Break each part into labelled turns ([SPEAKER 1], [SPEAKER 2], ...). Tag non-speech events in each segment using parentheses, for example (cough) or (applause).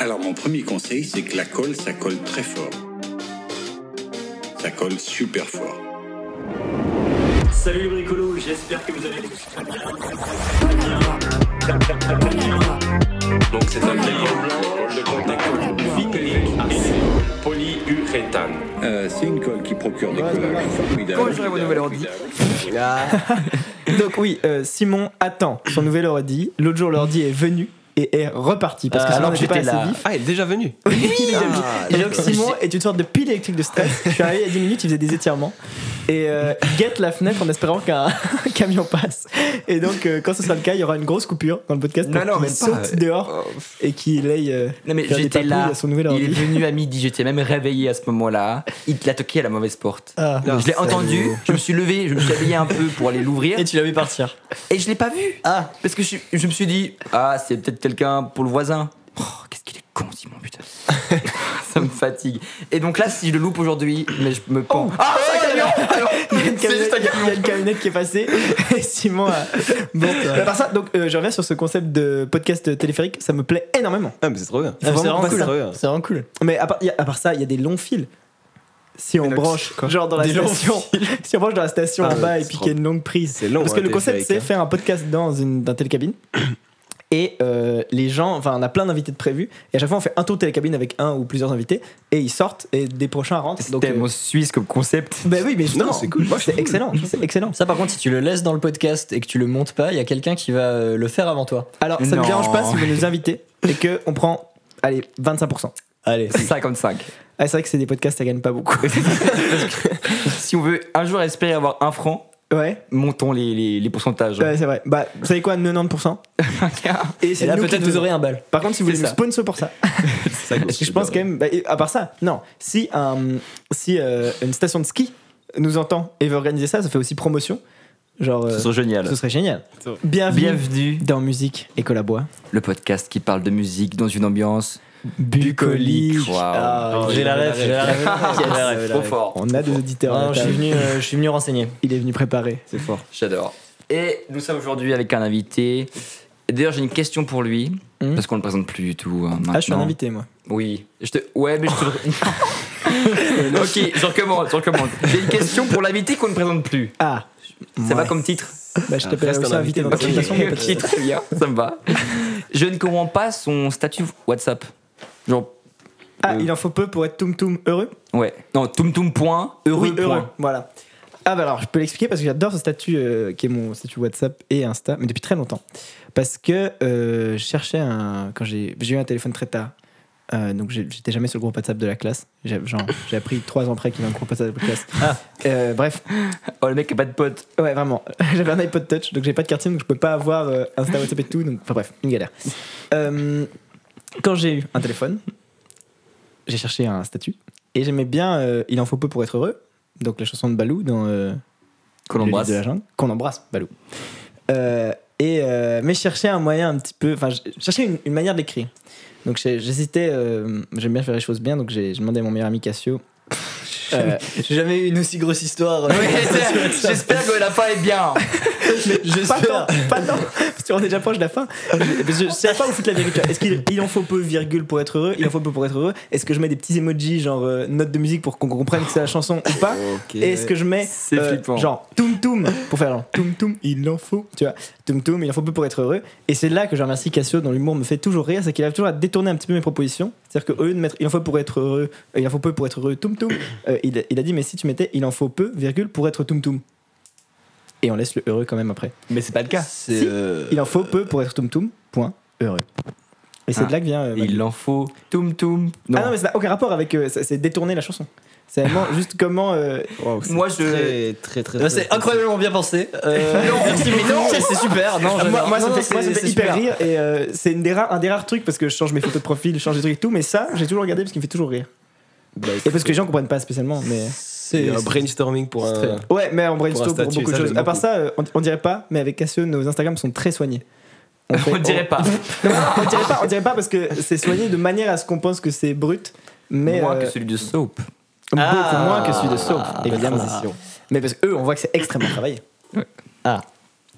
[SPEAKER 1] Alors mon premier conseil, c'est que la colle, ça colle très fort. Ça colle super fort.
[SPEAKER 2] Salut les bricolos, j'espère que vous allez
[SPEAKER 3] Donc c'est un glycol blanc de contact vinylique acide polyuréthane.
[SPEAKER 1] Euh, c'est une colle qui procure des collages formidables.
[SPEAKER 4] Bonjour et bon nouvel ordi.
[SPEAKER 5] Donc oui, euh, Simon attend son nouvel ordi. L'autre jour, l'ordi est venu et est reparti parce que
[SPEAKER 4] Ah,
[SPEAKER 5] sinon, on
[SPEAKER 4] alors
[SPEAKER 5] n'était pas
[SPEAKER 4] j'étais
[SPEAKER 5] assez
[SPEAKER 4] là.
[SPEAKER 5] vif.
[SPEAKER 6] Ah, il est déjà venu.
[SPEAKER 5] Il est venu. Et donc
[SPEAKER 4] Ah, d'accord.
[SPEAKER 5] Simon est une sorte de pile électrique de stress. Je suis arrivé il y a 10 minutes, il faisait des étirements. Et euh, il guette la fenêtre en espérant qu'un (laughs) un camion passe. Et donc, euh, quand ce sera le cas, il y aura une grosse coupure dans le podcast
[SPEAKER 4] Non, non,
[SPEAKER 5] pour qu'il
[SPEAKER 4] même pas. Oh.
[SPEAKER 5] saute dehors et qu'il aille euh,
[SPEAKER 4] Non mais
[SPEAKER 5] faire des
[SPEAKER 4] j'étais
[SPEAKER 5] papouilles
[SPEAKER 4] là,
[SPEAKER 5] à son nouvel
[SPEAKER 4] il est
[SPEAKER 5] ordi.
[SPEAKER 4] venu à midi, j'étais même réveillé à ce moment-là. Il l'a toqué à la mauvaise porte.
[SPEAKER 5] Ah.
[SPEAKER 4] Donc, je l'ai
[SPEAKER 5] Salut.
[SPEAKER 4] entendu, je me suis levé, je me suis habillé un peu pour aller l'ouvrir
[SPEAKER 5] Et tu l'as vu partir.
[SPEAKER 4] et je l'ai pas vu.
[SPEAKER 5] Ah,
[SPEAKER 4] Parce que je, suis- je me suis dit, ah, c'est peut-être quelqu'un pour le voisin. Oh, qu'est-ce qu'il est con, Simon,
[SPEAKER 5] (laughs)
[SPEAKER 4] putain. ça me fatigue. Et donc là, si je le loupe aujourd'hui, mais je me pends.
[SPEAKER 5] Oh.
[SPEAKER 4] Ah, c'est un camion
[SPEAKER 5] (laughs)
[SPEAKER 4] Alors, C'est juste un
[SPEAKER 5] Il y a
[SPEAKER 4] camion
[SPEAKER 5] une camionnette qui est passée (laughs) et Simon a. (laughs) Bon, à part ça, donc euh, je reviens sur ce concept de podcast téléphérique, ça me plaît énormément.
[SPEAKER 6] Ah, mais c'est trop bien.
[SPEAKER 5] C'est vraiment,
[SPEAKER 6] pas
[SPEAKER 5] cool.
[SPEAKER 6] ça.
[SPEAKER 5] hein. C'est vraiment cool. Mais à part, il y a- à part ça, il y a des longs fils. Si on
[SPEAKER 6] donc,
[SPEAKER 5] branche, genre dans la
[SPEAKER 6] des longs
[SPEAKER 5] station, (laughs) si on branche dans la station
[SPEAKER 6] Ah
[SPEAKER 5] en bas
[SPEAKER 6] ouais,
[SPEAKER 5] et
[SPEAKER 6] c'est
[SPEAKER 5] puis qu'il y a une longue prise.
[SPEAKER 6] C'est long,
[SPEAKER 5] Parce que
[SPEAKER 6] hein,
[SPEAKER 5] le concept,
[SPEAKER 6] téléphérique,
[SPEAKER 5] c'est
[SPEAKER 6] hein.
[SPEAKER 5] faire un podcast dans une dans télécabine. (clears throat) Et euh, les gens, enfin, on a plein d'invités de prévus. Et à chaque fois, on fait un tour de télécabine avec un ou plusieurs invités. Et ils sortent et des prochains rentrent.
[SPEAKER 4] C'est
[SPEAKER 5] Donc, euh,
[SPEAKER 4] tellement suisse
[SPEAKER 5] (laughs)
[SPEAKER 4] comme concept.
[SPEAKER 5] ben oui, mais justement,
[SPEAKER 6] Non, c'est cool.
[SPEAKER 5] moi, C'est excellent. C'est excellent.
[SPEAKER 7] Ça, par contre, si tu le laisses dans le podcast et que tu le montes pas, il y a quelqu'un qui va euh, le faire avant toi.
[SPEAKER 5] Alors, ça ne
[SPEAKER 4] Non.
[SPEAKER 5] me dérange pas si vous nous invitez et que on prend, allez, 25%.
[SPEAKER 7] Allez.
[SPEAKER 4] 55.
[SPEAKER 5] Ah, c'est vrai que c'est des podcasts, ça gagne pas
[SPEAKER 4] (laughs)
[SPEAKER 5] beaucoup.
[SPEAKER 4] Si on veut un jour espérer avoir un franc,
[SPEAKER 5] ouais,
[SPEAKER 4] montons les, les, les
[SPEAKER 5] (laughs)
[SPEAKER 4] pourcentages.
[SPEAKER 5] ouais, c'est vrai. Bah, vous savez quoi, 90%. Et
[SPEAKER 7] Et
[SPEAKER 5] c'est
[SPEAKER 7] là,
[SPEAKER 5] nous qui
[SPEAKER 7] peut-être
[SPEAKER 5] tenons.
[SPEAKER 7] vous aurez un bal.
[SPEAKER 5] Par contre, si vous voulez
[SPEAKER 4] C'est
[SPEAKER 5] nous
[SPEAKER 4] ça.
[SPEAKER 7] (laughs)
[SPEAKER 5] sponsor pour ça,
[SPEAKER 6] Ça
[SPEAKER 5] parce
[SPEAKER 6] goûte
[SPEAKER 5] que je
[SPEAKER 6] super
[SPEAKER 5] pense quand
[SPEAKER 6] bien.
[SPEAKER 5] même, bah, et à part ça, non, si, un, si euh, une station de ski nous entend et veut organiser ça, ça fait aussi promotion. Genre, euh,
[SPEAKER 4] Ce serait génial.
[SPEAKER 5] ce serait génial.
[SPEAKER 6] C'est vrai.
[SPEAKER 5] Bienvenue,
[SPEAKER 4] Bienvenue,
[SPEAKER 5] dans Musique et Collabois.
[SPEAKER 4] le podcast qui parle de musique dans une ambiance bucolique. Wow.
[SPEAKER 7] Ah, j'ai la ref, j'ai la ref.
[SPEAKER 5] Ah,
[SPEAKER 7] J'ai la ref.
[SPEAKER 4] Trop fort.
[SPEAKER 5] On a des auditeurs. à la
[SPEAKER 7] Non, je suis
[SPEAKER 5] table.
[SPEAKER 7] venu, euh, je suis venu renseigner.
[SPEAKER 5] Il est venu préparer.
[SPEAKER 7] C'est fort.
[SPEAKER 4] J'adore. Et nous sommes aujourd'hui avec un invité. Et D'ailleurs, j'ai une question pour lui,
[SPEAKER 5] Hmm.
[SPEAKER 4] parce qu'on le présente plus du tout. hein,
[SPEAKER 5] Ah, je suis un
[SPEAKER 4] maintenant.
[SPEAKER 5] invité, moi.
[SPEAKER 4] Oui. Je te... Ouais, mais je
[SPEAKER 5] (laughs)
[SPEAKER 4] te. ok, je recommande, je recommande. J'ai une question pour l'invité qu'on ne présente plus.
[SPEAKER 5] Ah,
[SPEAKER 4] Ça va
[SPEAKER 5] Ouais.
[SPEAKER 4] comme titre
[SPEAKER 5] bah, je t'appelle
[SPEAKER 6] reste
[SPEAKER 5] aussi
[SPEAKER 6] un
[SPEAKER 5] invité
[SPEAKER 6] invité,
[SPEAKER 5] dans
[SPEAKER 6] bah,
[SPEAKER 5] cette
[SPEAKER 4] Ok,
[SPEAKER 6] oui.
[SPEAKER 5] station,
[SPEAKER 4] (laughs)
[SPEAKER 5] mais pas de
[SPEAKER 4] ok, très bien, ça me va. Je ne comprends pas son statut WhatsApp. Genre,
[SPEAKER 5] Ah,
[SPEAKER 4] Euh.
[SPEAKER 5] il en faut peu pour être Toum Toum heureux
[SPEAKER 4] ouais. Non, toumtoum point, heureux
[SPEAKER 5] Oui, heureux,
[SPEAKER 4] point.
[SPEAKER 5] voilà. Ah bah alors, je peux l'expliquer parce que j'adore ce statut euh, qui est mon statut WhatsApp et Insta, mais depuis très longtemps. Parce que euh, je cherchais un... Quand j'ai j'ai eu un téléphone très tard, euh, donc j'ai- j'étais jamais sur le groupe WhatsApp de la classe. J'ai- genre, J'ai appris trois ans après qu'il y avait un groupe WhatsApp de la classe. Euh, bref,
[SPEAKER 4] Oh, le mec a pas de pote.
[SPEAKER 5] Ouais, vraiment. (laughs) J'avais un iPod Touch, donc j'ai pas de carte SIM, donc je peux pas avoir euh, Insta, WhatsApp et tout. Donc, enfin bref, une galère. Euh, quand j'ai eu un téléphone, j'ai cherché un statut et j'aimais bien euh, Il en faut peu pour être heureux. Donc la chanson de Balou dans euh,
[SPEAKER 4] Qu'on
[SPEAKER 5] Le livre
[SPEAKER 4] embrasse.
[SPEAKER 5] de la jungle. Qu'on embrasse, Balou. Euh, et euh, mais je cherchais un moyen un petit peu, enfin je je cherchais une, une manière d'écrire. Donc j'ai- j'hésitais, euh, j'aime bien faire les choses bien, donc j'ai j'ai demandé à mon meilleur ami Cassio. Euh,
[SPEAKER 7] (laughs) J'ai jamais eu une aussi grosse histoire.
[SPEAKER 4] (laughs) Ouais, J'espère que la fin est bien.
[SPEAKER 5] Pas tant,
[SPEAKER 7] J'espère.
[SPEAKER 5] pas tant, parce qu'on est déjà proche de la fin. Je- parce que Je sais pas où foutre la vérité. Est-ce qu'il il en faut peu, virgule, pour être heureux Il en faut peu pour être heureux Est-ce que je mets des petits emojis, genre euh, notes de musique pour qu'on comprenne que c'est la chanson ou pas
[SPEAKER 6] Ok.
[SPEAKER 5] Et Est-ce que je mets euh,
[SPEAKER 4] C'est flippant.
[SPEAKER 5] genre toum toum pour faire genre toum toum, il en faut, tu vois, toum toum, il en faut peu pour être heureux Et c'est là que je remercie Cassio, dont l'humour me fait toujours rire, c'est qu'il arrive toujours à détourner un petit peu mes propositions. C'est-à-dire qu'au lieu de mettre il en faut pour être heureux, euh, il en faut peu pour être heureux, toum toum, euh, il, il a dit mais si tu mettais il en faut peu, virgule, pour être toum toum. Et on laisse le heureux quand même après.
[SPEAKER 4] Mais c'est pas le cas.
[SPEAKER 6] C'est,
[SPEAKER 5] Si,
[SPEAKER 6] euh,
[SPEAKER 5] Il en faut peu pour être Toum Toum, point, heureux. Et c'est
[SPEAKER 4] Ah.
[SPEAKER 5] de là que vient. euh, ma-
[SPEAKER 4] Il en faut. Toum toum. Non.
[SPEAKER 5] Ah non, mais ça n'a aucun rapport avec. euh, ça- c'est détourner la chanson. C'est vraiment juste comment. euh,
[SPEAKER 6] wow, c'est
[SPEAKER 4] Moi, je-
[SPEAKER 6] Très, très, très.
[SPEAKER 7] Bah,
[SPEAKER 6] très-
[SPEAKER 7] C'est incroyablement bien pensé. Euh,
[SPEAKER 4] (laughs)
[SPEAKER 7] merci beaucoup. C'est- C'est super. Non,
[SPEAKER 5] moi,
[SPEAKER 7] j'adore.
[SPEAKER 5] moi, ça
[SPEAKER 7] Non,
[SPEAKER 5] me
[SPEAKER 7] non,
[SPEAKER 5] fait, moi, ça me
[SPEAKER 7] c'est-
[SPEAKER 5] fait
[SPEAKER 7] c'est
[SPEAKER 5] hyper
[SPEAKER 7] super.
[SPEAKER 5] rire. Et euh, c'est une des rares- un des rares trucs parce que je change mes photos de profil, je change des trucs et tout. Mais ça, j'ai toujours regardé parce qu'il me fait toujours rire.
[SPEAKER 6] Bah,
[SPEAKER 5] Et parce que les gens comprennent pas spécialement. mais...
[SPEAKER 6] il y
[SPEAKER 7] C'est
[SPEAKER 6] a un brainstorming pour
[SPEAKER 7] c'est très
[SPEAKER 6] un.
[SPEAKER 7] bien.
[SPEAKER 5] Ouais, mais en brainstorm
[SPEAKER 6] Pour
[SPEAKER 5] pour,
[SPEAKER 6] un statut,
[SPEAKER 5] beaucoup de
[SPEAKER 6] ça,
[SPEAKER 5] choses.
[SPEAKER 6] j'aime
[SPEAKER 5] À part
[SPEAKER 6] beaucoup.
[SPEAKER 5] ça, euh, on, on dirait pas, mais avec Cassio, nos Instagrams sont très soignés. On, fait-
[SPEAKER 4] On dirait pas.
[SPEAKER 5] Non, mais on dirait pas, on dirait pas parce que c'est soigné de manière à ce qu'on pense que c'est brut. Mais
[SPEAKER 4] Moins
[SPEAKER 5] euh,
[SPEAKER 4] que celui de Soap.
[SPEAKER 5] Beaucoup
[SPEAKER 7] Ah.
[SPEAKER 5] moins que celui de Soap, évidemment.
[SPEAKER 7] transition.
[SPEAKER 5] Mais parce qu'eux, on voit que c'est extrêmement travaillé.
[SPEAKER 7] Ah.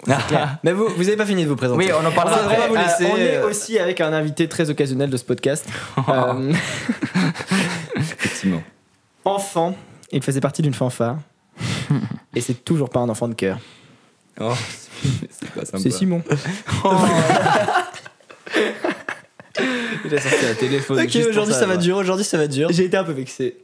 [SPEAKER 5] (laughs) Mais vous, vous avez pas fini de vous présenter.
[SPEAKER 4] (laughs) Oui, on en parlera
[SPEAKER 5] On va
[SPEAKER 4] après. Ah,
[SPEAKER 5] vous laisser,
[SPEAKER 8] Euh, on est
[SPEAKER 5] euh,
[SPEAKER 8] aussi avec un invité très occasionnel de
[SPEAKER 5] (laughs)
[SPEAKER 8] ce podcast.
[SPEAKER 5] Oh.
[SPEAKER 8] Euh,
[SPEAKER 4] Effectivement.
[SPEAKER 8] enfant, il faisait partie d'une fanfare. Et c'est toujours pas un enfant de cœur.
[SPEAKER 4] Oh, c'est pas sympa.
[SPEAKER 8] C'est Simon.
[SPEAKER 5] Oh.
[SPEAKER 6] Il a sorti un téléphone.
[SPEAKER 5] Ok, aujourd'hui ça va durer, aujourd'hui ça va durer.
[SPEAKER 8] J'ai été un peu vexé.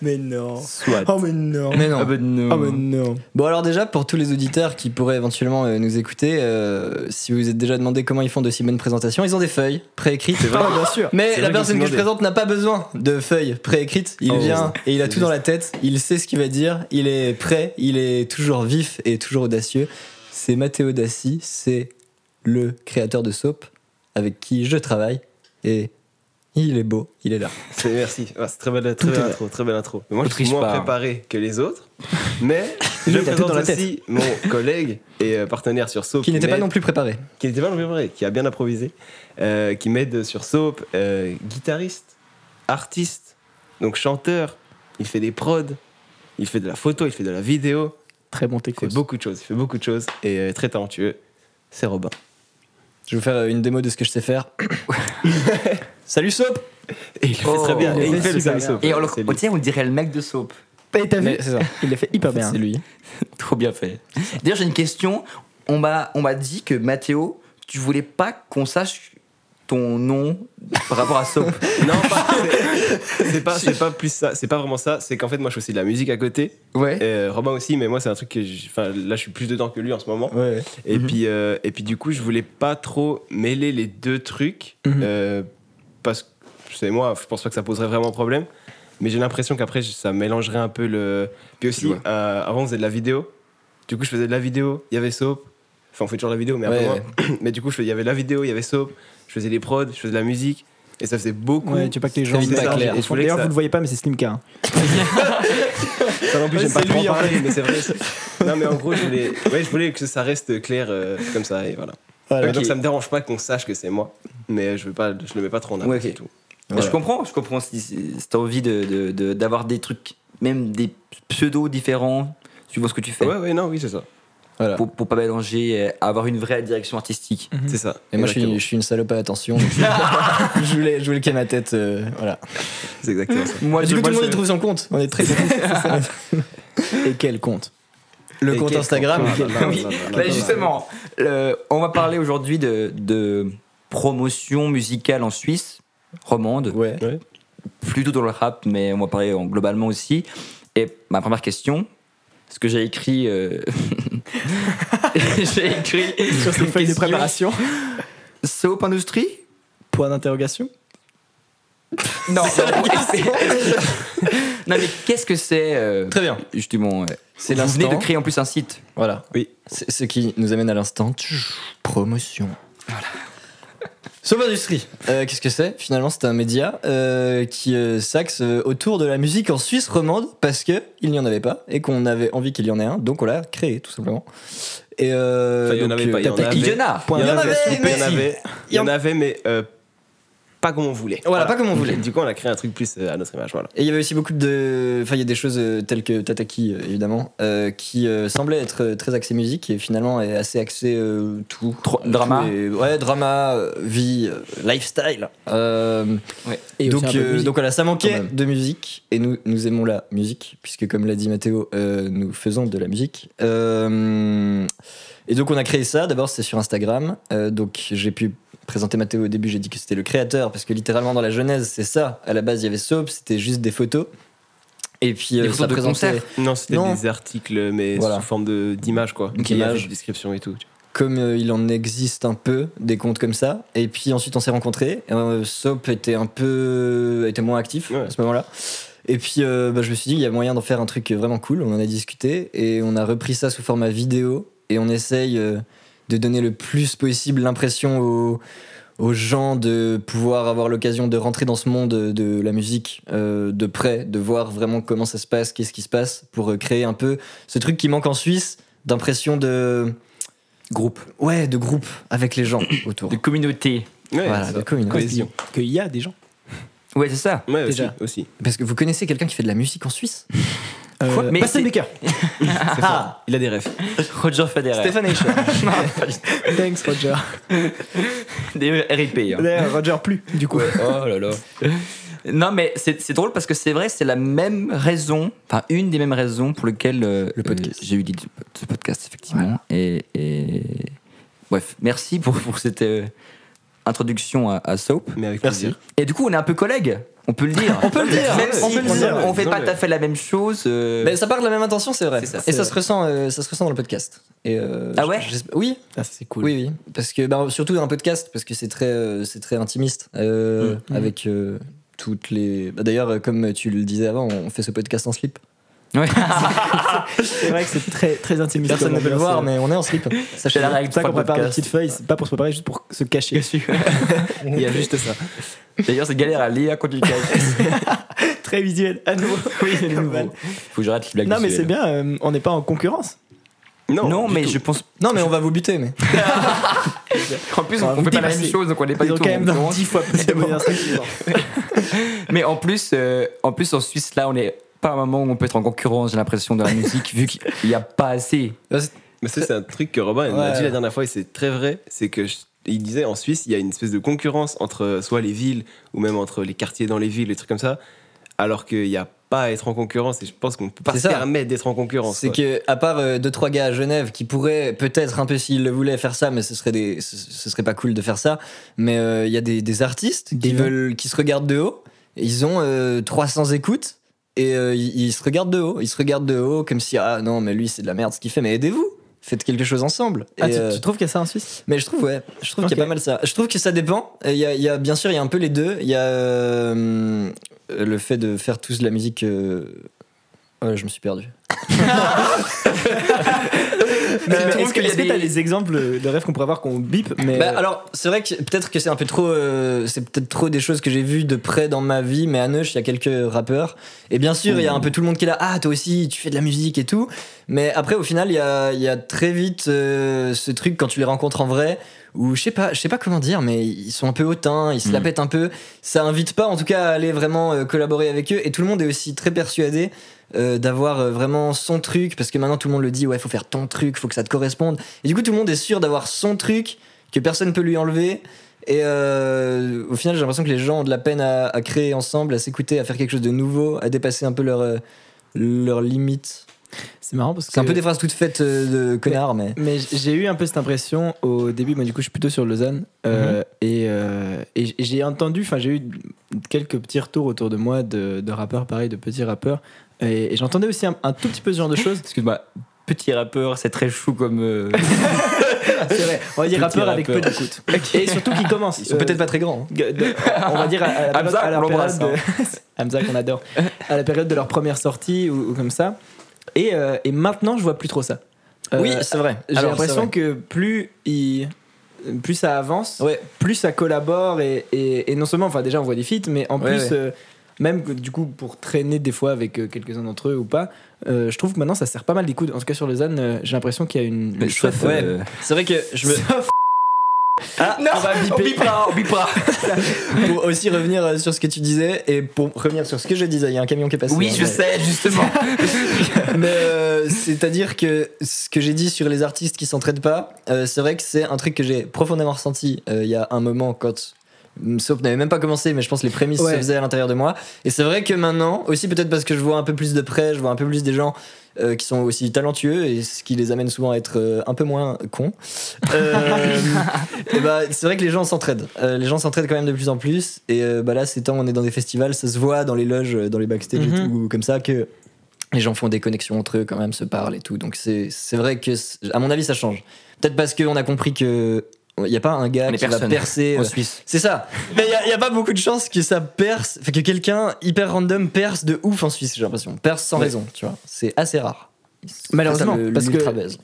[SPEAKER 8] mais non.
[SPEAKER 4] Soit.
[SPEAKER 8] Oh mais non.
[SPEAKER 5] Mais non.
[SPEAKER 4] Ah bah non.
[SPEAKER 8] Oh mais
[SPEAKER 5] ben,
[SPEAKER 8] non.
[SPEAKER 5] Hmm. Bon alors déjà pour tous les auditeurs qui pourraient éventuellement euh, nous écouter, euh, si vous vous êtes déjà demandé comment ils font de si bonnes présentations, ils ont des feuilles préécrites.
[SPEAKER 8] Ah, bien sûr.
[SPEAKER 5] Mais la
[SPEAKER 6] vrai
[SPEAKER 5] personne
[SPEAKER 6] qu'ils
[SPEAKER 5] que
[SPEAKER 6] se
[SPEAKER 5] je présente n'a pas besoin de feuilles préécrites. Il
[SPEAKER 6] Oh.
[SPEAKER 5] vient et il a
[SPEAKER 6] C'est
[SPEAKER 5] tout dans la tête. Il sait ce qu'il va dire. Il est prêt. Il est toujours vif et toujours audacieux. C'est Matteo Dassi. C'est le créateur de Soap avec qui je travaille. Et il est beau. Il est là.
[SPEAKER 6] C'est- Merci. Ah, c'est très belle, très
[SPEAKER 8] Tout
[SPEAKER 6] belle
[SPEAKER 8] est là.
[SPEAKER 6] intro, très belle intro. Mais moi,
[SPEAKER 4] On
[SPEAKER 6] je suis
[SPEAKER 4] triche
[SPEAKER 6] moins
[SPEAKER 4] pas, hein.
[SPEAKER 6] préparé que les autres. Mais je
[SPEAKER 8] Lui, il a tout
[SPEAKER 6] présente
[SPEAKER 8] dans la tête.
[SPEAKER 6] aussi mon collègue et euh, partenaire sur Soap.
[SPEAKER 5] Qui n'était pas
[SPEAKER 6] m'aide-
[SPEAKER 5] non plus préparé.
[SPEAKER 6] Qui n'était pas non plus préparé, qui a bien improvisé, euh, qui m'aide sur Soap, euh, guitariste, artiste, donc chanteur. Il fait des prods, il fait de la photo, il fait de la vidéo.
[SPEAKER 8] Très bon
[SPEAKER 6] Il fait
[SPEAKER 8] techos.
[SPEAKER 6] beaucoup de choses. Il fait beaucoup de choses et euh, très talentueux. C'est Robin.
[SPEAKER 5] Je vais vous faire euh, une démo de ce que je sais
[SPEAKER 4] (coughs)
[SPEAKER 5] faire. Salut Soap.
[SPEAKER 6] Et il le fait
[SPEAKER 4] Oh,
[SPEAKER 6] très bien.
[SPEAKER 8] il
[SPEAKER 6] Et il
[SPEAKER 8] le fait
[SPEAKER 6] fait le
[SPEAKER 8] super
[SPEAKER 6] service
[SPEAKER 8] bien.
[SPEAKER 6] Soap.
[SPEAKER 4] Et on,
[SPEAKER 6] Ouais,
[SPEAKER 4] le-
[SPEAKER 6] c'est lui.
[SPEAKER 4] oh, tiens, on dirait le mec de Soap.
[SPEAKER 8] Et t'as vu
[SPEAKER 5] Mais c'est ça.
[SPEAKER 8] Il l'a fait hyper bien.
[SPEAKER 5] C'est lui.
[SPEAKER 4] (laughs) Trop bien fait. D'ailleurs, j'ai une question. On m'a on m'a dit que Mathéo, tu voulais pas qu'on sache ton nom par rapport à Soap.
[SPEAKER 6] Non, pas- c'est- c'est pas, c'est pas plus ça. C'est pas vraiment ça. C'est qu'en fait, moi, je fais aussi de la musique à côté.
[SPEAKER 4] (laughs) ouais.
[SPEAKER 6] Euh, Robin aussi, mais moi, c'est un truc que, j'ai- enfin, là, je suis plus dedans que lui en ce moment.
[SPEAKER 5] Ouais.
[SPEAKER 6] Et puis, euh, et puis, du coup, je voulais pas trop mêler les deux trucs euh, parce que c'est moi. Je pense pas que ça poserait vraiment problème. Mais j'ai l'impression qu'après, je- ça mélangerait un peu le. Puis aussi, euh, avant, on faisait de la vidéo. Du coup, je faisais de la vidéo. Il y avait Soap. Enfin, on fait toujours la vidéo, mais après
[SPEAKER 5] Ouais,
[SPEAKER 6] moi. (coughs) Mais du coup, je fais- il y avait la vidéo, il y avait Soap. Je faisais des prods, je faisais de la musique. Et ça faisait beaucoup.
[SPEAKER 8] Ouais, tu veux pas que les gens
[SPEAKER 5] C'est
[SPEAKER 8] se
[SPEAKER 5] pas
[SPEAKER 8] mélangent.
[SPEAKER 5] clair.
[SPEAKER 8] Et je voulais que D'ailleurs,
[SPEAKER 6] ça-
[SPEAKER 8] vous le voyez pas, mais c'est Slim K. hein.
[SPEAKER 6] Ça non plus,
[SPEAKER 5] Ouais,
[SPEAKER 4] hein.
[SPEAKER 6] j'aime pas
[SPEAKER 5] c'est
[SPEAKER 6] trop en
[SPEAKER 5] lui, en
[SPEAKER 6] parler, mais c'est vrai. Non, mais en gros, je voulais, ouais, je voulais que ça reste clair euh, comme ça, et voilà.
[SPEAKER 5] Voilà.
[SPEAKER 6] Mais Donc ça me dérange pas qu'on sache que c'est moi, mais je, veux pas, je le mets pas trop en avant,
[SPEAKER 4] Ouais, ok.
[SPEAKER 6] c'est tout.
[SPEAKER 4] Mais Je comprends, je comprends si, si- si t'as envie de- de- de- d'avoir des trucs, même des pseudos différents, suivant ce que tu fais,
[SPEAKER 6] Ouais, ouais, non, oui, c'est ça.
[SPEAKER 4] pour, pour pas mélanger, euh, avoir une vraie direction artistique.
[SPEAKER 6] C'est ça.
[SPEAKER 5] Et moi, je suis,
[SPEAKER 6] Exactement.
[SPEAKER 5] je suis une salope à attention. donc
[SPEAKER 4] (laughs)
[SPEAKER 5] je- je voulais, je voulais qu'il y ait ma tête. euh, voilà.
[SPEAKER 6] C'est exactement ça.
[SPEAKER 4] Moi,
[SPEAKER 5] du
[SPEAKER 4] je-
[SPEAKER 5] coup, tout
[SPEAKER 4] moi,
[SPEAKER 5] le monde
[SPEAKER 4] je-
[SPEAKER 5] y trouve son compte. On est
[SPEAKER 4] (laughs)
[SPEAKER 5] très.
[SPEAKER 8] Et quel compte
[SPEAKER 5] Le
[SPEAKER 6] Et Ah,
[SPEAKER 5] compte
[SPEAKER 6] quel
[SPEAKER 5] Instagram.
[SPEAKER 6] compte, là, là, là,
[SPEAKER 8] (laughs)
[SPEAKER 4] Oui,
[SPEAKER 6] là, là,
[SPEAKER 4] bah,
[SPEAKER 6] là, là.
[SPEAKER 4] justement, le- on va parler aujourd'hui de, de promotion musicale en Suisse, romande,
[SPEAKER 5] Ouais.
[SPEAKER 4] plutôt dans le rap, mais on va parler en- globalement aussi. Et ma première question, ce que j'ai écrit,
[SPEAKER 8] (laughs)
[SPEAKER 4] euh, (laughs) j'ai écrit
[SPEAKER 8] Sur ses
[SPEAKER 4] une
[SPEAKER 8] feuilles de
[SPEAKER 4] question.
[SPEAKER 8] préparation
[SPEAKER 4] Soap Industry
[SPEAKER 8] Point d'interrogation
[SPEAKER 4] Non, (laughs) non, Non, mais qu'est-ce que c'est euh,
[SPEAKER 5] Très bien.
[SPEAKER 4] Justement, euh,
[SPEAKER 5] C'est
[SPEAKER 4] vous venez
[SPEAKER 5] l'instant.
[SPEAKER 4] de créer en plus un site.
[SPEAKER 5] Voilà.
[SPEAKER 6] Oui.
[SPEAKER 5] C'est ce qui nous amène à l'instant. Promotion. Voilà. Soap Industrie. Euh, Qu'est-ce que c'est Finalement, c'est un média euh, qui euh, s'axe euh, autour de la musique en Suisse romande parce que il n'y en avait pas et qu'on avait envie qu'il y en ait un, donc on l'a créé tout simplement. Et euh,
[SPEAKER 6] Enfin, il y en
[SPEAKER 5] donc,
[SPEAKER 6] avait pas, il y en
[SPEAKER 5] t'as-
[SPEAKER 6] avait.
[SPEAKER 4] Il y en a
[SPEAKER 6] Il y en avait,
[SPEAKER 5] mais-
[SPEAKER 6] il y en avait, il y en
[SPEAKER 5] Il
[SPEAKER 6] avait, mais euh, pas comme on voulait.
[SPEAKER 5] Voilà, pas comme on voulait.
[SPEAKER 6] Et (laughs) Du coup, on a créé un truc plus euh, à notre image, voilà.
[SPEAKER 5] Et il y avait aussi beaucoup de. Enfin, il y a des choses euh, telles que Tataki, euh, évidemment, euh, qui euh, semblaient être euh, très axées musique et finalement est assez axé euh, tout.
[SPEAKER 4] Tro- drama.
[SPEAKER 5] Tout est- Ouais, drama, euh, vie, euh, lifestyle. Euh,
[SPEAKER 4] Ouais.
[SPEAKER 8] Et
[SPEAKER 5] donc,
[SPEAKER 8] aussi un peu de
[SPEAKER 5] euh,
[SPEAKER 8] musique,
[SPEAKER 5] donc voilà, ça
[SPEAKER 8] quand
[SPEAKER 5] manquait
[SPEAKER 8] même.
[SPEAKER 5] de musique et nous, nous aimons la musique, puisque comme l'a dit Mathéo, euh, nous faisons de la musique. Euh, et donc on a créé ça, d'abord c'était sur Instagram, Euh, donc j'ai pu présenter Mathéo au début, j'ai dit que c'était le créateur, parce que littéralement dans la Genèse, c'est ça. À la base, il y avait Soap, c'était juste des photos. Et puis, euh,
[SPEAKER 4] photos
[SPEAKER 5] ça
[SPEAKER 4] de
[SPEAKER 5] présentait
[SPEAKER 4] concerts.
[SPEAKER 6] Non, c'était
[SPEAKER 5] Non.
[SPEAKER 6] des articles, mais
[SPEAKER 5] Voilà.
[SPEAKER 6] sous forme de- d'images, quoi.
[SPEAKER 5] Donc,
[SPEAKER 6] Il y avait
[SPEAKER 5] images.
[SPEAKER 6] des descriptions et tout.
[SPEAKER 5] comme euh, il en existe un peu des comptes comme ça. Et puis ensuite on s'est rencontrés. Euh, Soap était un peu euh, était moins actif
[SPEAKER 6] Ouais.
[SPEAKER 5] à ce moment-là. Et puis euh, bah, je me suis dit il y a moyen d'en faire un truc vraiment cool. On en a discuté et on a repris ça sous format vidéo et on essaye euh, de donner le plus possible l'impression aux aux gens de pouvoir avoir l'occasion de rentrer dans ce monde de la musique euh, de près, de voir vraiment comment ça se passe, qu'est-ce qui se passe, pour euh, créer un peu ce truc qui manque en Suisse, d'impression de
[SPEAKER 4] Groupe.
[SPEAKER 5] Ouais, de groupe avec les
[SPEAKER 8] (coughs)
[SPEAKER 5] gens autour.
[SPEAKER 4] De communauté.
[SPEAKER 6] Ouais,
[SPEAKER 5] voilà,
[SPEAKER 6] c'est
[SPEAKER 5] de
[SPEAKER 6] ça.
[SPEAKER 5] communauté.
[SPEAKER 6] Cohésion.
[SPEAKER 8] Qu'il y a des gens.
[SPEAKER 4] Ouais, c'est ça.
[SPEAKER 6] (laughs) Ouais, aussi,
[SPEAKER 8] Déjà.
[SPEAKER 6] aussi.
[SPEAKER 8] (laughs)
[SPEAKER 5] Parce que vous connaissez quelqu'un qui fait de la musique en Suisse
[SPEAKER 4] Quoi
[SPEAKER 8] Euh,
[SPEAKER 4] Mais
[SPEAKER 8] Bastian
[SPEAKER 4] c'est-
[SPEAKER 8] Becker.
[SPEAKER 5] (laughs)
[SPEAKER 6] Ah, il a des rêves.
[SPEAKER 4] Roger Federer.
[SPEAKER 8] Stéphane Eicher. (laughs) Thanks, Roger.
[SPEAKER 4] Des RIP. hein.
[SPEAKER 8] D'ailleurs, Roger plus, du coup.
[SPEAKER 4] Oh là là. Non, mais c'est c'est drôle parce que c'est vrai, c'est la même raison, enfin une des mêmes raisons pour lesquelles euh,
[SPEAKER 5] Le podcast.
[SPEAKER 4] euh, j'ai eu l'idée de ce podcast, effectivement. Et, et- Bref, merci pour, pour cette euh, introduction à, à Soap.
[SPEAKER 6] Mais avec
[SPEAKER 8] Merci.
[SPEAKER 6] plaisir.
[SPEAKER 4] Et du coup, on est un peu collègues, on peut le dire. on peut le
[SPEAKER 5] dire,
[SPEAKER 4] Même
[SPEAKER 5] ouais,
[SPEAKER 4] si
[SPEAKER 5] on peut le dire,
[SPEAKER 4] on
[SPEAKER 6] ouais.
[SPEAKER 4] fait pas
[SPEAKER 6] Non,
[SPEAKER 4] tout à fait la même chose. euh,
[SPEAKER 5] Mais Ben, ça part de la même intention, c'est vrai.
[SPEAKER 4] C'est ça.
[SPEAKER 5] Et
[SPEAKER 8] C'est
[SPEAKER 5] ça se, ressent, euh, ça se ressent dans le podcast. Et euh,
[SPEAKER 4] Ah
[SPEAKER 5] j-
[SPEAKER 4] ouais
[SPEAKER 5] j'espère- Oui,
[SPEAKER 8] Ah, ça, c'est cool.
[SPEAKER 5] oui, oui. Parce que, bah, surtout dans un podcast, parce que c'est très, euh, c'est très intimiste. euh,
[SPEAKER 4] Mm.
[SPEAKER 8] Mhm.
[SPEAKER 5] Avec euh, toutes les. bah, D'ailleurs, euh, comme tu le disais avant, on fait ce podcast en slip.
[SPEAKER 4] ouais.
[SPEAKER 8] C'est vrai que c'est très, très intimiste.
[SPEAKER 5] Personne ne
[SPEAKER 8] comme
[SPEAKER 5] peut le
[SPEAKER 8] ambiance,
[SPEAKER 5] voir,
[SPEAKER 8] euh,
[SPEAKER 5] mais on est en slip.
[SPEAKER 4] C'est la
[SPEAKER 8] C'est
[SPEAKER 4] règle
[SPEAKER 8] pour ça qu'on
[SPEAKER 4] trois
[SPEAKER 8] prépare des
[SPEAKER 4] podcasts.
[SPEAKER 8] petites feuilles, c'est pas pour se préparer, juste pour se cacher.
[SPEAKER 5] Il y a juste ça.
[SPEAKER 4] D'ailleurs, c'est galère à lire quand tu le caches.
[SPEAKER 8] (laughs) très visuel, à
[SPEAKER 5] (laughs)
[SPEAKER 8] nouveau. Oui, c'est nouveau.
[SPEAKER 4] Faut que j'arrête les blagues
[SPEAKER 8] Non, mais c'est
[SPEAKER 4] visuelles.
[SPEAKER 8] bien, euh, on n'est pas en concurrence.
[SPEAKER 6] Non,
[SPEAKER 4] Non,
[SPEAKER 6] du
[SPEAKER 4] mais
[SPEAKER 6] tout.
[SPEAKER 4] je pense.
[SPEAKER 5] Non, mais on va vous buter, mais.
[SPEAKER 4] En plus, on,
[SPEAKER 8] On va
[SPEAKER 4] on fait
[SPEAKER 8] vous
[SPEAKER 4] pas la même
[SPEAKER 8] dépasser.
[SPEAKER 4] chose, donc on n'est pas
[SPEAKER 8] Ils
[SPEAKER 4] du
[SPEAKER 8] ont
[SPEAKER 4] tout.
[SPEAKER 8] quand
[SPEAKER 4] en
[SPEAKER 8] même
[SPEAKER 4] concurrence.
[SPEAKER 8] 10 fois plus
[SPEAKER 5] (laughs)
[SPEAKER 8] de moyens.
[SPEAKER 4] Mais en plus, euh, en plus en Suisse, là, on est pas à un moment où on peut être en concurrence, j'ai l'impression, de la musique, vu qu'il n'y a pas assez.
[SPEAKER 6] Mais ça, c'est un truc que Robin m'a
[SPEAKER 5] Ouais.
[SPEAKER 6] dit la dernière fois et c'est très vrai. C'est que je- il disait en Suisse, il y a une espèce de concurrence entre euh, soit les villes ou même entre les quartiers dans les villes, les trucs comme ça, alors qu'il n'y a pas à être en concurrence et je pense qu'on peut pas
[SPEAKER 5] C'est
[SPEAKER 6] se
[SPEAKER 5] ça.
[SPEAKER 6] permettre d'être en concurrence.
[SPEAKER 5] C'est
[SPEAKER 6] quoi.
[SPEAKER 5] que, à part 2 deux trois gars à Genève qui pourraient peut-être un peu s'ils le voulaient faire ça, mais ce serait des, ce, ce serait pas cool de faire ça. Mais euh, il y a des, des artistes qui
[SPEAKER 8] Des noms.
[SPEAKER 5] veulent, qui se regardent de haut. Ils ont euh, 300 écoutes et euh, ils, ils se regardent de haut. Ils se regardent de haut comme si ah non mais lui c'est de la merde ce qu'il fait. Mais aidez-vous, faites quelque chose ensemble.
[SPEAKER 8] Ah,
[SPEAKER 5] Et,
[SPEAKER 8] tu,
[SPEAKER 5] euh,
[SPEAKER 8] tu trouves qu'il y a ça en Suisse
[SPEAKER 5] mais je trouve, ouais, je trouve qu'il y
[SPEAKER 8] Ok.
[SPEAKER 5] a pas mal ça. Je trouve que ça dépend. Et Il y a, il y a- bien sûr, il y a un peu les deux. Il y a euh, le fait de faire tous de la musique. euh, ouais, je me suis
[SPEAKER 4] (laughs)
[SPEAKER 5] perdu. Euh,
[SPEAKER 8] Mais
[SPEAKER 4] est-ce
[SPEAKER 8] Est-ce que
[SPEAKER 4] qu'il y a
[SPEAKER 8] est-ce que
[SPEAKER 4] des-
[SPEAKER 8] t'as des exemples de rêves qu'on pourrait avoir qu'on bip mais
[SPEAKER 5] Bah, alors, c'est vrai que peut-être que c'est un peu trop. euh, c'est peut-être trop des choses que j'ai vues de près dans ma vie, mais à Neuch, il y a quelques rappeurs. Et bien sûr, il y a un peu tout le monde qui est là. Ah, toi aussi, tu fais de la musique et tout. Mais après, au final, il y a, il y a très vite euh, ce truc quand tu les rencontres en vrai. Ou je sais pas, je sais pas comment dire, mais ils sont un peu hautains, ils se la
[SPEAKER 4] Mhm.
[SPEAKER 5] pètent un peu. Ça invite pas, en tout cas, à aller vraiment euh, collaborer avec eux. Et tout le monde est aussi très persuadé euh, d'avoir euh, vraiment son truc, parce que maintenant tout le monde le dit, ouais, faut faire ton truc, faut que ça te corresponde. Et du coup, tout le monde est sûr d'avoir son truc que personne peut lui enlever. Et euh, au final, j'ai l'impression que les gens ont de la peine à, à créer ensemble, à s'écouter, à faire quelque chose de nouveau, à dépasser un peu leurs euh, leurs limites.
[SPEAKER 8] c'est marrant parce que
[SPEAKER 5] C'est un peu des phrases toutes faites euh, de connard, mais.
[SPEAKER 8] Mais j- j'ai eu un peu cette impression au début. Moi, du coup, je suis plutôt sur Lausanne.
[SPEAKER 5] Mm-hmm.
[SPEAKER 8] euh, et, euh, et j- et j'ai entendu, enfin, j'ai eu quelques petits retours autour de moi de, de rappeurs, pareil, de petits rappeurs. Et, et j'entendais aussi un, un tout petit peu ce genre de choses.
[SPEAKER 4] Excuse-moi, petit rappeur, c'est très chou comme. euh,
[SPEAKER 8] C'est vrai. On va dire
[SPEAKER 4] Petits
[SPEAKER 8] rappeurs avec peu
[SPEAKER 4] rappeurs.
[SPEAKER 8] d'écoute. Et surtout qui commencent.
[SPEAKER 5] Ils sont peut-être pas très grands. hein.
[SPEAKER 8] on va dire à, à la période,
[SPEAKER 4] Hamza,
[SPEAKER 8] à la
[SPEAKER 4] on l'embrasse,
[SPEAKER 8] période
[SPEAKER 5] hein.
[SPEAKER 8] de- (laughs) Hamza qu'on adore à la période de leur première sortie ou, ou comme ça et, euh, et maintenant je vois plus trop ça Euh,
[SPEAKER 5] oui, c'est vrai.
[SPEAKER 8] j'ai
[SPEAKER 5] Alors,
[SPEAKER 8] l'impression que plus ils- plus ça avance
[SPEAKER 5] c'est vrai. Ouais.
[SPEAKER 8] plus ça collabore et, et- et non seulement, enfin déjà on voit des feats, mais en
[SPEAKER 5] Ouais,
[SPEAKER 8] plus,
[SPEAKER 5] ouais.
[SPEAKER 8] euh, même que, du coup pour traîner des fois avec euh, quelques-uns d'entre eux ou pas, euh, je trouve que maintenant ça sert pas mal des coudes. En tout cas sur Lausanne, euh, j'ai l'impression qu'il y a une, une
[SPEAKER 4] sauf,
[SPEAKER 8] chouette-
[SPEAKER 4] euh,
[SPEAKER 5] C'est vrai que
[SPEAKER 8] (laughs)
[SPEAKER 5] je me. Ah,
[SPEAKER 4] Non,
[SPEAKER 5] on va
[SPEAKER 4] on
[SPEAKER 5] biper.
[SPEAKER 4] bipera, on bipera.
[SPEAKER 5] pour aussi revenir euh, sur ce que tu disais et pour revenir sur ce que je disais, il y a un camion qui est passé.
[SPEAKER 4] Oui,
[SPEAKER 5] hein,
[SPEAKER 4] je
[SPEAKER 5] mais-
[SPEAKER 4] sais, justement.
[SPEAKER 5] (laughs) Mais euh, c'est-à-dire que ce que j'ai dit sur les artistes qui s'entraident pas, euh, c'est vrai que c'est un truc que j'ai profondément ressenti euh, il y a un moment quand mm, Soap n'avait même pas commencé, mais je pense que les prémices
[SPEAKER 8] Ouais.
[SPEAKER 5] se faisaient à l'intérieur de moi. Et c'est vrai que maintenant, aussi peut-être parce que je vois un peu plus de près, je vois un peu plus des gens euh, qui sont aussi talentueux et ce qui les amène souvent à être euh, un peu moins cons.
[SPEAKER 4] (laughs)
[SPEAKER 5] Euh, et bah, c'est vrai que les gens s'entraident. Euh, les gens s'entraident quand même de plus en plus. Et euh, bah là, ces temps, on est dans des festivals, ça se voit dans les loges, euh, dans les backstage et
[SPEAKER 8] Mhm.
[SPEAKER 5] tout, comme ça, que les gens font des connexions entre eux quand même, se parlent et tout. Donc c'est c'est vrai que, c'est- à mon avis, ça change. Peut-être parce qu'on a compris que il n'y a pas un gars
[SPEAKER 4] On est
[SPEAKER 5] qui va
[SPEAKER 4] personne.
[SPEAKER 5] percer. euh,
[SPEAKER 4] En Suisse.
[SPEAKER 5] c'est ça. Mais il n'y a, pas beaucoup de chances que ça perce, enfin, que quelqu'un hyper random perce de ouf en Suisse, j'ai l'impression. Perce sans
[SPEAKER 8] Ouais.
[SPEAKER 5] raison, tu vois. C'est assez rare.
[SPEAKER 8] Malheureusement,
[SPEAKER 5] Ça, le-
[SPEAKER 8] parce que-
[SPEAKER 5] l'ultra-baise.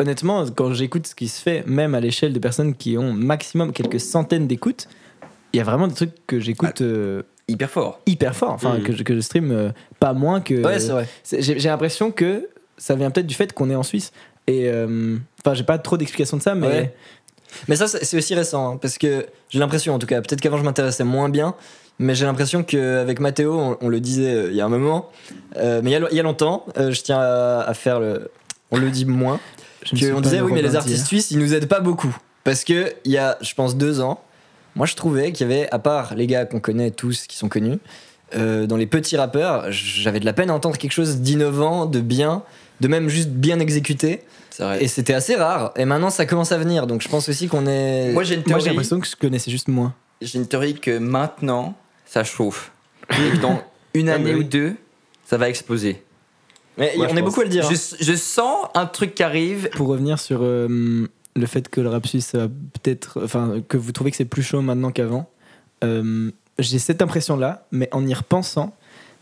[SPEAKER 8] Honnêtement, quand j'écoute ce qui se fait, même à l'échelle de personnes qui ont maximum quelques centaines d'écoutes, il y a vraiment des trucs que j'écoute euh,
[SPEAKER 4] Hyper fort.
[SPEAKER 8] hyper fort, enfin
[SPEAKER 6] Mhm.
[SPEAKER 8] que, je- que je stream euh, pas moins que.
[SPEAKER 5] Mm. Ouais, c'est vrai.
[SPEAKER 8] C'est- J'ai j'ai l'impression que ça vient peut-être du fait qu'on est en Suisse. Et euh, enfin, j'ai pas trop d'explications de ça, mais
[SPEAKER 5] Ouais. Mais ça, c'est c'est aussi récent, hein, parce que j'ai l'impression, en tout cas, peut-être qu'avant je m'intéressais moins bien, mais j'ai l'impression qu'avec Mathéo, on, on le disait euh, il y a un moment, euh, mais il y a, il y a longtemps, euh, je tiens à, à faire le. On le dit moins.
[SPEAKER 8] Je ne suis
[SPEAKER 5] Que on
[SPEAKER 8] pas
[SPEAKER 5] disait,
[SPEAKER 8] le
[SPEAKER 5] oui, mais les
[SPEAKER 8] Robin
[SPEAKER 5] artistes
[SPEAKER 8] d'hier.
[SPEAKER 5] suisses, ils nous aident pas beaucoup. Parce que il y a, je pense, deux ans, moi je trouvais qu'il y avait, à part les gars qu'on connaît tous, qui sont connus, euh, dans les petits rappeurs, j'avais de la peine à entendre quelque chose d'innovant, de bien, de même juste bien exécuté.
[SPEAKER 4] C'est vrai.
[SPEAKER 5] Et c'était assez rare. Et maintenant, ça commence à venir. Donc je pense aussi qu'on est.
[SPEAKER 4] Moi j'ai une
[SPEAKER 8] Moi,
[SPEAKER 4] théorie.
[SPEAKER 8] j'ai l'impression que je connaissais juste moins.
[SPEAKER 4] j'ai une théorie que maintenant ça chauffe et que
[SPEAKER 5] (laughs)
[SPEAKER 4] dans une
[SPEAKER 6] Ah,
[SPEAKER 4] année
[SPEAKER 6] mais
[SPEAKER 4] ou
[SPEAKER 6] oui.
[SPEAKER 4] deux ça va exploser.
[SPEAKER 5] Mais
[SPEAKER 6] Moi,
[SPEAKER 5] bah on
[SPEAKER 6] je
[SPEAKER 5] est beaucoup à le dire. hein.
[SPEAKER 4] Je, je sens un truc qui arrive.
[SPEAKER 8] Pour revenir sur euh, le fait que le rap suisse a peut-être. Enfin, que vous trouvez que c'est plus chaud maintenant qu'avant, euh, j'ai cette impression-là, mais en y repensant,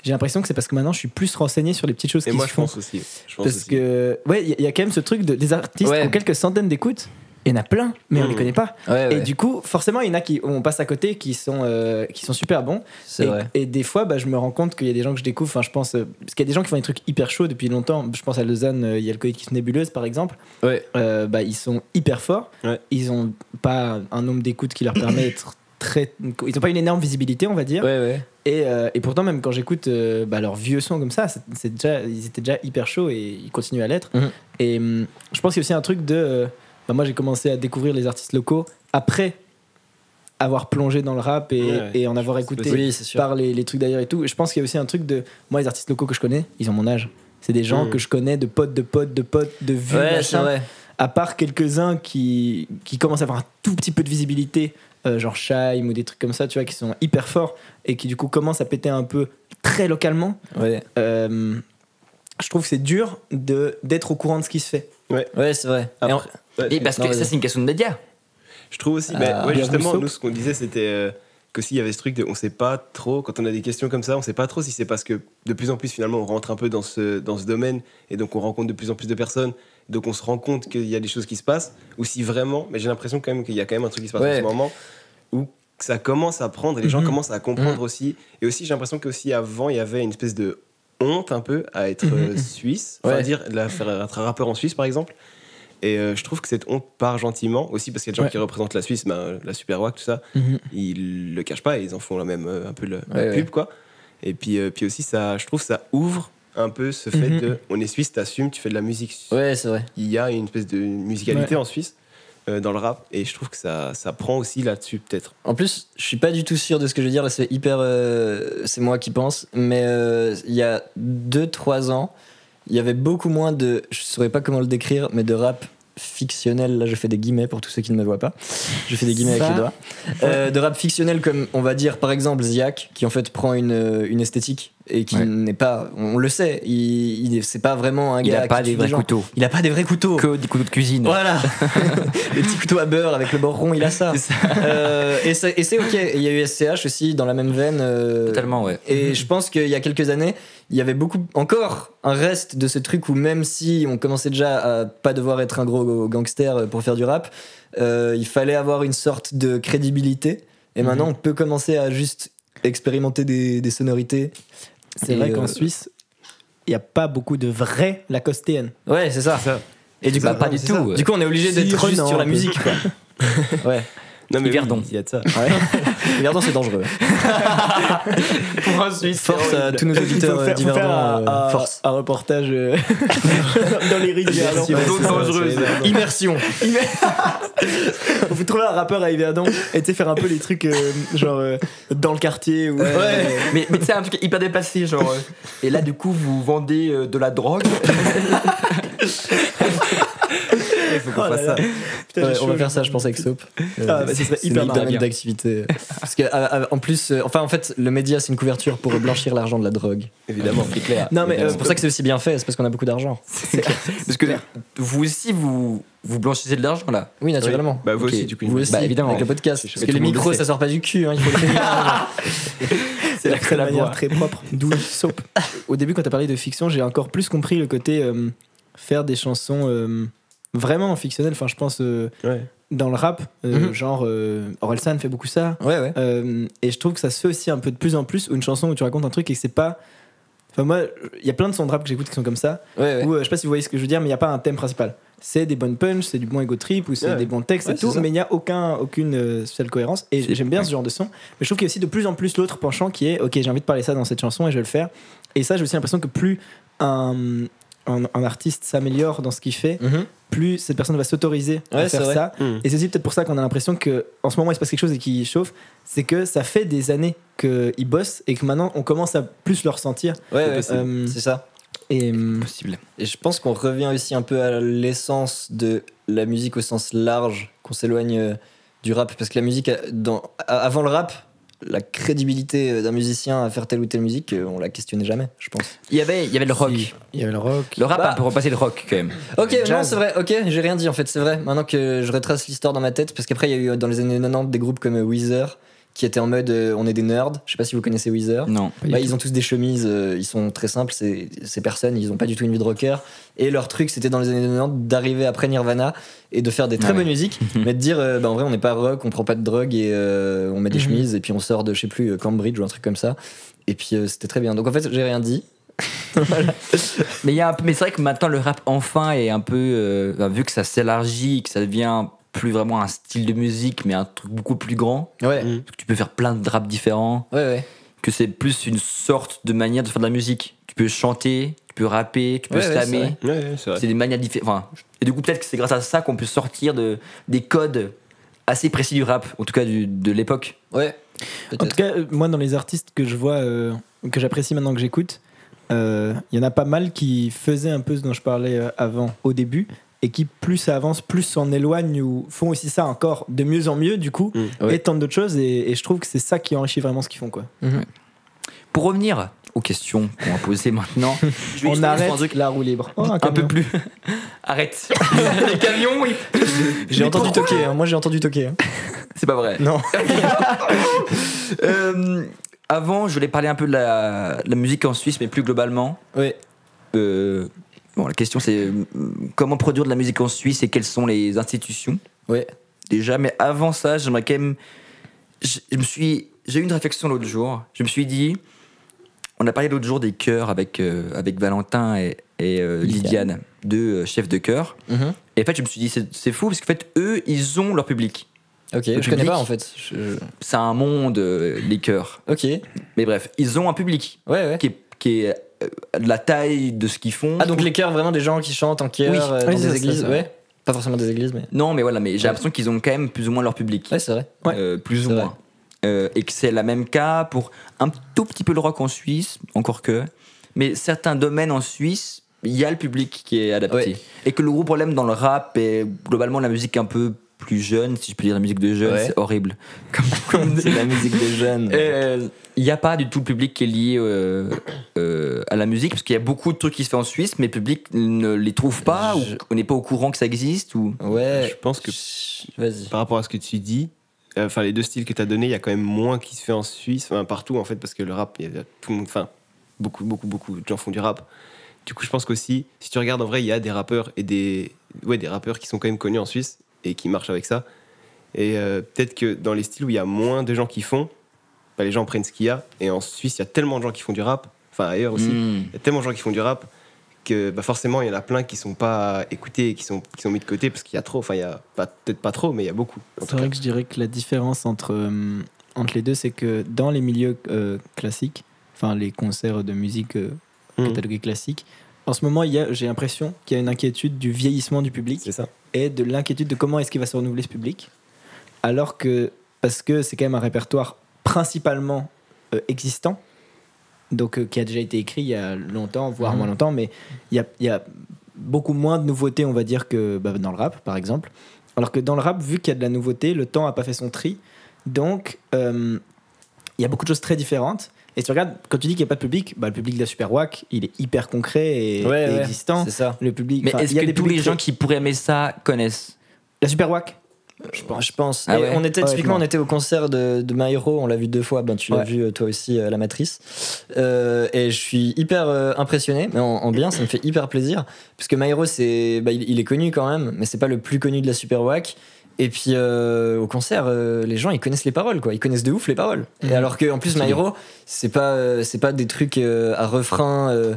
[SPEAKER 8] j'ai l'impression que c'est parce que maintenant je suis plus renseigné sur les petites choses
[SPEAKER 6] Et
[SPEAKER 8] qui
[SPEAKER 6] moi,
[SPEAKER 8] se
[SPEAKER 6] je
[SPEAKER 8] font.
[SPEAKER 6] pense aussi. Je pense
[SPEAKER 8] Parce
[SPEAKER 6] aussi.
[SPEAKER 8] que, ouais, il y, a quand même ce truc de, des artistes
[SPEAKER 5] Ouais.
[SPEAKER 8] qui ont quelques centaines d'écoutes. Il y en a plein, mais on
[SPEAKER 6] Mmh.
[SPEAKER 8] les connaît pas.
[SPEAKER 5] Ouais, ouais,
[SPEAKER 8] Et du coup, forcément, il y en a qui on passe à côté, qui sont, euh, qui sont super bons.
[SPEAKER 5] c'est
[SPEAKER 8] et,
[SPEAKER 5] vrai.
[SPEAKER 8] et des fois, bah, je me rends compte qu'il y a des gens que je découvre. Enfin, je pense. euh, parce qu'il y a des gens qui font des trucs hyper chauds depuis longtemps. Je pense à Lausanne, euh, il y a le collectif Nébuleuse, par exemple.
[SPEAKER 5] Ouais.
[SPEAKER 8] Euh, bah, ils sont hyper forts.
[SPEAKER 6] Ouais.
[SPEAKER 8] Ils ont pas un nombre d'écoutes qui leur permet d'être très. Ils ont pas une énorme visibilité, on va dire.
[SPEAKER 5] Ouais, ouais.
[SPEAKER 8] Et, euh, et pourtant, même quand j'écoute euh, bah, leurs vieux sons comme ça, c'est- c'est déjà, ils étaient déjà hyper chauds et ils continuent à l'être.
[SPEAKER 5] Mhm.
[SPEAKER 8] Et hum, je pense qu'il y a aussi un truc de. euh, bah, moi, j'ai commencé à découvrir les artistes locaux après avoir plongé dans le rap et,
[SPEAKER 6] Ouais, ouais.
[SPEAKER 8] et en avoir écouté
[SPEAKER 5] Oui, c'est sûr.
[SPEAKER 8] par les, les trucs d'ailleurs et tout. Et je pense qu'il y a aussi un truc de. Moi, les artistes locaux que je connais, ils ont mon âge. C'est des gens
[SPEAKER 6] Mhm.
[SPEAKER 8] que je connais de potes, de potes, de potes, de vues,
[SPEAKER 5] Mmh. Ouais, c'est
[SPEAKER 8] machin.
[SPEAKER 5] vrai.
[SPEAKER 8] À part quelques-uns qui, qui commencent à avoir un tout petit peu de visibilité, euh, genre Shaim ou des trucs comme ça, tu vois, qui sont hyper forts et qui du coup commencent à péter un peu très localement,
[SPEAKER 5] Ouais,
[SPEAKER 8] euh, je trouve que c'est dur de- d'être au courant de ce qui se fait.
[SPEAKER 5] ouais c'est vrai. Et en-
[SPEAKER 6] Ouais,
[SPEAKER 4] Et parce que
[SPEAKER 5] Non, vas-y.
[SPEAKER 4] ça c'est une question de médias.
[SPEAKER 6] Je trouve aussi, ben,
[SPEAKER 5] Ah,
[SPEAKER 6] ouais,
[SPEAKER 8] bien
[SPEAKER 6] justement,
[SPEAKER 8] Rousseau.
[SPEAKER 6] nous, ce qu'on disait, c'était euh, que s'il y avait ce truc de on sait pas trop, quand on a des questions comme ça, on sait pas trop si c'est parce que de plus en plus, finalement, on rentre un peu dans ce, dans ce domaine et donc on rencontre de plus en plus de personnes, donc on se rend compte qu'il y a des choses qui se passent, ou si vraiment, mais j'ai l'impression quand même qu'il y a quand même un truc qui se passe
[SPEAKER 5] Ouais.
[SPEAKER 6] en ce moment où que ça commence à prendre et les gens
[SPEAKER 8] Mhm.
[SPEAKER 6] commencent à comprendre aussi. Et aussi, j'ai l'impression qu'aussi avant, il y avait une espèce de honte un peu à être euh, suisse, enfin,
[SPEAKER 5] Ouais.
[SPEAKER 6] dire, la- faire être un rappeur en Suisse, par exemple. Et euh, je trouve que cette honte part gentiment aussi parce qu'il y a des gens
[SPEAKER 8] Ouais.
[SPEAKER 6] qui représentent la Suisse, ben, euh, la Super Wack, tout ça. Ils le cachent pas et ils en font la même euh, un peu le, la
[SPEAKER 5] Ouais,
[SPEAKER 6] pub
[SPEAKER 5] ouais.
[SPEAKER 6] quoi. Et puis, euh, puis aussi ça, je trouve ça ouvre un peu ce fait
[SPEAKER 8] Mhm.
[SPEAKER 6] de on est suisse, t'assumes, tu fais de la musique. su-
[SPEAKER 5] Ouais, c'est vrai.
[SPEAKER 6] Il y a une espèce de musicalité en Suisse euh, dans le rap et je trouve que ça, ça prend aussi là-dessus peut-être.
[SPEAKER 5] En plus, je suis pas du tout sûr de ce que je veux dire. Là, c'est hyper. euh, c'est moi qui pense. Mais euh, il y a 2-3 ans, il y avait beaucoup moins de. Je saurais pas comment le décrire, mais de rap fictionnel. Là, je fais des guillemets pour tous ceux qui ne me voient pas. Je fais des guillemets
[SPEAKER 8] Ça.
[SPEAKER 5] avec les doigts. Euh, de rap fictionnel, comme on va dire par exemple Ziak, qui en fait prend une, euh, une esthétique et qui
[SPEAKER 4] Ouais.
[SPEAKER 5] n'est pas. On le sait, il, il- c'est pas vraiment un
[SPEAKER 4] Il
[SPEAKER 5] gars.
[SPEAKER 4] a pas
[SPEAKER 5] qui
[SPEAKER 4] des
[SPEAKER 5] tue
[SPEAKER 4] vrais
[SPEAKER 5] gens.
[SPEAKER 4] couteaux.
[SPEAKER 5] Il a pas des vrais couteaux.
[SPEAKER 4] Que des couteaux de cuisine.
[SPEAKER 5] (laughs) Voilà (laughs) Le petit couteau à beurre avec le bord rond, il a ça. Euh, et c'est et c'est ok. Et Il y a eu SCH aussi dans la même veine. euh,
[SPEAKER 4] Totalement ouais.
[SPEAKER 5] Et je pense qu'il y a quelques années, il y avait beaucoup, encore un reste de ce truc où même si on commençait déjà à pas devoir être un gros gangster pour faire du rap, euh, il fallait avoir une sorte de crédibilité. Et
[SPEAKER 8] Mhm.
[SPEAKER 5] maintenant, on peut commencer à juste expérimenter des, des sonorités.
[SPEAKER 8] C'est
[SPEAKER 5] Et,
[SPEAKER 8] vrai
[SPEAKER 5] euh,
[SPEAKER 8] qu'en Suisse, il n'y a pas beaucoup de vrais lacostéennes.
[SPEAKER 5] Ouais, c'est ça. Et du coup,
[SPEAKER 4] Bah, pas du tout.
[SPEAKER 5] Du coup, on est obligé
[SPEAKER 8] Si,
[SPEAKER 5] d'être juste
[SPEAKER 8] Renan,
[SPEAKER 5] sur la
[SPEAKER 8] un peu.
[SPEAKER 5] musique, quoi. ouais.
[SPEAKER 6] Non, mais
[SPEAKER 4] Yverdon.
[SPEAKER 6] oui, il y a de ça.
[SPEAKER 5] Ouais. Verdun, c'est (laughs) dangereux. Force à tous nos auditeurs
[SPEAKER 8] Faut
[SPEAKER 5] euh,
[SPEAKER 8] faire- faut
[SPEAKER 5] d'Hiverdon,
[SPEAKER 8] faire un-
[SPEAKER 5] euh,
[SPEAKER 8] un-
[SPEAKER 5] force.
[SPEAKER 8] Un reportage euh, dans les rizières.
[SPEAKER 5] Merci, ouais, c'est ça, c'est Hiverdon. Immersion.
[SPEAKER 8] (laughs) Vous trouvez un rappeur à Yverdon et tu sais faire un peu les trucs euh, genre euh, dans le quartier ou (laughs)
[SPEAKER 5] Ouais.
[SPEAKER 4] Mais, mais tu sais, un truc hyper dépassé, genre. euh, et là, du coup, vous vendez euh, de la drogue.
[SPEAKER 6] Il faut qu'on
[SPEAKER 8] Oh là
[SPEAKER 6] fasse
[SPEAKER 8] là.
[SPEAKER 6] ça.
[SPEAKER 8] Putain,
[SPEAKER 5] Ouais,
[SPEAKER 8] j'ai
[SPEAKER 5] on va
[SPEAKER 8] chaud.
[SPEAKER 5] faire ça, je pense, avec Soap. Euh,
[SPEAKER 8] Ah, bah, ce serait
[SPEAKER 5] c'est
[SPEAKER 8] hyper
[SPEAKER 5] notre
[SPEAKER 8] marrant.
[SPEAKER 5] domaine d'activité. Parce que, à- à- en plus, euh, enfin, en fait, le média, c'est une couverture pour blanchir l'argent de la drogue.
[SPEAKER 6] Évidemment.
[SPEAKER 5] C'est clair.
[SPEAKER 8] Non, mais,
[SPEAKER 5] Évidemment.
[SPEAKER 8] euh,
[SPEAKER 5] c'est pour ça que c'est aussi bien fait, c'est parce qu'on a beaucoup d'argent.
[SPEAKER 4] Parce que vous aussi, vous, vous blanchissez de l'argent, là.
[SPEAKER 5] Oui, naturellement.
[SPEAKER 6] Bah vous
[SPEAKER 4] Ok.
[SPEAKER 6] aussi du coup.
[SPEAKER 5] Vous aussi,
[SPEAKER 4] Bah, évidemment.
[SPEAKER 5] avec le podcast.
[SPEAKER 4] Mais
[SPEAKER 5] Parce que
[SPEAKER 4] tout
[SPEAKER 5] les
[SPEAKER 4] le monde
[SPEAKER 5] micros,
[SPEAKER 4] le sait.
[SPEAKER 5] ça sort pas du cul, hein, il faut le prévenir.
[SPEAKER 8] C'est la,
[SPEAKER 4] la
[SPEAKER 8] manière
[SPEAKER 5] hein.
[SPEAKER 4] voix.
[SPEAKER 5] (laughs)
[SPEAKER 8] très propre, d'où Soap. Au début, quand t'as parlé de fiction, j'ai encore plus compris le côté euh, faire des chansons euh, vraiment fictionnelles. Enfin, je pense euh,
[SPEAKER 6] Ouais.
[SPEAKER 8] dans le rap, euh,
[SPEAKER 5] Mhm.
[SPEAKER 8] genre euh, Orelsan fait beaucoup ça.
[SPEAKER 5] Ouais, ouais.
[SPEAKER 8] Euh, et je trouve que ça se fait aussi un peu de plus en plus où une chanson où tu racontes un truc et que c'est pas Enfin, moi, il y a plein de sons de rap que j'écoute qui sont comme ça.
[SPEAKER 5] Ouais, ouais.
[SPEAKER 8] Où, euh, je sais pas si vous voyez ce que je veux dire, mais il n'y a pas un thème principal. C'est des bonnes punches, c'est du bon ego trip, ou c'est
[SPEAKER 6] Ouais.
[SPEAKER 8] des bons textes
[SPEAKER 5] Ouais,
[SPEAKER 8] et tout,
[SPEAKER 5] c'est ça.
[SPEAKER 8] mais il n'y a aucun, aucune euh, spéciale cohérence. Et
[SPEAKER 4] C'est-
[SPEAKER 8] j'aime bien
[SPEAKER 4] ouais.
[SPEAKER 8] ce genre de son. Mais je trouve qu'il y a aussi de plus en plus l'autre penchant qui est Ok, j'ai envie de parler ça dans cette chanson et je vais le faire. Et ça, j'ai aussi l'impression que plus un, un, un artiste s'améliore dans ce qu'il fait,
[SPEAKER 5] Mhm.
[SPEAKER 8] plus cette personne va s'autoriser à
[SPEAKER 5] Ouais,
[SPEAKER 8] faire
[SPEAKER 5] c'est vrai. Hmm.
[SPEAKER 8] ça.
[SPEAKER 6] Mhm.
[SPEAKER 8] Et c'est aussi peut-être pour ça qu'on a l'impression que en ce moment il se passe quelque chose et qu'il chauffe, c'est que ça fait des années qu'ils bossent et que maintenant on commence à plus le ressentir.
[SPEAKER 5] Ouais, ouais,
[SPEAKER 8] possible. Euh,
[SPEAKER 5] c'est ça.
[SPEAKER 8] Et hum,
[SPEAKER 4] Possible.
[SPEAKER 5] Et je pense qu'on revient aussi un peu à l'essence de la musique au sens large, qu'on s'éloigne euh, du rap. Parce que la musique, euh, dans, a- avant le rap, la crédibilité euh, d'un musicien à faire telle ou telle musique, euh, on la questionnait jamais, je pense.
[SPEAKER 4] Il y avait, il y avait le rock.
[SPEAKER 8] il y avait le rock.
[SPEAKER 4] Le rap
[SPEAKER 5] Bah.
[SPEAKER 4] a un peu repassé le rock quand même.
[SPEAKER 5] Ok,
[SPEAKER 8] Le
[SPEAKER 5] non,
[SPEAKER 8] jazz.
[SPEAKER 5] c'est vrai, ok, j'ai rien dit en fait, c'est vrai. Maintenant que je retrace l'histoire dans ma tête, parce qu'après, il y a eu euh, dans les années 90 des groupes comme euh, Weezer qui étaient en mode euh, on est des nerds. Je sais pas si vous connaissez Weezer.
[SPEAKER 4] Non.
[SPEAKER 5] Bah, ils ont tous des chemises, euh, ils sont très simples, ces, ces personnes, ils ont pas du tout une vie de rocker. Et leur truc, c'était dans les années 90 d'arriver après Nirvana et de faire des très
[SPEAKER 4] Ah ouais.
[SPEAKER 5] bonnes
[SPEAKER 8] (laughs)
[SPEAKER 5] musiques, mais de dire, euh, bah, en vrai, on n'est pas rock, on prend pas de drogue et euh, on met des
[SPEAKER 8] Mhm.
[SPEAKER 5] chemises et puis on sort de, je sais plus, euh, Cambridge ou un truc comme ça. Et puis euh, c'était très bien. Donc en fait, j'ai rien dit.
[SPEAKER 4] Mais, il y a un peu- mais c'est vrai que maintenant le rap enfin est un peu. euh, bah, vu que ça s'élargit, que ça devient plus vraiment un style de musique, mais un truc beaucoup plus grand.
[SPEAKER 5] Ouais,
[SPEAKER 6] Mhm.
[SPEAKER 4] Parce que tu peux faire plein de rap différents.
[SPEAKER 5] ouais, ouais.
[SPEAKER 4] Que c'est plus une sorte de manière de faire de la musique. Tu peux chanter, tu peux rapper, tu peux
[SPEAKER 5] Ouais, ouais,
[SPEAKER 4] slammer.
[SPEAKER 5] c'est vrai.
[SPEAKER 6] Ouais, c'est vrai.
[SPEAKER 4] C'est des manières différentes. Enfin, et du coup, peut-être que c'est grâce à ça qu'on peut sortir de, des codes assez précis du rap, en tout cas du- de l'époque.
[SPEAKER 5] Ouais.
[SPEAKER 8] En tout
[SPEAKER 5] Peut-être.
[SPEAKER 8] cas, euh, moi, dans les artistes que je vois, euh, que j'apprécie maintenant que j'écoute, euh, il y en a pas mal qui faisaient un peu ce dont je parlais euh, avant, au début, et qui, plus ça avance, plus s'en éloignent ou font aussi ça encore de mieux en mieux, du coup,
[SPEAKER 6] Mm,
[SPEAKER 5] ouais.
[SPEAKER 8] et tentent d'autres choses. Et, et je trouve que c'est ça qui enrichit vraiment ce qu'ils font. Quoi.
[SPEAKER 4] Pour revenir aux questions qu'on va poser maintenant, (laughs) je vais
[SPEAKER 8] On
[SPEAKER 4] juste
[SPEAKER 8] arrête
[SPEAKER 4] sur un truc
[SPEAKER 8] la roue libre. Oh,
[SPEAKER 4] un peu plus. (laughs) Arrête. (laughs) Les camions, ils-
[SPEAKER 8] J'ai entendu
[SPEAKER 4] pourquoi
[SPEAKER 8] toquer, hein. moi j'ai entendu toquer. hein.
[SPEAKER 4] C'est pas vrai.
[SPEAKER 8] Non.
[SPEAKER 4] (laughs) Euh, avant, je voulais parler un peu de la, la musique en Suisse, mais plus globalement.
[SPEAKER 5] Ouais.
[SPEAKER 4] Euh, bon, la question c'est euh, comment produire de la musique en Suisse et quelles sont les institutions
[SPEAKER 5] Ouais.
[SPEAKER 4] déjà. Mais avant ça, j'aimerais quand même. Je, je me suis, j'ai eu une réflexion l'autre jour. Je me suis dit, on a parlé l'autre jour des chœurs avec euh, avec Valentin et, et, euh, Lydiane, deux euh, chefs de chœur.
[SPEAKER 5] Mhm.
[SPEAKER 4] Et en fait, je me suis dit, c'est c'est fou parce qu'en fait, eux, ils ont leur public.
[SPEAKER 5] Ok, je
[SPEAKER 4] public.
[SPEAKER 5] connais pas en fait. Je-
[SPEAKER 4] C'est un monde euh, les chœurs.
[SPEAKER 5] Ok, ouais,
[SPEAKER 4] Mais bref, ils ont un public
[SPEAKER 5] ouais.
[SPEAKER 4] qui est, qui est euh, de la taille de ce qu'ils font.
[SPEAKER 5] Ah, donc les chœurs, vraiment des gens qui chantent en chœur
[SPEAKER 8] Oui. Ah
[SPEAKER 5] euh, dans
[SPEAKER 8] Oui,
[SPEAKER 5] des
[SPEAKER 8] c'est ça,
[SPEAKER 5] églises.
[SPEAKER 8] ça, ça.
[SPEAKER 5] Ouais. Pas forcément des églises, mais.
[SPEAKER 4] Non, mais voilà, mais j'ai l'impression qu'ils ont quand même plus ou moins leur public.
[SPEAKER 5] Ouais, c'est vrai.
[SPEAKER 8] Ouais.
[SPEAKER 4] Euh, plus ou
[SPEAKER 5] C'est
[SPEAKER 4] moins.
[SPEAKER 5] vrai.
[SPEAKER 4] Euh, et que c'est la même cas pour un tout petit peu le rock en Suisse, encore que. Mais certains domaines en Suisse, il y a le public qui est adapté.
[SPEAKER 5] Ouais.
[SPEAKER 4] Et que le gros problème dans le rap et globalement la musique un peu plus jeune, si je peux dire la musique de jeune,
[SPEAKER 5] Ouais.
[SPEAKER 4] c'est horrible. Comme,
[SPEAKER 5] (laughs)
[SPEAKER 4] comme-
[SPEAKER 5] C'est la musique des jeunes.
[SPEAKER 4] Euh, Il n'y a pas du tout le public qui est lié euh, euh, à la musique, parce qu'il y a beaucoup de trucs qui se font en Suisse, mais le public ne les trouve pas,
[SPEAKER 5] Je-
[SPEAKER 4] ou on n'est pas au courant que ça existe. Ou...
[SPEAKER 5] Ouais.
[SPEAKER 6] Euh, Je pense que
[SPEAKER 5] Chut, Vas-y.
[SPEAKER 6] par rapport à ce que tu dis, euh, enfin les deux styles que tu as donné, il y a quand même moins qui se fait en Suisse, enfin partout en fait, parce que le rap, il y a tout le monde, enfin beaucoup, beaucoup, beaucoup de gens font du rap. Du coup, je pense qu'aussi, si tu regardes en vrai, il y a des rappeurs et des, ouais, des rappeurs qui sont quand même connus en Suisse et qui marchent avec ça. Et euh, peut-être que dans les styles où il y a moins de gens qui font, bah, les gens prennent ce qu'il y a. Et en Suisse, il y a tellement de gens qui font du rap, enfin ailleurs aussi,
[SPEAKER 4] Hmm.
[SPEAKER 6] il y a tellement de gens qui font du rap que bah, forcément il y en a plein qui sont pas écoutés et qui sont, qui sont mis de côté parce qu'il y a trop, enfin il y a pas- peut-être pas trop, mais il y a beaucoup. en
[SPEAKER 8] C'est
[SPEAKER 6] tout cas.
[SPEAKER 8] vrai que je dirais que la différence entre, euh, entre les deux, c'est que dans les milieux euh, classiques, enfin les concerts de musique euh,
[SPEAKER 6] Mhm.
[SPEAKER 8] catalogués classiques, en ce moment, il y a- j'ai l'impression qu'il y a une inquiétude du vieillissement du public
[SPEAKER 6] C'est ça.
[SPEAKER 8] et de l'inquiétude de comment est-ce qu'il va se renouveler ce public. Alors que, parce que c'est quand même un répertoire principalement euh, existant, donc euh, qui a déjà été écrit il y a longtemps, voire
[SPEAKER 5] Mhm.
[SPEAKER 8] moins longtemps, mais il y a, il y a beaucoup moins de nouveautés, on va dire, que bah, dans le rap, par exemple. Alors que dans le rap, vu qu'il y a de la nouveauté, le temps n'a pas fait son tri. Donc, euh, il y a beaucoup de choses très différentes. Et tu regardes, quand tu dis qu'il n'y a pas de public, bah, le public de la Super Wack, il est hyper concret et,
[SPEAKER 5] Ouais,
[SPEAKER 8] et
[SPEAKER 5] ouais,
[SPEAKER 8] existant.
[SPEAKER 5] C'est ça.
[SPEAKER 8] Le public.
[SPEAKER 4] Mais
[SPEAKER 8] enfin,
[SPEAKER 4] est-ce
[SPEAKER 8] il y a
[SPEAKER 4] que
[SPEAKER 8] des
[SPEAKER 4] tous les
[SPEAKER 8] publics
[SPEAKER 4] gens
[SPEAKER 8] très-
[SPEAKER 4] qui pourraient aimer ça connaissent
[SPEAKER 8] La Super Wack
[SPEAKER 5] Je pense. Je pense.
[SPEAKER 4] Ah
[SPEAKER 5] Et
[SPEAKER 4] ouais.
[SPEAKER 5] on était, typiquement,
[SPEAKER 8] Honnêtement.
[SPEAKER 5] on était au concert de, de My Hero, on l'a vu deux fois, ben, tu l'as
[SPEAKER 8] Ouais.
[SPEAKER 5] vu euh, toi aussi euh, à la matrice. Euh, et je suis hyper euh, impressionné, mais en, en bien, ça me fait hyper plaisir. Parce que My Hero, c'est, bah, il, il est connu quand même, mais c'est pas le plus connu de la Super Wack. Et puis euh, au concert, euh, les gens ils connaissent les paroles quoi, ils connaissent de ouf les paroles.
[SPEAKER 4] Mmh.
[SPEAKER 5] Et alors que en plus My Hero, c'est pas euh, c'est pas des trucs euh, à refrain euh,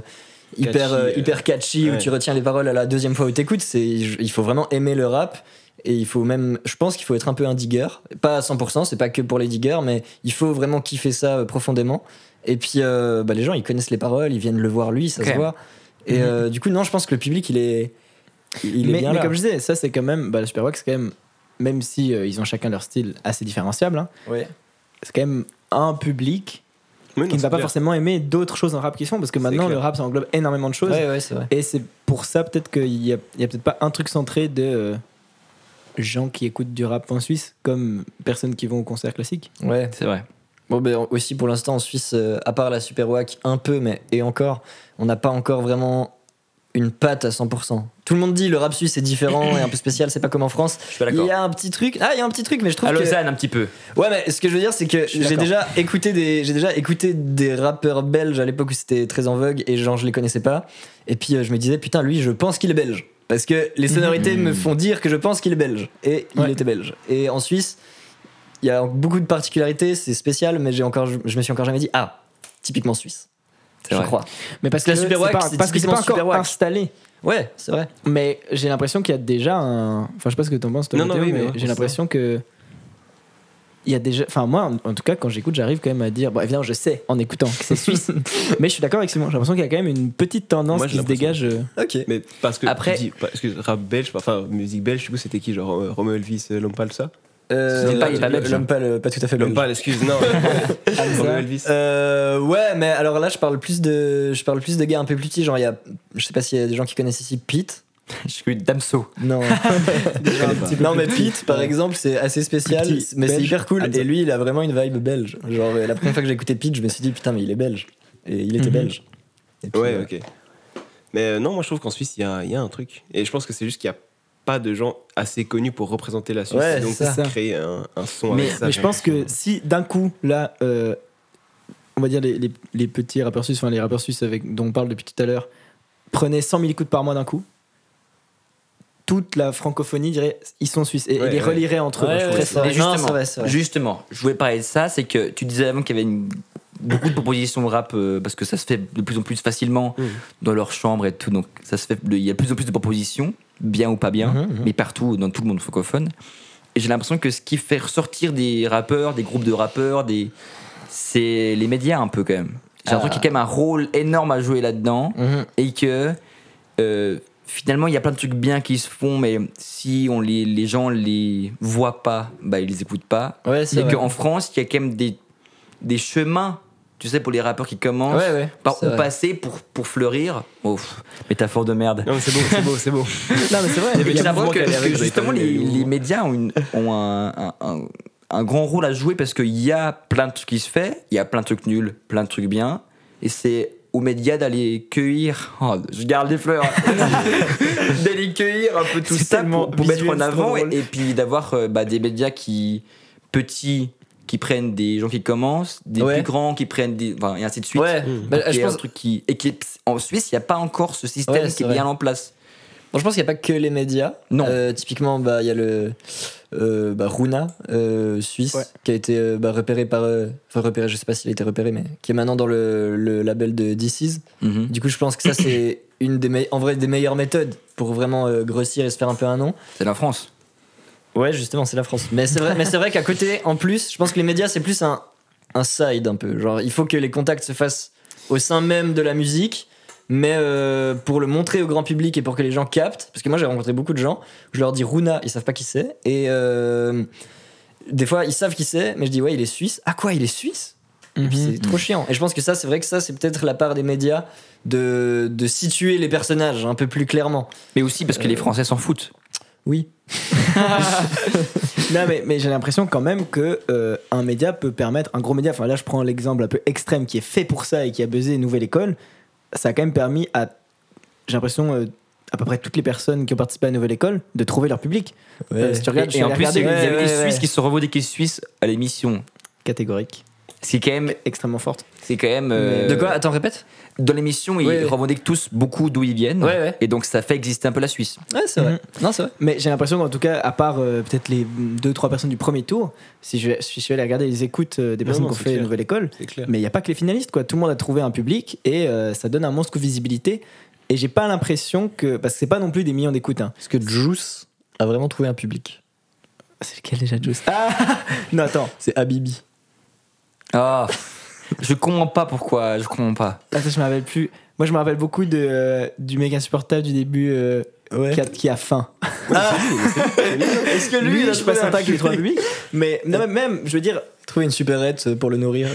[SPEAKER 5] hyper
[SPEAKER 6] Catchy,
[SPEAKER 5] euh,
[SPEAKER 6] euh.
[SPEAKER 5] hyper catchy où
[SPEAKER 6] Ouais.
[SPEAKER 5] tu retiens les paroles à la deuxième fois où t'écoutes. C'est il faut vraiment aimer le rap et il faut même je pense qu'il faut être un peu un digger, pas à 100%, c'est pas que pour les diggers, mais il faut vraiment kiffer ça euh, profondément. Et puis euh, bah, les gens ils connaissent les paroles, ils viennent le voir lui, ça
[SPEAKER 4] Ok.
[SPEAKER 5] se voit. Et euh, du coup non, je pense que le public il est il est
[SPEAKER 8] Mhm. mais,
[SPEAKER 5] bien
[SPEAKER 8] mais
[SPEAKER 5] là.
[SPEAKER 8] comme je disais, ça c'est quand même. Bah, le Superbox, c'est quand même. Même si euh, ils ont chacun leur style assez différenciable, hein,
[SPEAKER 5] Ouais.
[SPEAKER 8] c'est quand même un public
[SPEAKER 6] Oui, non,
[SPEAKER 8] qui ne
[SPEAKER 6] c'est
[SPEAKER 8] va pas
[SPEAKER 6] clair.
[SPEAKER 8] forcément aimer d'autres choses en rap qu'ils font, parce que
[SPEAKER 6] C'est
[SPEAKER 8] maintenant
[SPEAKER 6] clair.
[SPEAKER 8] le rap ça englobe énormément de choses.
[SPEAKER 5] Ouais ouais, c'est vrai.
[SPEAKER 8] Et c'est pour ça peut-être qu'il n'y a, il y a peut-être pas un truc centré de euh, gens qui écoutent du rap en Suisse comme personnes qui vont au concert classique.
[SPEAKER 5] Ouais.
[SPEAKER 4] C'est vrai.
[SPEAKER 5] Bon, ben aussi pour l'instant en Suisse, euh, à part la Super WAC, un peu, mais et encore, on n'a pas encore vraiment une patte à 100%. Tout le monde dit le rap suisse est différent et un peu spécial, c'est pas comme en France.
[SPEAKER 4] Je suis pas
[SPEAKER 5] Il
[SPEAKER 4] d'accord.
[SPEAKER 5] y a un petit truc, ah, il y a un petit truc, mais je trouve
[SPEAKER 4] À
[SPEAKER 5] que.
[SPEAKER 4] Lausanne, un petit peu.
[SPEAKER 5] Ouais, mais ce que je veux dire, c'est que
[SPEAKER 8] suis
[SPEAKER 5] j'ai
[SPEAKER 8] d'accord.
[SPEAKER 5] déjà écouté des, j'ai déjà écouté des rappeurs belges à l'époque où c'était très en vogue et genre je les connaissais pas. Et puis euh, je me disais putain, lui, je pense qu'il est belge parce que les sonorités me font dire que je pense qu'il est belge et il
[SPEAKER 8] Ouais.
[SPEAKER 5] était belge. Et en Suisse, il y a beaucoup de particularités, c'est spécial, mais j'ai encore, je me suis encore jamais dit ah typiquement suisse. Je
[SPEAKER 4] vrai.
[SPEAKER 5] crois.
[SPEAKER 8] Mais parce
[SPEAKER 5] que
[SPEAKER 8] que
[SPEAKER 5] la Super Wack, c'est
[SPEAKER 8] parce que c'est
[SPEAKER 5] typiquement
[SPEAKER 8] pas encore
[SPEAKER 5] Super Wack.
[SPEAKER 8] installé.
[SPEAKER 5] Ouais, c'est vrai.
[SPEAKER 8] Mais j'ai l'impression qu'il y a déjà un. Enfin, je sais pas ce que t'en penses, toi,
[SPEAKER 6] Non, non,
[SPEAKER 8] Mathéo,
[SPEAKER 6] oui, mais
[SPEAKER 8] mais,
[SPEAKER 6] ouais, c'est
[SPEAKER 8] j'ai l'impression que. Il y a déjà. Enfin, moi, en, en tout cas, quand j'écoute, j'arrive quand même à dire. Bon, évidemment, je sais en écoutant que c'est suisse.
[SPEAKER 6] (laughs)
[SPEAKER 8] mais je suis d'accord avec Simon. J'ai l'impression qu'il y a quand même une petite tendance
[SPEAKER 6] Moi, j'ai
[SPEAKER 8] qui se dégage.
[SPEAKER 6] l'impression.
[SPEAKER 8] euh,
[SPEAKER 5] Ok.
[SPEAKER 6] Mais parce que
[SPEAKER 4] Après-
[SPEAKER 6] tu dis, parce que rap belge, enfin musique belge, du coup c'était qui genre euh, Romeo Elvis, euh, Lompal tout ça
[SPEAKER 4] C'est pas- il est pas belge,
[SPEAKER 5] l'homme pas, Euh, le- pas tout à fait belge.
[SPEAKER 6] Lompal, excuse, non. Romeo Elvis.
[SPEAKER 5] Euh, ouais, mais alors là, je parle plus de, je parle plus de gars un peu plus petits. Genre, il y a, je sais pas s'il y a des gens qui connaissent ici Pete.
[SPEAKER 4] (laughs) Je suis Damso.
[SPEAKER 5] Non.
[SPEAKER 8] (laughs)
[SPEAKER 6] Je connais pas.
[SPEAKER 5] non, mais Pete, par exemple, c'est assez spécial,
[SPEAKER 8] Plus petit,
[SPEAKER 5] mais c'est
[SPEAKER 8] belge,
[SPEAKER 5] hyper cool.
[SPEAKER 8] Hansa.
[SPEAKER 5] Et lui, il a vraiment une vibe belge. Genre, euh, la première fois que j'ai écouté Pete, je me suis dit, putain, mais il est belge. Et il était
[SPEAKER 8] Mhm.
[SPEAKER 5] belge. Et puis,
[SPEAKER 6] Ouais,
[SPEAKER 5] euh,
[SPEAKER 6] ok. Mais euh, non, moi je trouve qu'en Suisse, il y a, il y a un truc. Et je pense que c'est juste qu'il n'y a pas de gens assez connus pour représenter la Suisse.
[SPEAKER 5] Ouais,
[SPEAKER 6] donc
[SPEAKER 5] c'est ça.
[SPEAKER 6] créer un, un son
[SPEAKER 8] Mais,
[SPEAKER 6] avec ça.
[SPEAKER 8] mais je pense que si d'un coup, là, euh, on va dire les, les- les petits rappeurs suisses, enfin les rappeurs suisses avec, dont on parle depuis tout à l'heure, prenaient 100 000 écoutes par mois d'un coup, toute la francophonie dirait ils sont suisses et, et
[SPEAKER 6] Ouais,
[SPEAKER 8] les
[SPEAKER 6] ouais.
[SPEAKER 8] relierait entre eux.
[SPEAKER 5] Ouais,
[SPEAKER 8] je trouve.
[SPEAKER 5] ouais, c'est vrai.
[SPEAKER 4] Mais
[SPEAKER 5] Non,
[SPEAKER 4] justement,
[SPEAKER 5] c'est vrai, c'est vrai.
[SPEAKER 4] justement, je voulais parler de ça, c'est que tu disais avant qu'il y avait une- beaucoup de propositions rap euh, parce que ça se fait de plus en plus facilement dans leur chambre et tout, donc ça se fait, il y a de plus en plus de propositions, bien ou pas bien,
[SPEAKER 5] Mhm, mhm.
[SPEAKER 4] mais partout dans tout le monde francophone. Et j'ai l'impression que ce qui fait ressortir des rappeurs, des groupes de rappeurs, des, c'est les médias un peu quand même. J'ai l'impression qu'il y a quand même un rôle énorme à jouer là-dedans
[SPEAKER 5] mhm.
[SPEAKER 4] et que euh, finalement il y a plein de trucs bien qui se font mais si on les, les gens les voient pas bah ils les écoutent pas
[SPEAKER 5] Ouais, c'est
[SPEAKER 4] et
[SPEAKER 5] vrai.
[SPEAKER 4] qu'en France il y a quand même des, des chemins tu sais pour les rappeurs qui commencent
[SPEAKER 5] Ouais, ouais.
[SPEAKER 4] par
[SPEAKER 5] c'est
[SPEAKER 4] où
[SPEAKER 5] vrai.
[SPEAKER 4] passer pour, pour fleurir oh, pff, métaphore de merde
[SPEAKER 6] Non, mais c'est bon, c'est bon,
[SPEAKER 8] (laughs)
[SPEAKER 6] c'est bon.
[SPEAKER 8] Non, mais c'est vrai.
[SPEAKER 4] mais j'ai
[SPEAKER 6] le
[SPEAKER 4] l'impression
[SPEAKER 6] mouvement
[SPEAKER 4] que,
[SPEAKER 6] qu'elle est avec,
[SPEAKER 4] que
[SPEAKER 6] j'avais
[SPEAKER 4] justement
[SPEAKER 6] pas vu
[SPEAKER 4] les,
[SPEAKER 6] les-
[SPEAKER 4] les médias ont, une- ont un, un- un- un grand rôle à jouer parce qu'il y a plein de trucs qui se fait, il y a plein de trucs nuls, plein de trucs bien, et c'est aux médias d'aller cueillir, oh, je garde les fleurs, d'aller cueillir un peu tout
[SPEAKER 8] C'est
[SPEAKER 4] ça
[SPEAKER 8] tellement
[SPEAKER 4] pour, pour mettre
[SPEAKER 8] visuel,
[SPEAKER 4] en
[SPEAKER 8] c'est trop
[SPEAKER 4] avant, et,
[SPEAKER 8] drôle.
[SPEAKER 4] et puis d'avoir euh, bah, des médias qui petits qui prennent des gens qui commencent, des
[SPEAKER 5] Ouais.
[SPEAKER 4] plus grands qui prennent des, enfin, et ainsi de suite.
[SPEAKER 5] Ouais,
[SPEAKER 6] Mhm.
[SPEAKER 5] bah,
[SPEAKER 4] Et
[SPEAKER 5] je
[SPEAKER 4] un
[SPEAKER 5] pense,
[SPEAKER 4] truc qui éclipse. En Suisse, il n'y a pas encore ce système
[SPEAKER 5] Ouais, c'est
[SPEAKER 4] qui est
[SPEAKER 5] vrai.
[SPEAKER 4] bien en place.
[SPEAKER 5] Bon, je pense qu'il n'y a pas que les médias.
[SPEAKER 4] Non.
[SPEAKER 5] Euh, typiquement, bah, il y a le euh, bah, Runa, euh, suisse,
[SPEAKER 8] Ouais.
[SPEAKER 5] qui a été euh, bah, repéré par. euh, Enfin, repéré, je sais pas s'il a été repéré, mais qui est maintenant dans le, le label de DC's.
[SPEAKER 4] Mhm.
[SPEAKER 5] Du coup, je pense que ça, c'est une des, me- en vrai, des meilleures méthodes pour vraiment euh, grossir et se faire un peu un nom.
[SPEAKER 4] C'est la France.
[SPEAKER 5] Ouais, justement, c'est la France. Mais c'est vrai, mais c'est vrai qu'à côté, en plus, je pense que les médias, c'est plus un, un side un peu. Genre, il faut que les contacts se fassent au sein même de la musique, mais euh, pour le montrer au grand public et pour que les gens captent. Parce que moi, j'ai rencontré beaucoup de gens, je leur dis Runa, ils savent pas qui c'est. Et euh, des fois, ils savent qui c'est, mais je dis ouais, il est suisse. Ah quoi, il est suisse et puis c'est trop chiant. Et je pense que ça, c'est vrai que ça, c'est peut-être la part des médias de, de situer les personnages un peu plus clairement.
[SPEAKER 4] Mais aussi parce que
[SPEAKER 5] Euh,
[SPEAKER 4] les Français s'en foutent.
[SPEAKER 5] Oui.
[SPEAKER 8] Non, mais, mais j'ai l'impression quand même que euh, un média peut permettre, un gros média, enfin là je prends l'exemple un peu extrême qui est fait pour ça et qui a buzzé Nouvelle École, ça a quand même permis à, j'ai l'impression, euh, à peu près toutes les personnes qui ont participé à Nouvelle École de trouver leur public. Euh, si tu regardes, je
[SPEAKER 4] et
[SPEAKER 8] suis
[SPEAKER 4] en
[SPEAKER 8] allé
[SPEAKER 4] plus, il y
[SPEAKER 8] regarder,
[SPEAKER 4] a eu- il y
[SPEAKER 8] ouais,
[SPEAKER 4] avait des
[SPEAKER 8] ouais,
[SPEAKER 4] Suisses
[SPEAKER 8] ouais.
[SPEAKER 4] qui se revendiquaient Suisses à l'émission.
[SPEAKER 8] Catégorique.
[SPEAKER 4] C'est quand même,
[SPEAKER 8] extrêmement forte.
[SPEAKER 4] c'est quand même. euh,
[SPEAKER 5] De quoi Attends, répète
[SPEAKER 4] Dans l'émission, ils
[SPEAKER 5] Ouais.
[SPEAKER 4] revendiquent tous beaucoup d'où ils viennent.
[SPEAKER 5] Ouais, ouais.
[SPEAKER 4] Et donc ça fait exister un peu la Suisse.
[SPEAKER 5] Ouais, c'est vrai. Mhm. Non, c'est vrai.
[SPEAKER 8] Mais j'ai l'impression qu'en tout cas, à part euh, peut-être les 2-3 personnes du premier tour, si je, si je suis allé regarder les écoutes euh, des
[SPEAKER 6] Non,
[SPEAKER 8] personnes
[SPEAKER 6] non,
[SPEAKER 8] qui ont
[SPEAKER 6] c'est
[SPEAKER 8] fait
[SPEAKER 6] clair.
[SPEAKER 8] Nouvelle École,
[SPEAKER 6] C'est clair.
[SPEAKER 8] mais il n'y a pas que les finalistes, quoi. Tout le monde a trouvé un public et euh, ça donne un monstre coup de visibilité. Et j'ai pas l'impression que. Parce que c'est pas non plus des millions d'écoutes. hein.
[SPEAKER 5] Parce que Juice a vraiment trouvé un public.
[SPEAKER 8] Ah,
[SPEAKER 5] Ah!
[SPEAKER 8] C'est lequel déjà, Juice (laughs) Non, attends.
[SPEAKER 5] C'est Habibi.
[SPEAKER 4] Ah, je comprends pas pourquoi. Je comprends pas.
[SPEAKER 8] Attends, Ah, je me rappelle plus. Moi, je me rappelle beaucoup de, euh, du mec insupportable du début euh, qui, a, qui a faim. (laughs) Est-ce que
[SPEAKER 5] lui, il a
[SPEAKER 8] je suis
[SPEAKER 5] trouvé
[SPEAKER 8] pas
[SPEAKER 5] un
[SPEAKER 8] sympa avec les trois
[SPEAKER 5] public
[SPEAKER 8] publics Mais non, mais même, je veux dire,
[SPEAKER 5] Trouver une supérette euh, pour le nourrir.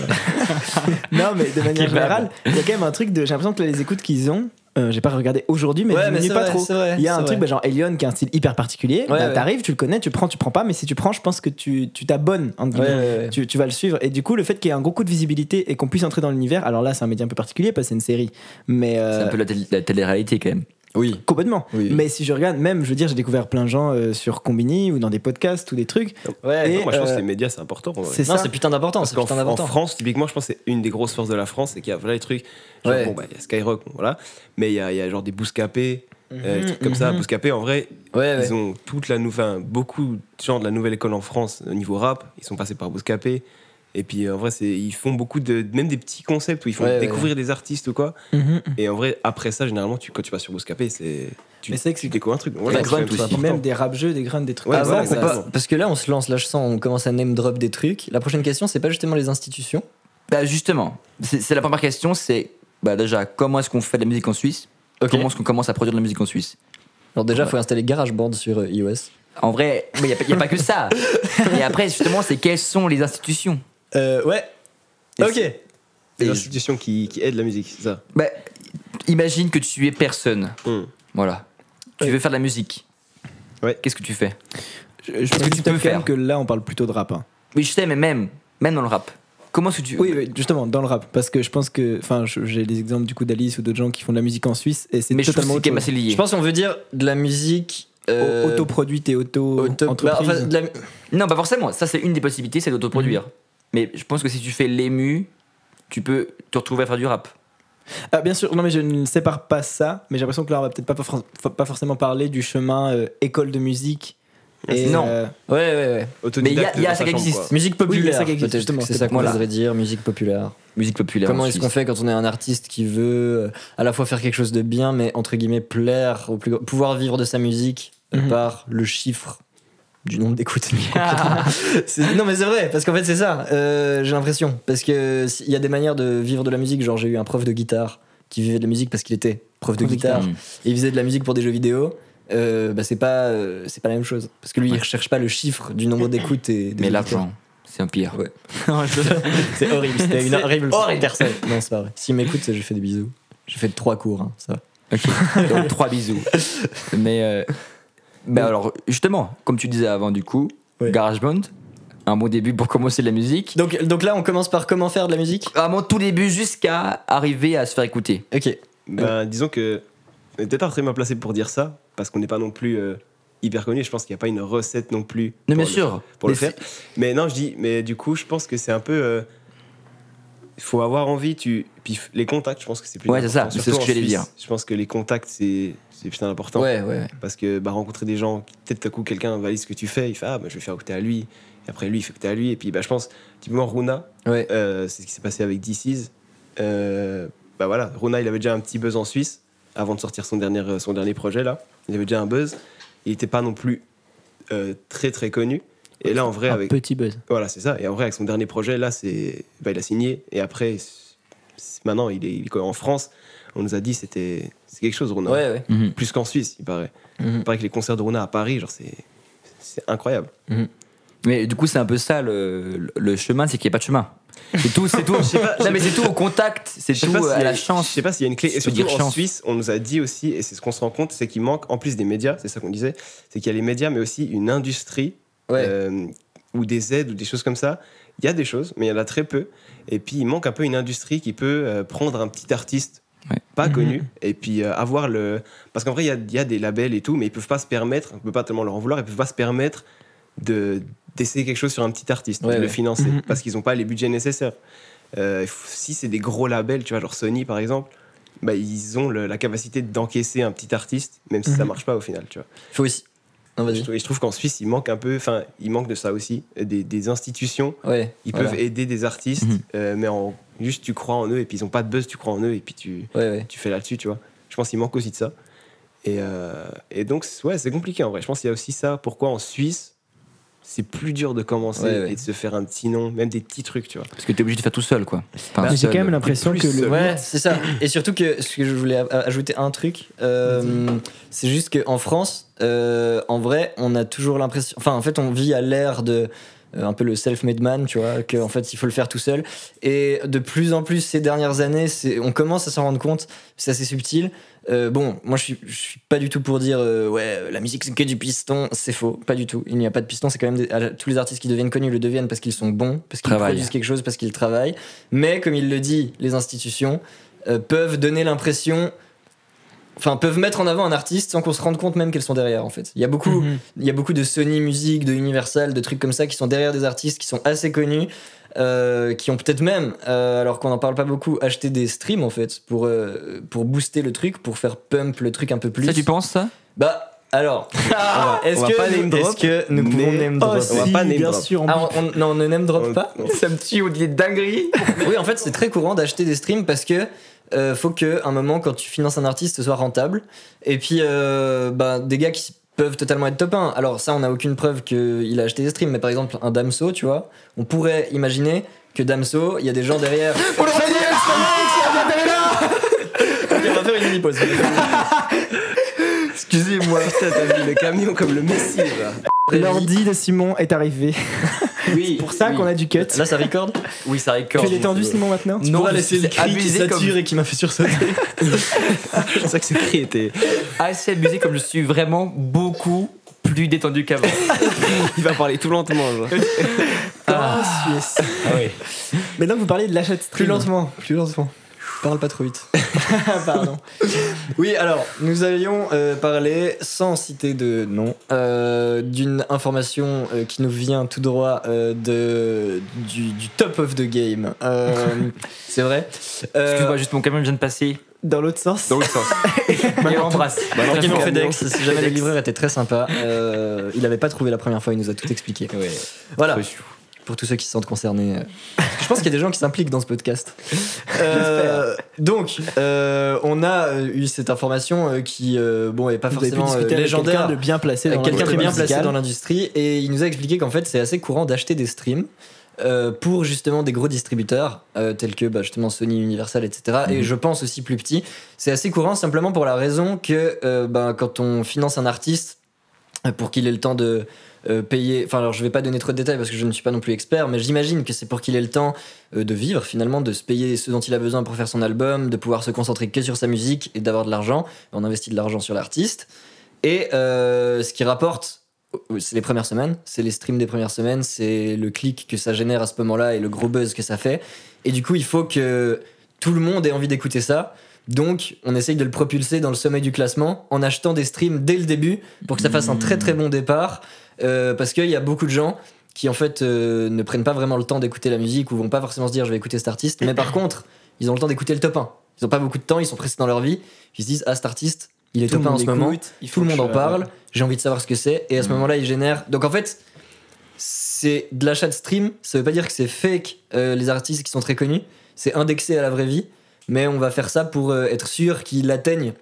[SPEAKER 8] non, mais de manière
[SPEAKER 4] Kebab.
[SPEAKER 8] générale, il y a quand même un truc de. J'ai l'impression que les écoutes qu'ils ont, euh, j'ai pas regardé aujourd'hui, mais
[SPEAKER 5] Ouais, mais
[SPEAKER 8] diminuent
[SPEAKER 5] c'est
[SPEAKER 8] pas
[SPEAKER 5] vrai,
[SPEAKER 8] trop.
[SPEAKER 5] c'est vrai,
[SPEAKER 8] il y a
[SPEAKER 5] c'est
[SPEAKER 8] un truc,
[SPEAKER 5] vrai.
[SPEAKER 8] bah, genre Elion qui a un style hyper particulier. bah,
[SPEAKER 5] ouais.
[SPEAKER 8] T'arrives, tu le connais, tu prends, tu prends pas, mais si tu prends, je pense que tu tu t'abonnes. entre guillemets. Tu, tu vas le suivre. Et du coup, le fait qu'il y ait un gros coup de visibilité et qu'on puisse entrer dans l'univers, alors là, c'est un média un peu particulier parce que c'est une série. Mais
[SPEAKER 4] C'est
[SPEAKER 8] euh,
[SPEAKER 4] un peu la, télé- la télé-réalité quand même.
[SPEAKER 5] Oui.
[SPEAKER 8] Complètement.
[SPEAKER 5] Oui.
[SPEAKER 8] Mais si je regarde, même, je veux dire, j'ai découvert plein de gens euh, sur Combini ou dans des podcasts ou des trucs.
[SPEAKER 5] Ouais.
[SPEAKER 8] Et,
[SPEAKER 6] Non, moi, je pense
[SPEAKER 8] euh,
[SPEAKER 6] que les médias, c'est important. en vrai.
[SPEAKER 8] c'est
[SPEAKER 5] Non,
[SPEAKER 8] ça.
[SPEAKER 5] c'est putain d'important.
[SPEAKER 6] Parce
[SPEAKER 5] C'est
[SPEAKER 6] qu'en
[SPEAKER 5] putain
[SPEAKER 6] en
[SPEAKER 5] d'important.
[SPEAKER 6] France, typiquement, je pense que c'est une des grosses forces de la France, c'est qu'il y a voilà, les trucs. Genre,
[SPEAKER 5] Ouais.
[SPEAKER 6] bon, bah, il y a Skyrock, bon, voilà. Mais il y a, il y a genre des bouscapés, euh, des trucs comme ça.
[SPEAKER 8] mhm.
[SPEAKER 6] Bouscapés, en vrai,
[SPEAKER 5] Ouais, ouais.
[SPEAKER 6] ils ont toute la nouvelle. enfin, beaucoup de gens de la nouvelle école en France, au niveau rap, ils sont passés par bouscapé. Et puis, en vrai, c'est- ils font beaucoup de. Même des petits concepts où ils font
[SPEAKER 5] Ouais, ouais.
[SPEAKER 6] découvrir des artistes ou quoi.
[SPEAKER 8] Mhm.
[SPEAKER 6] Et en vrai, après ça, généralement, tu, quand tu vas sur bouscapé, c'est. Tu,
[SPEAKER 8] Mais c'est vrai que
[SPEAKER 6] tu
[SPEAKER 8] c'est-
[SPEAKER 6] découvres un truc. Donc,
[SPEAKER 4] Ouais,
[SPEAKER 6] c'est
[SPEAKER 4] grunge
[SPEAKER 6] quand même
[SPEAKER 4] aussi.
[SPEAKER 6] important.
[SPEAKER 8] Même des rap-jeux, des grains, des trucs.
[SPEAKER 6] Ouais,
[SPEAKER 8] comme
[SPEAKER 6] voilà,
[SPEAKER 8] ça.
[SPEAKER 5] Avant,
[SPEAKER 6] exactement.
[SPEAKER 5] on peut Ah, pas- parce que là, on se lance, là, je sens, on commence à name drop des trucs. La prochaine question, c'est pas justement les institutions.
[SPEAKER 4] Bah justement, c'est c'est la première question, c'est bah déjà comment est-ce qu'on fait de la musique en Suisse Comment est-ce qu'on commence à produire de la musique en Suisse
[SPEAKER 5] Alors déjà,
[SPEAKER 4] Ouais.
[SPEAKER 5] faut installer GarageBand sur euh, iOS.
[SPEAKER 4] En vrai, il n'y a, pas- y a pas que ça. Et après, justement, c'est quelles sont les institutions
[SPEAKER 5] ouais.
[SPEAKER 4] Et
[SPEAKER 5] Ok.
[SPEAKER 4] c'est-
[SPEAKER 6] C'est l'institution qui, qui aide la musique, c'est ça.
[SPEAKER 4] Bah, imagine que tu es personne.
[SPEAKER 6] Hmm.
[SPEAKER 4] Voilà. Tu veux faire de la musique.
[SPEAKER 6] Ouais.
[SPEAKER 4] Qu'est-ce que tu fais
[SPEAKER 8] Je, je
[SPEAKER 4] Qu'est-ce que
[SPEAKER 8] pense
[SPEAKER 4] tu peux
[SPEAKER 8] quand
[SPEAKER 4] faire
[SPEAKER 8] même que là, on parle plutôt de rap. hein.
[SPEAKER 4] Oui, je sais, mais même, même dans le rap. Comment est-ce que tu.
[SPEAKER 8] Oui, oui, justement, dans le rap. Parce que je pense que. Enfin, je- j'ai des exemples du coup d'Alice ou d'autres gens qui font de la musique en Suisse et c'est
[SPEAKER 4] mais je trouve que
[SPEAKER 8] totalement
[SPEAKER 4] c'est quand même
[SPEAKER 8] autre
[SPEAKER 4] assez lié.
[SPEAKER 5] Je pense qu'on veut dire de la musique. euh,
[SPEAKER 8] chose. autoproduite et auto.
[SPEAKER 5] auto- bah,
[SPEAKER 8] entreprise.
[SPEAKER 5] enfin, de la-
[SPEAKER 4] Non, pas forcément. Ça, c'est une des possibilités, c'est d'autoproduire.
[SPEAKER 5] Mm-hmm.
[SPEAKER 4] Mais je pense que si tu fais l'ému, tu peux te retrouver à faire du rap.
[SPEAKER 8] Ah, bien sûr, non, mais je ne sépare pas ça, mais j'ai l'impression que là, on va peut-être pas, for- pas forcément parler du chemin euh, école de musique. Et,
[SPEAKER 4] Non.
[SPEAKER 8] euh,
[SPEAKER 5] Ouais, ouais, ouais.
[SPEAKER 4] Mais il y a-
[SPEAKER 6] Autodidacte
[SPEAKER 4] il y a
[SPEAKER 6] dans
[SPEAKER 4] ça
[SPEAKER 6] sa
[SPEAKER 4] qui
[SPEAKER 6] chambre,
[SPEAKER 4] existe.
[SPEAKER 6] quoi.
[SPEAKER 5] Musique
[SPEAKER 8] il y a
[SPEAKER 5] populaire.
[SPEAKER 8] ça qui existe,
[SPEAKER 5] peut-être,
[SPEAKER 8] justement,
[SPEAKER 5] c'est
[SPEAKER 8] c'est
[SPEAKER 5] ça qu'on
[SPEAKER 4] voilà.
[SPEAKER 5] voudrait dire, musique populaire.
[SPEAKER 4] Musique populaire.
[SPEAKER 5] Comment
[SPEAKER 4] en
[SPEAKER 5] est-ce
[SPEAKER 4] Suisse.
[SPEAKER 5] qu'on fait quand on est un artiste qui veut euh, à la fois faire quelque chose de bien, mais entre guillemets plaire au plus grand- pouvoir vivre de sa musique euh,
[SPEAKER 8] Mhm.
[SPEAKER 5] par le chiffre du nombre d'écoutes. (laughs) C'est- non mais c'est vrai, parce qu'en fait c'est ça, euh, j'ai l'impression. Parce qu'il y a des manières de vivre de la musique, genre j'ai eu un prof de guitare qui vivait de la musique parce qu'il était prof de
[SPEAKER 8] Prof de
[SPEAKER 5] guitare,
[SPEAKER 4] guitare.
[SPEAKER 5] et il faisait de la musique pour des jeux vidéo. Euh, bah, c'est pas euh, c'est pas la même chose parce que lui il recherche pas le chiffre du nombre d'écoutes et des
[SPEAKER 4] Mais
[SPEAKER 5] auditeurs.
[SPEAKER 4] l'argent, c'est un pire. (laughs)
[SPEAKER 5] Ouais. (laughs) C'est horrible,
[SPEAKER 8] (laughs)
[SPEAKER 5] c'était une horrible, personne. Non, c'est pas vrai. S'il m'écoute, je fais des bisous. J'ai fait trois cours, hein, ça. va.
[SPEAKER 4] Ok. Donc trois bisous. Mais (laughs) euh, bah alors justement, comme tu disais avant du coup,
[SPEAKER 5] Ouais.
[SPEAKER 4] GarageBand, un bon début pour commencer la musique.
[SPEAKER 5] Donc, donc là, on commence par comment faire de la musique
[SPEAKER 4] Vraiment tout début jusqu'à arriver à se faire écouter.
[SPEAKER 5] Ok.
[SPEAKER 6] Ben, disons que on est peut-être pas très bien placé pour dire ça, parce qu'on n'est pas non plus euh, hyper connu. Je pense qu'il n'y a pas une recette non plus.
[SPEAKER 4] Non,
[SPEAKER 6] pour
[SPEAKER 4] bien
[SPEAKER 6] le-
[SPEAKER 4] sûr.
[SPEAKER 6] Pour le
[SPEAKER 4] Mais
[SPEAKER 6] faire. Mais non, je dis, mais du coup, je pense que c'est un peu. euh, Il faut avoir envie, tu. Puis f- les contacts, je pense que c'est plus.
[SPEAKER 4] Ouais, c'est ça,
[SPEAKER 6] important,
[SPEAKER 4] c'est ce
[SPEAKER 6] surtout
[SPEAKER 4] que
[SPEAKER 6] en
[SPEAKER 4] j'allais
[SPEAKER 6] Suisse.
[SPEAKER 4] dire.
[SPEAKER 6] Je pense que les contacts, c'est c'est putain important.
[SPEAKER 5] Ouais, ouais.
[SPEAKER 6] Parce que bah, rencontrer des gens, peut-être tout à coup quelqu'un valide ce que tu fais, il fait Ah, bah, je vais faire écouter à lui. Et après lui, il fait écouter à lui. Et puis bah, je pense, typiquement Runa,
[SPEAKER 5] Ouais.
[SPEAKER 6] euh, c'est ce qui s'est passé avec This Is. Euh, bah voilà, Rona, il avait déjà un petit buzz en Suisse avant de sortir son dernier, euh, son dernier projet là. Il avait déjà un buzz. Il n'était pas non plus euh, très très connu. Et là, en vrai,
[SPEAKER 8] un
[SPEAKER 6] avec
[SPEAKER 8] petit buzz.
[SPEAKER 6] voilà, c'est ça. Et en vrai, avec son dernier projet là, c'est bah, il a signé. Et après, c'est- maintenant, il est, il est en France. On nous a dit c'était c'est quelque chose, Rona.
[SPEAKER 5] Ouais, ouais.
[SPEAKER 4] Mhm.
[SPEAKER 6] Plus qu'en Suisse, il paraît.
[SPEAKER 5] Mhm.
[SPEAKER 6] Il paraît que les concerts de Rona à Paris, genre c'est c'est incroyable.
[SPEAKER 4] Mais du coup, c'est un peu ça le, le chemin, c'est qu'il n'y a pas de chemin. C'est tout, c'est tout. non, mais c'est tout au contact, c'est
[SPEAKER 6] Je sais
[SPEAKER 4] tout
[SPEAKER 6] pas s'il y
[SPEAKER 4] à
[SPEAKER 6] a-
[SPEAKER 4] la
[SPEAKER 6] Je
[SPEAKER 4] chance.
[SPEAKER 6] sais pas s'il y a une clé.
[SPEAKER 4] Je
[SPEAKER 6] Et
[SPEAKER 4] veux
[SPEAKER 6] surtout
[SPEAKER 4] dire
[SPEAKER 6] en
[SPEAKER 4] chance.
[SPEAKER 6] Suisse, on nous a dit aussi, et c'est ce qu'on se rend compte, c'est qu'il manque, en plus des médias, c'est ça qu'on disait, c'est qu'il y a les médias, mais aussi une industrie,
[SPEAKER 5] Ouais.
[SPEAKER 6] euh, ou des aides, ou des choses comme ça. Il y a des choses, mais il y en a très peu. Et puis, il manque un peu une industrie qui peut euh, prendre un petit artiste
[SPEAKER 4] Ouais. Mhm.
[SPEAKER 6] pas connu, et puis euh, avoir le... Parce qu'en vrai, il y a, il y a des labels et tout, mais ils peuvent pas se permettre, on peut pas tellement leur en vouloir, ils peuvent pas se permettre de d'essayer quelque chose sur un petit artiste,
[SPEAKER 5] Ouais,
[SPEAKER 6] de le
[SPEAKER 5] ouais.
[SPEAKER 6] financer,
[SPEAKER 8] Mhm.
[SPEAKER 6] parce qu'ils n'ont pas les budgets nécessaires. Euh, il faut- si c'est des gros labels, tu vois, genre Sony par exemple, bah, ils ont le- la capacité d'encaisser un petit artiste, même si ça
[SPEAKER 8] Mhm.
[SPEAKER 6] marche pas au final, tu vois.
[SPEAKER 5] Faut aussi. Non,
[SPEAKER 6] Je
[SPEAKER 5] vas-y.
[SPEAKER 6] trouve- Et je trouve qu'en Suisse, il manque un peu, enfin, il manque de ça aussi, des, des institutions.
[SPEAKER 5] Ouais.
[SPEAKER 6] Ils
[SPEAKER 5] voilà.
[SPEAKER 6] peuvent aider des artistes,
[SPEAKER 4] Mhm.
[SPEAKER 6] euh, mais en, juste tu crois en eux et puis ils ont pas de buzz, tu crois en eux et puis tu,
[SPEAKER 5] Ouais, ouais.
[SPEAKER 6] tu fais là-dessus, tu vois. Je pense qu'il manque aussi de ça. Et, euh, et donc, c'est- ouais, c'est compliqué en vrai. Je pense qu'il y a aussi ça. Pourquoi en Suisse, c'est plus dur de commencer
[SPEAKER 5] Ouais, ouais.
[SPEAKER 6] et de se faire un petit nom, même des petits trucs, tu vois. (laughs)
[SPEAKER 4] Parce que t'es obligé de faire tout seul, quoi. Enfin,
[SPEAKER 5] Bah,
[SPEAKER 8] Mais J'ai
[SPEAKER 4] seul.
[SPEAKER 8] quand même l'impression
[SPEAKER 6] plus
[SPEAKER 8] que le.
[SPEAKER 6] seul.
[SPEAKER 5] Ouais, c'est ça. Et surtout que ce que je voulais a- ajouter un truc, euh, c'est juste qu'en France, euh, en vrai, on a toujours l'impression. Enfin, en fait, on vit à l'ère de euh, un peu le self-made man, tu vois, qu'en fait, il faut le faire tout seul. Et de plus en plus ces dernières années, c'est- on commence à s'en rendre compte. C'est assez subtil. Euh, bon, moi, je suis, je suis pas du tout pour dire euh, ouais, la musique c'est que du piston. C'est faux, pas du tout. Il n'y a pas de piston. C'est quand même des- à- tous les artistes qui deviennent connus le deviennent parce qu'ils sont bons, parce qu'ils
[SPEAKER 4] Travail.
[SPEAKER 5] produisent quelque chose, parce qu'ils travaillent. Mais comme il le dit, les institutions euh, peuvent donner l'impression, enfin peuvent mettre en avant un artiste sans qu'on se rende compte même qu'elles sont derrière en fait. Il y a beaucoup,
[SPEAKER 8] Mhm.
[SPEAKER 5] il y a beaucoup de Sony Music, de Universal, de trucs comme ça qui sont derrière des artistes qui sont assez connus, euh, qui ont peut-être même, euh, alors qu'on n'en parle pas beaucoup, acheté des streams en fait pour euh, pour booster le truc, pour faire pump le truc un peu plus.
[SPEAKER 4] Ça, tu penses, ça
[SPEAKER 5] Bah alors, on va-
[SPEAKER 6] on
[SPEAKER 5] est-ce
[SPEAKER 6] va
[SPEAKER 5] que,
[SPEAKER 6] pas
[SPEAKER 5] nous-
[SPEAKER 6] name drop,
[SPEAKER 5] est-ce que nous pouvons
[SPEAKER 6] mais-
[SPEAKER 5] name
[SPEAKER 8] Oh,
[SPEAKER 5] drop
[SPEAKER 6] On va
[SPEAKER 8] si,
[SPEAKER 6] pas name
[SPEAKER 8] bien
[SPEAKER 6] drop.
[SPEAKER 8] sûr. en
[SPEAKER 5] Ah, on, on- non, on ne name drop
[SPEAKER 6] On-
[SPEAKER 5] pas.
[SPEAKER 6] on-
[SPEAKER 4] Ça me tue au des dingueries.
[SPEAKER 5] (laughs) Oui, en fait, c'est très courant d'acheter des streams parce que euh, faut que un moment quand tu finances un artiste ce soit rentable. Et puis euh, bah, des gars qui peuvent totalement être top 1. Alors ça, on n'a aucune preuve qu'il a acheté des streams, mais par exemple un Damso, tu vois, on pourrait imaginer que Damso, il y a des gens (laughs) derrière. on va faire une mini pause.
[SPEAKER 4] Excusez-moi.
[SPEAKER 6] Putain, t'as vu le camion comme le Messi, là.
[SPEAKER 8] L'ordi de Simon est arrivé.
[SPEAKER 4] Oui.
[SPEAKER 8] Pour ça qu'on a du cut.
[SPEAKER 5] Là, ça record.
[SPEAKER 4] Oui, ça récorde.
[SPEAKER 8] Tu es détendu Simon maintenant
[SPEAKER 4] Non,
[SPEAKER 5] pourras
[SPEAKER 4] mais
[SPEAKER 5] laisser le
[SPEAKER 4] c'est
[SPEAKER 5] cri qui
[SPEAKER 4] abusé
[SPEAKER 5] sature
[SPEAKER 4] comme...
[SPEAKER 5] et qui m'a fait (laughs) sursauter.
[SPEAKER 6] Je pensais que ce cri était.
[SPEAKER 4] assez abusé comme je suis vraiment beaucoup plus détendu qu'avant.
[SPEAKER 6] Il va parler tout lentement, genre.
[SPEAKER 8] Ah, yes.
[SPEAKER 4] oui.
[SPEAKER 8] Mais donc vous parlez de l'achat de
[SPEAKER 5] Plus
[SPEAKER 8] stream.
[SPEAKER 5] lentement, plus lentement. Parle pas trop (laughs) vite.
[SPEAKER 8] Ah, pardon.
[SPEAKER 5] Oui, alors, nous allions euh, parler, sans citer de nom, euh, d'une information euh, qui nous vient tout droit euh, de, du, du top of the game. Euh, (laughs) c'est vrai. Euh,
[SPEAKER 4] (laughs) Excuse-moi, juste mon camion vient de passer.
[SPEAKER 8] Dans l'autre sens.
[SPEAKER 6] Dans le sens.
[SPEAKER 4] Et on embrasse.
[SPEAKER 5] alors qu'il
[SPEAKER 4] Très
[SPEAKER 5] nous
[SPEAKER 4] fort.
[SPEAKER 5] fait FedEx, si jamais le livreur était très sympa, euh, il avait pas trouvé la première fois, il nous a tout expliqué. Voilà, pour tous ceux qui se sentent concernés. euh, parce que Je pense qu'il y a des gens qui s'impliquent dans ce
[SPEAKER 8] (laughs)
[SPEAKER 5] podcast. Euh, donc, euh, on a euh, eu cette information euh, qui, euh, bon, est pas
[SPEAKER 8] Vous avez pu
[SPEAKER 5] forcément euh,
[SPEAKER 8] discuter avec
[SPEAKER 5] légendaire.
[SPEAKER 8] Quelqu'un de bien placé. dans
[SPEAKER 5] Quelqu'un très
[SPEAKER 8] l'industrie
[SPEAKER 5] bien placé
[SPEAKER 8] musicale.
[SPEAKER 5] dans l'industrie et il nous a expliqué qu'en fait c'est assez courant d'acheter des streams euh, pour justement des gros distributeurs euh, tels que bah, justement Sony, Universal, etc.
[SPEAKER 8] Mhm.
[SPEAKER 5] Et je pense aussi plus petit. C'est assez courant simplement pour la raison que euh, ben, quand on finance un artiste euh, pour qu'il ait le temps de euh, payer. Enfin, alors je vais pas donner trop de détails parce que je ne suis pas non plus expert, mais j'imagine que c'est pour qu'il ait le temps euh, de vivre finalement, de se payer ce dont il a besoin pour faire son album, de pouvoir se concentrer que sur sa musique et d'avoir de l'argent. On investit de l'argent sur l'artiste. Et euh, ce qui rapporte, euh, c'est les premières semaines, c'est les streams des premières semaines, c'est le clic que ça génère à ce moment-là et le gros buzz que ça fait. Et du coup, il faut que tout le monde ait envie d'écouter ça. Donc, on essaye de le propulser dans le sommet du classement en achetant des streams dès le début pour que ça fasse un très très bon départ. Euh, parce qu'il y a beaucoup de gens qui en fait euh, ne prennent pas vraiment le temps d'écouter la musique ou vont pas forcément se dire je vais écouter cet artiste. Mais par contre, ils ont le temps d'écouter le top 1. Ils ont pas beaucoup de temps, ils sont pressés dans leur vie. Ils se disent ah cet artiste, il est
[SPEAKER 8] Tout le
[SPEAKER 5] top 1 en
[SPEAKER 8] monde
[SPEAKER 5] ce moment
[SPEAKER 8] écoute, il faut
[SPEAKER 5] tout le
[SPEAKER 8] que
[SPEAKER 5] monde en
[SPEAKER 8] je-
[SPEAKER 5] parle, j'ai envie de savoir ce que c'est, et à ce
[SPEAKER 4] Mm.
[SPEAKER 5] moment-là, il génère. Donc en fait, c'est de l'achat de stream, ça veut pas dire que c'est fake euh, les artistes qui sont très connus, c'est indexé à la vraie vie, mais on va faire ça pour euh, être sûr qu'ils atteignent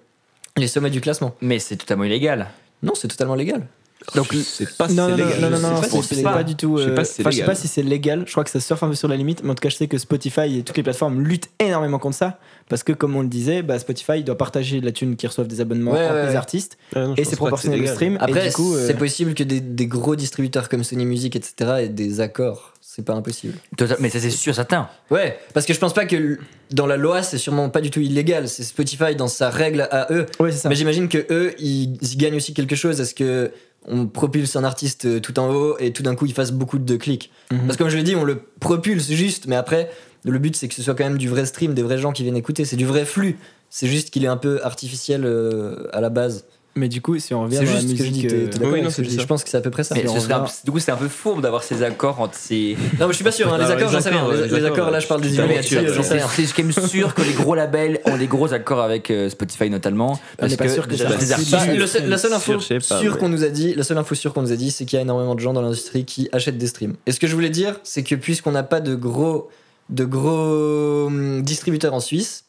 [SPEAKER 5] les sommets du classement.
[SPEAKER 4] Mais c'est totalement illégal.
[SPEAKER 5] Non, c'est totalement légal.
[SPEAKER 4] Donc,
[SPEAKER 6] je sais pas si
[SPEAKER 8] Non, non,
[SPEAKER 6] c'est
[SPEAKER 8] non,
[SPEAKER 6] légal.
[SPEAKER 8] non,
[SPEAKER 6] Je
[SPEAKER 8] non,
[SPEAKER 6] sais
[SPEAKER 8] non,
[SPEAKER 6] pas si
[SPEAKER 8] c'est
[SPEAKER 4] si
[SPEAKER 8] c'est
[SPEAKER 4] c'est
[SPEAKER 8] pas,
[SPEAKER 4] légal.
[SPEAKER 8] du tout.
[SPEAKER 6] Je sais pas
[SPEAKER 8] euh,
[SPEAKER 6] si c'est
[SPEAKER 8] enfin, je sais
[SPEAKER 6] légal.
[SPEAKER 8] pas si c'est légal. Je crois que ça surfe un peu sur la limite, mais en tout cas, je sais que Spotify et toutes les plateformes luttent énormément contre ça parce que, comme on le disait, bah, Spotify doit partager la thune qui reçoivent des abonnements
[SPEAKER 5] Ouais,
[SPEAKER 8] entre
[SPEAKER 5] ouais,
[SPEAKER 8] les
[SPEAKER 5] ouais.
[SPEAKER 8] artistes
[SPEAKER 6] Ah non, je pense
[SPEAKER 8] et c'est
[SPEAKER 6] pas que
[SPEAKER 8] proportionnel au
[SPEAKER 6] légal.
[SPEAKER 8] stream. et
[SPEAKER 5] Après,
[SPEAKER 8] du coup, euh,
[SPEAKER 5] c'est possible que des, des gros distributeurs comme Sony Music, etc., aient des accords, c'est pas impossible.
[SPEAKER 4] tota- mais ça, c'est sûr, certain.
[SPEAKER 5] Ouais, parce que je pense pas que l- dans la loi, c'est sûrement pas du tout illégal, c'est Spotify dans sa règle à eux.
[SPEAKER 8] ouais, c'est ça.
[SPEAKER 5] Mais Bah, j'imagine que eux, ils, ils gagnent aussi quelque chose à ce que on propulse un artiste euh, tout en haut et tout d'un coup il fasse beaucoup de clics.
[SPEAKER 8] Mhm.
[SPEAKER 5] Parce que comme je l'ai dit, on le propulse juste, mais après le but c'est que ce soit quand même du vrai stream, des vrais gens qui viennent écouter, c'est du vrai flux. C'est juste qu'il est un peu artificiel euh, à la base.
[SPEAKER 8] Mais du coup, si on revient
[SPEAKER 5] C'est
[SPEAKER 8] dans la
[SPEAKER 5] juste ce que je dis,
[SPEAKER 8] musique.
[SPEAKER 5] t'es-
[SPEAKER 8] euh,
[SPEAKER 5] t'es d'accord
[SPEAKER 6] oui,
[SPEAKER 5] avec
[SPEAKER 6] non,
[SPEAKER 5] ce que
[SPEAKER 6] c'est
[SPEAKER 5] je dis
[SPEAKER 6] ça.
[SPEAKER 5] Je pense que c'est à peu près ça.
[SPEAKER 4] Mais
[SPEAKER 5] Non,
[SPEAKER 4] ce
[SPEAKER 5] on
[SPEAKER 4] serait un-
[SPEAKER 5] verra.
[SPEAKER 4] du coup, c'est un peu fourbe d'avoir ces accords entre ces.
[SPEAKER 5] Non, mais je suis pas sûr, hein, les
[SPEAKER 6] Ah,
[SPEAKER 5] accords, j'en sais rien.
[SPEAKER 6] ouais,
[SPEAKER 5] Les les accords, là, je parle des
[SPEAKER 6] putain, mais
[SPEAKER 4] Mais
[SPEAKER 6] tu
[SPEAKER 5] Illuminati,
[SPEAKER 6] as-
[SPEAKER 5] euh, j'en sais
[SPEAKER 4] c'est
[SPEAKER 5] rien.
[SPEAKER 4] c'est quand même sûr que les gros labels ont des gros accords avec euh, Spotify notamment.
[SPEAKER 5] Ah,
[SPEAKER 4] Parce
[SPEAKER 8] Bah, n'est pas sûr que
[SPEAKER 4] déjà,
[SPEAKER 8] ça
[SPEAKER 4] les
[SPEAKER 8] reste
[SPEAKER 4] artistes-
[SPEAKER 8] sûr.
[SPEAKER 5] Bah, Le seul- La seule info
[SPEAKER 6] Sûr, je sais pas,
[SPEAKER 5] sûre
[SPEAKER 6] ouais.
[SPEAKER 5] qu'on nous a dit, la seule info sûre qu'on nous a dit, c'est qu'il y a énormément de gens dans l'industrie qui achètent des streams. Et ce que je voulais dire, c'est que puisqu'on n'a pas de gros, de gros hum, distributeurs en Suisse,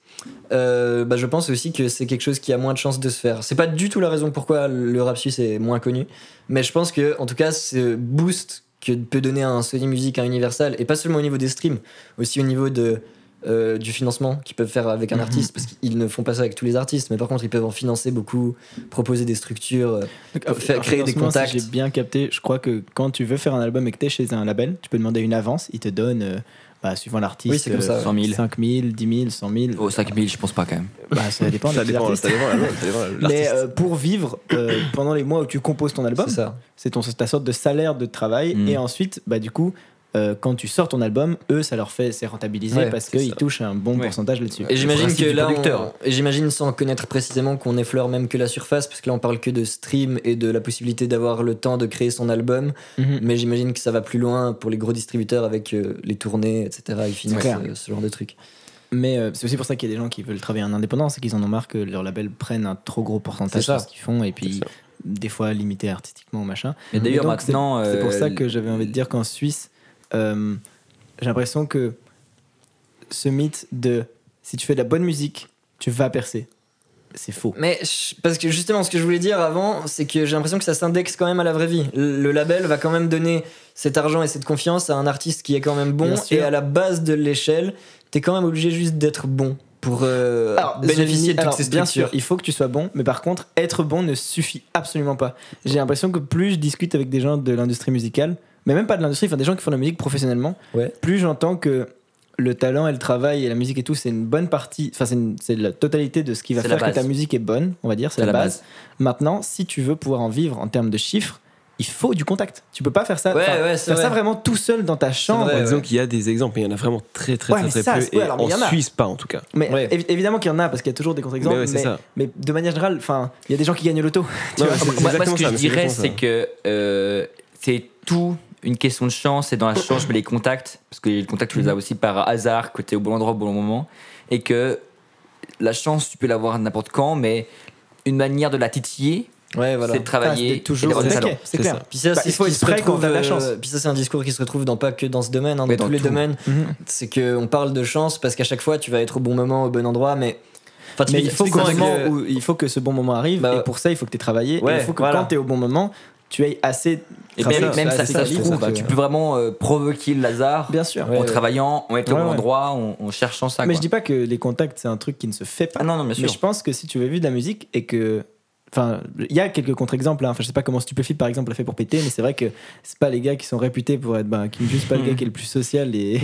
[SPEAKER 5] euh, bah, je pense aussi que c'est quelque chose qui a moins de chances de se faire. C'est pas du tout la raison pourquoi le rap suisse est moins connu, mais je pense que en tout cas ce boost que peut donner un Sony Music, un Universal, et pas seulement au niveau des streams, aussi au niveau de euh, du financement qu'ils peuvent faire
[SPEAKER 6] Mhm.
[SPEAKER 5] avec un artiste, parce qu'ils ne font pas ça avec tous les artistes, mais par contre ils peuvent en financer beaucoup, proposer des structures. euh,
[SPEAKER 8] Donc,
[SPEAKER 5] Faire-
[SPEAKER 8] alors,
[SPEAKER 5] créer des
[SPEAKER 8] financement, si
[SPEAKER 5] contacts.
[SPEAKER 8] J'ai bien capté. Je crois que quand tu veux faire un album et que t'es chez un label, tu peux demander une avance. Ils te donnent, euh, bah, suivant l'artiste,
[SPEAKER 5] Oui, c'est comme ça, ouais.
[SPEAKER 4] 100 000.
[SPEAKER 8] 5 000, 10 000, 100 000.
[SPEAKER 4] Oh, 5000, je pense pas quand même.
[SPEAKER 8] Bah, ça
[SPEAKER 5] (laughs)
[SPEAKER 8] dépend.
[SPEAKER 6] Ça
[SPEAKER 8] des petits
[SPEAKER 6] dépend,
[SPEAKER 8] artistes.
[SPEAKER 6] ça dépend, la- ça dépend la-
[SPEAKER 8] Mais
[SPEAKER 6] l'artiste.
[SPEAKER 8] euh, pour vivre euh, pendant les mois où tu composes ton album,
[SPEAKER 5] C'est ça.
[SPEAKER 8] c'est ton ta sorte de salaire de travail.
[SPEAKER 4] Mm.
[SPEAKER 8] Et ensuite, bah du coup. euh, quand tu sors ton album, eux, ça leur fait, c'est rentabilisé
[SPEAKER 5] Ouais,
[SPEAKER 8] parce
[SPEAKER 5] c'est
[SPEAKER 8] qu'ils
[SPEAKER 5] ça.
[SPEAKER 8] touchent un bon
[SPEAKER 4] Ouais.
[SPEAKER 8] pourcentage là-dessus.
[SPEAKER 5] Et j'imagine
[SPEAKER 4] principe
[SPEAKER 5] que
[SPEAKER 4] du
[SPEAKER 5] là,
[SPEAKER 4] producteur.
[SPEAKER 5] on- et j'imagine sans connaître précisément qu'on effleure même que la surface, parce que là on parle que de stream et de la possibilité d'avoir le temps de créer son album.
[SPEAKER 8] Mhm.
[SPEAKER 5] Mais j'imagine que ça va plus loin pour les gros distributeurs avec euh, les tournées, etc. Ils financent
[SPEAKER 8] clair.
[SPEAKER 5] euh, ce genre de trucs.
[SPEAKER 8] Mais euh, c'est aussi pour ça qu'il y a des gens qui veulent travailler en indépendance et qu'ils en ont marre que leur label prennent un trop gros
[SPEAKER 5] C'est
[SPEAKER 8] pourcentage
[SPEAKER 5] ça.
[SPEAKER 8] sur ce qu'ils font et
[SPEAKER 6] C'est
[SPEAKER 8] puis
[SPEAKER 6] ça.
[SPEAKER 8] des fois limité artistiquement ou machin.
[SPEAKER 4] Et d'ailleurs,
[SPEAKER 8] donc,
[SPEAKER 4] maintenant,
[SPEAKER 8] c'est- C'est pour
[SPEAKER 4] euh,
[SPEAKER 8] ça que j'avais envie de dire qu'en Suisse, euh, j'ai l'impression que ce mythe de si tu fais de la bonne musique, tu vas percer, c'est faux.
[SPEAKER 5] Mais je- parce que justement, ce que je voulais dire avant, c'est que j'ai l'impression que ça s'indexe quand même à la vraie vie. Le, le label va quand même donner cet argent et cette confiance à un artiste qui est quand même bon.
[SPEAKER 8] Bien sûr.
[SPEAKER 5] Et à la base de l'échelle, t'es quand même obligé juste d'être bon pour euh,
[SPEAKER 8] Alors,
[SPEAKER 5] bénéficier de toutes
[SPEAKER 8] alors,
[SPEAKER 5] ces structures.
[SPEAKER 8] bien sûr, il faut que tu sois bon, mais par contre, être bon ne suffit absolument pas. J'ai l'impression que plus je discute avec des gens de l'industrie musicale, mais même pas de l'industrie, enfin des gens qui font de la musique professionnellement,
[SPEAKER 5] Ouais.
[SPEAKER 8] plus j'entends que le talent et le travail et la musique et tout, c'est une bonne partie, enfin c'est une- c'est la totalité de ce qui va
[SPEAKER 4] C'est la
[SPEAKER 8] faire que ta
[SPEAKER 4] base.
[SPEAKER 8] musique est bonne, on va dire, c'est la, base. Maintenant, si tu veux pouvoir en vivre en termes de chiffres, il faut du contact. Tu peux pas faire ça,
[SPEAKER 5] Ouais,
[SPEAKER 8] enfin,
[SPEAKER 5] ouais, c'est
[SPEAKER 8] faire ça
[SPEAKER 5] vrai.
[SPEAKER 8] vraiment tout seul dans ta chambre.
[SPEAKER 5] vrai, ouais.
[SPEAKER 6] Disons qu'il y a des exemples, mais il y en a vraiment très très
[SPEAKER 8] Ouais, mais
[SPEAKER 6] très, très
[SPEAKER 8] ça,
[SPEAKER 6] peu.
[SPEAKER 8] c'est- ouais,
[SPEAKER 6] et
[SPEAKER 8] alors, mais il y en
[SPEAKER 6] en
[SPEAKER 8] a.
[SPEAKER 6] Suisse, pas en tout cas.
[SPEAKER 8] Mais
[SPEAKER 5] Ouais.
[SPEAKER 8] évi- évidemment qu'il y en a parce qu'il y a toujours des contre-exemples.
[SPEAKER 6] Mais ouais, c'est ça.
[SPEAKER 8] mais de manière générale, enfin, il y a des gens qui gagnent le taux. tu
[SPEAKER 6] Ouais,
[SPEAKER 8] vois.
[SPEAKER 6] c'est-
[SPEAKER 4] Moi,
[SPEAKER 6] c'est
[SPEAKER 4] moi, ce
[SPEAKER 6] exactement
[SPEAKER 4] que
[SPEAKER 6] ça,
[SPEAKER 4] je
[SPEAKER 6] mais c'est
[SPEAKER 4] dirais, c'est
[SPEAKER 6] exactement
[SPEAKER 4] que euh, c'est tout une question de chance et dans la chance, je mets les contacts, parce que les contacts, tu les as aussi par hasard, que tu es au bon endroit, au bon moment, et que la chance, tu peux l'avoir n'importe quand, mais une manière de la titiller,
[SPEAKER 5] Ouais, voilà.
[SPEAKER 4] c'est de travailler
[SPEAKER 8] Enfin,
[SPEAKER 4] et
[SPEAKER 8] c'est toujours
[SPEAKER 4] d'avoir
[SPEAKER 8] au
[SPEAKER 4] du talent.
[SPEAKER 8] taquet, c'est
[SPEAKER 6] C'est
[SPEAKER 8] clair.
[SPEAKER 6] ça.
[SPEAKER 5] Puis ça,
[SPEAKER 8] Bah,
[SPEAKER 5] c'est
[SPEAKER 8] il
[SPEAKER 5] ce
[SPEAKER 8] faut
[SPEAKER 5] qui
[SPEAKER 8] être
[SPEAKER 5] se
[SPEAKER 8] prêt quand
[SPEAKER 5] retrouve,
[SPEAKER 8] t'as de la
[SPEAKER 5] euh,
[SPEAKER 8] chance.
[SPEAKER 5] puis ça, c'est un discours qui se retrouve dans pas que dans ce domaine, hein, dans,
[SPEAKER 4] Mais dans
[SPEAKER 5] tous les
[SPEAKER 4] tout.
[SPEAKER 5] domaines.
[SPEAKER 8] Mhm.
[SPEAKER 5] C'est qu'on parle de chance parce qu'à chaque fois, tu vas être au bon moment, au bon endroit, mais. Enfin,
[SPEAKER 8] Mais il faut,
[SPEAKER 5] typiquement
[SPEAKER 8] qu'au
[SPEAKER 5] avec
[SPEAKER 8] moment
[SPEAKER 5] le-
[SPEAKER 8] où il faut que ce bon moment arrive,
[SPEAKER 5] Bah,
[SPEAKER 8] et pour ça, il faut que tu aies travaillé.
[SPEAKER 5] ouais,
[SPEAKER 8] et il faut que
[SPEAKER 5] voilà.
[SPEAKER 8] quand tu es au bon moment, tu aies assez.
[SPEAKER 4] Et
[SPEAKER 8] travaillé,
[SPEAKER 4] même, même
[SPEAKER 8] assez
[SPEAKER 4] ça, ça se
[SPEAKER 8] solide,
[SPEAKER 4] trouve,
[SPEAKER 8] ça,
[SPEAKER 4] tu
[SPEAKER 8] que-
[SPEAKER 4] peux vraiment euh, provoquer le hasard
[SPEAKER 8] Bien sûr.
[SPEAKER 5] Ouais,
[SPEAKER 4] en
[SPEAKER 5] ouais.
[SPEAKER 4] travaillant, en étant
[SPEAKER 8] Ouais,
[SPEAKER 4] au bon
[SPEAKER 8] ouais.
[SPEAKER 4] endroit, en, en cherchant ça.
[SPEAKER 8] mais
[SPEAKER 4] quoi.
[SPEAKER 8] je dis pas que les contacts, c'est un truc qui ne se fait pas.
[SPEAKER 4] Ah non, non, bien
[SPEAKER 8] mais
[SPEAKER 4] sûr.
[SPEAKER 8] je pense que si tu veux vivre de la musique et que. Enfin, il y a quelques contre-exemples. hein. Enfin, je sais pas comment Stupefit, par exemple, a fait pour péter, mais c'est vrai que c'est pas les gars qui sont réputés pour être. Ben, qui ne jugent pas le gars qui est le plus social et.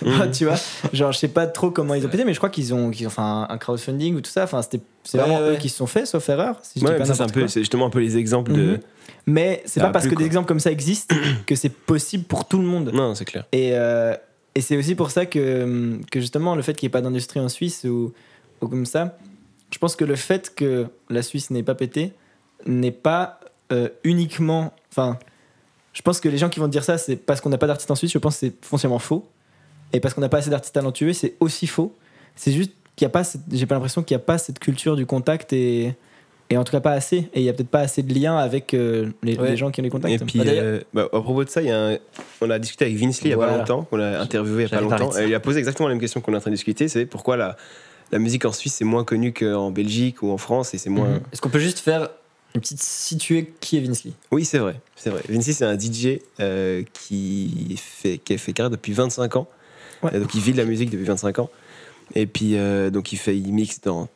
[SPEAKER 8] et- (laughs) tu vois Genre, je sais pas trop comment ils ont pété, mais je crois qu'ils ont, qu'ils ont fait un, un crowdfunding ou tout ça. Enfin, c'était- c'est
[SPEAKER 5] Ouais,
[SPEAKER 8] vraiment
[SPEAKER 5] ouais.
[SPEAKER 8] eux qui se sont faits, sauf erreur. Si je dis
[SPEAKER 6] Ouais,
[SPEAKER 8] pas
[SPEAKER 6] mais ça, c'est un
[SPEAKER 8] n'importe
[SPEAKER 6] peu,
[SPEAKER 8] quoi.
[SPEAKER 6] c'est justement Mm-hmm. un peu les exemples de.
[SPEAKER 8] Mhm. Mais
[SPEAKER 6] Ça
[SPEAKER 8] c'est pas
[SPEAKER 6] a
[SPEAKER 8] parce
[SPEAKER 6] plu,
[SPEAKER 8] que
[SPEAKER 6] quoi.
[SPEAKER 8] des exemples comme ça existent que c'est possible pour tout le monde.
[SPEAKER 6] Non, c'est clair.
[SPEAKER 8] Et, euh, et c'est aussi pour ça que, que justement, le fait qu'il n'y ait pas d'industrie en Suisse ou, ou comme ça, je pense que le fait que la Suisse n'ait pas pété n'est pas euh, uniquement. Enfin, je pense que les gens qui vont dire ça, c'est parce qu'on n'a pas d'artistes en Suisse, je pense que c'est foncièrement faux. Et parce qu'on n'a pas assez d'artistes talentueux, c'est aussi faux. C'est juste qu'il n'y a pas. cette- J'ai pas l'impression qu'il n'y a pas cette culture du contact et. Et en tout cas, pas assez. Et il n'y a peut-être pas assez de liens avec euh, les,
[SPEAKER 5] Ouais.
[SPEAKER 8] les gens qui ont les contacts.
[SPEAKER 6] Et puis,
[SPEAKER 5] Bah, d'ailleurs-
[SPEAKER 6] euh, bah, à propos de ça, il y a un- on a discuté avec Vince Lee il y a
[SPEAKER 5] Voilà.
[SPEAKER 6] pas longtemps, on l'a interviewé il y a pas
[SPEAKER 5] J'allais parler
[SPEAKER 6] longtemps,
[SPEAKER 5] de ça.
[SPEAKER 6] et il a posé exactement la même question qu'on est en train de discuter c'est pourquoi la, la musique en Suisse est moins connue qu'en Belgique ou en France, et c'est moins.
[SPEAKER 5] Est-ce qu'on peut juste faire une petite située qui est Vince Lee
[SPEAKER 6] Oui, c'est vrai, c'est vrai. Vince Lee, c'est un DJ euh, qui, fait, qui a fait carrière depuis 25 ans,
[SPEAKER 8] Ouais.
[SPEAKER 6] Euh, donc il vit de la musique depuis 25 ans, et puis euh, donc il fait, il mixe dans,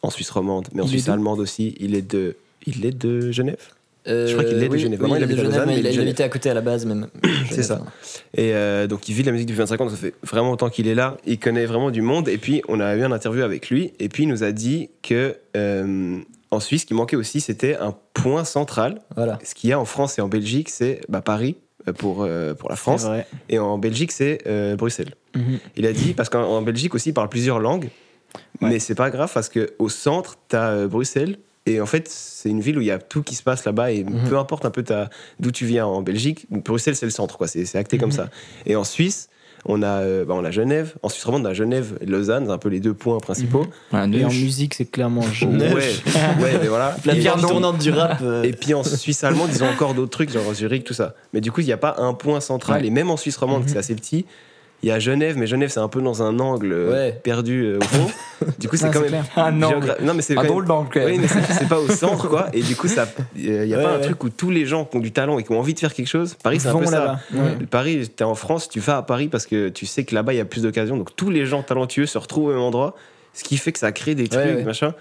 [SPEAKER 6] en Suisse romande, mais en
[SPEAKER 8] Il est
[SPEAKER 6] Suisse
[SPEAKER 8] d'où
[SPEAKER 6] allemande aussi, il est de, il est de Genève
[SPEAKER 5] Euh,
[SPEAKER 6] crois qu'il est de
[SPEAKER 5] oui,
[SPEAKER 6] Genève.
[SPEAKER 5] oui,
[SPEAKER 6] Vraiment, il
[SPEAKER 5] est de
[SPEAKER 6] habite à
[SPEAKER 5] Genève,
[SPEAKER 6] Lausanne,
[SPEAKER 5] mais il,
[SPEAKER 6] mais il est de
[SPEAKER 5] habitait à côté à la base même.
[SPEAKER 6] C'est ça.
[SPEAKER 8] Ah,
[SPEAKER 6] Et euh, donc il vit de la musique depuis 25 ans, donc ça fait vraiment longtemps qu'il est là, il connaît vraiment du monde, et puis on a eu un interview avec lui, et puis il nous a dit que euh, en Suisse, ce qui manquait aussi, c'était un point central.
[SPEAKER 5] Voilà.
[SPEAKER 6] Ce qu'il y a en France et en Belgique, c'est bah, Paris euh, pour, euh, pour la France,
[SPEAKER 8] C'est vrai.
[SPEAKER 6] et en Belgique, c'est euh, Bruxelles.
[SPEAKER 8] Mhm.
[SPEAKER 6] Il a dit, parce qu'en en Belgique aussi, ils parlent plusieurs langues,
[SPEAKER 8] Ouais.
[SPEAKER 6] mais c'est pas grave, parce qu'au centre, t'as euh, Bruxelles, Et en fait, c'est une ville où il y a tout qui se passe là-bas. Et
[SPEAKER 5] Mhm.
[SPEAKER 6] peu importe un peu ta- d'où tu viens en Belgique, Bruxelles, c'est le centre, quoi. C'est c'est acté
[SPEAKER 8] Mhm.
[SPEAKER 6] comme ça. Et en Suisse, on a, euh, bah, on a Genève. En Suisse romande, on a Genève et Lausanne, c'est un peu les deux points principaux.
[SPEAKER 4] Voilà,
[SPEAKER 8] Et en
[SPEAKER 4] nous,
[SPEAKER 8] musique, c'est
[SPEAKER 6] (laughs)
[SPEAKER 8] clairement
[SPEAKER 6] Ouais,
[SPEAKER 8] Genève.
[SPEAKER 6] ouais, mais voilà.
[SPEAKER 8] (laughs) La
[SPEAKER 6] Et-
[SPEAKER 8] pierre tournante du rap. euh,
[SPEAKER 6] et puis en Suisse allemande, ils ont encore d'autres trucs, genre Zurich, tout ça. Mais du coup, il n'y a pas un point central. Et même en Suisse romande,
[SPEAKER 8] Mhm.
[SPEAKER 6] c'est assez petit, il y a Genève, mais Genève, c'est un peu dans un angle euh,
[SPEAKER 5] Ouais.
[SPEAKER 6] perdu euh, au fond.
[SPEAKER 8] (laughs)
[SPEAKER 6] Du coup, c'est
[SPEAKER 8] (laughs) Ah,
[SPEAKER 6] quand
[SPEAKER 8] c'est
[SPEAKER 6] même.
[SPEAKER 4] Ah non,
[SPEAKER 6] géogra- Non, mais c'est
[SPEAKER 4] un
[SPEAKER 6] quand
[SPEAKER 4] drôle
[SPEAKER 6] même-
[SPEAKER 4] d'angle, quand même.
[SPEAKER 6] Oui, mais c'est c'est pas au centre, quoi. Et du coup, ça, il n'y a
[SPEAKER 8] Ouais,
[SPEAKER 6] pas un
[SPEAKER 8] ouais.
[SPEAKER 6] truc où tous les gens qui ont du talent et qui ont envie de faire quelque chose. Paris, c'est un
[SPEAKER 8] vont
[SPEAKER 6] peu ça.
[SPEAKER 8] là-bas. Ouais.
[SPEAKER 6] Paris, t'es en France, tu vas à Paris parce que tu sais que là-bas il y a plus d'occasions. Donc tous les gens talentueux se retrouvent au même endroit, ce qui fait que ça crée des trucs,
[SPEAKER 5] Ouais, ouais.
[SPEAKER 6] machin,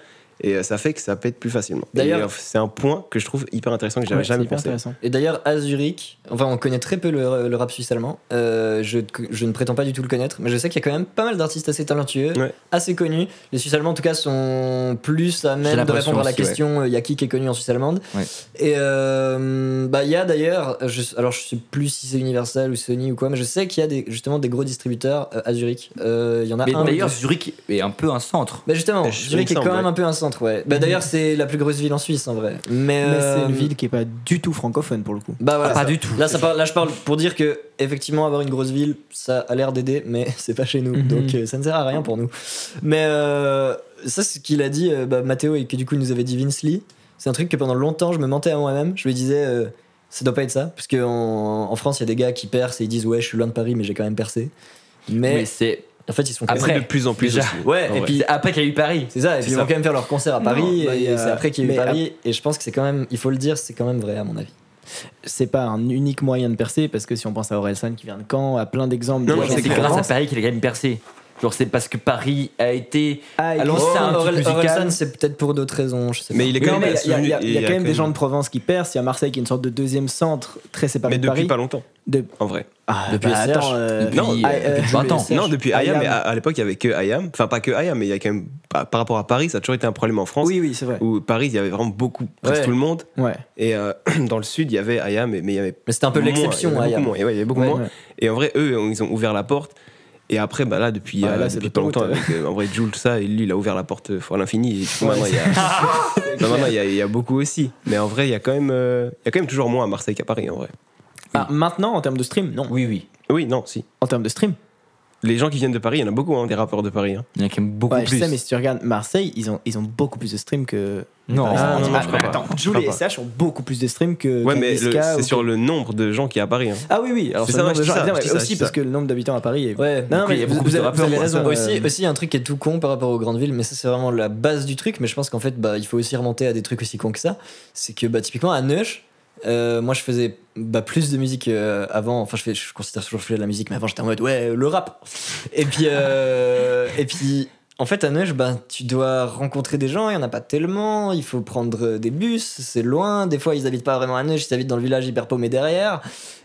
[SPEAKER 6] et euh, ça fait que ça pète plus facilement.
[SPEAKER 5] D'ailleurs-
[SPEAKER 6] Et, euh, c'est un point que je trouve hyper intéressant que j'avais
[SPEAKER 8] Ouais, c'est
[SPEAKER 6] jamais
[SPEAKER 8] hyper
[SPEAKER 6] pensé.
[SPEAKER 8] intéressant.
[SPEAKER 5] Et d'ailleurs, à Zurich, enfin, on connaît très peu le, le rap suisse allemand. Euh, je, je ne prétends pas du tout le connaître, mais je sais qu'il y a quand même pas mal d'artistes assez talentueux,
[SPEAKER 6] Ouais.
[SPEAKER 5] assez connus. Les Suisses allemands, en tout cas, sont plus à même de
[SPEAKER 4] l'impression
[SPEAKER 5] répondre à la
[SPEAKER 4] aussi,
[SPEAKER 5] question euh, il y a qui qui est connu en Suisse allemande
[SPEAKER 4] Ouais.
[SPEAKER 5] Et euh, bah, il y a d'ailleurs, je- alors je sais plus si c'est Universal ou Sony ou quoi, mais je sais qu'il y a des, justement des gros distributeurs euh, à Zurich. Euh, Il y en a
[SPEAKER 4] Mais
[SPEAKER 5] un. ou
[SPEAKER 4] d'ailleurs,
[SPEAKER 5] deux.
[SPEAKER 4] Zurich est un peu un centre.
[SPEAKER 5] Bah justement,
[SPEAKER 6] Euh, je-
[SPEAKER 5] Zurich
[SPEAKER 6] il
[SPEAKER 5] est
[SPEAKER 6] me
[SPEAKER 5] quand
[SPEAKER 6] semble,
[SPEAKER 5] même
[SPEAKER 6] ouais.
[SPEAKER 5] un peu un centre, ouais.
[SPEAKER 4] Mhm.
[SPEAKER 5] Bah d'ailleurs, c'est la plus grosse ville en Suisse en vrai. Mais,
[SPEAKER 8] Mais c'est
[SPEAKER 5] euh,
[SPEAKER 8] une ville qui est pas du tout francophone pour le coup.
[SPEAKER 5] Bah voilà,
[SPEAKER 4] pas
[SPEAKER 5] ça-
[SPEAKER 4] du tout.
[SPEAKER 5] Là, ça parle, là, je parle pour dire que effectivement, avoir une grosse ville, ça a l'air d'aider, mais (laughs) c'est pas chez nous,
[SPEAKER 8] Mhm.
[SPEAKER 5] donc euh, ça ne sert à rien pour nous. Mais euh, ça, c'est ce qu'il a dit, euh, bah, Mathéo, et que du coup il nous avait dit Vince Lee, c'est un truc que pendant longtemps je me mentais à moi-même. Je lui disais, euh, ça doit pas être ça, parce que en, en France, il y a des gars qui percent et ils disent ouais, je suis loin de Paris, mais j'ai quand même percé. Mais
[SPEAKER 4] Mais c'est
[SPEAKER 5] en fait, ils sont
[SPEAKER 4] Après,
[SPEAKER 6] de plus en plus.
[SPEAKER 4] déjà.
[SPEAKER 6] aussi.
[SPEAKER 5] ouais,
[SPEAKER 6] en
[SPEAKER 5] et
[SPEAKER 6] vrai.
[SPEAKER 5] puis
[SPEAKER 4] c'est après qu'il y a eu Paris.
[SPEAKER 5] c'est ça, et puis ils
[SPEAKER 6] ça.
[SPEAKER 5] vont quand même faire leur concert à Paris,
[SPEAKER 8] bah, il y
[SPEAKER 5] et
[SPEAKER 8] a-
[SPEAKER 5] c'est après qu'il y a eu
[SPEAKER 8] mais
[SPEAKER 5] Paris, et je pense que c'est quand même, il faut le dire, c'est quand même vrai à mon avis.
[SPEAKER 8] C'est pas un unique moyen de percer parce que si on pense à Orelsan qui vient de Caen, à plein d'exemples.
[SPEAKER 6] Non,
[SPEAKER 8] de
[SPEAKER 6] non,
[SPEAKER 8] gens
[SPEAKER 4] C'est
[SPEAKER 8] qui
[SPEAKER 6] clair.
[SPEAKER 4] grâce à
[SPEAKER 8] commencent.
[SPEAKER 4] Paris qu'il a quand même percé. Genre, c'est parce que Paris a été.
[SPEAKER 8] Ah, et
[SPEAKER 4] Alors,
[SPEAKER 8] puis-
[SPEAKER 4] c'est un
[SPEAKER 5] Orel-
[SPEAKER 4] truc musical.
[SPEAKER 5] Orelsan, c'est peut-être pour d'autres raisons, je sais pas.
[SPEAKER 6] Mais il est
[SPEAKER 8] Oui,
[SPEAKER 6] quand
[SPEAKER 8] mais
[SPEAKER 6] même.
[SPEAKER 8] il y a- il y a- il y a
[SPEAKER 6] il
[SPEAKER 8] quand même des gens de Provence qui percent. Il y a Marseille qui est une sorte de deuxième centre très séparé
[SPEAKER 6] Mais
[SPEAKER 8] de
[SPEAKER 6] depuis
[SPEAKER 8] Paris.
[SPEAKER 6] pas longtemps,
[SPEAKER 8] De-
[SPEAKER 6] en vrai.
[SPEAKER 8] Ah,
[SPEAKER 5] Depuis
[SPEAKER 8] bah,
[SPEAKER 5] SRH,
[SPEAKER 8] attends, euh,
[SPEAKER 4] depuis,
[SPEAKER 6] non,
[SPEAKER 4] euh,
[SPEAKER 8] ah, euh,
[SPEAKER 4] depuis 20 ans.
[SPEAKER 8] Serge, Ah,
[SPEAKER 6] Non, depuis
[SPEAKER 8] I
[SPEAKER 6] IAM,
[SPEAKER 8] Am.
[SPEAKER 6] mais à, à l'époque il y avait que IAM. Enfin, pas que IAM, mais il y a quand même. Par par rapport à Paris, ça a toujours été un problème en France.
[SPEAKER 8] Oui, oui, c'est vrai.
[SPEAKER 6] Où Paris, il y avait vraiment beaucoup, presque
[SPEAKER 5] Ouais.
[SPEAKER 6] tout le monde.
[SPEAKER 8] Ouais.
[SPEAKER 6] Et euh, (clears throat) dans le sud, il y avait IAM, mais mais il y avait
[SPEAKER 5] Mais c'était un peu
[SPEAKER 6] moins,
[SPEAKER 5] l'exception,
[SPEAKER 6] hein, Il y avait
[SPEAKER 5] Aya.
[SPEAKER 6] beaucoup moins. Et ouais, il y avait beaucoup
[SPEAKER 8] Ouais,
[SPEAKER 6] moins.
[SPEAKER 8] ouais.
[SPEAKER 6] Et en vrai, eux, on- ils ont ouvert la porte. Et après, bah là, depuis,
[SPEAKER 8] Ah,
[SPEAKER 6] euh,
[SPEAKER 8] là, c'est
[SPEAKER 6] depuis pas
[SPEAKER 8] l'autoroute,
[SPEAKER 6] longtemps, avec, euh, en vrai, Jules, tout ça, et lui, il a ouvert la porte euh, pour l'infini. Et du coup, maintenant, il y
[SPEAKER 8] (laughs)
[SPEAKER 6] a- Bah, maintenant, il y a, il y a beaucoup aussi. Mais en vrai, il y, a quand même, euh, il y a quand même toujours moins à Marseille qu'à Paris, en vrai.
[SPEAKER 8] Ah, maintenant, en termes de stream, non.
[SPEAKER 4] Oui, oui.
[SPEAKER 6] Oui, non, si.
[SPEAKER 8] En termes de stream,
[SPEAKER 6] Les gens qui viennent de Paris, il y en a beaucoup, hein, des rappeurs de Paris. hein.
[SPEAKER 4] Il y en a quand même beaucoup
[SPEAKER 8] ouais, je
[SPEAKER 4] plus.
[SPEAKER 8] sais, mais si tu regardes Marseille, ils ont, ils ont beaucoup plus de stream que.
[SPEAKER 4] Non,
[SPEAKER 6] Ah,
[SPEAKER 8] Par exemple,
[SPEAKER 6] non, non, je crois pas.
[SPEAKER 8] attends,
[SPEAKER 6] Je
[SPEAKER 8] Jules
[SPEAKER 6] crois
[SPEAKER 8] et
[SPEAKER 6] pas.
[SPEAKER 8] SH ont beaucoup plus de stream que.
[SPEAKER 6] Ouais,
[SPEAKER 8] qu'un
[SPEAKER 6] mais le-
[SPEAKER 8] Niska
[SPEAKER 6] c'est
[SPEAKER 8] ou
[SPEAKER 6] sur
[SPEAKER 8] que-
[SPEAKER 6] le nombre de gens qui y a à Paris. hein.
[SPEAKER 8] Ah oui, oui, alors
[SPEAKER 6] C'est
[SPEAKER 8] sur
[SPEAKER 6] ça,
[SPEAKER 8] le nombre de
[SPEAKER 6] je dis
[SPEAKER 8] gens,
[SPEAKER 6] ça,
[SPEAKER 8] non,
[SPEAKER 6] je
[SPEAKER 8] mais
[SPEAKER 6] dis ça, je
[SPEAKER 8] aussi
[SPEAKER 6] dis
[SPEAKER 8] parce
[SPEAKER 6] ça.
[SPEAKER 8] que le nombre d'habitants à Paris est.
[SPEAKER 5] Ouais.
[SPEAKER 8] Non, non,
[SPEAKER 4] coup, il y
[SPEAKER 8] mais
[SPEAKER 4] a
[SPEAKER 8] vous,
[SPEAKER 4] beaucoup
[SPEAKER 8] vous
[SPEAKER 4] plus de
[SPEAKER 8] avez, vous
[SPEAKER 4] rappeurs,
[SPEAKER 8] avez
[SPEAKER 4] moi,
[SPEAKER 8] raison.
[SPEAKER 5] Aussi,
[SPEAKER 8] euh,
[SPEAKER 5] aussi un truc qui est tout con par rapport aux grandes villes, mais ça c'est vraiment la base du truc. Mais je pense qu'en fait, bah, il faut aussi remonter à des trucs aussi cons que ça. C'est que bah, typiquement à Neuch, euh, moi je faisais bah, plus de musique euh, avant. Enfin, je, fais, je considère toujours que je faisais de la musique, mais avant j'étais en mode ouais, le rap. Et puis, euh, et puis en fait, à Neuch, bah, tu dois rencontrer des gens, il n'y en a pas tellement, il faut prendre euh, des bus, c'est loin. Des fois, ils habitent pas vraiment à Neuch, ils habitent dans le village hyper paumé derrière.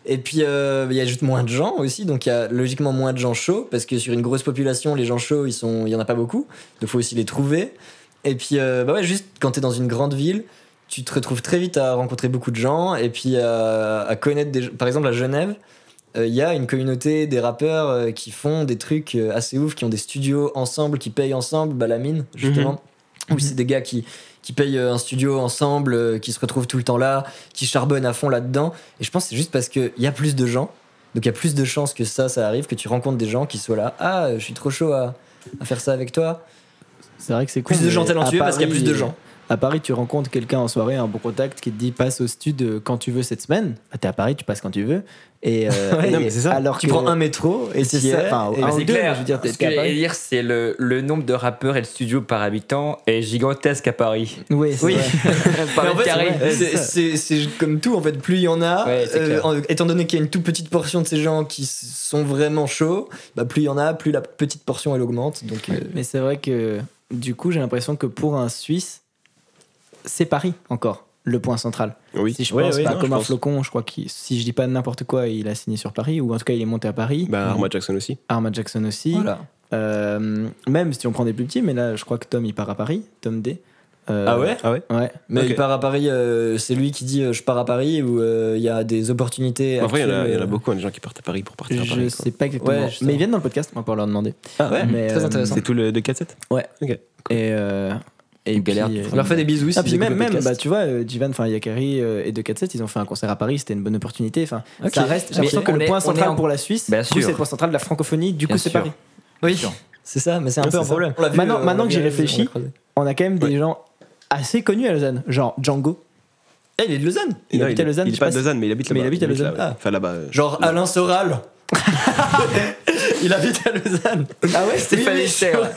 [SPEAKER 5] Et puis, euh, il y a juste moins de gens aussi, donc il y a logiquement moins de gens chauds, parce que sur une grosse population, les gens chauds, ils sont- il y en a pas beaucoup, donc faut aussi les trouver. Et puis, euh, bah ouais, juste quand t'es dans une grande ville, tu te retrouves très vite à rencontrer beaucoup de gens, et puis euh, à, à connaître des gens. Par exemple, à Genève, euh, il y a une communauté des rappeurs euh, qui font des trucs euh, assez ouf, qui ont des studios ensemble, qui payent ensemble, bah, la mine, justement, où c'est des gars qui, qui payent euh, un studio ensemble, euh, qui se retrouvent tout le temps là, qui charbonnent à fond là-dedans. Et je pense que c'est juste parce qu'il y a plus de gens, donc il y a plus de chances que ça, ça arrive, que tu rencontres des gens qui soient là. Ah, euh, je suis trop chaud à, à faire ça avec toi.
[SPEAKER 8] C'est vrai que c'est con,
[SPEAKER 5] Plus de
[SPEAKER 8] mais
[SPEAKER 5] gens talentueux
[SPEAKER 8] à
[SPEAKER 5] parce qu'il y a
[SPEAKER 8] Paris, euh,
[SPEAKER 5] plus de gens.
[SPEAKER 8] À Paris, tu rencontres quelqu'un en soirée, un bon contact qui te dit passe au stud euh, quand tu veux cette semaine. Bah, T'es à Paris, tu passes quand tu veux. Et euh,
[SPEAKER 5] Ouais,
[SPEAKER 8] et
[SPEAKER 5] mais
[SPEAKER 6] c'est ça.
[SPEAKER 8] Alors
[SPEAKER 5] Tu
[SPEAKER 8] que-
[SPEAKER 5] prends un métro et
[SPEAKER 8] c'est
[SPEAKER 5] t'y
[SPEAKER 8] ça.
[SPEAKER 5] es,
[SPEAKER 8] Enfin,
[SPEAKER 5] et- bah,
[SPEAKER 8] un
[SPEAKER 4] Ah,
[SPEAKER 8] ou
[SPEAKER 4] c'est
[SPEAKER 8] deux,
[SPEAKER 4] clair.
[SPEAKER 8] je veux dire, t'es-
[SPEAKER 4] ce
[SPEAKER 8] t'es
[SPEAKER 4] que
[SPEAKER 8] à
[SPEAKER 4] j'allais
[SPEAKER 8] Paris.
[SPEAKER 4] dire, c'est le, le nombre de rappeurs et le studio par habitant est gigantesque à Paris.
[SPEAKER 8] Oui, c'est
[SPEAKER 5] Oui. (laughs)
[SPEAKER 8] vrai.
[SPEAKER 4] par
[SPEAKER 5] Mais en
[SPEAKER 4] mètre
[SPEAKER 5] fait,
[SPEAKER 4] carré.
[SPEAKER 5] c'est- c'est- c'est c'est comme tout en fait plus il y en a euh,
[SPEAKER 4] Ouais, c'est clair.
[SPEAKER 5] en- étant donné qu'il y a une toute petite portion de ces gens qui s- sont vraiment chauds bah plus il y en a plus la petite portion elle augmente donc euh,
[SPEAKER 8] Mais c'est vrai que du coup, j'ai l'impression que pour un Suisse, c'est Paris encore le point central.
[SPEAKER 6] Oui.
[SPEAKER 8] Si je
[SPEAKER 6] Ouais,
[SPEAKER 8] pense,
[SPEAKER 6] ouais,
[SPEAKER 8] bah,
[SPEAKER 6] non, je
[SPEAKER 8] comme un
[SPEAKER 6] pense.
[SPEAKER 8] flocon, je crois que si je dis pas n'importe quoi, il a signé sur Paris ou en tout cas il est monté à Paris.
[SPEAKER 6] Bah, Arma Jackson aussi.
[SPEAKER 8] Arma Jackson aussi.
[SPEAKER 4] Oh
[SPEAKER 5] voilà
[SPEAKER 8] Euh, même si on prend des plus petits, mais là je crois que Tom il part à Paris, Tom D. Euh,
[SPEAKER 5] Ah ouais
[SPEAKER 6] Ah ouais
[SPEAKER 8] Ouais.
[SPEAKER 5] mais
[SPEAKER 6] Ok.
[SPEAKER 5] il part à Paris euh, c'est lui qui dit euh, je pars à Paris ou euh, il y a des opportunités
[SPEAKER 6] En vrai, il y en a-
[SPEAKER 5] actuelles,
[SPEAKER 6] il y en
[SPEAKER 5] euh,
[SPEAKER 6] a beaucoup, hein, des gens qui partent à Paris pour partir à
[SPEAKER 8] Je
[SPEAKER 6] Paris. quoi.
[SPEAKER 8] sais pas exactement.
[SPEAKER 5] Ouais, justement.
[SPEAKER 8] mais ils viennent dans le podcast, on va pouvoir leur demander.
[SPEAKER 6] Ah
[SPEAKER 5] ouais
[SPEAKER 8] Mais,
[SPEAKER 5] très
[SPEAKER 8] euh,
[SPEAKER 5] intéressant
[SPEAKER 6] C'est tout le 2-4-7
[SPEAKER 8] Ouais.
[SPEAKER 5] Ah,
[SPEAKER 6] Ok.
[SPEAKER 8] Et, euh,
[SPEAKER 4] et ils galèrent.
[SPEAKER 8] puis, euh,
[SPEAKER 5] On leur fait des bisous.
[SPEAKER 8] Ah,
[SPEAKER 5] si
[SPEAKER 8] puis
[SPEAKER 5] vous
[SPEAKER 8] même,
[SPEAKER 5] écoutez le
[SPEAKER 8] même bah,
[SPEAKER 5] podcast.
[SPEAKER 8] tu vois, euh, Jivan, enfin Yakari euh, et 247, ils ont fait un concert à Paris, c'était une bonne opportunité. Enfin,
[SPEAKER 4] Ok.
[SPEAKER 8] ça reste. J'ai
[SPEAKER 4] Mais
[SPEAKER 8] l'impression que
[SPEAKER 4] on
[SPEAKER 8] le
[SPEAKER 4] est- on
[SPEAKER 8] point
[SPEAKER 4] est
[SPEAKER 8] central
[SPEAKER 4] en-
[SPEAKER 8] pour la Suisse,
[SPEAKER 4] Bah, Bien
[SPEAKER 8] du coup,
[SPEAKER 4] sûr.
[SPEAKER 8] c'est le point central de la francophonie, du
[SPEAKER 4] Bien
[SPEAKER 8] coup, c'est
[SPEAKER 4] sûr.
[SPEAKER 8] Paris.
[SPEAKER 5] Oui, (laughs) c'est ça, mais c'est un
[SPEAKER 8] Ouais,
[SPEAKER 5] peu
[SPEAKER 8] c'est
[SPEAKER 5] un
[SPEAKER 8] ça.
[SPEAKER 5] problème. On l'a vu,
[SPEAKER 8] Maintenant-
[SPEAKER 5] euh, on
[SPEAKER 8] maintenant
[SPEAKER 5] l'a
[SPEAKER 8] que j'y
[SPEAKER 5] vu, on l'a
[SPEAKER 8] réfléchis,
[SPEAKER 5] croisé.
[SPEAKER 8] On a quand même des gens assez connus à Lausanne, genre Django.
[SPEAKER 5] Eh, il est de Lausanne.
[SPEAKER 8] Il
[SPEAKER 6] Non,
[SPEAKER 8] habite à Lausanne,
[SPEAKER 6] Il est
[SPEAKER 8] je sais
[SPEAKER 6] pas
[SPEAKER 8] pas
[SPEAKER 6] de
[SPEAKER 8] si-
[SPEAKER 6] Lausanne, mais il habite là-bas.
[SPEAKER 8] mais il habite à
[SPEAKER 6] là,
[SPEAKER 8] Lausanne. Ah.
[SPEAKER 6] ouais. Enfin, là-bas. euh,
[SPEAKER 5] Genre Alain Soral.
[SPEAKER 8] (laughs)
[SPEAKER 5] il habite à Lausanne.
[SPEAKER 8] Ah ouais,
[SPEAKER 4] Stéphane Echer.
[SPEAKER 6] Lausanne,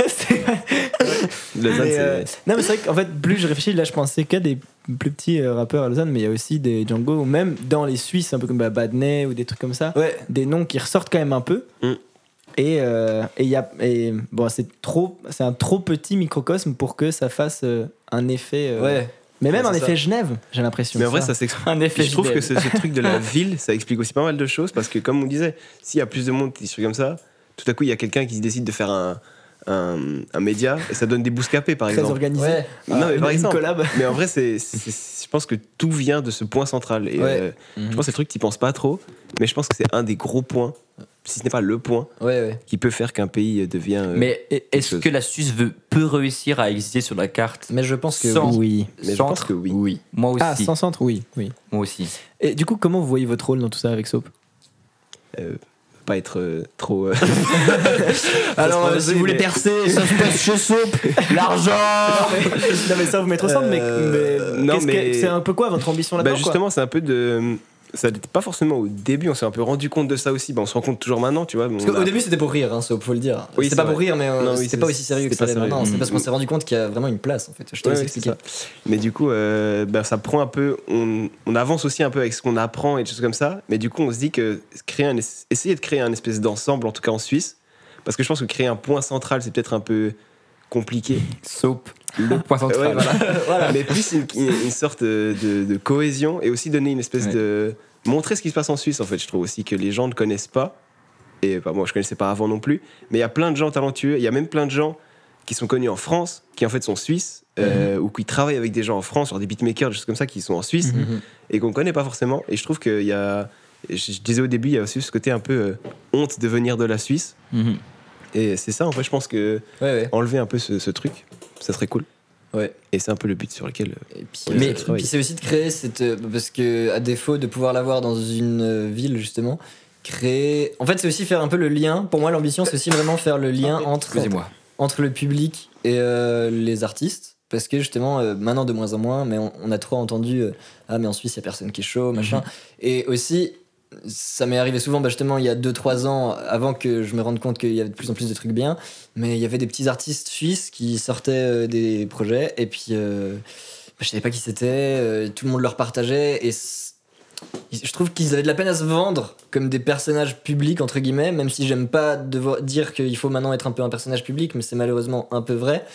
[SPEAKER 8] Mais, euh,
[SPEAKER 6] c'est.
[SPEAKER 8] non mais c'est vrai qu'en fait plus je réfléchis là je pensais qu'à des plus petits euh, rappeurs à Lausanne mais il y a aussi des Django ou même dans les Suisses un peu comme bah, Badney ou des trucs comme ça
[SPEAKER 5] Ouais.
[SPEAKER 8] des noms qui ressortent quand même un peu
[SPEAKER 6] Mm.
[SPEAKER 8] et euh, et il y a et, bon c'est trop c'est un trop petit microcosme pour que ça fasse euh, un effet euh,
[SPEAKER 5] Ouais.
[SPEAKER 8] mais même
[SPEAKER 5] Ouais,
[SPEAKER 8] un
[SPEAKER 5] c'est
[SPEAKER 8] effet Genève j'ai l'impression
[SPEAKER 6] Mais en vrai, ça s'explique.
[SPEAKER 4] Un
[SPEAKER 6] Puis je trouve que ce, ce truc de la ville, ça explique aussi pas mal de choses parce que, comme on disait, s'il y a plus de monde qui se comme ça, tout à coup, il y a quelqu'un qui décide de faire un, un, un média et ça donne des bouscapés, par
[SPEAKER 8] très
[SPEAKER 6] exemple.
[SPEAKER 8] organisé Ah,
[SPEAKER 5] Ouais.
[SPEAKER 6] Non, mais
[SPEAKER 8] Une-
[SPEAKER 6] par
[SPEAKER 8] une
[SPEAKER 6] exemple.
[SPEAKER 8] collab
[SPEAKER 6] Mais en vrai, c'est, c'est- je pense que tout vient de ce point central. Et
[SPEAKER 5] Ouais.
[SPEAKER 6] euh,
[SPEAKER 8] Mhm.
[SPEAKER 6] je pense que c'est le truc que tu penses pas trop, mais je pense que c'est un des gros points, si ce n'est pas le point,
[SPEAKER 5] Ouais, ouais.
[SPEAKER 6] qui peut faire qu'un pays devient. euh,
[SPEAKER 4] Mais est-ce
[SPEAKER 6] chose.
[SPEAKER 4] que la Suisse veut, peut réussir à exister sur la carte
[SPEAKER 5] Mais je pense que.
[SPEAKER 4] Sans-
[SPEAKER 8] oui
[SPEAKER 6] mais je
[SPEAKER 4] Centre,
[SPEAKER 6] pense que oui.
[SPEAKER 4] Moi aussi.
[SPEAKER 8] ah sans centre oui oui
[SPEAKER 4] Moi aussi.
[SPEAKER 8] et du coup comment vous voyez votre rôle dans tout ça avec Soap
[SPEAKER 6] Euh, pas être euh, trop.
[SPEAKER 8] (laughs)
[SPEAKER 6] euh, (laughs)
[SPEAKER 5] Alors,
[SPEAKER 6] Ça se
[SPEAKER 5] euh,
[SPEAKER 6] prononcer,
[SPEAKER 5] si vous voulez
[SPEAKER 6] mais-
[SPEAKER 5] percer, ça se passe chez Soap. L'argent
[SPEAKER 8] non mais ça vous mettre au centre, mais-
[SPEAKER 6] Euh,
[SPEAKER 8] mais,
[SPEAKER 6] non,
[SPEAKER 8] qu'est-ce que-
[SPEAKER 6] mais-
[SPEAKER 8] c'est un peu quoi votre ambition
[SPEAKER 6] Bah
[SPEAKER 8] là-dedans quoi
[SPEAKER 6] justement, c'est un peu de. Ça n'était pas forcément au début, on s'est un peu rendu compte de ça aussi. Bah, on se rend compte toujours maintenant, tu vois. mais on
[SPEAKER 5] Parce qu'au
[SPEAKER 6] a-
[SPEAKER 5] début, c'était pour rire, hein, Soap, faut le dire.
[SPEAKER 6] Oui,
[SPEAKER 5] c'était
[SPEAKER 6] c'est
[SPEAKER 5] pas pour
[SPEAKER 6] vrai.
[SPEAKER 5] rire, mais euh,
[SPEAKER 6] Non, oui,
[SPEAKER 5] c'était
[SPEAKER 6] c'est-
[SPEAKER 5] pas aussi sérieux que ça
[SPEAKER 6] c'était pas
[SPEAKER 5] l'est
[SPEAKER 6] sérieux.
[SPEAKER 5] maintenant. C'est
[SPEAKER 6] Mm.
[SPEAKER 5] parce qu'on s'est rendu compte qu'il y a vraiment une place, en fait. Je te
[SPEAKER 6] Ouais,
[SPEAKER 5] laisse
[SPEAKER 6] ouais,
[SPEAKER 5] expliquer.
[SPEAKER 6] c'est Mais du coup, euh, bah, ça prend un peu. On, on avance aussi un peu avec ce qu'on apprend et des choses comme ça. Mais du coup, on se dit que créer un, es- essayer de créer un espèce d'ensemble, en tout cas en Suisse, parce que je pense que créer un point central, c'est peut-être un peu compliqué.
[SPEAKER 4] Soap, le point central.
[SPEAKER 6] Ouais, (laughs) voilà. Mais plus une, une- une sorte de, de- de cohésion et aussi donner une espèce
[SPEAKER 4] Ouais.
[SPEAKER 6] de. montrer ce qui se passe en Suisse, en fait. Je trouve aussi que les gens ne connaissent pas. Et bah, moi, je connaissais pas avant non plus. Mais il y a plein de gens talentueux. Il y a même plein de gens qui sont connus en France, qui en fait sont suisses, euh, ou qui travaillent avec des gens en France, genre des beatmakers, des choses comme ça, qui sont en Suisse,
[SPEAKER 5] Mm-hmm.
[SPEAKER 6] et qu'on connaît pas forcément. Et je trouve qu'il y a. Je, je disais au début, il y a aussi ce côté un peu euh, honte de venir de la Suisse.
[SPEAKER 4] Mhm.
[SPEAKER 6] Et c'est ça, en fait, je pense que
[SPEAKER 5] Ouais, ouais.
[SPEAKER 6] enlever un peu ce, ce truc, ça serait cool.
[SPEAKER 5] Ouais.
[SPEAKER 6] Et c'est un peu le but sur lequel. euh,
[SPEAKER 5] Et puis,
[SPEAKER 6] Ouais,
[SPEAKER 5] mais
[SPEAKER 6] ça travaille.
[SPEAKER 5] puis c'est aussi de créer cette euh, parce que à défaut de pouvoir l'avoir dans une euh, ville justement, créer. En fait, c'est aussi faire un peu le lien. Pour moi, l'ambition, c'est aussi vraiment faire le lien entre
[SPEAKER 4] Excusez-moi.
[SPEAKER 5] entre le public et euh, les artistes. Parce que justement, euh, maintenant de moins en moins, mais on, on a trop entendu euh, Ah, mais en Suisse, il n'y a personne qui est chaud, machin. Et aussi, ça m'est arrivé souvent, bah, justement, il y a 2-3 ans, avant que je me rende compte qu'il y avait de plus en plus de trucs bien, mais il y avait des petits artistes suisses qui sortaient euh, des projets, et puis euh, bah, je savais pas qui c'était, euh, tout le monde leur partageait, et c- ils- je trouve qu'ils avaient de la peine à se vendre comme des personnages publics, entre guillemets, même si j'aime pas devoir dire qu'il faut maintenant être un peu un personnage public, mais c'est malheureusement un peu vrai.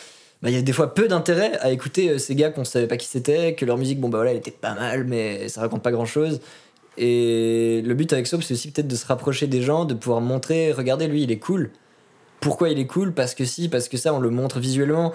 [SPEAKER 5] Bah, Il y a des fois peu d'intérêt à écouter euh, ces gars qu'on savait pas qui c'était, que leur musique, bon bah voilà, elle était pas mal, mais ça raconte pas grand chose. Et le but avec Soap, c'est aussi peut-être de se rapprocher des gens, de pouvoir montrer, regardez, lui, il est cool. Pourquoi il est cool Parce que si, parce que ça, on le montre visuellement.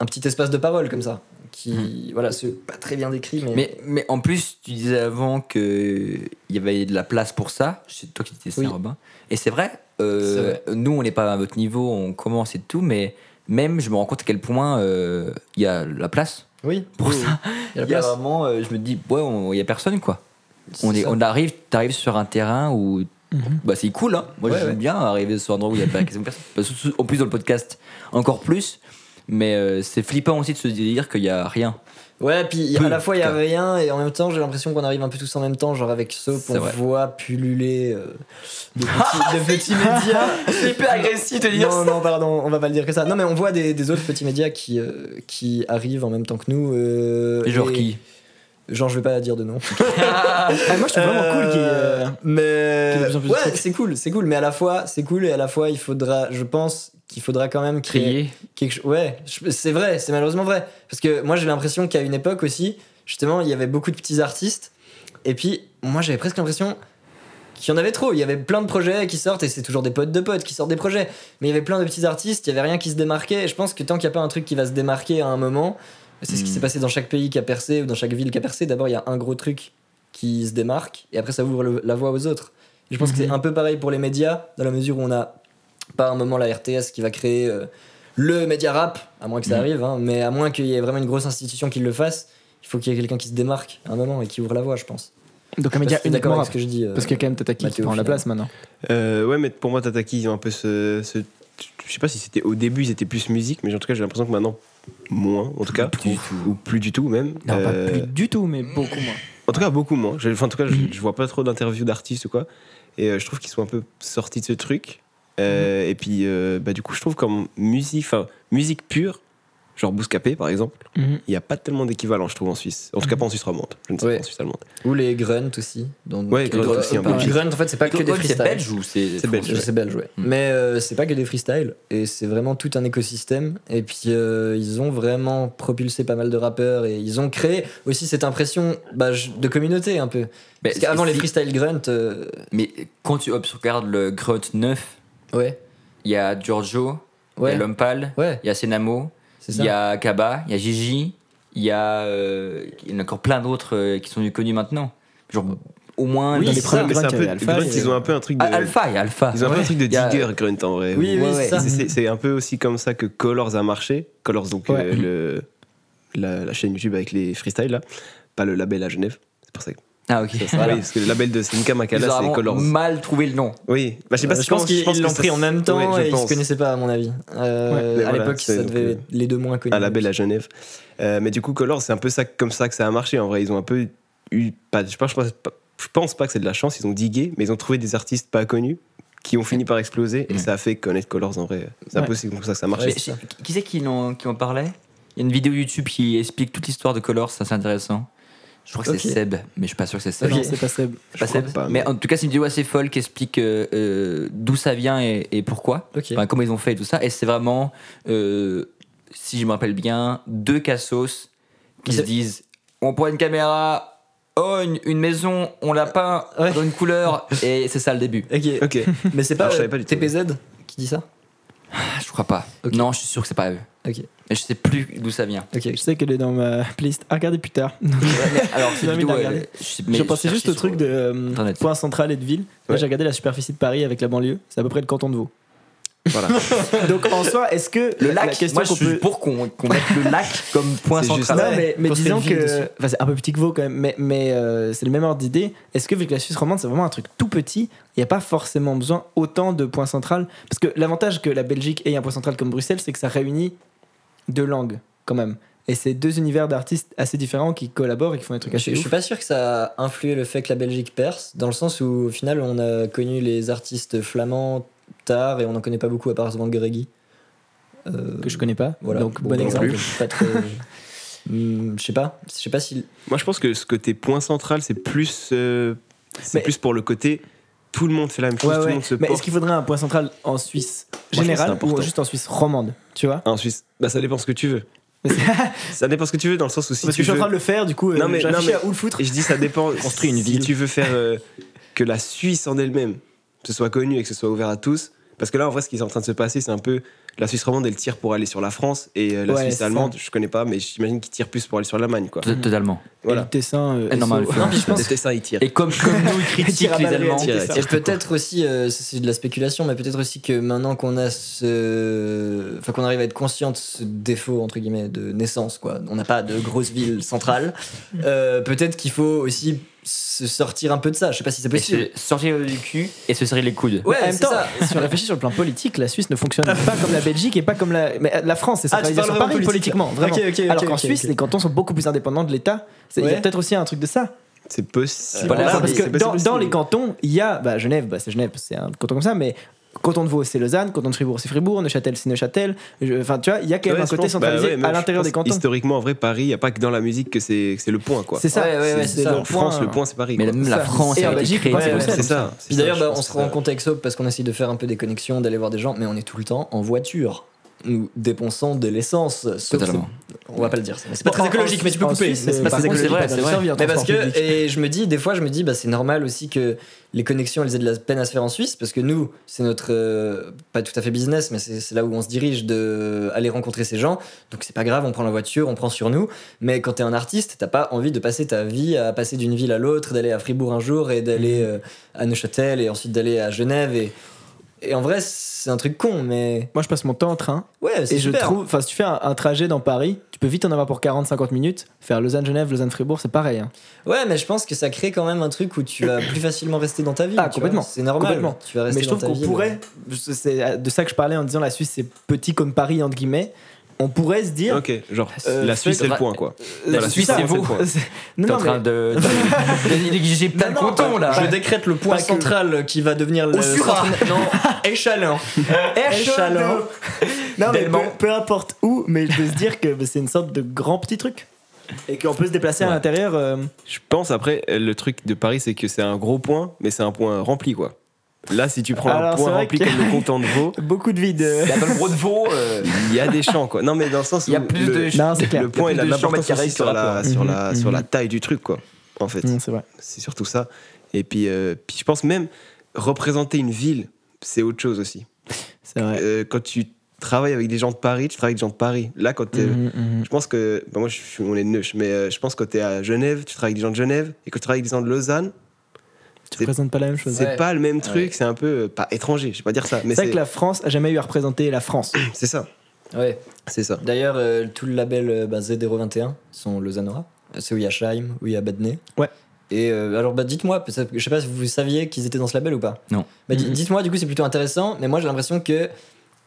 [SPEAKER 5] Un petit espace de parole comme ça, qui, voilà, c'est pas très bien décrit, mais.
[SPEAKER 4] Mmh. Mais, mais en plus, tu disais avant qu'il y avait de la place pour ça. C'est toi qui disais ça,
[SPEAKER 5] Oui.
[SPEAKER 4] Robin. Et c'est vrai, euh,
[SPEAKER 5] C'est vrai.
[SPEAKER 4] nous, on n'est pas à votre niveau, on commence et tout, mais même, je me rends compte à quel point euh, il y a la place.
[SPEAKER 5] oui,
[SPEAKER 4] Pour
[SPEAKER 5] oui,
[SPEAKER 4] ça,
[SPEAKER 5] oui. Il y a la
[SPEAKER 4] Il y a
[SPEAKER 5] place.
[SPEAKER 4] vraiment, euh, je me dis, ouais, on- il n'y a personne, quoi.
[SPEAKER 5] C'est
[SPEAKER 4] On, est,
[SPEAKER 5] ça.
[SPEAKER 4] on arrive, t'arrives sur un terrain où. Bah, c'est cool, hein. Moi,
[SPEAKER 5] Mhm. Ouais,
[SPEAKER 4] j'aime
[SPEAKER 5] ouais.
[SPEAKER 4] bien arriver sur un endroit où il n'y a pas
[SPEAKER 5] (laughs)
[SPEAKER 4] quasiment personne. Parce que, en plus, dans le podcast, encore plus. Mais euh, c'est flippant aussi de se dire qu'il n'y a rien.
[SPEAKER 5] Ouais, puis y a-
[SPEAKER 4] Peu,
[SPEAKER 5] à la fois il y a
[SPEAKER 4] en tout
[SPEAKER 5] rien et en même temps j'ai l'impression qu'on arrive un peu tous en même temps, genre avec Soap
[SPEAKER 4] C'est
[SPEAKER 5] on
[SPEAKER 4] vrai.
[SPEAKER 5] voit pulluler euh,
[SPEAKER 4] (laughs)
[SPEAKER 5] de petits, de petits médias.
[SPEAKER 4] C'est hyper agressif de
[SPEAKER 5] non, non, pardon, on va pas le dire que ça. Non, mais on voit des, des autres petits médias qui, euh, qui arrivent en même temps que nous. euh,
[SPEAKER 4] Genre
[SPEAKER 5] et-
[SPEAKER 4] qui
[SPEAKER 5] Genre, je vais pas dire de
[SPEAKER 4] (laughs)
[SPEAKER 5] nom.
[SPEAKER 8] Ah, moi je trouve vraiment cool qu'il y ait, euh, qu'il y ait de plus en
[SPEAKER 5] Mais.
[SPEAKER 8] plus de
[SPEAKER 5] Ouais,
[SPEAKER 8] trucs.
[SPEAKER 5] c'est cool, c'est cool, mais à la fois, c'est cool et à la fois, il faudra, je pense qu'il faudra quand même créer.
[SPEAKER 4] Crier.
[SPEAKER 5] quelque cho- Ouais, je- c'est vrai, c'est malheureusement vrai. Parce que moi, j'ai l'impression qu'à une époque aussi, justement, il y avait beaucoup de petits artistes. Et puis, moi, j'avais presque l'impression qu'il y en avait trop. Il y avait plein de projets qui sortent, et c'est toujours des potes de potes qui sortent des projets. Mais il y avait plein de petits artistes, il y avait rien qui se démarquait. Et je pense que tant qu'il n'y a pas un truc qui va se démarquer à un moment, c'est ce qui
[SPEAKER 4] Mm.
[SPEAKER 5] s'est passé dans chaque pays qui a percé, ou dans chaque ville qui a percé. D'abord, il y a un gros truc qui se démarque, et après, ça ouvre le- la voie aux autres. Et je pense que c'est un peu pareil pour les médias, dans la mesure où on n'a pas un moment la RTS qui va créer. euh, le média rap, à moins que ça
[SPEAKER 4] Mhm.
[SPEAKER 5] arrive, hein, mais à moins qu'il y ait vraiment une grosse institution qui le fasse, il faut qu'il y ait quelqu'un qui se démarque à un moment et qui ouvre la voie, je pense.
[SPEAKER 8] Donc
[SPEAKER 5] Je sais
[SPEAKER 8] un média
[SPEAKER 5] pas si t'es d'accord
[SPEAKER 8] uniquement
[SPEAKER 5] avec
[SPEAKER 8] rap.
[SPEAKER 5] ce que je dis. euh,
[SPEAKER 8] Parce qu'il y a quand même Tataki qui
[SPEAKER 5] Mathéo,
[SPEAKER 8] prend la
[SPEAKER 5] finalement.
[SPEAKER 8] place maintenant.
[SPEAKER 6] Euh, ouais, mais pour moi, Tataki, ils ont un peu ce. ce- je sais pas si c'était au début, ils étaient plus musique, mais en tout cas, j'ai l'impression que maintenant, moins, en tout cas. Ou plus du tout, même.
[SPEAKER 8] Non, pas
[SPEAKER 6] Euh,
[SPEAKER 8] plus du tout, mais beaucoup moins.
[SPEAKER 6] En tout cas, beaucoup moins. Je- enfin, en tout cas, je, je vois pas trop d'interviews d'artistes ou quoi. Et euh, je trouve qu'ils sont un peu sortis de ce truc. Euh, Et puis, euh, bah, du coup, je trouve comme musique, enfin, musique pure, genre Bouscapé, par exemple,
[SPEAKER 8] Mhm.
[SPEAKER 6] il n'y a pas tellement d'équivalent, je trouve, en Suisse. En tout cas, pas en Suisse romande. Je ne sais
[SPEAKER 5] Ouais.
[SPEAKER 6] pas en Suisse allemande.
[SPEAKER 5] Ou les grunts aussi. dont-
[SPEAKER 6] Ouais, Grunt
[SPEAKER 5] euh,
[SPEAKER 6] aussi, un peu.
[SPEAKER 5] euh, Grunt, en fait, c'est pas que des
[SPEAKER 4] c'est
[SPEAKER 5] freestyles.
[SPEAKER 4] belge ou c'est.
[SPEAKER 6] C'est belge,
[SPEAKER 5] Je sais belge, ouais.
[SPEAKER 4] Mm.
[SPEAKER 5] Mais euh, c'est pas que des freestyles, et c'est vraiment tout un écosystème. Et puis euh, ils ont vraiment propulsé pas mal de rappeurs, et ils ont créé aussi cette impression bah, je- de communauté un peu.
[SPEAKER 4] Mais
[SPEAKER 5] Parce qu'avant les
[SPEAKER 4] si-
[SPEAKER 5] freestyle grunt, euh,
[SPEAKER 4] Mais quand tu hop, tu regardes le Grunt 9,
[SPEAKER 5] ouais,
[SPEAKER 4] il y a Giorgio, il y
[SPEAKER 5] ouais,
[SPEAKER 4] a L'Homme Pâle,
[SPEAKER 5] ouais,
[SPEAKER 4] il y a Senamo,
[SPEAKER 5] c'est ça.
[SPEAKER 4] il y a Kaba, il y a Gigi, il y a. euh, Il y en a encore plein d'autres euh, qui sont connus maintenant. Genre, au moins.
[SPEAKER 8] Oui,
[SPEAKER 4] les-
[SPEAKER 8] les
[SPEAKER 6] c'est
[SPEAKER 8] premiers
[SPEAKER 6] ça, mais
[SPEAKER 8] Grunt,
[SPEAKER 6] c'est un
[SPEAKER 8] il y
[SPEAKER 6] peu.
[SPEAKER 8] avait Alpha,
[SPEAKER 6] Grunt,
[SPEAKER 8] il y
[SPEAKER 6] ils
[SPEAKER 8] avait-
[SPEAKER 6] ont un peu un truc de.
[SPEAKER 4] Ah, Alpha, il y a Alpha.
[SPEAKER 6] Ils ont un peu un
[SPEAKER 4] Ouais.
[SPEAKER 6] truc de
[SPEAKER 4] Il y a-
[SPEAKER 6] digger, Grunt, en vrai.
[SPEAKER 5] Oui, oui,
[SPEAKER 4] Ouais, ouais.
[SPEAKER 5] c'est ça.
[SPEAKER 6] C'est- C'est c'est un peu aussi comme ça que Colors a marché. Colors, donc
[SPEAKER 8] Ouais.
[SPEAKER 6] euh, le, la, la chaîne YouTube avec les freestyles, là. Pas le label à Genève. C'est pour ça que.
[SPEAKER 4] Ah, ok.
[SPEAKER 6] Oui, parce que le label de Senka
[SPEAKER 4] Ils
[SPEAKER 6] Makala,
[SPEAKER 4] ont
[SPEAKER 6] c'est
[SPEAKER 4] vraiment
[SPEAKER 6] Colors.
[SPEAKER 4] mal trouvé le nom.
[SPEAKER 6] Oui, bah, je sais pas
[SPEAKER 5] Euh,
[SPEAKER 6] si
[SPEAKER 5] je pense qu'ils
[SPEAKER 6] que
[SPEAKER 5] l'ont
[SPEAKER 6] ça-
[SPEAKER 5] pris en même temps
[SPEAKER 6] Ouais, je
[SPEAKER 5] et ils se
[SPEAKER 6] pense.
[SPEAKER 5] connaissaient pas à mon avis. Euh,
[SPEAKER 6] mais
[SPEAKER 5] à
[SPEAKER 6] voilà,
[SPEAKER 5] l'époque,
[SPEAKER 6] c'est
[SPEAKER 5] ça
[SPEAKER 6] donc,
[SPEAKER 5] devait
[SPEAKER 6] euh,
[SPEAKER 5] être les deux moins connus.
[SPEAKER 6] Un label à Genève. Euh, mais du coup, Colors, c'est un peu ça, comme ça que ça a marché. En vrai, ils ont un peu eu. Pas, je, pense, je pense pas- je pense pas que c'est de la chance, ils ont digué, mais ils ont trouvé des artistes pas connus qui ont fini par exploser et
[SPEAKER 4] Ouais.
[SPEAKER 6] ça a fait connaître Colors en vrai. C'est un
[SPEAKER 8] Ouais.
[SPEAKER 6] peu c'est comme ça que ça a
[SPEAKER 5] Ouais,
[SPEAKER 6] marché.
[SPEAKER 4] Mais
[SPEAKER 5] c'est ça.
[SPEAKER 4] qui- Qui c'est qui en, qui en parlait Il y a une vidéo YouTube qui explique toute l'histoire de Colors, ça c'est intéressant. Je crois que c'est
[SPEAKER 5] Ok.
[SPEAKER 4] Seb, mais je suis pas sûr que c'est Seb.
[SPEAKER 8] Non,
[SPEAKER 5] Ok.
[SPEAKER 8] c'est pas Seb.
[SPEAKER 4] C'est pas
[SPEAKER 6] Je crois
[SPEAKER 4] Seb.
[SPEAKER 6] pas,
[SPEAKER 4] mais...
[SPEAKER 6] mais-
[SPEAKER 4] en tout cas, c'est une vidéo assez folle qui explique euh, euh, d'où ça vient et, et pourquoi.
[SPEAKER 5] Ok.
[SPEAKER 4] Enfin, comment ils ont fait et tout ça. Et c'est vraiment, euh, si je me rappelle bien, deux cassos qui
[SPEAKER 5] Ils
[SPEAKER 4] se
[SPEAKER 5] a-
[SPEAKER 4] disent on prend une caméra, oh, une, une maison, on la peint
[SPEAKER 5] Ouais.
[SPEAKER 4] dans une couleur, et c'est ça le début.
[SPEAKER 6] (laughs)
[SPEAKER 5] Ok.
[SPEAKER 6] Ok.
[SPEAKER 5] Mais c'est pas,
[SPEAKER 6] Ah, je savais
[SPEAKER 5] euh,
[SPEAKER 6] pas du tout.
[SPEAKER 5] TPZ qui dit ça.
[SPEAKER 4] Ah, je crois pas.
[SPEAKER 5] Ok.
[SPEAKER 4] Non, je suis sûr que c'est pas eux.
[SPEAKER 5] Ok.
[SPEAKER 4] Mais je sais plus d'où ça vient.
[SPEAKER 5] Ok.
[SPEAKER 8] Je sais qu'elle est dans ma playlist à regarder plus tard.
[SPEAKER 4] Ouais, mais alors, c'est
[SPEAKER 8] J'ai envie
[SPEAKER 4] vidéo,
[SPEAKER 8] de la regarder.
[SPEAKER 4] je sais- mais
[SPEAKER 8] je pensais
[SPEAKER 4] cherchais
[SPEAKER 8] juste au
[SPEAKER 4] sur-
[SPEAKER 8] truc de euh,
[SPEAKER 4] Internet.
[SPEAKER 8] point central et de ville. Là,
[SPEAKER 6] Ouais.
[SPEAKER 8] J'ai regardé la superficie de Paris avec la banlieue. C'est à peu près le canton de Vaud.
[SPEAKER 6] Voilà.
[SPEAKER 8] (laughs) Donc en soi, est-ce que
[SPEAKER 4] Le
[SPEAKER 8] la
[SPEAKER 4] lac,
[SPEAKER 8] question
[SPEAKER 4] moi je
[SPEAKER 8] qu'on
[SPEAKER 4] suis
[SPEAKER 8] peut
[SPEAKER 4] pour qu'on qu'on mette le lac comme point
[SPEAKER 6] C'est juste
[SPEAKER 4] central.
[SPEAKER 8] Non,
[SPEAKER 5] Ah ouais,
[SPEAKER 8] mais, mais
[SPEAKER 5] construire
[SPEAKER 8] disons
[SPEAKER 5] une ville
[SPEAKER 8] que.
[SPEAKER 5] dessus.
[SPEAKER 8] Enfin, c'est un peu petit que Vaud quand même, mais, mais euh, c'est le même ordre d'idée. Est-ce que, vu que la Suisse romande, c'est vraiment un truc tout petit, il n'y a pas forcément besoin autant de points centrales Parce que l'avantage que la Belgique ait un point central comme Bruxelles, c'est que ça réunit deux langues, quand même. Et c'est deux univers d'artistes assez différents qui collaborent et qui font des trucs
[SPEAKER 5] Je,
[SPEAKER 8] assez
[SPEAKER 5] je suis
[SPEAKER 8] ouf.
[SPEAKER 5] pas sûr que ça a influé le fait que la Belgique perce, dans le sens où au final on a connu les artistes flamands tard et on n'en connaît pas beaucoup à part Van Greggy. Euh,
[SPEAKER 8] Que je connais pas.
[SPEAKER 5] voilà.
[SPEAKER 8] Donc,
[SPEAKER 5] Bon,
[SPEAKER 8] bon
[SPEAKER 5] non
[SPEAKER 8] exemple.
[SPEAKER 5] plus. Pas
[SPEAKER 6] (laughs)
[SPEAKER 5] très- Hmm, je sais pas. Je sais pas si.
[SPEAKER 6] Moi, je pense que ce côté point central, c'est plus, euh, c'est
[SPEAKER 8] Mais-
[SPEAKER 6] plus pour le côté tout le monde fait la même chose,
[SPEAKER 8] Ouais,
[SPEAKER 6] tout
[SPEAKER 8] ouais.
[SPEAKER 6] le monde se
[SPEAKER 8] Mais est-ce
[SPEAKER 6] porte.
[SPEAKER 8] qu'il faudrait un point central en Suisse
[SPEAKER 6] je pense que c'est
[SPEAKER 8] générale ou
[SPEAKER 6] important.
[SPEAKER 8] juste en Suisse romande Tu vois
[SPEAKER 6] Ah, en Suisse, bah, ça dépend ce que tu
[SPEAKER 8] (laughs)
[SPEAKER 6] veux.
[SPEAKER 8] Parce
[SPEAKER 6] ça dépend ce que tu veux dans le sens où si
[SPEAKER 8] que
[SPEAKER 6] tu
[SPEAKER 8] je suis en
[SPEAKER 6] veux-
[SPEAKER 8] train de le faire, du coup,
[SPEAKER 6] Non,
[SPEAKER 8] euh,
[SPEAKER 6] mais-
[SPEAKER 8] j'ai
[SPEAKER 6] non,
[SPEAKER 8] réfléchi
[SPEAKER 6] mais-
[SPEAKER 8] à où le foutre.
[SPEAKER 6] Et je dis ça (laughs) dépend.
[SPEAKER 8] Construis une ville.
[SPEAKER 6] Si tu veux faire euh, que la Suisse en elle-même se soit connue et que ce soit ouvert à tous, parce que là en vrai ce qui est en train de se passer c'est un peu la Suisse romande elle tire pour aller sur la France et euh, la
[SPEAKER 8] Ouais,
[SPEAKER 6] Suisse
[SPEAKER 8] c'est
[SPEAKER 6] allemande je connais pas mais j'imagine qu'ils tirent plus pour aller sur l'Allemagne quoi.
[SPEAKER 4] T- Totalement.
[SPEAKER 8] Et
[SPEAKER 6] Voilà.
[SPEAKER 8] le Tessin. euh,
[SPEAKER 4] Et normal,
[SPEAKER 8] SO.
[SPEAKER 4] le
[SPEAKER 8] Non, puis je pense
[SPEAKER 6] C'était ça ils tirent.
[SPEAKER 4] Et comme, comme
[SPEAKER 8] (laughs)
[SPEAKER 4] nous, ils critiquent
[SPEAKER 8] Tire à
[SPEAKER 4] les
[SPEAKER 8] balles réelles,
[SPEAKER 4] Allemands.
[SPEAKER 8] tire à
[SPEAKER 6] C'est
[SPEAKER 5] Et peut-être aussi, euh, ça, c'est de la spéculation, mais peut-être aussi que maintenant qu'on a ce, enfin qu'on arrive à être conscient de ce défaut entre guillemets de naissance, quoi. On n'a pas de grosse ville (laughs) centrale. Euh, peut-être qu'il faut aussi se sortir un peu de ça. Je sais pas si c'est
[SPEAKER 4] Et
[SPEAKER 5] possible.
[SPEAKER 4] se sortir du cul et se serrer les coudes.
[SPEAKER 5] Ouais,
[SPEAKER 8] en même
[SPEAKER 5] c'est
[SPEAKER 8] temps,
[SPEAKER 5] ça.
[SPEAKER 8] si on réfléchit sur le plan politique, la Suisse ne fonctionne pas comme la Belgique et pas comme la. Mais la France, c'est
[SPEAKER 5] Ah, tu
[SPEAKER 8] centralisé
[SPEAKER 5] parles
[SPEAKER 8] sur
[SPEAKER 5] vraiment
[SPEAKER 8] Paris
[SPEAKER 5] politique, là.
[SPEAKER 8] politiquement, vraiment.
[SPEAKER 5] Ok, ok, ok,
[SPEAKER 8] Alors qu'en
[SPEAKER 5] ok,
[SPEAKER 8] Suisse,
[SPEAKER 5] ok.
[SPEAKER 8] les cantons sont beaucoup plus indépendants de l'État. C'est- Il y a
[SPEAKER 5] Ouais.
[SPEAKER 8] peut-être aussi un truc de ça.
[SPEAKER 6] C'est possible.
[SPEAKER 4] Voilà,
[SPEAKER 8] Voilà, parce
[SPEAKER 4] mais
[SPEAKER 8] que
[SPEAKER 6] c'est
[SPEAKER 8] dans,
[SPEAKER 6] possible.
[SPEAKER 8] dans les cantons, il y a bah, Genève, bah, c'est Genève, c'est un canton comme ça, mais canton de Vaud, c'est Lausanne, canton de Fribourg, c'est Fribourg, Neuchâtel, c'est Neuchâtel. Je- Enfin, tu vois, il y a quand même
[SPEAKER 6] Ouais,
[SPEAKER 8] un
[SPEAKER 6] je
[SPEAKER 8] côté
[SPEAKER 6] pense, bah
[SPEAKER 8] centralisé
[SPEAKER 6] ouais, mais
[SPEAKER 8] à
[SPEAKER 6] je
[SPEAKER 8] l'intérieur
[SPEAKER 6] pense
[SPEAKER 8] des cantons.
[SPEAKER 6] Historiquement en vrai Paris il n'y a pas que dans la musique que c'est que c'est le point quoi.
[SPEAKER 8] C'est ça.
[SPEAKER 5] Ouais, ouais, ouais, c'est ça.
[SPEAKER 6] En France
[SPEAKER 8] hein.
[SPEAKER 6] le point c'est Paris.
[SPEAKER 4] Mais
[SPEAKER 6] quoi.
[SPEAKER 4] même la
[SPEAKER 8] Ça,
[SPEAKER 4] France,
[SPEAKER 8] et en
[SPEAKER 4] elle a été
[SPEAKER 8] Belgique,
[SPEAKER 4] créée.
[SPEAKER 8] ouais,
[SPEAKER 4] c'est
[SPEAKER 8] ouais.
[SPEAKER 4] pour ça.
[SPEAKER 6] C'est ça. c'est
[SPEAKER 5] Puis
[SPEAKER 6] ça,
[SPEAKER 5] d'ailleurs,
[SPEAKER 6] je
[SPEAKER 5] bah,
[SPEAKER 6] pense
[SPEAKER 5] on
[SPEAKER 6] que
[SPEAKER 5] se
[SPEAKER 6] ça-
[SPEAKER 5] rend compte avec Soap parce qu'on essaye de faire un peu des connexions, d'aller voir des gens, mais on est tout le temps en voiture. Nous dépensons de l'essence. Soap,
[SPEAKER 4] Totalement.
[SPEAKER 5] c'est- On va pas le dire. ça. Mais C'est pas
[SPEAKER 8] Bon,
[SPEAKER 5] très
[SPEAKER 8] en-
[SPEAKER 5] écologique,
[SPEAKER 8] en-
[SPEAKER 5] mais tu peux
[SPEAKER 8] en
[SPEAKER 5] couper.
[SPEAKER 8] Suisse,
[SPEAKER 5] Mais c'est pas
[SPEAKER 8] par
[SPEAKER 5] très
[SPEAKER 8] contre,
[SPEAKER 5] écologique.
[SPEAKER 4] c'est vrai,
[SPEAKER 8] pas
[SPEAKER 4] c'est
[SPEAKER 8] dans
[SPEAKER 4] vrai.
[SPEAKER 8] la vie en
[SPEAKER 5] Mais parce
[SPEAKER 8] transport
[SPEAKER 5] que,
[SPEAKER 8] public.
[SPEAKER 5] et je me dis, des fois, je me dis, bah, c'est normal aussi que les connexions, elles aient de la peine à se faire en Suisse, parce que nous, c'est notre, euh, pas tout à fait business, mais c'est c'est là où on se dirige de aller rencontrer ces gens. Donc c'est pas grave, on prend la voiture, on prend sur nous. Mais quand t'es un artiste, t'as pas envie de passer ta vie à passer d'une Mmh. ville à l'autre, d'aller à Fribourg un jour et d'aller euh, à Neuchâtel et ensuite d'aller à Genève et. Et en vrai, c'est un truc con, mais.
[SPEAKER 8] Moi, je passe mon temps en train.
[SPEAKER 5] Ouais, c'est
[SPEAKER 8] Et je
[SPEAKER 5] super.
[SPEAKER 8] trouve, enfin, si tu fais un, un trajet dans Paris, tu peux vite en avoir pour 40-50 minutes. Faire Lausanne-Genève, Lausanne-Fribourg, c'est pareil. hein.
[SPEAKER 5] Ouais, mais je pense que ça crée quand même un truc où tu vas plus facilement rester dans ta vie.
[SPEAKER 8] Ah,
[SPEAKER 5] tu vois.
[SPEAKER 8] complètement.
[SPEAKER 5] C'est normal.
[SPEAKER 8] Complètement.
[SPEAKER 5] Tu vas rester
[SPEAKER 8] Mais je trouve
[SPEAKER 5] dans ta
[SPEAKER 8] qu'on
[SPEAKER 5] ville.
[SPEAKER 8] pourrait, c'est euh, de ça que je parlais en disant la Suisse c'est petit comme Paris, entre guillemets. On pourrait se dire.
[SPEAKER 6] Ok, genre,
[SPEAKER 8] Euh,
[SPEAKER 6] la Suisse, c'est le
[SPEAKER 4] Suisse,
[SPEAKER 6] point, quoi.
[SPEAKER 8] euh,
[SPEAKER 4] la
[SPEAKER 8] c'est
[SPEAKER 4] Suisse,
[SPEAKER 8] ça,
[SPEAKER 4] c'est
[SPEAKER 8] en
[SPEAKER 4] vous.
[SPEAKER 8] fait, quoi.
[SPEAKER 4] (laughs)
[SPEAKER 8] non,
[SPEAKER 4] T'es en
[SPEAKER 8] non,
[SPEAKER 4] train
[SPEAKER 8] mais
[SPEAKER 4] de.
[SPEAKER 8] (laughs)
[SPEAKER 4] de- j'ai plein de
[SPEAKER 8] Non, non,
[SPEAKER 4] cantons
[SPEAKER 8] pas-
[SPEAKER 4] là.
[SPEAKER 5] Je décrète le point
[SPEAKER 8] Pas que-
[SPEAKER 5] central qui va devenir le.
[SPEAKER 4] Au Sura.
[SPEAKER 5] centre- Non, Échalin.
[SPEAKER 8] Échalon. Non, (laughs) mais
[SPEAKER 4] Tellement.
[SPEAKER 8] peu, peu importe où, mais je peux se dire que bah, c'est une sorte de grand petit truc. Et qu'on peut se déplacer à
[SPEAKER 6] Ouais.
[SPEAKER 8] l'intérieur. euh,
[SPEAKER 6] Je pense après, euh, le truc de Paris, c'est que c'est un gros point, mais c'est un point rempli, quoi. Là, si tu prends
[SPEAKER 8] Alors,
[SPEAKER 6] un
[SPEAKER 8] c'est
[SPEAKER 6] point
[SPEAKER 8] vrai
[SPEAKER 6] rempli
[SPEAKER 8] que-
[SPEAKER 6] comme le content de Vaud,
[SPEAKER 8] beaucoup de
[SPEAKER 4] (laughs)
[SPEAKER 8] vide. euh.
[SPEAKER 4] La Valbro de Vaud. euh,
[SPEAKER 6] il y a des champs, quoi. Non, mais dans le sens où
[SPEAKER 4] Il y a plus
[SPEAKER 6] le,
[SPEAKER 4] de-
[SPEAKER 8] Non, c'est clair.
[SPEAKER 6] le
[SPEAKER 4] Il
[SPEAKER 6] point,
[SPEAKER 4] y
[SPEAKER 6] il
[SPEAKER 4] a
[SPEAKER 6] a
[SPEAKER 4] plus
[SPEAKER 6] de
[SPEAKER 4] de champs
[SPEAKER 6] l'importance
[SPEAKER 4] carrés
[SPEAKER 6] aussi
[SPEAKER 4] que
[SPEAKER 6] sur la,
[SPEAKER 4] rapport.
[SPEAKER 6] sur, la,
[SPEAKER 8] Mhm,
[SPEAKER 6] sur
[SPEAKER 8] mhm.
[SPEAKER 6] la taille du truc, quoi. En fait,
[SPEAKER 8] Non, c'est vrai.
[SPEAKER 6] c'est surtout ça. Et puis, euh, puis, je pense même représenter une ville, c'est autre chose aussi.
[SPEAKER 8] C'est vrai.
[SPEAKER 6] Euh, quand tu travailles avec des gens de Paris, tu travailles avec des gens de Paris. Là, quand t'es-
[SPEAKER 8] Mhm, mhm.
[SPEAKER 6] Je pense que. bah, moi, je suis, on est de Neuch, mais euh, je pense que quand tu es à Genève, tu travailles avec des gens de Genève, et quand tu travailles avec des gens de Lausanne,
[SPEAKER 8] Tu
[SPEAKER 6] c'est-
[SPEAKER 8] représentes pas la même chose.
[SPEAKER 6] c'est
[SPEAKER 4] Ouais.
[SPEAKER 6] pas le même truc, c'est un peu. euh, pas étranger, je vais pas dire ça, mais
[SPEAKER 8] C'est vrai
[SPEAKER 6] c'est
[SPEAKER 8] que la France a jamais eu à représenter la France.
[SPEAKER 6] c'est ça.
[SPEAKER 5] Ouais.
[SPEAKER 6] C'est ça.
[SPEAKER 5] D'ailleurs, euh, tout le label euh, bah, Z021, sont Lausannois. C'est où il y a Scheim, où il y a Badney.
[SPEAKER 8] Ouais.
[SPEAKER 5] Et euh, alors, bah, dites-moi, parce que je sais pas si vous saviez qu'ils étaient dans ce label ou pas.
[SPEAKER 4] Non.
[SPEAKER 5] Bah, di-
[SPEAKER 8] Mhm.
[SPEAKER 5] Dites-moi, du coup, c'est plutôt intéressant, mais moi j'ai l'impression que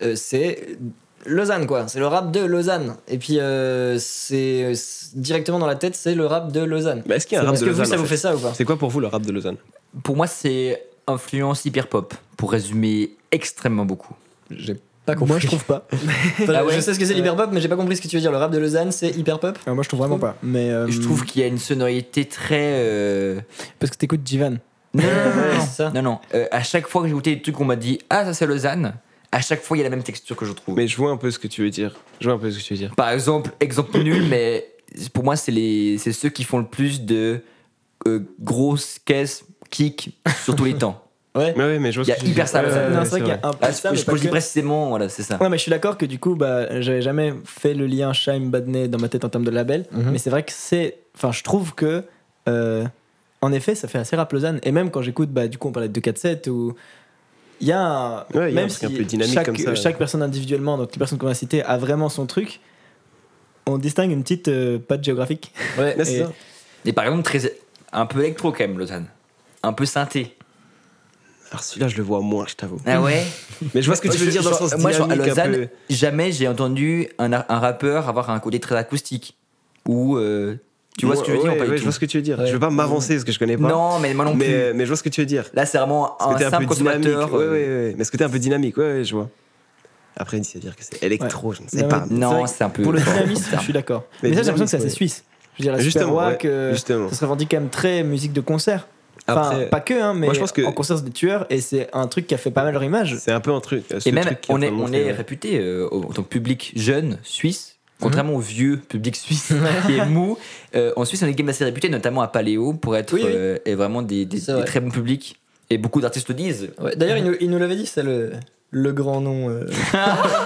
[SPEAKER 5] euh, c'est Lausanne, quoi. C'est le rap de Lausanne. Et puis, euh, c'est c'est- directement dans la tête, c'est le rap de Lausanne.
[SPEAKER 4] Bah,
[SPEAKER 6] Mais est-ce qu'il y a un rap
[SPEAKER 5] Est-ce
[SPEAKER 6] de
[SPEAKER 5] que vous,
[SPEAKER 6] Lausanne
[SPEAKER 5] ça
[SPEAKER 6] en
[SPEAKER 5] vous fait ça ou pas
[SPEAKER 6] C'est quoi pour vous le rap de Lausanne
[SPEAKER 4] Pour moi, c'est influence hyper pop. Pour résumer extrêmement beaucoup.
[SPEAKER 5] (laughs) J'ai pas
[SPEAKER 8] Moi, je trouve pas.
[SPEAKER 5] Enfin,
[SPEAKER 4] Ah ouais
[SPEAKER 5] Je sais ce que c'est
[SPEAKER 4] Ouais.
[SPEAKER 5] l'hyperpop, mais j'ai pas compris ce que tu veux dire. Le rap de Lausanne, c'est hyper pop
[SPEAKER 8] Ah, moi, je trouve vraiment pas. Mais euh,
[SPEAKER 4] Je trouve qu'il y a une sonorité très. euh,
[SPEAKER 8] parce que t'écoutes Jivan.
[SPEAKER 4] Non, non, non,
[SPEAKER 5] Ouais,
[SPEAKER 4] non,
[SPEAKER 5] c'est ça.
[SPEAKER 4] non. non, non. Euh, à chaque fois que j'ai goûté des trucs, on m'a dit Ah, ça c'est Lausanne. À chaque fois, il y a la même texture que je trouve.
[SPEAKER 6] Mais je vois un peu ce que tu veux dire. Je vois un peu ce que tu veux dire.
[SPEAKER 4] Par exemple, exemple nul, (coughs) mais pour moi, c'est les, c'est ceux qui font le plus de euh, grosses caisses kick sur tous les temps.
[SPEAKER 6] Mais ouais, mais je vois
[SPEAKER 4] Il y
[SPEAKER 6] ce
[SPEAKER 4] a
[SPEAKER 6] que tu veux
[SPEAKER 4] hyper
[SPEAKER 6] dire.
[SPEAKER 4] ça,
[SPEAKER 6] Ouais,
[SPEAKER 4] Lausanne.
[SPEAKER 6] ouais, (laughs)
[SPEAKER 8] non,
[SPEAKER 6] ouais,
[SPEAKER 8] c'est vrai qu'il y a un peu
[SPEAKER 4] Ah,
[SPEAKER 8] de ça,
[SPEAKER 4] je,
[SPEAKER 8] mais
[SPEAKER 4] je
[SPEAKER 8] pas
[SPEAKER 4] le dis
[SPEAKER 8] que.
[SPEAKER 4] précisément, voilà, c'est ça.
[SPEAKER 8] Ouais, mais je suis d'accord que du coup, bah, j'avais jamais fait le lien Shime Badney dans ma tête en termes de label,
[SPEAKER 5] Mhm.
[SPEAKER 8] mais c'est vrai que c'est. Enfin, je trouve que. euh, en effet, ça fait assez rap Lausanne. Et même quand j'écoute, bah, du coup, on parlait de 2-4-7 ou. Il y a un.
[SPEAKER 6] Ouais, il y a
[SPEAKER 8] même
[SPEAKER 6] un truc
[SPEAKER 8] si
[SPEAKER 6] un peu dynamique
[SPEAKER 8] chaque,
[SPEAKER 6] comme ça, ouais.
[SPEAKER 8] Chaque personne individuellement, donc les personnes qu'on a citées, a vraiment son truc. On distingue une petite euh, patte géographique.
[SPEAKER 6] Mais c'est
[SPEAKER 8] Et-
[SPEAKER 6] ça.
[SPEAKER 4] Et par exemple, très, un peu électro quand même, Lausanne. Un peu synthé.
[SPEAKER 6] Alors celui-là, je le vois moins, je t'avoue.
[SPEAKER 4] Ah ouais
[SPEAKER 6] Mais je vois ce que tu veux dire dans le sens
[SPEAKER 4] Moi, je- à
[SPEAKER 6] dynamique un
[SPEAKER 4] Lausanne,
[SPEAKER 6] peu.
[SPEAKER 4] jamais j'ai entendu un, ar- un rappeur avoir un côté très acoustique. Ou. euh, tu vois ce que je veux dire
[SPEAKER 6] Ouais,
[SPEAKER 4] ou pas du
[SPEAKER 6] ouais,
[SPEAKER 4] tout
[SPEAKER 6] Je vois ce que tu veux dire.
[SPEAKER 5] Ouais.
[SPEAKER 6] Je veux pas m'avancer parce que je connais pas.
[SPEAKER 4] Non, mais moi non plus.
[SPEAKER 6] mais, mais je vois ce que tu veux dire.
[SPEAKER 4] Là, c'est vraiment
[SPEAKER 6] Parce
[SPEAKER 4] un
[SPEAKER 6] que t'es un,
[SPEAKER 4] Oh, simple
[SPEAKER 6] peu dynamique.
[SPEAKER 4] consommateur.
[SPEAKER 6] Ouais, ouais,
[SPEAKER 4] euh,
[SPEAKER 6] ouais. Mais ce que t'es un peu dynamique, ouais, ouais, je vois. Après, c'est dire que c'est électro, je ne sais
[SPEAKER 8] Non,
[SPEAKER 6] pas.
[SPEAKER 8] mais-
[SPEAKER 4] Non,
[SPEAKER 8] C'est
[SPEAKER 4] c'est un peu.
[SPEAKER 8] Pour le
[SPEAKER 4] (laughs) fort,
[SPEAKER 8] dynamisme,
[SPEAKER 4] ça.
[SPEAKER 8] (laughs) je suis d'accord.
[SPEAKER 6] Mais
[SPEAKER 8] Mais, ça, j'ai l'impression que c'est
[SPEAKER 6] dynamisme,
[SPEAKER 8] assez suisse. Je veux dire, la
[SPEAKER 6] Justement,
[SPEAKER 8] super
[SPEAKER 6] ouais,
[SPEAKER 8] wack, euh,
[SPEAKER 6] justement.
[SPEAKER 8] ça se revendique quand même très musique de concert. Enfin,
[SPEAKER 6] Après,
[SPEAKER 8] pas que, hein, mais
[SPEAKER 6] moi, je pense que-
[SPEAKER 8] en concert, c'est des tueurs et c'est un truc qui a fait pas mal leur image.
[SPEAKER 6] C'est un peu un truc. euh, ce
[SPEAKER 4] Et même,
[SPEAKER 6] truc qui est en
[SPEAKER 4] on est,
[SPEAKER 6] train de
[SPEAKER 4] on
[SPEAKER 6] monter,
[SPEAKER 4] est
[SPEAKER 6] ouais. Mmh.
[SPEAKER 4] réputé euh, en tant que public jeune suisse, contrairement au vieux public suisse
[SPEAKER 6] (laughs)
[SPEAKER 4] qui est mou. euh, en Suisse, on est quand même assez réputé, notamment à Paléo, pour être
[SPEAKER 5] Oui, oui.
[SPEAKER 4] euh, et vraiment des, des-
[SPEAKER 5] C'est
[SPEAKER 4] des
[SPEAKER 5] vrai.
[SPEAKER 4] très bons publics. Et beaucoup d'artistes le disent.
[SPEAKER 5] Ouais, D'ailleurs, il nous- il nous l'avait dit, c'est le, le grand nom. (laughs) euh.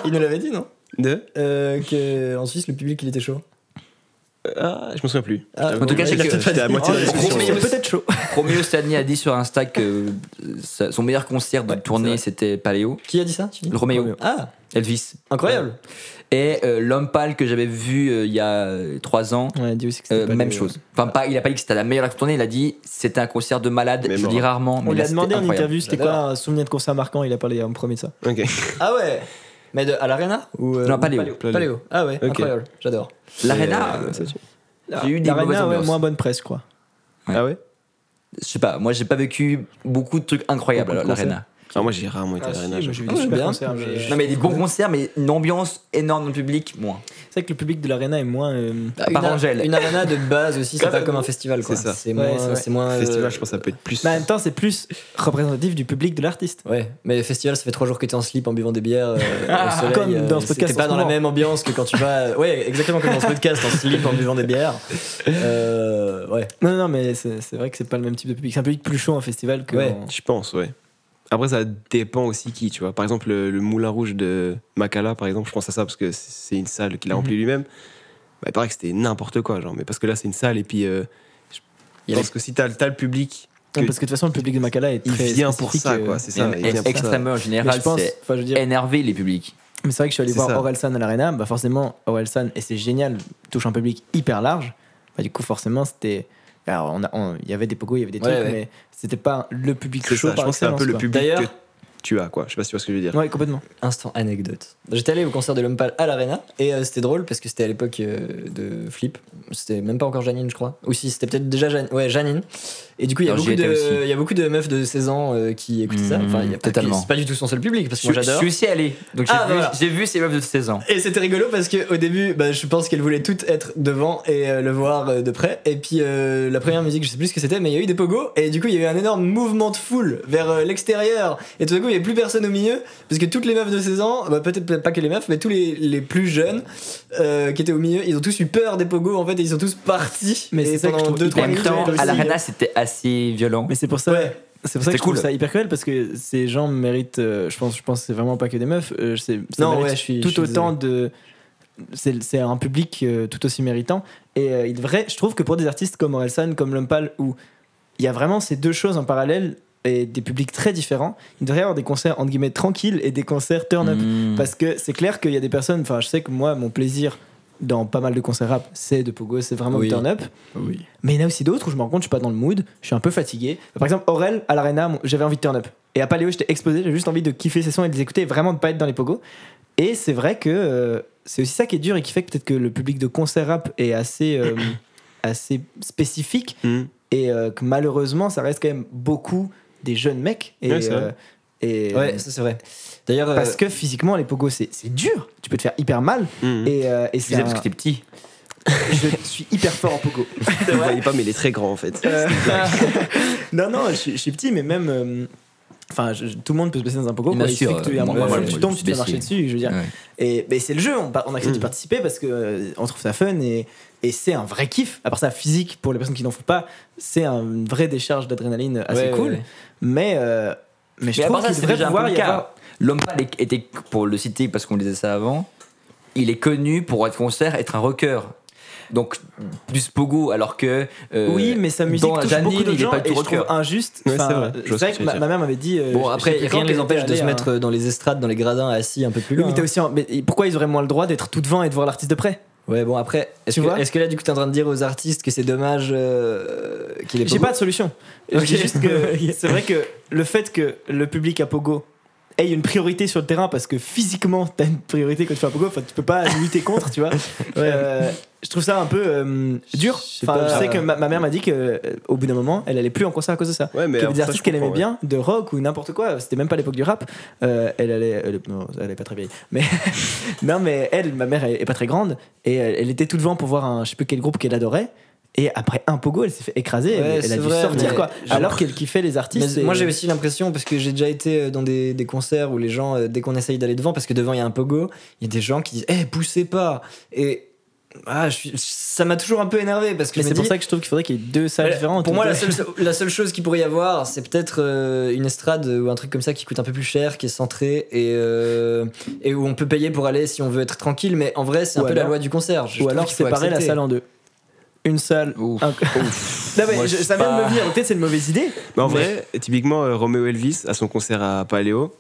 [SPEAKER 5] il nous l'avait dit, non
[SPEAKER 6] De
[SPEAKER 5] Euh, que en Suisse le public il était chaud.
[SPEAKER 6] Ah, je me souviens plus.
[SPEAKER 5] Ah,
[SPEAKER 4] en tout cas,
[SPEAKER 6] je
[SPEAKER 4] j'ai
[SPEAKER 6] l'ai
[SPEAKER 4] que-
[SPEAKER 6] peut-être pas dit. à moitié de la
[SPEAKER 4] Oh,
[SPEAKER 6] discussion.
[SPEAKER 4] gros,
[SPEAKER 8] C'est
[SPEAKER 4] mais-
[SPEAKER 8] peut-être chaud.
[SPEAKER 6] (laughs)
[SPEAKER 4] Romeo Stani a dit sur Insta que euh, sa- son meilleur concert de tournée, c'était Paléo.
[SPEAKER 5] Qui a dit ça tu dis
[SPEAKER 4] Le Roméo.
[SPEAKER 5] Ah,
[SPEAKER 4] Elvis.
[SPEAKER 5] incroyable.
[SPEAKER 4] Et euh, l'homme pâle que j'avais vu euh, il y a euh, trois ans,
[SPEAKER 8] On a dit aussi que
[SPEAKER 4] Euh,
[SPEAKER 8] c'était pas
[SPEAKER 4] même
[SPEAKER 8] des-
[SPEAKER 4] chose. Enfin, pas, il a pas dit que c'était la meilleure tournée, il a dit c'était un concert de malade.
[SPEAKER 6] Mais
[SPEAKER 4] je
[SPEAKER 6] bon.
[SPEAKER 4] dis rarement.
[SPEAKER 8] On
[SPEAKER 4] mais
[SPEAKER 8] lui
[SPEAKER 4] là,
[SPEAKER 8] a demandé en
[SPEAKER 4] c'était incroyable.
[SPEAKER 8] interview c'était quoi un souvenir de concert marquant, il a parlé en premier de ça.
[SPEAKER 6] Ok.
[SPEAKER 5] Ah ouais. Mais de, à l'arena ou euh,
[SPEAKER 4] Non, Paléo.
[SPEAKER 5] Paléo. Paléo. Ah ouais,
[SPEAKER 6] Ok.
[SPEAKER 5] incroyable. J'adore.
[SPEAKER 4] L'Arena,
[SPEAKER 6] Euh,
[SPEAKER 4] euh,
[SPEAKER 6] ça, tu-
[SPEAKER 4] J'ai eu des
[SPEAKER 8] Ah, L'Arena,
[SPEAKER 4] mauvaises
[SPEAKER 8] ouais,
[SPEAKER 4] ambiances.
[SPEAKER 8] moins bonne presse, quoi.
[SPEAKER 6] Ah ouais
[SPEAKER 4] je sais pas, moi j'ai pas vécu beaucoup de trucs incroyables
[SPEAKER 8] Beaucoup
[SPEAKER 4] à
[SPEAKER 8] de
[SPEAKER 4] l'Arena.
[SPEAKER 6] Ah, moi, j'ai rarement été à l'arena. je-
[SPEAKER 5] Ah, bien.
[SPEAKER 8] C'est
[SPEAKER 4] Non mais des bons concerts, mais une ambiance énorme dans le public, moins.
[SPEAKER 8] vrai que le public de l'Arena est moins. euh,
[SPEAKER 4] À part
[SPEAKER 5] une, a-
[SPEAKER 4] Angèle.
[SPEAKER 5] Une arena de base aussi, c'est
[SPEAKER 8] Comme-
[SPEAKER 5] pas comme un festival quoi.
[SPEAKER 6] C'est ça.
[SPEAKER 5] C'est
[SPEAKER 8] Ouais, c'est
[SPEAKER 5] moins,
[SPEAKER 8] vrai.
[SPEAKER 5] c'est moins. euh,
[SPEAKER 6] Festival, je pense que ça peut être plus.
[SPEAKER 4] Bah,
[SPEAKER 8] Mais en même temps, c'est plus représentatif du public de l'artiste.
[SPEAKER 5] Ouais, mais festival, ça fait trois jours que t'es en slip en buvant des
[SPEAKER 8] (laughs)
[SPEAKER 5] bières. euh, au soleil,
[SPEAKER 8] Comme
[SPEAKER 5] euh,
[SPEAKER 8] dans ce
[SPEAKER 5] c'est- T'es
[SPEAKER 8] podcast en
[SPEAKER 5] pas
[SPEAKER 8] ce
[SPEAKER 5] dans la
[SPEAKER 8] moment.
[SPEAKER 5] même ambiance que quand tu
[SPEAKER 8] (laughs)
[SPEAKER 5] vas. Ouais, exactement comme dans ce podcast en slip en buvant des bières. Euh, ouais.
[SPEAKER 8] Non, non, mais c'est c'est vrai que c'est pas le même type de public. C'est un public plus chaud en festival que.
[SPEAKER 5] Ouais.
[SPEAKER 8] en-
[SPEAKER 6] Je pense, ouais. Après, ça dépend aussi qui, tu vois. Par exemple, le, le Moulin Rouge de Makala, par exemple, je pense à ça parce que c'est- c'est une salle qu'il a remplie
[SPEAKER 8] Mhm.
[SPEAKER 6] lui-même. Bah, il paraît que c'était n'importe quoi, genre. Mais parce que là, c'est une salle et puis. euh, je
[SPEAKER 5] Il y
[SPEAKER 6] pense que si t'as as le public
[SPEAKER 8] Non, parce que de toute façon, le public de Macala est
[SPEAKER 6] Il
[SPEAKER 8] très
[SPEAKER 6] vient pour
[SPEAKER 8] spécifique,
[SPEAKER 6] ça,
[SPEAKER 8] euh,
[SPEAKER 6] quoi. C'est ça. il
[SPEAKER 4] Et
[SPEAKER 6] vient pour ça.
[SPEAKER 4] extrêmement en
[SPEAKER 8] mais
[SPEAKER 4] général,
[SPEAKER 8] je pense,
[SPEAKER 4] c'est
[SPEAKER 8] enfin, je veux dire,
[SPEAKER 4] énervé les publics.
[SPEAKER 8] mais c'est vrai que je suis allé
[SPEAKER 6] C'est
[SPEAKER 8] voir
[SPEAKER 6] ça.
[SPEAKER 8] Orelsan à l'Arena, bah forcément, Orelsan, et c'est génial, touche un public hyper large. Bah, du coup, forcément, c'était. Alors, on a- on- il y avait des pogos, il y avait des
[SPEAKER 5] Ouais,
[SPEAKER 8] trucs,
[SPEAKER 5] ouais.
[SPEAKER 8] mais c'était pas le public
[SPEAKER 6] C'est
[SPEAKER 8] chaud
[SPEAKER 6] ça, je
[SPEAKER 8] par
[SPEAKER 6] pense que c'est un peu le
[SPEAKER 8] excellence,
[SPEAKER 6] public que
[SPEAKER 5] D'ailleurs-
[SPEAKER 6] tu as, quoi. Je sais pas si tu vois ce que je veux dire.
[SPEAKER 8] quoi. Ouais, complètement.
[SPEAKER 5] Instant anecdote. J'étais allé au concert de Lompal à l'Arena et euh, c'était drôle parce que c'était à l'époque euh, de Flip. C'était même pas encore Janine, je crois. Ou si, c'était peut-être déjà Janine. Ouais, Janine. Et du coup, il y a
[SPEAKER 4] Alors,
[SPEAKER 5] beaucoup
[SPEAKER 4] j'y étais aussi.
[SPEAKER 5] de- il y a beaucoup de meufs de 16 ans euh, qui écoutaient ça.
[SPEAKER 4] Mmh,
[SPEAKER 5] Enfin, il y a pas que-
[SPEAKER 4] totalement.
[SPEAKER 5] C'est pas du tout son seul public parce que
[SPEAKER 4] Je,
[SPEAKER 5] moi
[SPEAKER 4] je
[SPEAKER 5] j'adore.
[SPEAKER 4] suis aussi allé. Donc j'ai
[SPEAKER 5] Ah,
[SPEAKER 4] vu,
[SPEAKER 5] voilà.
[SPEAKER 4] j'ai vu ces meufs de 16 ans.
[SPEAKER 5] Et c'était rigolo parce que au début, bah, je pense qu'elles voulaient toutes être devant et euh, le voir euh, de près. Et puis euh, la première musique, je sais plus ce que c'était, mais il y a eu des pogos et du coup il y a eu un énorme mouvement de foule vers euh, l'extérieur. Et tout d'un coup il y avait plus personne au milieu parce que toutes les meufs de 16 ans, bah, peut-être peut-être pas que les meufs, mais tous les, les plus jeunes euh, qui étaient au milieu, ils ont tous eu peur des pogos en fait et ils sont tous partis.
[SPEAKER 8] Mais
[SPEAKER 5] Et
[SPEAKER 8] c'est ça que je
[SPEAKER 5] pendant
[SPEAKER 8] trouve
[SPEAKER 5] deux,
[SPEAKER 4] En
[SPEAKER 8] hyper
[SPEAKER 5] trois
[SPEAKER 4] même
[SPEAKER 5] minutes,
[SPEAKER 4] temps,
[SPEAKER 8] Toi aussi,
[SPEAKER 4] à
[SPEAKER 8] euh.
[SPEAKER 4] l'Arena, c'était assez violent.
[SPEAKER 8] Mais c'est pour ça.
[SPEAKER 5] Ouais.
[SPEAKER 8] C'est pour ça que
[SPEAKER 4] C'était
[SPEAKER 8] je trouve
[SPEAKER 4] cool.
[SPEAKER 8] ça hyper cruel parce que ces gens méritent, euh, je pense, je pense que c'est vraiment pas que des meufs, euh, c'est- ça
[SPEAKER 5] Non,
[SPEAKER 8] mérite
[SPEAKER 5] ouais, je suis-
[SPEAKER 8] tout
[SPEAKER 5] je suis
[SPEAKER 8] autant de. C'est c'est un public euh, tout aussi méritant. Et euh, il devrait, je trouve que pour des artistes comme Orelsan, comme Lompal, où il y a vraiment ces deux choses en parallèle et des publics très différents, il devrait y avoir des concerts entre guillemets tranquilles et des concerts turn-up.
[SPEAKER 5] Mm.
[SPEAKER 4] Mmh.
[SPEAKER 8] Parce que c'est clair qu'il y a des personnes, enfin je sais que moi, mon plaisir dans pas mal de concerts rap, c'est de pogo, c'est vraiment
[SPEAKER 5] Oui.
[SPEAKER 8] le turn-up.
[SPEAKER 5] Oui.
[SPEAKER 8] Mais il y en a aussi d'autres où je me rends compte, je suis pas dans le mood, je suis un peu fatigué. Par exemple, Aurel, à l'Arena, mon- j'avais envie de turn up. Et à Paléo, j'étais explosé, j'avais juste envie de kiffer ses sons et de les écouter et vraiment de pas être dans les pogos. Et c'est vrai que euh, c'est aussi ça qui est dur et qui fait que peut-être que le public de concert rap est
[SPEAKER 5] (coughs)
[SPEAKER 8] assez, euh, assez spécifique (laughs)
[SPEAKER 6] Hmm.
[SPEAKER 8] et euh, que malheureusement, ça reste quand même beaucoup des jeunes mecs. Et,
[SPEAKER 6] Ouais, c'est vrai.
[SPEAKER 8] euh, et, euh,
[SPEAKER 5] Ouais, ça c'est vrai. D'ailleurs,
[SPEAKER 8] parce
[SPEAKER 5] euh,
[SPEAKER 8] que physiquement, les pogos, c'est c'est dur. Tu peux te faire hyper mal.
[SPEAKER 6] Mhm.
[SPEAKER 8] Et, euh, et
[SPEAKER 4] Tu
[SPEAKER 8] c'est
[SPEAKER 4] faisais
[SPEAKER 8] un-
[SPEAKER 4] parce que t'es petit.
[SPEAKER 8] (laughs) je suis hyper fort en pogo.
[SPEAKER 6] Vous voyez pas, mais il est très grand en fait.
[SPEAKER 8] Euh, non, non, je, suis- je suis petit, mais même. euh, Enfin, je- je- tout le monde peut se baisser dans un pogo.
[SPEAKER 4] Bien
[SPEAKER 8] quoi. Il
[SPEAKER 4] sûr,
[SPEAKER 8] suffit que tu,
[SPEAKER 4] euh,
[SPEAKER 8] à un
[SPEAKER 4] moi,
[SPEAKER 8] moment,
[SPEAKER 4] moi,
[SPEAKER 8] tu
[SPEAKER 4] moi,
[SPEAKER 8] tombes,
[SPEAKER 4] je
[SPEAKER 8] tu te fais
[SPEAKER 4] baissais.
[SPEAKER 8] marcher dessus. Je veux dire.
[SPEAKER 4] Ouais.
[SPEAKER 8] Et mais c'est le jeu. On, par- on accepte d'y
[SPEAKER 6] Mm.
[SPEAKER 8] participer parce que euh, on trouve ça fun et, et c'est un vrai kiff. À part ça, physique pour les personnes qui n'en font pas, c'est un- une vraie décharge d'adrénaline assez
[SPEAKER 5] Ouais, ouais,
[SPEAKER 8] cool.
[SPEAKER 5] ouais.
[SPEAKER 8] Mais euh, mais je
[SPEAKER 4] Mais à part ça,
[SPEAKER 8] trouve qu'il
[SPEAKER 4] c'est
[SPEAKER 8] devrait
[SPEAKER 4] déjà un
[SPEAKER 8] pouvoir
[SPEAKER 4] peu le
[SPEAKER 8] y avoir.
[SPEAKER 4] cas. L'homme pâle est- était, pour le citer parce qu'on disait ça avant, il est connu pour être concert, être un rocker. Donc, plus pogo, alors que. euh,
[SPEAKER 8] oui, mais sa musique
[SPEAKER 4] dans
[SPEAKER 8] touche
[SPEAKER 4] Janine,
[SPEAKER 8] beaucoup de
[SPEAKER 4] il est
[SPEAKER 8] gens
[SPEAKER 4] pas
[SPEAKER 8] et
[SPEAKER 4] du
[SPEAKER 8] je
[SPEAKER 4] rocker.
[SPEAKER 8] trouve injuste.
[SPEAKER 6] Ouais, c'est
[SPEAKER 8] Enfin,
[SPEAKER 6] vrai. Je
[SPEAKER 8] c'est
[SPEAKER 6] vois ce
[SPEAKER 8] vrai
[SPEAKER 6] que
[SPEAKER 8] que
[SPEAKER 6] tu veux
[SPEAKER 8] ma,
[SPEAKER 6] dire.
[SPEAKER 8] ma mère m'avait dit. euh, je-
[SPEAKER 5] Bon,
[SPEAKER 8] je
[SPEAKER 5] après,
[SPEAKER 8] sais plus
[SPEAKER 5] rien
[SPEAKER 8] quand
[SPEAKER 5] ne les
[SPEAKER 8] qu'elle
[SPEAKER 5] empêche
[SPEAKER 8] était
[SPEAKER 5] de se
[SPEAKER 8] allée à-
[SPEAKER 5] mettre dans les estrades, dans les gradins, assis un peu plus
[SPEAKER 8] Oui,
[SPEAKER 5] loin.
[SPEAKER 8] mais t'as
[SPEAKER 5] hein.
[SPEAKER 8] euh, aussi. un- mais pourquoi ils auraient moins le droit d'être tout devant et de voir l'artiste de près
[SPEAKER 5] Ouais, bon, après, est-ce
[SPEAKER 8] Tu
[SPEAKER 5] que,
[SPEAKER 8] vois
[SPEAKER 5] est que là, du coup, t'es en train de dire aux artistes que c'est dommage euh, qu'il est
[SPEAKER 8] J'ai pas de solution.
[SPEAKER 5] Ok.
[SPEAKER 8] Je dis
[SPEAKER 5] (laughs)
[SPEAKER 8] juste que c'est vrai que le fait que le public à Pogo ait une priorité sur le terrain parce que physiquement t'as une priorité quand tu fais à Pogo, enfin tu peux pas lutter
[SPEAKER 5] (laughs)
[SPEAKER 8] contre, tu vois. Euh, je trouve ça un peu euh, dur.
[SPEAKER 5] Je sais
[SPEAKER 8] Enfin,
[SPEAKER 5] pas.
[SPEAKER 8] je sais que ma, ma mère m'a dit que euh, au bout d'un moment, elle allait plus en concert à cause de ça.
[SPEAKER 6] Ouais, mais
[SPEAKER 8] Qu'il y avait
[SPEAKER 6] alors,
[SPEAKER 8] des
[SPEAKER 6] ça,
[SPEAKER 8] artistes
[SPEAKER 6] je
[SPEAKER 8] qu'elle aimait
[SPEAKER 6] comprends,
[SPEAKER 8] bien, de rock ou n'importe quoi. C'était même pas l'époque du rap. Euh, elle allait, elle, non, elle est pas très vieille, mais (laughs) non, mais elle, ma mère, elle est pas très grande et elle, elle était tout devant pour voir un, je sais plus quel groupe qu'elle adorait. Et après un pogo, elle s'est fait écraser. elle-
[SPEAKER 5] Ouais,
[SPEAKER 8] elle, a
[SPEAKER 5] c'est
[SPEAKER 8] dû
[SPEAKER 5] vrai,
[SPEAKER 8] sortir
[SPEAKER 5] mais
[SPEAKER 8] quoi.
[SPEAKER 5] je-
[SPEAKER 8] Alors qu'elle kiffait les artistes.
[SPEAKER 5] Mais
[SPEAKER 8] et-
[SPEAKER 5] moi j'ai aussi l'impression parce que j'ai déjà été euh, dans des, des concerts où les gens euh, dès qu'on essaye d'aller devant parce que devant il y a un pogo il y a des gens qui disent eh poussez pas et ah, je suis- ça m'a toujours un peu énervé parce que
[SPEAKER 8] Mais
[SPEAKER 5] je
[SPEAKER 8] c'est
[SPEAKER 5] me
[SPEAKER 8] pour
[SPEAKER 5] dis,
[SPEAKER 8] ça que je trouve qu'il faudrait qu'il y ait deux salles
[SPEAKER 5] voilà,
[SPEAKER 8] différentes.
[SPEAKER 5] Pour moi, la seule, la seule chose qu'il pourrait y avoir, c'est peut-être euh, une estrade ou un truc comme ça qui coûte un peu plus cher, qui est centré et, euh, et où on peut payer pour aller si on veut être tranquille. Mais en vrai, c'est un
[SPEAKER 8] Ou
[SPEAKER 5] peu la
[SPEAKER 8] alors-
[SPEAKER 5] loi du concert. Je
[SPEAKER 8] ou
[SPEAKER 5] trouve
[SPEAKER 8] alors
[SPEAKER 5] qu'il faut
[SPEAKER 8] séparer la
[SPEAKER 5] accepter.
[SPEAKER 8] salle en deux. Une salle.
[SPEAKER 4] Ouf.
[SPEAKER 8] un-
[SPEAKER 5] (laughs)
[SPEAKER 8] Non, mais
[SPEAKER 4] Moi,
[SPEAKER 8] je-
[SPEAKER 4] je sais
[SPEAKER 8] ça vient de me
[SPEAKER 4] pas.
[SPEAKER 8] venir. Peut-être c'est une mauvaise idée.
[SPEAKER 6] Mais en vrai, typiquement, euh, Romeo Elvis, à son concert à Paléo,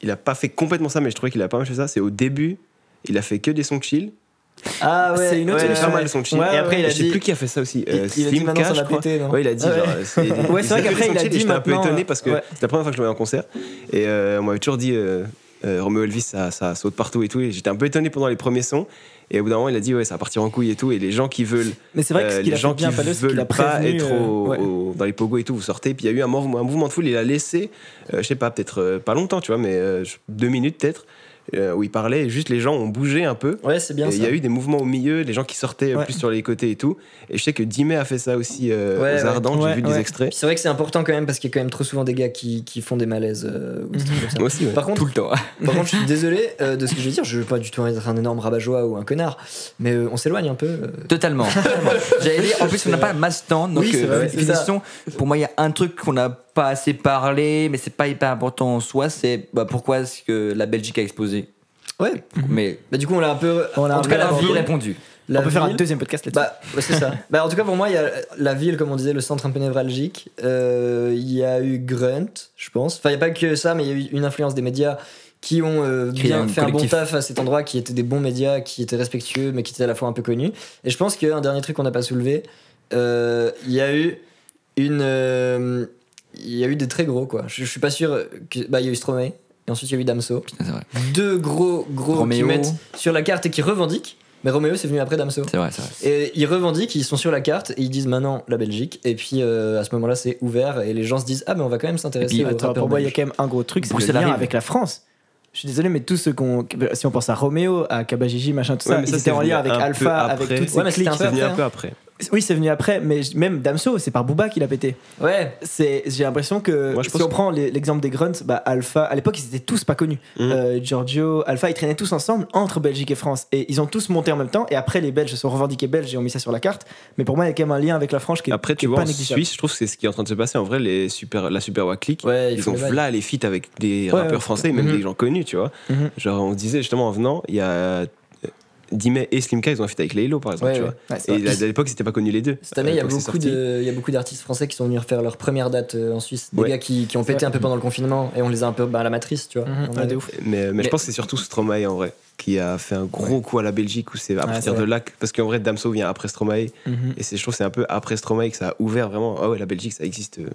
[SPEAKER 6] il a pas fait complètement ça, mais je trouvais qu'il a pas mal fait ça. C'est au début, il a fait que des sons chill.
[SPEAKER 5] Ah ouais,
[SPEAKER 8] C'est une autre
[SPEAKER 6] il a fait
[SPEAKER 8] solution.
[SPEAKER 6] pas mal de sons chill.
[SPEAKER 8] Ouais,
[SPEAKER 6] et après,
[SPEAKER 8] ouais,
[SPEAKER 6] il a
[SPEAKER 8] je
[SPEAKER 6] dit. Je sais plus qui a fait ça aussi.
[SPEAKER 5] Il-
[SPEAKER 6] euh,
[SPEAKER 5] il a dit
[SPEAKER 6] Slim
[SPEAKER 5] maintenant, ça
[SPEAKER 6] Cash,
[SPEAKER 5] va
[SPEAKER 6] je crois.
[SPEAKER 5] péter, non
[SPEAKER 6] Ouais, il a dit.
[SPEAKER 5] Ah ouais.
[SPEAKER 6] genre, euh,
[SPEAKER 8] (laughs)
[SPEAKER 6] c'est
[SPEAKER 8] Ouais, c'est vrai
[SPEAKER 6] il a fait que des
[SPEAKER 8] qu'après,
[SPEAKER 6] sons
[SPEAKER 8] il a
[SPEAKER 6] chill, et
[SPEAKER 8] dit
[SPEAKER 6] J'étais un peu
[SPEAKER 8] maintenant,
[SPEAKER 6] étonné parce que
[SPEAKER 8] ouais.
[SPEAKER 6] c'est la première fois que je le voyais en concert. Et euh, on m'avait toujours dit. euh, euh, Romeo Elvis, ça, ça saute partout et tout. Et j'étais un peu étonné pendant les premiers sons. Et au bout d'un moment, il a dit Ouais, ça va partir en couille et tout. Et les gens qui veulent
[SPEAKER 8] Mais c'est vrai que
[SPEAKER 6] Euh,
[SPEAKER 8] ce qu'il
[SPEAKER 6] les
[SPEAKER 8] a fait
[SPEAKER 6] gens
[SPEAKER 8] bien
[SPEAKER 6] qui
[SPEAKER 8] pas
[SPEAKER 6] veulent
[SPEAKER 8] c'est qu'il a
[SPEAKER 6] pas
[SPEAKER 8] prévenu,
[SPEAKER 6] être
[SPEAKER 8] euh,
[SPEAKER 6] au-
[SPEAKER 8] ouais.
[SPEAKER 6] au- dans les pogos et tout, vous sortez. Puis il y a eu un, mor- un mouvement de foule. Il a laissé, euh, je sais pas, peut-être euh, pas longtemps, tu vois, mais euh, je- deux minutes peut-être, euh, où il parlait. Et juste les gens ont bougé un peu.
[SPEAKER 5] Ouais, c'est bien
[SPEAKER 6] Et
[SPEAKER 5] ça.
[SPEAKER 6] euh, il y a eu des mouvements au milieu, les gens qui sortaient euh,
[SPEAKER 8] Ouais.
[SPEAKER 6] plus sur les côtés et tout. Et je sais que Dimet a fait ça aussi euh,
[SPEAKER 5] Ouais,
[SPEAKER 6] aux
[SPEAKER 5] ouais.
[SPEAKER 6] Ardents, j'ai
[SPEAKER 8] Ouais,
[SPEAKER 6] vu
[SPEAKER 8] ouais.
[SPEAKER 6] des extraits.
[SPEAKER 5] Puis c'est vrai que c'est important quand même parce qu'il y a quand même trop souvent des gars qui, qui font des malaises. euh, ou des trucs comme ça.
[SPEAKER 6] Moi aussi, ouais.
[SPEAKER 5] Par contre,
[SPEAKER 4] Tout le temps. (laughs)
[SPEAKER 5] par contre, je suis désolé euh, de ce que je vais dire. Je veux pas du tout être un énorme rabat-joie ou un connard, mais euh, on s'éloigne un peu. euh.
[SPEAKER 8] (laughs)
[SPEAKER 4] Totalement. J'allais dire, en plus, on n'a pas Mastan, donc
[SPEAKER 5] Oui, c'est vrai,
[SPEAKER 4] euh,
[SPEAKER 5] c'est
[SPEAKER 4] finition. Pour moi, il y a un truc qu'on n'a pas assez parlé, mais c'est pas hyper important en soi, c'est bah, pourquoi est-ce que la Belgique a explosé
[SPEAKER 5] Ouais.
[SPEAKER 8] Mhm.
[SPEAKER 4] Mais
[SPEAKER 5] Bah, du coup, on l'a un peu.
[SPEAKER 8] On l'a un
[SPEAKER 5] en
[SPEAKER 4] en
[SPEAKER 8] peu
[SPEAKER 5] tout cas,
[SPEAKER 4] tout cas,
[SPEAKER 8] là,
[SPEAKER 4] la
[SPEAKER 8] on
[SPEAKER 4] vie
[SPEAKER 8] peut-
[SPEAKER 4] est répondue.
[SPEAKER 5] la
[SPEAKER 8] on peut faire un
[SPEAKER 5] ville-
[SPEAKER 8] deuxième podcast là-dessus.
[SPEAKER 5] Bah, ouais, c'est ça.
[SPEAKER 4] (laughs)
[SPEAKER 5] bah, en tout cas, pour moi, il y a la ville, comme on disait, le centre un peu névralgique. Euh, Il y a eu Grunt, je pense. Enfin, il n'y a pas que ça, mais il y a eu une influence des médias qui ont euh,
[SPEAKER 4] Créé
[SPEAKER 5] bien
[SPEAKER 4] un
[SPEAKER 5] fait
[SPEAKER 4] collectif.
[SPEAKER 5] un bon taf à cet endroit, qui étaient des bons médias, qui étaient respectueux, mais qui étaient à la fois un peu connus. Et je pense qu'un dernier truc qu'on n'a pas soulevé, euh, il y a eu une. euh, il y a eu des très gros, quoi. Je, je suis pas sûr. que- bah, il y a eu Stromae, et ensuite il y a eu Damso
[SPEAKER 4] Putain, c'est vrai.
[SPEAKER 5] deux gros gros qui
[SPEAKER 4] Roméo.
[SPEAKER 5] mettent sur la carte et qui revendiquent. Mais Roméo, c'est venu après Damso.
[SPEAKER 4] C'est vrai, c'est vrai.
[SPEAKER 5] Et ils revendiquent, ils sont sur la carte et ils disent maintenant la Belgique. Et puis euh, à ce moment-là, c'est ouvert et les gens se disent Ah, mais on va quand même
[SPEAKER 4] Et
[SPEAKER 5] s'intéresser
[SPEAKER 4] puis,
[SPEAKER 5] au
[SPEAKER 8] Attends,
[SPEAKER 5] rappeur
[SPEAKER 8] pour moi, il y a
[SPEAKER 5] belge.
[SPEAKER 8] quand même un gros truc, c'est le
[SPEAKER 4] Bruxelles
[SPEAKER 8] lien
[SPEAKER 4] arrive.
[SPEAKER 8] avec la France. Je suis désolé, mais tous ceux qu'on. Si on pense à Roméo, à Kabajiji, machin, tout
[SPEAKER 6] Ouais,
[SPEAKER 8] ça,
[SPEAKER 6] mais
[SPEAKER 8] ils
[SPEAKER 6] ça,
[SPEAKER 8] étaient
[SPEAKER 6] c'est
[SPEAKER 8] en lien
[SPEAKER 6] venu
[SPEAKER 8] avec
[SPEAKER 6] un peu
[SPEAKER 8] Alpha,
[SPEAKER 6] après.
[SPEAKER 8] avec toutes ces
[SPEAKER 5] Ouais, mais c'était
[SPEAKER 8] cliques.
[SPEAKER 5] un
[SPEAKER 6] C'est venu
[SPEAKER 5] Après,
[SPEAKER 6] un peu après.
[SPEAKER 8] Oui, c'est venu après, mais j- même Damso, c'est par Booba qu'il a pété.
[SPEAKER 5] Ouais,
[SPEAKER 8] C'est, j'ai l'impression que
[SPEAKER 6] Moi, je
[SPEAKER 8] si
[SPEAKER 6] pense
[SPEAKER 8] on
[SPEAKER 6] que-
[SPEAKER 8] prend les- l'exemple des grunts, bah, Alpha, à l'époque ils étaient tous pas connus.
[SPEAKER 6] Mhm.
[SPEAKER 8] Euh, Giorgio, Alpha, ils traînaient tous ensemble entre Belgique et France et ils ont tous monté en même temps. Et après les Belges se sont revendiqués belges et ont mis ça sur la carte. Mais pour moi, il y a quand même un lien avec la France qui est,
[SPEAKER 6] Après,
[SPEAKER 8] qui
[SPEAKER 6] tu
[SPEAKER 8] est
[SPEAKER 6] vois,
[SPEAKER 8] pas
[SPEAKER 6] en
[SPEAKER 8] négligeable.
[SPEAKER 6] Suisse, je trouve que c'est ce qui est en train de se passer. En vrai, les super, la Super Wack Click,
[SPEAKER 5] Ouais, ils
[SPEAKER 6] ils
[SPEAKER 5] font
[SPEAKER 6] ont
[SPEAKER 5] les
[SPEAKER 6] là les feats avec des
[SPEAKER 8] Ouais,
[SPEAKER 6] rappeurs
[SPEAKER 8] ouais.
[SPEAKER 6] français, même
[SPEAKER 5] Mhm.
[SPEAKER 6] des gens connus, tu vois.
[SPEAKER 8] Mhm.
[SPEAKER 6] Genre, on disait justement en venant, il y a euh, Dimet et Slimka, ils ont un feat avec Laylo, par exemple,
[SPEAKER 5] Ouais,
[SPEAKER 6] tu
[SPEAKER 5] ouais.
[SPEAKER 6] vois.
[SPEAKER 8] Ouais, c'est
[SPEAKER 6] Et
[SPEAKER 8] vrai.
[SPEAKER 6] à l'époque, c'était pas connu les deux.
[SPEAKER 5] cette année, il y a
[SPEAKER 6] À l'époque, c'est
[SPEAKER 5] beaucoup
[SPEAKER 6] sorti.
[SPEAKER 5] de- il y a beaucoup d'artistes français qui sont venus refaire leur première date euh, en Suisse. Des
[SPEAKER 6] Ouais.
[SPEAKER 5] gars qui, qui ont pété
[SPEAKER 8] vrai.
[SPEAKER 5] un peu pendant le confinement et on les a un peu bah, à la matrice, tu vois.
[SPEAKER 8] Mhm.
[SPEAKER 5] On
[SPEAKER 8] Ouais,
[SPEAKER 5] a-
[SPEAKER 8] de ouf.
[SPEAKER 6] Mais, mais
[SPEAKER 5] Mais-
[SPEAKER 6] je pense que c'est surtout Stromae en vrai qui a fait un gros coup à la Belgique où c'est à
[SPEAKER 8] Ouais,
[SPEAKER 6] partir
[SPEAKER 8] c'est
[SPEAKER 6] de là que- parce qu'en vrai Damso vient après Stromae et c'est je trouve que c'est un peu après Stromae que ça a ouvert vraiment ah ouais la Belgique ça existe euh,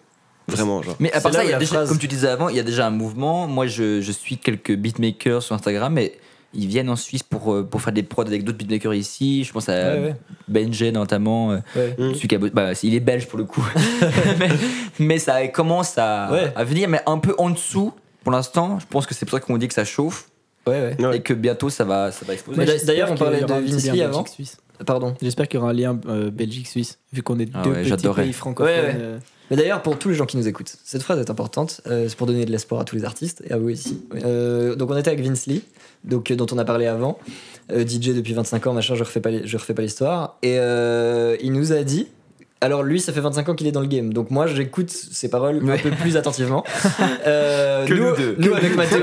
[SPEAKER 6] vraiment genre
[SPEAKER 4] Mais à
[SPEAKER 5] C'est
[SPEAKER 4] part
[SPEAKER 5] là
[SPEAKER 4] ça,
[SPEAKER 5] où
[SPEAKER 4] il y a
[SPEAKER 5] la
[SPEAKER 4] déjà,
[SPEAKER 5] phrase-
[SPEAKER 4] comme tu disais avant, il y a déjà un mouvement. Moi, je, je suis quelques beatmakers sur Instagram, mais ils viennent en Suisse pour, euh, pour faire des prods avec d'autres beatmakers ici. Je pense à
[SPEAKER 5] Ouais, ouais.
[SPEAKER 4] Benjen notamment. euh,
[SPEAKER 5] Ouais.
[SPEAKER 6] Mm.
[SPEAKER 4] celui qui a bo- bah, il est belge pour
[SPEAKER 5] (laughs)
[SPEAKER 4] le coup. mais, mais ça commence à,
[SPEAKER 5] Ouais.
[SPEAKER 4] à venir, mais un peu en dessous pour l'instant. Je pense que c'est pour ça qu'on dit que ça chauffe
[SPEAKER 5] Ouais, ouais.
[SPEAKER 6] Ouais.
[SPEAKER 4] et que bientôt ça va, ça va exploser.
[SPEAKER 5] Mais
[SPEAKER 8] Moi,
[SPEAKER 5] d'a- d'ailleurs,
[SPEAKER 8] j'espère
[SPEAKER 5] on parlait
[SPEAKER 8] qu'il y aura
[SPEAKER 5] de
[SPEAKER 8] un petit
[SPEAKER 5] Vinci
[SPEAKER 8] lien
[SPEAKER 5] avant.
[SPEAKER 8] Belgique-Suisse.
[SPEAKER 5] Pardon.
[SPEAKER 8] J'espère qu'il y aura un lien euh, Belgique-Suisse, vu qu'on est
[SPEAKER 4] Ah
[SPEAKER 8] deux
[SPEAKER 4] ouais,
[SPEAKER 8] petits
[SPEAKER 4] j'adorais.
[SPEAKER 8] pays francophones.
[SPEAKER 5] Ouais, ouais.
[SPEAKER 8] euh,
[SPEAKER 5] Mais d'ailleurs, pour tous les gens qui nous écoutent, cette phrase est importante. euh, c'est pour donner de l'espoir à tous les artistes et à vous aussi. Euh, donc, on était avec Vince Lee, donc, euh, dont on a parlé avant, euh, DJ depuis 25 ans, machin, je refais pas, les- je refais pas l'histoire. Et euh, il nous a dit. Alors, lui, ça fait 25 ans qu'il est dans le game, donc moi, j'écoute ses paroles un peu plus attentivement. Euh,
[SPEAKER 6] Que nous deux.
[SPEAKER 5] nous, avec
[SPEAKER 6] (laughs)
[SPEAKER 5] Mathéo,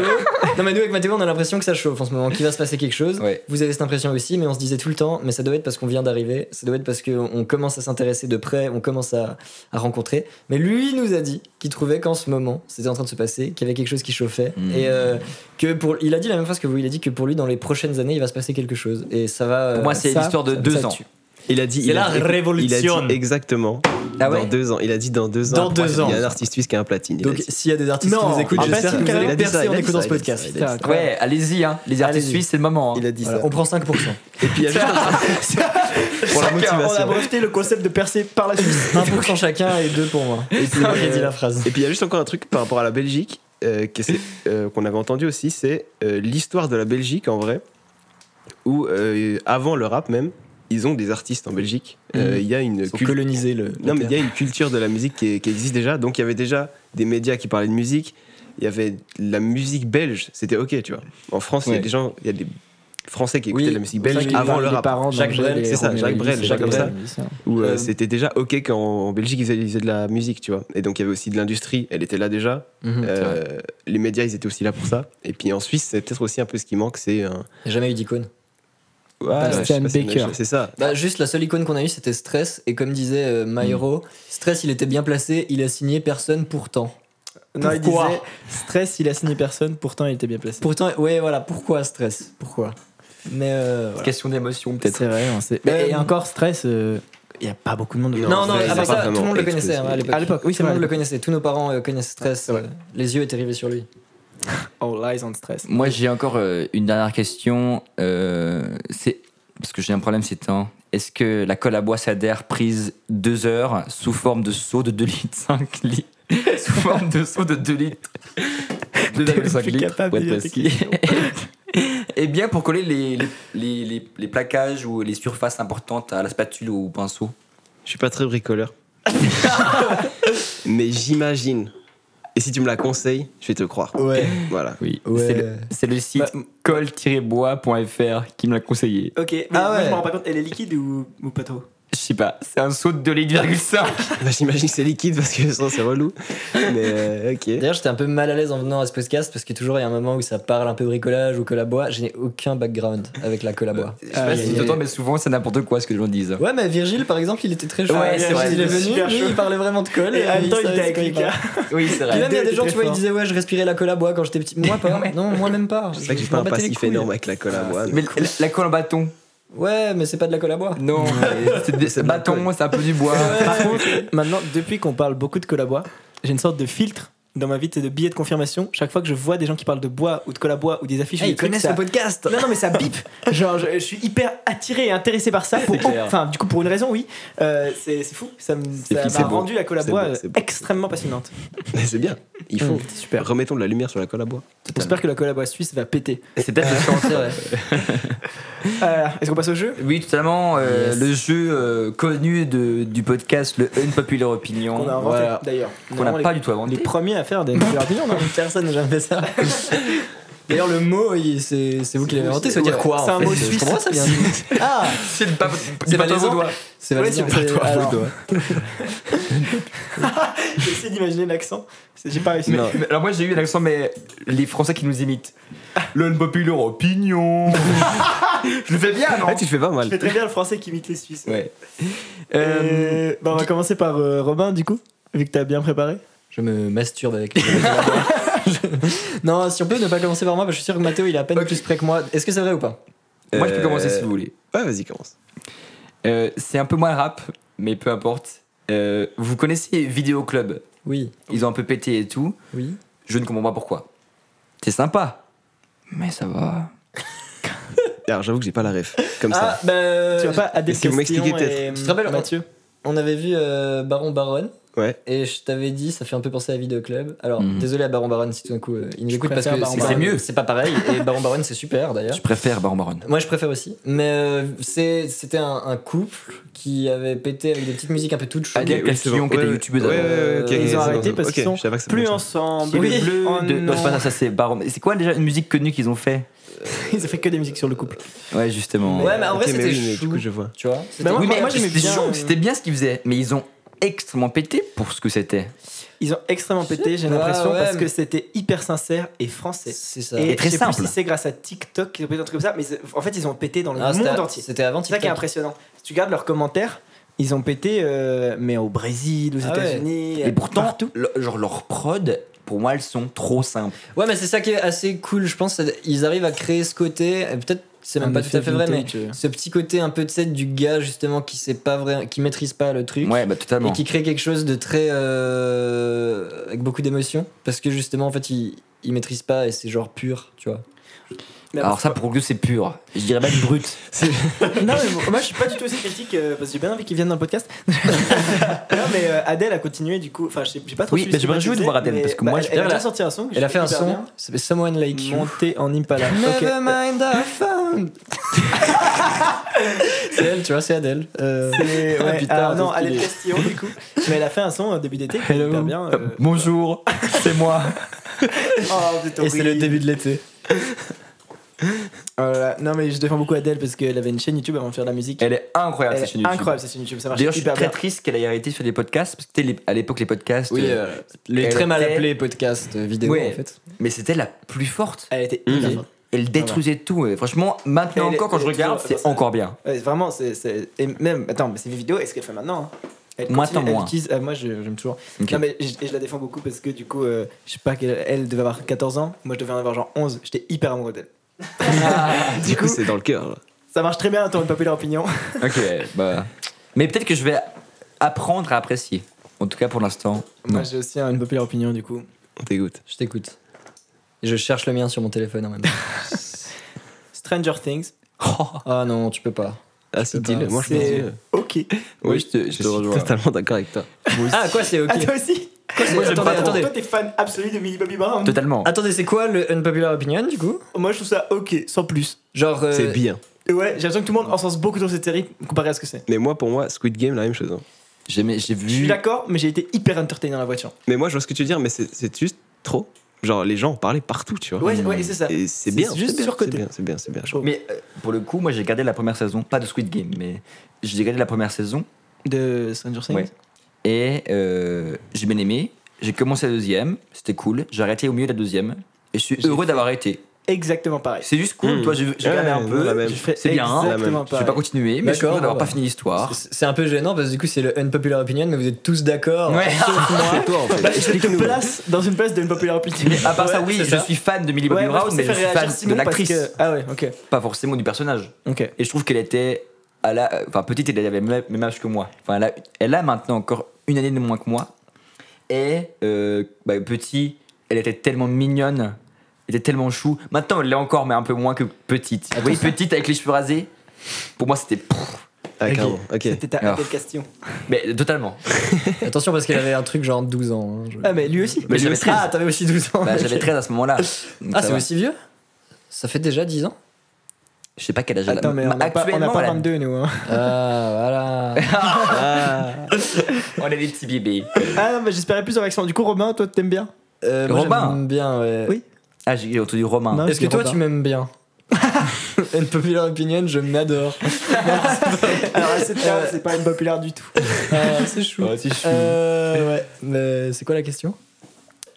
[SPEAKER 5] non, mais nous, avec Mathéo, on a l'impression que ça chauffe en ce moment, qu'il va se passer quelque chose.
[SPEAKER 4] Ouais.
[SPEAKER 5] Vous avez cette impression aussi, mais on se disait tout le temps, mais ça doit être parce qu'on vient d'arriver, ça doit être parce qu'on commence à s'intéresser de près, on commence à, à rencontrer. Mais lui nous a dit qu'il trouvait qu'en ce moment, c'était en train de se passer, qu'il y avait quelque chose qui chauffait.
[SPEAKER 4] Mmh.
[SPEAKER 5] Et euh, que pour, il a dit la même phrase que vous, il a dit que pour lui, dans les prochaines années, il va se passer quelque chose. Et ça va.
[SPEAKER 4] Pour moi, c'est
[SPEAKER 8] ça,
[SPEAKER 4] l'histoire de
[SPEAKER 8] ça-
[SPEAKER 4] deux
[SPEAKER 8] ça
[SPEAKER 4] ans.
[SPEAKER 8] tue.
[SPEAKER 6] il a dit
[SPEAKER 5] C'est
[SPEAKER 6] il a
[SPEAKER 5] la
[SPEAKER 6] dit- écoute, il a
[SPEAKER 2] révolution.
[SPEAKER 6] dit exactement
[SPEAKER 4] Ah ouais
[SPEAKER 6] dans deux ans il a dit dans deux ans
[SPEAKER 5] Dans deux
[SPEAKER 6] il y a
[SPEAKER 5] ans.
[SPEAKER 6] un artiste suisse qui a un platine il a
[SPEAKER 5] Donc,
[SPEAKER 6] dit.
[SPEAKER 5] s'il y a des artistes
[SPEAKER 8] Non,
[SPEAKER 5] qui nous écoutent,
[SPEAKER 8] ah bah,
[SPEAKER 5] j'espère
[SPEAKER 8] si,
[SPEAKER 5] que vous
[SPEAKER 8] carrément,
[SPEAKER 5] allez
[SPEAKER 6] il a dit ça,
[SPEAKER 5] percer en
[SPEAKER 6] il a dit
[SPEAKER 5] écoutant
[SPEAKER 6] ça,
[SPEAKER 5] ce
[SPEAKER 6] il a dit
[SPEAKER 5] podcast.
[SPEAKER 6] ça, il a dit
[SPEAKER 8] Putain,
[SPEAKER 6] ça.
[SPEAKER 8] incroyable.
[SPEAKER 4] Ouais, allez-y, hein. les artistes
[SPEAKER 5] Allez-y.
[SPEAKER 4] suisses, c'est le moment. hein.
[SPEAKER 6] il a dit
[SPEAKER 5] Voilà,
[SPEAKER 6] ça
[SPEAKER 5] on prend 5%.
[SPEAKER 6] et puis il y a juste un- pour la
[SPEAKER 8] On a
[SPEAKER 6] (laughs) motivation
[SPEAKER 8] breveté le concept de percer par
[SPEAKER 5] (laughs)
[SPEAKER 8] la Suisse.
[SPEAKER 5] 1% chacun et 2 pour moi. Et c'est moi qui ai dit la phrase.
[SPEAKER 6] Et puis il y a juste encore un truc par rapport à la Belgique euh, que c'est- euh, qu'on avait entendu aussi, c'est euh, l'histoire de la Belgique en vrai, où euh, avant le rap même, ils ont des artistes en Belgique.
[SPEAKER 5] Mhm.
[SPEAKER 6] Euh, Il y a une
[SPEAKER 5] Pour
[SPEAKER 6] cul-
[SPEAKER 5] coloniser le.
[SPEAKER 6] non mais il y a une culture de la musique qui, est- qui existe déjà. Donc il y avait déjà des médias qui parlaient de musique. Il y avait de la musique belge, c'était ok, tu vois. En France, il y
[SPEAKER 5] Ouais.
[SPEAKER 6] a des gens, il y a des Français qui
[SPEAKER 5] Oui,
[SPEAKER 6] écoutaient de la musique
[SPEAKER 5] c'est vrai
[SPEAKER 6] belge
[SPEAKER 5] qu'il
[SPEAKER 6] avant le
[SPEAKER 8] Les
[SPEAKER 6] rap.
[SPEAKER 8] parents
[SPEAKER 5] Jacques
[SPEAKER 8] d'Angèle
[SPEAKER 5] Brel,
[SPEAKER 8] et
[SPEAKER 6] c'est ça,
[SPEAKER 8] Roméo
[SPEAKER 6] Jacques
[SPEAKER 8] Elvis,
[SPEAKER 6] Brel,
[SPEAKER 8] c'est
[SPEAKER 6] Jacques
[SPEAKER 8] comme
[SPEAKER 6] Brel.
[SPEAKER 8] ça, ils disaient ça.
[SPEAKER 6] où euh,
[SPEAKER 5] Euh,
[SPEAKER 6] c'était déjà ok quand en Belgique ils faisaient- ils faisaient de la musique, tu vois. Et donc il y avait aussi de l'industrie, elle était là déjà.
[SPEAKER 5] Mhm, c'est
[SPEAKER 6] Euh, les médias ils étaient aussi là pour ça. Et puis en Suisse, c'est peut-être aussi un peu ce qui manque, c'est un.
[SPEAKER 5] Jamais eu d'icône.
[SPEAKER 6] Ouais,
[SPEAKER 8] Bastian
[SPEAKER 6] je sais pas si on a-
[SPEAKER 8] Baker.
[SPEAKER 6] C'est ça.
[SPEAKER 5] Bah, juste la seule icône qu'on a eue c'était Stress et comme disait euh, Maïro, Stress il était bien placé, il a signé personne pourtant.
[SPEAKER 8] Non, il
[SPEAKER 5] Pourquoi
[SPEAKER 8] disait stress, il a signé personne, pourtant il était bien placé.
[SPEAKER 5] Pourtant ouais voilà pourquoi Stress pourquoi. Mais euh, voilà.
[SPEAKER 4] Question d'émotion, peut-être.
[SPEAKER 8] C'est vrai, on sait.
[SPEAKER 5] Mais-
[SPEAKER 8] Mais- et encore stress, euh, il y a pas beaucoup de monde.
[SPEAKER 6] Non,
[SPEAKER 5] non non,
[SPEAKER 6] Stress,
[SPEAKER 5] à
[SPEAKER 6] il a
[SPEAKER 5] part
[SPEAKER 6] pas
[SPEAKER 5] ça tout le
[SPEAKER 6] vraiment
[SPEAKER 5] monde le
[SPEAKER 6] explosé.
[SPEAKER 5] connaissait hein, à l'époque.
[SPEAKER 8] À l'époque, oui, c'est
[SPEAKER 5] tout le
[SPEAKER 8] vrai.
[SPEAKER 5] monde le connaissait, tous nos parents euh, connaissent Stress,
[SPEAKER 8] vrai.
[SPEAKER 5] euh, les yeux étaient rivés sur lui.
[SPEAKER 8] All eyes on stress.
[SPEAKER 4] Moi, j'ai encore euh, une dernière question. euh, c'est parce que j'ai un problème ces temps. Est-ce que la colle à bois s'adhère prise 2 heures sous forme de seau de 2 litres 5 litres (laughs) Sous forme de seau de 2 litres 2,5
[SPEAKER 8] plus
[SPEAKER 4] litres,
[SPEAKER 8] capable
[SPEAKER 4] pour être
[SPEAKER 8] de dire
[SPEAKER 4] précis. (laughs) Et Eh bien pour coller les, les, les, les- les plaquages ou les surfaces importantes à la spatule ou au pinceau.
[SPEAKER 6] Je suis pas très
[SPEAKER 8] (laughs)
[SPEAKER 6] bricoleur. mais j'imagine. Et si tu me la conseilles, je vais te croire.
[SPEAKER 5] Ouais.
[SPEAKER 6] Voilà.
[SPEAKER 4] Oui,
[SPEAKER 5] Ouais.
[SPEAKER 4] c'est le, c'est le site colle-bois.fr qui me l'a conseillé.
[SPEAKER 8] Ok, mais
[SPEAKER 5] Ah
[SPEAKER 8] moi,
[SPEAKER 5] ouais.
[SPEAKER 8] je me rends pas compte, elle est liquide ou, ou pas trop
[SPEAKER 4] Je sais pas, c'est un saut de 2,5.
[SPEAKER 6] Bah, J'imagine que c'est liquide parce que sinon c'est relou. Mais euh, ok.
[SPEAKER 5] D'ailleurs, j'étais un peu mal à l'aise en venant à ce podcast parce que toujours il y a un moment où ça parle un peu bricolage ou colabois. Je n'ai aucun background avec la
[SPEAKER 8] Euh,
[SPEAKER 5] colabois.
[SPEAKER 4] Je sais pas si tu t'entends, mais souvent c'est n'importe quoi ce que les
[SPEAKER 5] (laughs)
[SPEAKER 4] gens disent.
[SPEAKER 5] Ouais, mais Virgile, par exemple, il était très chaud.
[SPEAKER 8] Ouais, c'est vrai,
[SPEAKER 5] il est
[SPEAKER 8] il était
[SPEAKER 5] venu,
[SPEAKER 8] super
[SPEAKER 5] lui,
[SPEAKER 8] chaud.
[SPEAKER 5] il parlait vraiment de colle.
[SPEAKER 8] Et en même temps, il
[SPEAKER 5] savait
[SPEAKER 8] était
[SPEAKER 5] ce
[SPEAKER 8] avec
[SPEAKER 5] qu'il
[SPEAKER 8] Mika.
[SPEAKER 5] parlait.
[SPEAKER 4] Oui, c'est
[SPEAKER 5] Puis
[SPEAKER 4] vrai. (laughs)
[SPEAKER 5] même, il y a des gens,
[SPEAKER 8] très
[SPEAKER 5] tu vois, ils
[SPEAKER 8] fort.
[SPEAKER 5] disaient, ouais, je respirais la colle à bois quand j'étais petit. Moi,
[SPEAKER 8] (laughs)
[SPEAKER 5] pas. hein. non, moi même pas.
[SPEAKER 6] C'est vrai que
[SPEAKER 5] Je
[SPEAKER 6] j'ai pas
[SPEAKER 5] m'en
[SPEAKER 6] un
[SPEAKER 5] battais les
[SPEAKER 6] passif
[SPEAKER 5] couilles.
[SPEAKER 6] énorme avec la colle
[SPEAKER 8] Ah,
[SPEAKER 6] à bois.
[SPEAKER 4] Mais la, la colle en bâton
[SPEAKER 5] Ouais, mais c'est pas de la colle à bois.
[SPEAKER 4] Non, c'est des-
[SPEAKER 6] C'est de la
[SPEAKER 4] bâton, c'est un peu du (laughs) bois.
[SPEAKER 8] Par contre, maintenant, depuis qu'on parle beaucoup de colabois, j'ai une sorte de filtre dans ma vie, c'est de billets de confirmation. Chaque fois que je vois des gens qui parlent de bois ou de colabois ou des affiches, ou
[SPEAKER 5] Hey,
[SPEAKER 8] des
[SPEAKER 5] ils
[SPEAKER 8] trucs,
[SPEAKER 5] connaissent
[SPEAKER 8] ça-
[SPEAKER 5] le podcast.
[SPEAKER 8] Non, non, mais ça bip. Genre, je, je suis hyper attiré et intéressé par ça. Pour, enfin, du coup, pour une raison, oui. Euh, c'est c'est fou. Ça me- ça
[SPEAKER 6] fou, c'est
[SPEAKER 8] m'a
[SPEAKER 6] beau.
[SPEAKER 8] rendu la colle à
[SPEAKER 6] C'est
[SPEAKER 8] bois
[SPEAKER 6] beau,
[SPEAKER 8] euh,
[SPEAKER 6] c'est beau.
[SPEAKER 8] extrêmement passionnante.
[SPEAKER 6] Mais (laughs) c'est bien. Il faut.
[SPEAKER 8] Mmh, C'est super.
[SPEAKER 6] Remettons de la lumière sur la colle à bois.
[SPEAKER 8] J'espère que la colle à bois suisse va péter.
[SPEAKER 4] C'est peut-être (laughs) le cancer.
[SPEAKER 8] Euh, Est-ce qu'on passe au jeu
[SPEAKER 4] Oui, totalement. euh,
[SPEAKER 5] Yes.
[SPEAKER 4] Le jeu euh, connu de- du podcast, le Unpopular Opinion.
[SPEAKER 8] On a inventé,
[SPEAKER 4] Voilà.
[SPEAKER 8] d'ailleurs.
[SPEAKER 4] Qu'on n'a
[SPEAKER 8] Vraiment,
[SPEAKER 4] pas
[SPEAKER 8] les,
[SPEAKER 4] du tout inventé.
[SPEAKER 8] les premiers à faire des
[SPEAKER 5] (laughs)
[SPEAKER 8] couleurs opinions, non
[SPEAKER 5] Personne n'a jamais fait ça. (laughs) D'ailleurs, le mot, il- c'est c'est vous qui l'avez inventé. Ça veut dire
[SPEAKER 8] Ouais,
[SPEAKER 5] quoi
[SPEAKER 8] c'est
[SPEAKER 5] en
[SPEAKER 8] un
[SPEAKER 5] fait
[SPEAKER 8] mot
[SPEAKER 5] Je
[SPEAKER 8] suisse.
[SPEAKER 5] comprends ça bien.
[SPEAKER 8] (laughs)
[SPEAKER 5] Ah,
[SPEAKER 4] C'est pas,
[SPEAKER 5] c'est pas toi, c'est
[SPEAKER 8] Ouais,
[SPEAKER 5] valorisant.
[SPEAKER 8] c'est-
[SPEAKER 5] C'est- alors,
[SPEAKER 8] J'ai essayé d'imaginer l'accent. C'est- J'ai pas réussi.
[SPEAKER 6] Non.
[SPEAKER 4] Alors moi j'ai eu l'accent, mais les Français qui nous (laughs) imitent. Le Unpopular (laughs) Opinion. Je le fais bien, non
[SPEAKER 6] Ah, tu le fais pas
[SPEAKER 8] Je
[SPEAKER 6] mal.
[SPEAKER 8] fais très bien le français qui imite les Suisses.
[SPEAKER 4] Ouais. Euh,
[SPEAKER 8] Euh, bah, on va commencer par euh, Robin, du coup, vu que t'as bien préparé.
[SPEAKER 5] Je me masturbe avec les (laughs) Non, si on peut ne pas commencer par moi, parce que je suis sûr que Mathéo il est à peine
[SPEAKER 4] Ok.
[SPEAKER 5] plus près que moi. Est-ce que c'est vrai ou pas
[SPEAKER 4] Moi je peux
[SPEAKER 6] Euh,
[SPEAKER 4] commencer si vous voulez.
[SPEAKER 6] Ouais, vas-y, commence.
[SPEAKER 4] Euh, c'est un peu moins rap, mais peu importe. Euh, vous connaissez Vidéo Club
[SPEAKER 5] Oui,
[SPEAKER 4] Ils ont un peu pété et tout.
[SPEAKER 5] oui.
[SPEAKER 4] Je ne comprends pas pourquoi. C'est sympa. Mais ça va.
[SPEAKER 6] Alors, j'avoue que j'ai pas la ref. Comme
[SPEAKER 8] Ah.
[SPEAKER 6] ça.
[SPEAKER 5] bah. euh,
[SPEAKER 8] tu vas pas à des
[SPEAKER 6] est-ce que vous
[SPEAKER 8] questions
[SPEAKER 6] m'expliquez
[SPEAKER 8] et,
[SPEAKER 6] peut-être
[SPEAKER 8] hum,
[SPEAKER 5] Tu te rappelles,
[SPEAKER 8] Mathieu
[SPEAKER 5] On avait vu euh, Baron Baron
[SPEAKER 6] Ouais.
[SPEAKER 5] et je t'avais dit ça fait un peu penser à Vidéo Club. Alors
[SPEAKER 4] Mhm.
[SPEAKER 5] désolé à Baron Baron si tout d'un coup euh, il nous
[SPEAKER 8] Je
[SPEAKER 5] écoute parce
[SPEAKER 8] préfère
[SPEAKER 5] que
[SPEAKER 8] Baron
[SPEAKER 5] c'est
[SPEAKER 4] Baron.
[SPEAKER 5] pas-
[SPEAKER 4] C'est mieux.
[SPEAKER 5] C'est pas pareil et Baron Baron c'est super d'ailleurs.
[SPEAKER 4] Je préfère Baron Baron.
[SPEAKER 5] Moi je préfère aussi. Mais euh, c'est- c'était un, un couple qui avait pété avec des petites musiques un peu toutes chaudes.
[SPEAKER 4] Ah, des-
[SPEAKER 6] c'est bon.
[SPEAKER 4] qui étaient
[SPEAKER 6] Ouais,
[SPEAKER 4] youtubeuses
[SPEAKER 6] ouais,
[SPEAKER 4] avant.
[SPEAKER 6] ouais, ouais, ok,
[SPEAKER 8] Ils ont
[SPEAKER 6] c'est bon,
[SPEAKER 8] arrêté
[SPEAKER 6] c'est bon.
[SPEAKER 8] parce
[SPEAKER 6] Ok,
[SPEAKER 8] qu'ils sont
[SPEAKER 6] je savais que ça
[SPEAKER 8] Plus
[SPEAKER 6] pouvait être
[SPEAKER 8] ensemble.
[SPEAKER 4] Qui est
[SPEAKER 8] Oui.
[SPEAKER 4] le bleu
[SPEAKER 8] Oh
[SPEAKER 4] de... Non, c'est pas ça,
[SPEAKER 8] non.
[SPEAKER 4] ça c'est Baron. C'est quoi déjà une musique connue qu'ils ont fait
[SPEAKER 8] (laughs) Ils ont fait que des musiques sur le couple.
[SPEAKER 4] Ouais, justement.
[SPEAKER 5] Ouais, mais
[SPEAKER 6] ça.
[SPEAKER 5] Ah, en vrai
[SPEAKER 6] Ok, mais
[SPEAKER 5] c'était
[SPEAKER 6] oui, mais Du
[SPEAKER 5] chou.
[SPEAKER 6] coup, je vois.
[SPEAKER 5] Tu vois
[SPEAKER 8] Bah, moi,
[SPEAKER 4] Oui, mais
[SPEAKER 8] moi, j'aimais
[SPEAKER 4] c'était
[SPEAKER 8] bien,
[SPEAKER 4] chaud,
[SPEAKER 8] euh,
[SPEAKER 4] c'était bien ce qu'ils faisaient, mais ils ont extrêmement pété pour ce que c'était.
[SPEAKER 8] Ils ont extrêmement pété, j'ai
[SPEAKER 5] pas,
[SPEAKER 8] l'impression,
[SPEAKER 5] ouais,
[SPEAKER 8] parce
[SPEAKER 5] mais-
[SPEAKER 8] que c'était hyper sincère et français.
[SPEAKER 5] C'est ça.
[SPEAKER 4] Et très
[SPEAKER 8] je sais plus
[SPEAKER 4] simple.
[SPEAKER 8] si c'est grâce à TikTok qu'ils ont pété un truc comme ça, mais c'est- en fait, ils ont pété dans le
[SPEAKER 5] Ah,
[SPEAKER 8] monde
[SPEAKER 5] c'était-
[SPEAKER 8] entier.
[SPEAKER 5] C'était avant
[SPEAKER 8] C'est ça qui est
[SPEAKER 5] TikTok.
[SPEAKER 8] impressionnant. Si tu regardes leurs commentaires, ils ont pété, euh, mais au Brésil, aux
[SPEAKER 5] Ah ouais.
[SPEAKER 8] États-Unis.
[SPEAKER 4] Et
[SPEAKER 8] euh,
[SPEAKER 4] pourtant,
[SPEAKER 8] partout.
[SPEAKER 4] le- genre leurs prod, pour moi, elles sont trop simples.
[SPEAKER 5] Ouais, mais c'est ça qui est assez cool, je pense. c'est- Ils arrivent à créer ce côté. et Peut-être c'est même
[SPEAKER 8] Un
[SPEAKER 5] pas tout à fait
[SPEAKER 8] effet
[SPEAKER 5] vrai, mais
[SPEAKER 8] vintage, euh.
[SPEAKER 5] ce petit côté un peu de set du gars justement qui sait pas vrai, qui maîtrise pas le truc
[SPEAKER 4] Ouais, bah
[SPEAKER 5] et
[SPEAKER 4] totalement.
[SPEAKER 5] qui crée quelque chose de très euh, avec beaucoup d'émotion parce que justement en fait il, il maîtrise pas et c'est genre pur, tu vois.
[SPEAKER 8] Bah,
[SPEAKER 4] Alors ça, pour que c'est pur. Je dirais même
[SPEAKER 8] (laughs)
[SPEAKER 4] brut.
[SPEAKER 8] non, mais bon, moi je suis pas du tout aussi critique euh, parce que j'ai bien envie qu'ils viennent dans le podcast. (laughs) non, mais euh, Adèle a continué du coup. Enfin, je sais- j'ai pas trop
[SPEAKER 4] Oui,
[SPEAKER 8] suivi
[SPEAKER 4] mais
[SPEAKER 8] ce
[SPEAKER 4] j'aimerais
[SPEAKER 8] qu'elle
[SPEAKER 4] jouer de
[SPEAKER 8] disait,
[SPEAKER 4] voir Adèle,
[SPEAKER 8] mais,
[SPEAKER 4] parce que
[SPEAKER 8] bah,
[SPEAKER 4] moi, je-
[SPEAKER 8] elle, elle a
[SPEAKER 5] elle a-
[SPEAKER 8] déjà sorti un son. que
[SPEAKER 5] Elle a
[SPEAKER 8] je
[SPEAKER 5] fait un
[SPEAKER 8] trouve
[SPEAKER 5] son,
[SPEAKER 8] hyper
[SPEAKER 5] c'est Someone Like
[SPEAKER 8] bien.
[SPEAKER 5] You.
[SPEAKER 8] Montée en Impala. Ok.
[SPEAKER 5] Never mind I found. (laughs) c'est elle, tu vois, c'est Adèle. Euh,
[SPEAKER 8] C'est- ouais,
[SPEAKER 5] putain,
[SPEAKER 8] alors,
[SPEAKER 5] c'est
[SPEAKER 8] non,
[SPEAKER 5] stylé.
[SPEAKER 8] Adèle Castillon du (laughs) coup. Mais elle a fait un son euh, début d'été qui est
[SPEAKER 5] Hello.
[SPEAKER 8] hyper bien. euh,
[SPEAKER 4] Bonjour, c'est
[SPEAKER 8] (laughs)
[SPEAKER 4] moi.
[SPEAKER 8] Oh, putain,
[SPEAKER 5] et c'est le
[SPEAKER 8] oui.
[SPEAKER 5] début de l'été.
[SPEAKER 8] Oh là là, Non, mais je défends beaucoup Adèle parce qu'elle avait une chaîne YouTube avant de faire de la musique.
[SPEAKER 4] Elle est incroyable
[SPEAKER 8] Elle
[SPEAKER 4] cette chaîne
[SPEAKER 8] est
[SPEAKER 4] YouTube.
[SPEAKER 8] incroyable cette chaîne YouTube, ça marche
[SPEAKER 4] D'ailleurs, je suis
[SPEAKER 8] hyper
[SPEAKER 4] très
[SPEAKER 8] bien.
[SPEAKER 4] triste qu'elle ait arrêté sur les podcasts parce que c'était les- à l'époque les podcasts.
[SPEAKER 5] Oui,
[SPEAKER 4] euh,
[SPEAKER 5] euh, les
[SPEAKER 4] elle
[SPEAKER 5] très mal
[SPEAKER 4] était-
[SPEAKER 5] appelés podcasts euh, vidéo
[SPEAKER 4] Ouais.
[SPEAKER 5] en fait.
[SPEAKER 4] mais c'était la plus forte.
[SPEAKER 8] Elle était
[SPEAKER 6] Mhm.
[SPEAKER 8] hyper forte.
[SPEAKER 4] Elle détruisait tout. Et franchement, maintenant
[SPEAKER 8] Elle est-
[SPEAKER 4] encore quand je
[SPEAKER 8] elle est
[SPEAKER 4] regarde,
[SPEAKER 8] toujours-
[SPEAKER 4] c'est encore bien.
[SPEAKER 8] Ouais, vraiment, c'est, c'est- Et même, attends, mais c'est des vidéos, est-ce qu'elle fait maintenant hein elle
[SPEAKER 4] Moi,
[SPEAKER 8] continue,
[SPEAKER 4] tant
[SPEAKER 8] elle
[SPEAKER 4] moins.
[SPEAKER 8] utilise- ah, moi, je- j'aime toujours.
[SPEAKER 4] Ok.
[SPEAKER 8] Non, mais je, et je la défends beaucoup parce que du coup, euh, je sais pas qu'elle elle devait avoir 14 ans, moi je devais en avoir genre 11, j'étais hyper amoureux d'elle.
[SPEAKER 6] Du coup, c'est dans le cœur. là.
[SPEAKER 8] Ça marche très bien, ton populaire opinion.
[SPEAKER 4] Ok, bah. Mais peut-être que je vais apprendre à apprécier. En tout cas, pour l'instant.
[SPEAKER 8] moi
[SPEAKER 4] Non.
[SPEAKER 8] j'ai aussi une populaire opinion du coup.
[SPEAKER 6] On t'écoute.
[SPEAKER 5] Je t'écoute. Et je cherche le mien sur mon téléphone en
[SPEAKER 8] (laughs)
[SPEAKER 5] même temps.
[SPEAKER 8] Stranger Things,
[SPEAKER 4] Oh,
[SPEAKER 5] Ah non, tu peux pas.
[SPEAKER 6] Ah, c'est
[SPEAKER 5] pas.
[SPEAKER 6] deal. Moi, je
[SPEAKER 8] c'est
[SPEAKER 6] pense.
[SPEAKER 8] ok.
[SPEAKER 4] Oui, je te- je te
[SPEAKER 6] suis
[SPEAKER 4] rejoins.
[SPEAKER 6] Totalement d'accord avec toi.
[SPEAKER 5] Ah quoi, c'est ok.
[SPEAKER 8] Ah, toi aussi
[SPEAKER 5] Moi, j'aime
[SPEAKER 8] Attendez,
[SPEAKER 5] pas trop.
[SPEAKER 8] attendez. Toi, t'es fan absolu de Millie Bobby Brown.
[SPEAKER 4] totalement.
[SPEAKER 5] Attendez, c'est quoi le unpopular opinion du coup
[SPEAKER 8] Moi, je trouve ça ok, sans plus.
[SPEAKER 5] Genre. euh,
[SPEAKER 6] C'est bien.
[SPEAKER 8] Et ouais, j'ai l'impression que tout le monde en sens beaucoup dans cette série comparé à ce que c'est.
[SPEAKER 6] Mais moi, pour moi, Squid Game, la même chose. hein.
[SPEAKER 4] J'ai j'ai
[SPEAKER 8] Je suis
[SPEAKER 4] vu.
[SPEAKER 8] d'accord, mais j'ai été hyper entertainé dans la voiture.
[SPEAKER 6] Mais moi, je vois ce que tu veux dire, mais c'est c'est juste trop. genre les gens en parlaient partout, tu vois.
[SPEAKER 4] Ouais, ouais, c'est ça.
[SPEAKER 6] Et c'est
[SPEAKER 8] C'est
[SPEAKER 6] bien.
[SPEAKER 8] juste
[SPEAKER 6] c'est bien,
[SPEAKER 8] surcoté.
[SPEAKER 6] C'est bien, c'est bien, c'est bien. je
[SPEAKER 8] Oh.
[SPEAKER 6] trouve.
[SPEAKER 4] Mais euh, pour le coup, moi j'ai regardé la première saison, pas de Squid Game, mais j'ai regardé la première saison
[SPEAKER 8] de Stranger Things.
[SPEAKER 4] Ouais. et euh, j'ai bien aimé. J'ai commencé la deuxième, c'était cool. J'ai arrêté au milieu de la deuxième et je suis heureux d'avoir arrêté.
[SPEAKER 8] Exactement pareil.
[SPEAKER 4] C'est juste cool,
[SPEAKER 6] Mmh.
[SPEAKER 4] toi j'ai j'ai regardé
[SPEAKER 6] Ouais,
[SPEAKER 4] un peu.
[SPEAKER 6] la même.
[SPEAKER 8] Je fais
[SPEAKER 4] C'est bien, hein.
[SPEAKER 8] Exactement
[SPEAKER 4] Je vais
[SPEAKER 8] pareil.
[SPEAKER 4] pas continuer, mais je suis
[SPEAKER 5] D'accord,
[SPEAKER 4] heureux d'avoir
[SPEAKER 5] ouais.
[SPEAKER 4] pas fini
[SPEAKER 6] Ah.
[SPEAKER 4] l'histoire.
[SPEAKER 5] C'est c'est un peu gênant parce que du coup c'est le unpopular opinion, mais vous êtes tous d'accord.
[SPEAKER 4] Ouais.
[SPEAKER 5] Sauf
[SPEAKER 6] (laughs)
[SPEAKER 5] moi. toi en
[SPEAKER 8] Bah, je te place dans une place d'une populaire opinion.
[SPEAKER 4] Mais (laughs) à part ça, oui,
[SPEAKER 8] c'est
[SPEAKER 4] je suis fan de Millie Bobby
[SPEAKER 8] Ouais, moi,
[SPEAKER 4] Brown,
[SPEAKER 8] je
[SPEAKER 4] mais
[SPEAKER 8] pensais
[SPEAKER 4] je
[SPEAKER 8] faire
[SPEAKER 4] suis fan
[SPEAKER 8] réagir
[SPEAKER 4] de
[SPEAKER 8] Simon parce
[SPEAKER 4] l'actrice,
[SPEAKER 8] que. Ah ouais, ok.
[SPEAKER 4] pas forcément du personnage.
[SPEAKER 8] Ok.
[SPEAKER 4] Et je trouve qu'elle était à la, euh, enfin petite, elle avait le même- même âge que moi. Enfin, elle a, elle a maintenant encore une année de moins que moi. Et euh, bah, petit, elle était tellement mignonne, elle était tellement chou. Maintenant, elle l'est encore, mais un peu moins que petite.
[SPEAKER 8] Ah,
[SPEAKER 4] Vous voyez, petite avec les cheveux rasés. Pour moi, c'était. pff,
[SPEAKER 6] Ah, carrément. Ok.
[SPEAKER 8] C'était ta
[SPEAKER 4] Alors.
[SPEAKER 8] belle question.
[SPEAKER 4] Mais
[SPEAKER 8] (laughs)
[SPEAKER 4] totalement.
[SPEAKER 5] Attention parce qu'elle avait un truc genre 12 ans. hein, je-
[SPEAKER 8] Ah, mais lui aussi.
[SPEAKER 4] Mais j'avais
[SPEAKER 8] lui aussi.
[SPEAKER 4] 13.
[SPEAKER 8] Ah, t'avais aussi 12 ans.
[SPEAKER 4] Bah, J'avais 13 à ce moment-là. Donc,
[SPEAKER 5] Ah,
[SPEAKER 4] ça
[SPEAKER 5] c'est
[SPEAKER 4] va.
[SPEAKER 5] aussi vieux Ça fait déjà 10
[SPEAKER 6] (laughs)
[SPEAKER 5] ans
[SPEAKER 4] Je sais pas quel âge elle a.
[SPEAKER 8] Attends, mais on n'a pas, on a
[SPEAKER 4] Actuellement,
[SPEAKER 8] pas
[SPEAKER 4] elle a-
[SPEAKER 8] 22, nous. hein. (laughs)
[SPEAKER 5] Ah, voilà.
[SPEAKER 4] on est des petits bébés.
[SPEAKER 8] Ah, non, mais j'espérais plus en réaction. Du coup, Romain, toi, t'aimes bien
[SPEAKER 5] Euh, moi,
[SPEAKER 4] Robin.
[SPEAKER 5] j'aime bien, ouais.
[SPEAKER 8] Oui.
[SPEAKER 4] Ah, j'ai j'ai entendu Romain.
[SPEAKER 8] Non,
[SPEAKER 5] Est-ce que
[SPEAKER 8] je dis
[SPEAKER 5] toi,
[SPEAKER 8] Robin.
[SPEAKER 5] tu m'aimes
[SPEAKER 8] (laughs)
[SPEAKER 5] bien Unpopular opinion, je m'adore.
[SPEAKER 8] Alors, là,
[SPEAKER 4] Ah,
[SPEAKER 8] c'est
[SPEAKER 5] Euh,
[SPEAKER 8] c'est pas une populaire du tout.
[SPEAKER 5] Ah, c'est chou.
[SPEAKER 6] Ouais, c'est chou.
[SPEAKER 5] Euh, ouais. Mais c'est quoi la question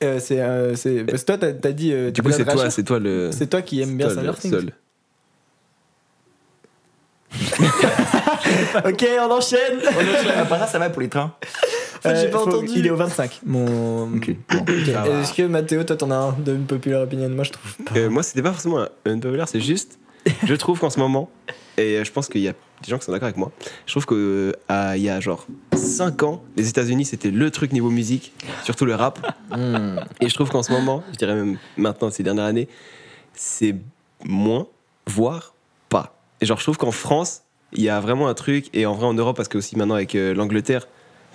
[SPEAKER 8] Euh, c'est. euh, c'est- Parce que toi, t'as t'as dit. euh,
[SPEAKER 6] Du
[SPEAKER 8] tu
[SPEAKER 6] coup,
[SPEAKER 8] voulais
[SPEAKER 6] c'est
[SPEAKER 8] te
[SPEAKER 6] toi,
[SPEAKER 8] rachir.
[SPEAKER 6] c'est toi le.
[SPEAKER 8] C'est toi qui aimes bien
[SPEAKER 6] toi le
[SPEAKER 8] Stranger Things.
[SPEAKER 6] seul.
[SPEAKER 8] Ok, on enchaîne.
[SPEAKER 4] À part ah, ça, ça va pour les trains.
[SPEAKER 5] fait, j'ai pas
[SPEAKER 8] faut-
[SPEAKER 5] entendu.
[SPEAKER 8] Il est au 25. Mon.
[SPEAKER 4] Ok.
[SPEAKER 5] Est-ce que Mathéo, toi, t'en as un de popular opinion Moi, je trouve pas.
[SPEAKER 6] Euh, moi, c'était pas forcément un unpopular, c'est juste. Je trouve qu'en ce moment, et euh, je pense qu'il y a des gens qui sont d'accord avec moi, je trouve qu'il il y a genre 5 ans, les États-Unis, c'était le truc niveau musique, surtout le rap.
[SPEAKER 8] Hmm.
[SPEAKER 6] Et je trouve qu'en ce moment, je dirais même maintenant, ces dernières années, c'est moins, voire pas. Et genre, je trouve qu'en France, il y a vraiment un truc, et en vrai en Europe, parce que aussi maintenant avec euh, l'Angleterre,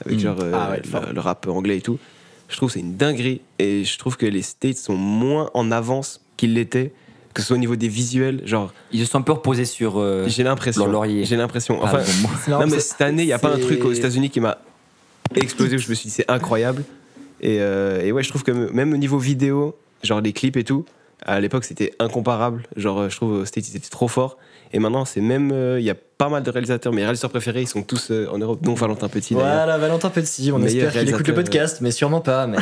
[SPEAKER 6] avec
[SPEAKER 4] Mm.
[SPEAKER 6] genre euh,
[SPEAKER 8] Ah ouais,
[SPEAKER 6] le-
[SPEAKER 8] fort.
[SPEAKER 6] le, rap anglais et tout, je trouve que c'est une dinguerie. Et je trouve que les States sont moins en avance qu'ils l'étaient, que ce soit au niveau des visuels, genre,
[SPEAKER 4] Ils se sont un peu reposés sur. euh, ah,
[SPEAKER 6] j'ai l'impression.
[SPEAKER 4] Leur laurier.
[SPEAKER 6] J'ai l'impression.
[SPEAKER 4] Enfin,
[SPEAKER 6] Enfin,
[SPEAKER 8] (laughs) C'est marrant
[SPEAKER 6] non, mais
[SPEAKER 8] parce que
[SPEAKER 6] cette année, il n'y a pas un
[SPEAKER 8] c'est-
[SPEAKER 6] truc aux États-Unis qui m'a explosé où je me suis dit c'est incroyable. Et, euh, et ouais, je trouve que même au niveau vidéo, genre les clips et tout, à l'époque c'était incomparable. Genre, euh, je trouve aux States, ils étaient trop forts. Et maintenant, c'est même. euh, Il y a pas mal de réalisateurs, mes réalisateurs préférés, ils sont tous euh, en Europe, dont Valentin Petit d'ailleurs.
[SPEAKER 5] Voilà, Valentin Petit, on
[SPEAKER 6] Meilleur
[SPEAKER 5] espère qu'il écoute le
[SPEAKER 6] réalisateur.
[SPEAKER 5] podcast, mais sûrement pas. Mais,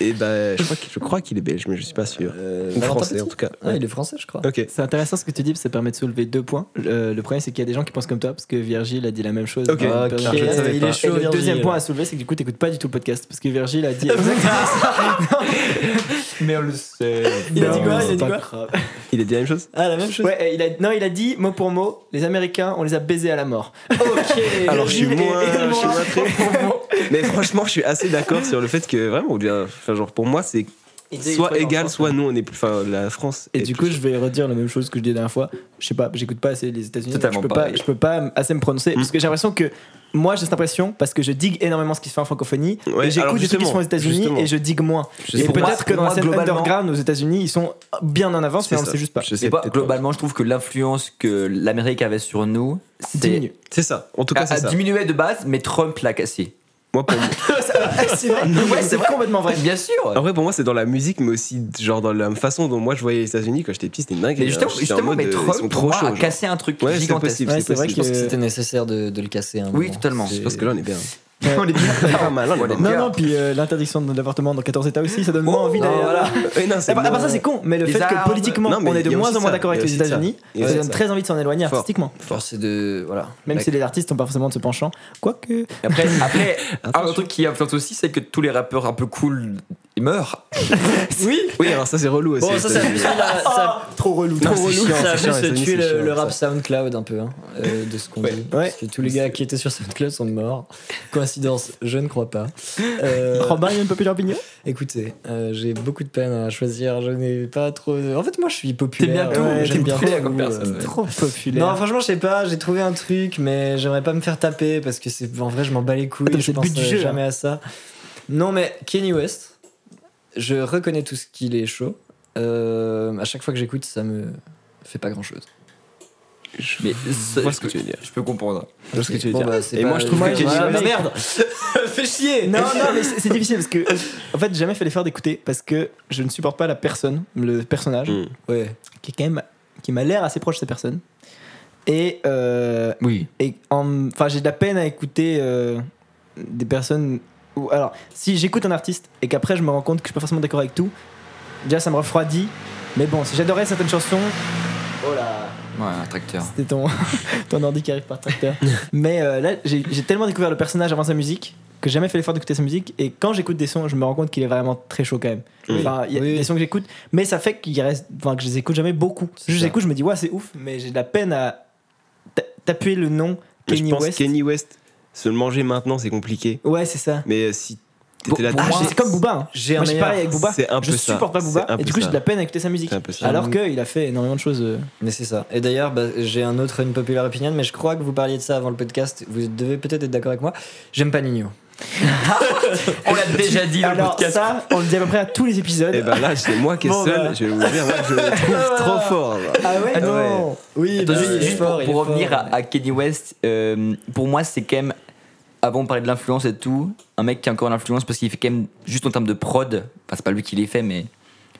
[SPEAKER 6] Et bah, je crois qu'il- je crois qu'il est belge, mais je suis pas sûr.
[SPEAKER 5] euh,
[SPEAKER 6] (laughs) Ou
[SPEAKER 5] Valentin
[SPEAKER 6] français
[SPEAKER 5] Petit
[SPEAKER 6] en tout cas.
[SPEAKER 5] Ah, il est français, je crois.
[SPEAKER 6] Ok.
[SPEAKER 8] C'est intéressant ce que tu dis, parce que ça permet de soulever deux points. Euh, le premier, c'est qu'il y a des gens qui pensent comme toi, parce que Virgile a dit la même chose.
[SPEAKER 6] Ok.
[SPEAKER 8] dans
[SPEAKER 5] Ah,
[SPEAKER 8] la
[SPEAKER 5] ok.
[SPEAKER 8] période.
[SPEAKER 6] je ne savais
[SPEAKER 5] il
[SPEAKER 6] pas.
[SPEAKER 5] est
[SPEAKER 8] Et
[SPEAKER 5] chaud.
[SPEAKER 8] le
[SPEAKER 5] Virgile.
[SPEAKER 8] deuxième point à soulever, c'est que du coup, t'écoutes pas du tout le podcast, parce que Virgile a dit.
[SPEAKER 4] mais on le sait.
[SPEAKER 8] Il a dit
[SPEAKER 5] Non,
[SPEAKER 8] quoi Il a
[SPEAKER 5] c'est
[SPEAKER 8] dit
[SPEAKER 5] pas
[SPEAKER 8] quoi
[SPEAKER 6] Il a dit la même chose
[SPEAKER 5] Ah, la même chose.
[SPEAKER 8] Ouais, euh, il a, non, il a dit mot pour mot, les Américains, on les a baisés à la mort. Ok.
[SPEAKER 6] Alors, je suis moins- je suis moins très- Mais franchement, je suis assez d'accord sur le fait que vraiment, on devient. Enfin, genre, pour moi, c'est soit égal, soit nous, on est plus. Enfin, la France.
[SPEAKER 8] Et
[SPEAKER 6] est
[SPEAKER 8] du
[SPEAKER 6] plus-
[SPEAKER 8] coup, je vais redire la même chose que je disais la dernière fois. Je sais pas, j'écoute pas assez les États-Unis. donc
[SPEAKER 4] Totalement
[SPEAKER 8] Je peux pas,
[SPEAKER 4] pareil.
[SPEAKER 8] je peux pas assez me prononcer parce que j'ai l'impression que moi, j'ai cette impression parce que je digue énormément ce qui se fait en francophonie
[SPEAKER 6] Ouais,
[SPEAKER 8] et
[SPEAKER 6] alors
[SPEAKER 8] j'écoute des trucs qui
[SPEAKER 6] justement,
[SPEAKER 8] se font aux États-Unis
[SPEAKER 6] justement.
[SPEAKER 8] et je digue moins.
[SPEAKER 6] Je
[SPEAKER 8] et
[SPEAKER 6] sais pas.
[SPEAKER 8] peut-être que
[SPEAKER 4] Pour
[SPEAKER 8] dans la
[SPEAKER 4] moi,
[SPEAKER 8] scène
[SPEAKER 4] globalement-
[SPEAKER 8] underground aux États-Unis, ils sont bien en avance, mais on le
[SPEAKER 6] ça.
[SPEAKER 8] sait juste pas.
[SPEAKER 6] Je sais
[SPEAKER 4] Et bah,
[SPEAKER 6] peut-être pas.
[SPEAKER 4] globalement, je trouve que l'influence que l'Amérique avait sur nous, c'est
[SPEAKER 8] Diminue.
[SPEAKER 6] C'est ça. En tout
[SPEAKER 4] a,
[SPEAKER 6] cas, c'est
[SPEAKER 4] a
[SPEAKER 6] ça.
[SPEAKER 4] diminué de base, mais Trump l'a cassé.
[SPEAKER 6] Moi,
[SPEAKER 4] (laughs)
[SPEAKER 6] pour moi-
[SPEAKER 8] c'est vrai. Ouais, Ah, c'est complètement vrai. Ah,
[SPEAKER 4] Bien sûr.
[SPEAKER 6] En vrai, pour moi, c'est dans la musique, mais aussi genre dans la façon dont moi je voyais les États-Unis quand j'étais euh, petit, c'était une dingue.
[SPEAKER 4] Mais justement, justement, mais Trump pour moi, a
[SPEAKER 6] chaud.
[SPEAKER 4] cassé un truc
[SPEAKER 6] Ouais, c'est
[SPEAKER 4] gigantesque.
[SPEAKER 6] possible.
[SPEAKER 8] Ouais, c'est vrai
[SPEAKER 6] possible.
[SPEAKER 5] Je pense que
[SPEAKER 8] que-
[SPEAKER 5] c'était nécessaire de, de le casser. à un
[SPEAKER 4] Oui,
[SPEAKER 5] moment.
[SPEAKER 4] totalement.
[SPEAKER 5] C'est-
[SPEAKER 6] Parce que là, on est
[SPEAKER 8] (laughs)
[SPEAKER 6] bien.
[SPEAKER 4] On est bien.
[SPEAKER 6] Pas mal, on est bien.
[SPEAKER 8] hein, Non, non, puis euh, l'interdiction de l'avortement dans 14 États aussi, ça donne moins envie d'aller.
[SPEAKER 4] Oh, voilà.
[SPEAKER 6] Eh non, c'est
[SPEAKER 8] À part à part
[SPEAKER 6] bon.
[SPEAKER 8] Ah, bah ça, c'est con, mais le
[SPEAKER 4] Les
[SPEAKER 8] fait que
[SPEAKER 4] Arabes.
[SPEAKER 8] politiquement,
[SPEAKER 6] Non, mais
[SPEAKER 8] on est
[SPEAKER 6] il y
[SPEAKER 8] de
[SPEAKER 6] a
[SPEAKER 8] moins
[SPEAKER 6] aussi
[SPEAKER 8] en moins
[SPEAKER 6] ça,
[SPEAKER 8] d'accord avec
[SPEAKER 6] il y a
[SPEAKER 8] les
[SPEAKER 6] aussi ça.
[SPEAKER 8] États-Unis,
[SPEAKER 6] Il y a
[SPEAKER 8] ça
[SPEAKER 6] aussi
[SPEAKER 8] donne
[SPEAKER 6] ça.
[SPEAKER 8] très envie de s'en éloigner
[SPEAKER 6] Fort.
[SPEAKER 8] artistiquement.
[SPEAKER 5] Force est de. Voilà.
[SPEAKER 8] Même
[SPEAKER 5] La-
[SPEAKER 8] si les artistes n'ont pas forcément de ce penchant.
[SPEAKER 6] Euh,
[SPEAKER 8] Quoique. (laughs)
[SPEAKER 4] Après, après un truc qui influence aussi, c'est que tous les rappeurs un peu cool, ils meurent.
[SPEAKER 8] Oui
[SPEAKER 6] Oui, alors ça, c'est relou aussi.
[SPEAKER 5] Bon, ça, ça a plus la- ça-
[SPEAKER 8] Trop relou,
[SPEAKER 5] Trop
[SPEAKER 8] trop relou.
[SPEAKER 5] relou,
[SPEAKER 6] chiant,
[SPEAKER 5] ça a
[SPEAKER 6] c'est chiant,
[SPEAKER 5] plus
[SPEAKER 6] les amis,
[SPEAKER 5] tué
[SPEAKER 6] c'est
[SPEAKER 5] le,
[SPEAKER 6] chiant,
[SPEAKER 5] le rap SoundCloud un peu, hein, euh, de ce qu'on dit. Parce que tous les gars qui étaient sur SoundCloud sont morts. Coïncidence, je ne crois pas. Euh,
[SPEAKER 8] Robin, il y a une populaire opinion
[SPEAKER 5] écoutez, euh, j'ai beaucoup de peine à choisir. Je n'ai pas trop. En fait, moi, je suis
[SPEAKER 4] bien
[SPEAKER 5] populaire.
[SPEAKER 4] tout,
[SPEAKER 5] ouais,
[SPEAKER 4] t'es
[SPEAKER 5] j'aime bien
[SPEAKER 4] populaire
[SPEAKER 5] tout,
[SPEAKER 4] comme personne,
[SPEAKER 5] euh,
[SPEAKER 4] ouais.
[SPEAKER 8] Trop populaire.
[SPEAKER 5] Non, franchement, je sais pas. J'ai trouvé un truc, mais j'aimerais pas me faire taper parce que c'est en vrai, je m'en bats les couilles.
[SPEAKER 8] Attends,
[SPEAKER 5] je
[SPEAKER 8] c'est le
[SPEAKER 5] pense
[SPEAKER 8] but du jeu,
[SPEAKER 5] euh,
[SPEAKER 8] là.
[SPEAKER 5] jamais à ça. Non, mais Kenny West, je reconnais tout ce qu'il est chaud. Euh, à chaque fois que j'écoute, ça me fait pas grand chose.
[SPEAKER 4] Mais ça,
[SPEAKER 6] vois
[SPEAKER 4] je
[SPEAKER 6] ce que
[SPEAKER 4] peux-
[SPEAKER 6] tu veux dire.
[SPEAKER 4] Je peux comprendre.
[SPEAKER 6] Je vois ce que tu veux
[SPEAKER 5] Bon,
[SPEAKER 6] dire.
[SPEAKER 5] bah, c'est
[SPEAKER 6] Et
[SPEAKER 5] pas-
[SPEAKER 6] moi, je trouve
[SPEAKER 8] moi,
[SPEAKER 6] que
[SPEAKER 8] j'ai
[SPEAKER 6] j'ai dit.
[SPEAKER 8] dit-
[SPEAKER 6] Ah,
[SPEAKER 8] mec.
[SPEAKER 6] merde
[SPEAKER 8] (laughs)
[SPEAKER 6] Fais chier
[SPEAKER 8] Non, non, mais c'est c'est difficile parce que, euh, en fait, j'ai jamais fait l'effort d'écouter parce que je ne supporte pas la personne, le personnage,
[SPEAKER 6] Mm.
[SPEAKER 5] Ouais.
[SPEAKER 8] qui est quand même, qui m'a l'air assez proche de cette personne. Et, euh,
[SPEAKER 4] Oui.
[SPEAKER 8] et en- enfin, j'ai de la peine à écouter euh, des personnes. Ou alors, si j'écoute un artiste et qu'après je me rends compte que je suis pas forcément d'accord avec tout, déjà ça me refroidit. Mais bon, si j'adorais certaines chansons, oh là.
[SPEAKER 4] Ouais, un tracteur.
[SPEAKER 8] C'était ton, (laughs) ton ordi qui arrive
[SPEAKER 6] (laughs)
[SPEAKER 8] par tracteur. Mais euh, là, j'ai j'ai tellement découvert le personnage avant sa musique que j'ai jamais fait l'effort d'écouter sa musique. Et quand j'écoute des sons, je me rends compte qu'il est vraiment très chaud quand même.
[SPEAKER 6] Oui.
[SPEAKER 8] Enfin, il y a
[SPEAKER 5] Oui.
[SPEAKER 8] des sons que j'écoute, mais ça fait qu'il reste, enfin, que je les écoute jamais beaucoup.
[SPEAKER 5] C'est
[SPEAKER 8] Je les
[SPEAKER 5] ça.
[SPEAKER 8] écoute, je me dis, ouais, c'est ouf, mais j'ai de la peine à ta- taper le nom
[SPEAKER 6] Mais
[SPEAKER 8] Kenny
[SPEAKER 6] je pense
[SPEAKER 8] West.
[SPEAKER 6] Kenny West, se le manger maintenant, c'est compliqué.
[SPEAKER 8] Ouais, c'est ça.
[SPEAKER 6] Mais euh, si
[SPEAKER 4] Pour-
[SPEAKER 6] t'étais là
[SPEAKER 4] pour
[SPEAKER 8] Ah,
[SPEAKER 4] moi,
[SPEAKER 8] c'est comme Booba. hein.
[SPEAKER 5] j'ai un
[SPEAKER 8] Moi, je suis
[SPEAKER 5] meilleur.
[SPEAKER 8] pareil avec Booba.
[SPEAKER 6] C'est un peu
[SPEAKER 8] je
[SPEAKER 6] ça.
[SPEAKER 8] supporte pas Booba.
[SPEAKER 6] C'est un
[SPEAKER 8] Et du
[SPEAKER 6] peu
[SPEAKER 8] coup, j'ai
[SPEAKER 6] ça.
[SPEAKER 8] de la peine à écouter sa musique.
[SPEAKER 6] C'est un peu ça.
[SPEAKER 8] Alors qu'il a fait énormément de choses. euh,
[SPEAKER 5] Mais c'est ça. Et d'ailleurs, bah, j'ai un autre une populaire opinion, mais je crois que vous parliez de ça avant le podcast. Vous devez peut-être être d'accord avec moi. J'aime pas Nino.
[SPEAKER 4] On l'a déjà dit dans le
[SPEAKER 8] Alors,
[SPEAKER 4] podcast.
[SPEAKER 8] ça, on le dit à peu près à tous les épisodes.
[SPEAKER 6] et ben là, c'est moi qui est
[SPEAKER 8] Bon, bah.
[SPEAKER 6] seul. Je vais vous dire, moi, je
[SPEAKER 8] (laughs)
[SPEAKER 6] le trouve trop fort.
[SPEAKER 8] Ah ouais, non. Oui,
[SPEAKER 4] Attends,
[SPEAKER 8] bah,
[SPEAKER 4] juste,
[SPEAKER 8] il est
[SPEAKER 4] juste
[SPEAKER 8] fort,
[SPEAKER 4] pour,
[SPEAKER 8] il est
[SPEAKER 4] pour
[SPEAKER 8] fort.
[SPEAKER 4] revenir à, à Kenny West, euh, pour moi, c'est quand même, avant de parler de l'influence et tout, un mec qui a encore l'influence parce qu'il fait quand même, juste en termes de prod, enfin, c'est pas lui qui les fait, mais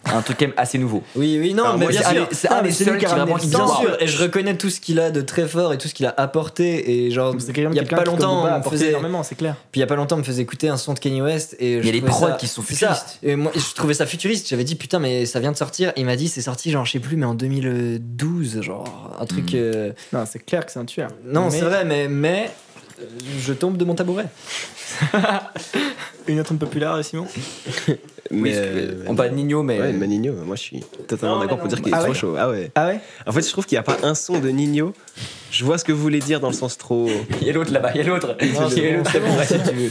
[SPEAKER 4] un truc quand même assez nouveau.
[SPEAKER 5] Oui, oui, non,
[SPEAKER 4] Enfin,
[SPEAKER 5] mais
[SPEAKER 4] moi,
[SPEAKER 5] bien
[SPEAKER 4] c'est un
[SPEAKER 5] sûr.
[SPEAKER 4] des- C'est un
[SPEAKER 8] Ah,
[SPEAKER 4] des
[SPEAKER 8] mais c'est lui
[SPEAKER 4] seuls
[SPEAKER 8] qui
[SPEAKER 4] qui
[SPEAKER 8] a
[SPEAKER 4] vraiment
[SPEAKER 8] ramené
[SPEAKER 4] dit
[SPEAKER 8] le
[SPEAKER 5] Bien
[SPEAKER 8] Wow.
[SPEAKER 5] sûr, et je reconnais tout ce qu'il a de très fort et tout ce qu'il a apporté. Et genre,
[SPEAKER 8] C'est
[SPEAKER 5] il
[SPEAKER 8] quand même
[SPEAKER 5] y a
[SPEAKER 8] quelqu'un
[SPEAKER 5] pas
[SPEAKER 8] qui, comme
[SPEAKER 5] longtemps,
[SPEAKER 8] Boba, a
[SPEAKER 5] on me
[SPEAKER 8] apporté
[SPEAKER 5] faisait,
[SPEAKER 8] énormément, c'est clair.
[SPEAKER 5] Puis il y a pas longtemps, on me faisait écouter un son de Kanye West et je
[SPEAKER 4] Il y a des
[SPEAKER 5] trouvais
[SPEAKER 4] prods
[SPEAKER 5] ça-
[SPEAKER 4] qui sont
[SPEAKER 5] c'est ça.
[SPEAKER 4] futuristes.
[SPEAKER 5] Et moi, je trouvais ça futuriste. J'avais dit putain, mais ça vient de sortir. Et il m'a dit c'est sorti genre je sais plus, mais en 2012, genre un truc.
[SPEAKER 4] Mm.
[SPEAKER 5] euh,
[SPEAKER 8] Non, c'est clair que c'est un tueur.
[SPEAKER 5] Non,
[SPEAKER 8] Mais
[SPEAKER 5] c'est vrai, mais mais euh, je tombe de mon tabouret.
[SPEAKER 8] Une autre impopulaire, Simon
[SPEAKER 4] Oui,
[SPEAKER 6] Mais,
[SPEAKER 4] euh,
[SPEAKER 6] euh,
[SPEAKER 4] on parle de Nino, mais.
[SPEAKER 6] Ouais, Manigno, bah, moi je suis totalement
[SPEAKER 8] Non,
[SPEAKER 6] d'accord
[SPEAKER 8] mais
[SPEAKER 6] pour
[SPEAKER 8] non,
[SPEAKER 6] dire qu'il
[SPEAKER 8] ah
[SPEAKER 6] est trop
[SPEAKER 8] ouais
[SPEAKER 6] chaud. Ah ouais.
[SPEAKER 8] Ah ouais
[SPEAKER 6] En fait, je trouve qu'il n'y a pas un son de Nino. Je vois ce que vous voulez dire dans le sens
[SPEAKER 8] (laughs)
[SPEAKER 6] trop.
[SPEAKER 4] Il y a l'autre là-bas, il y a l'autre. Il y a l'autre tabouret, si tu veux.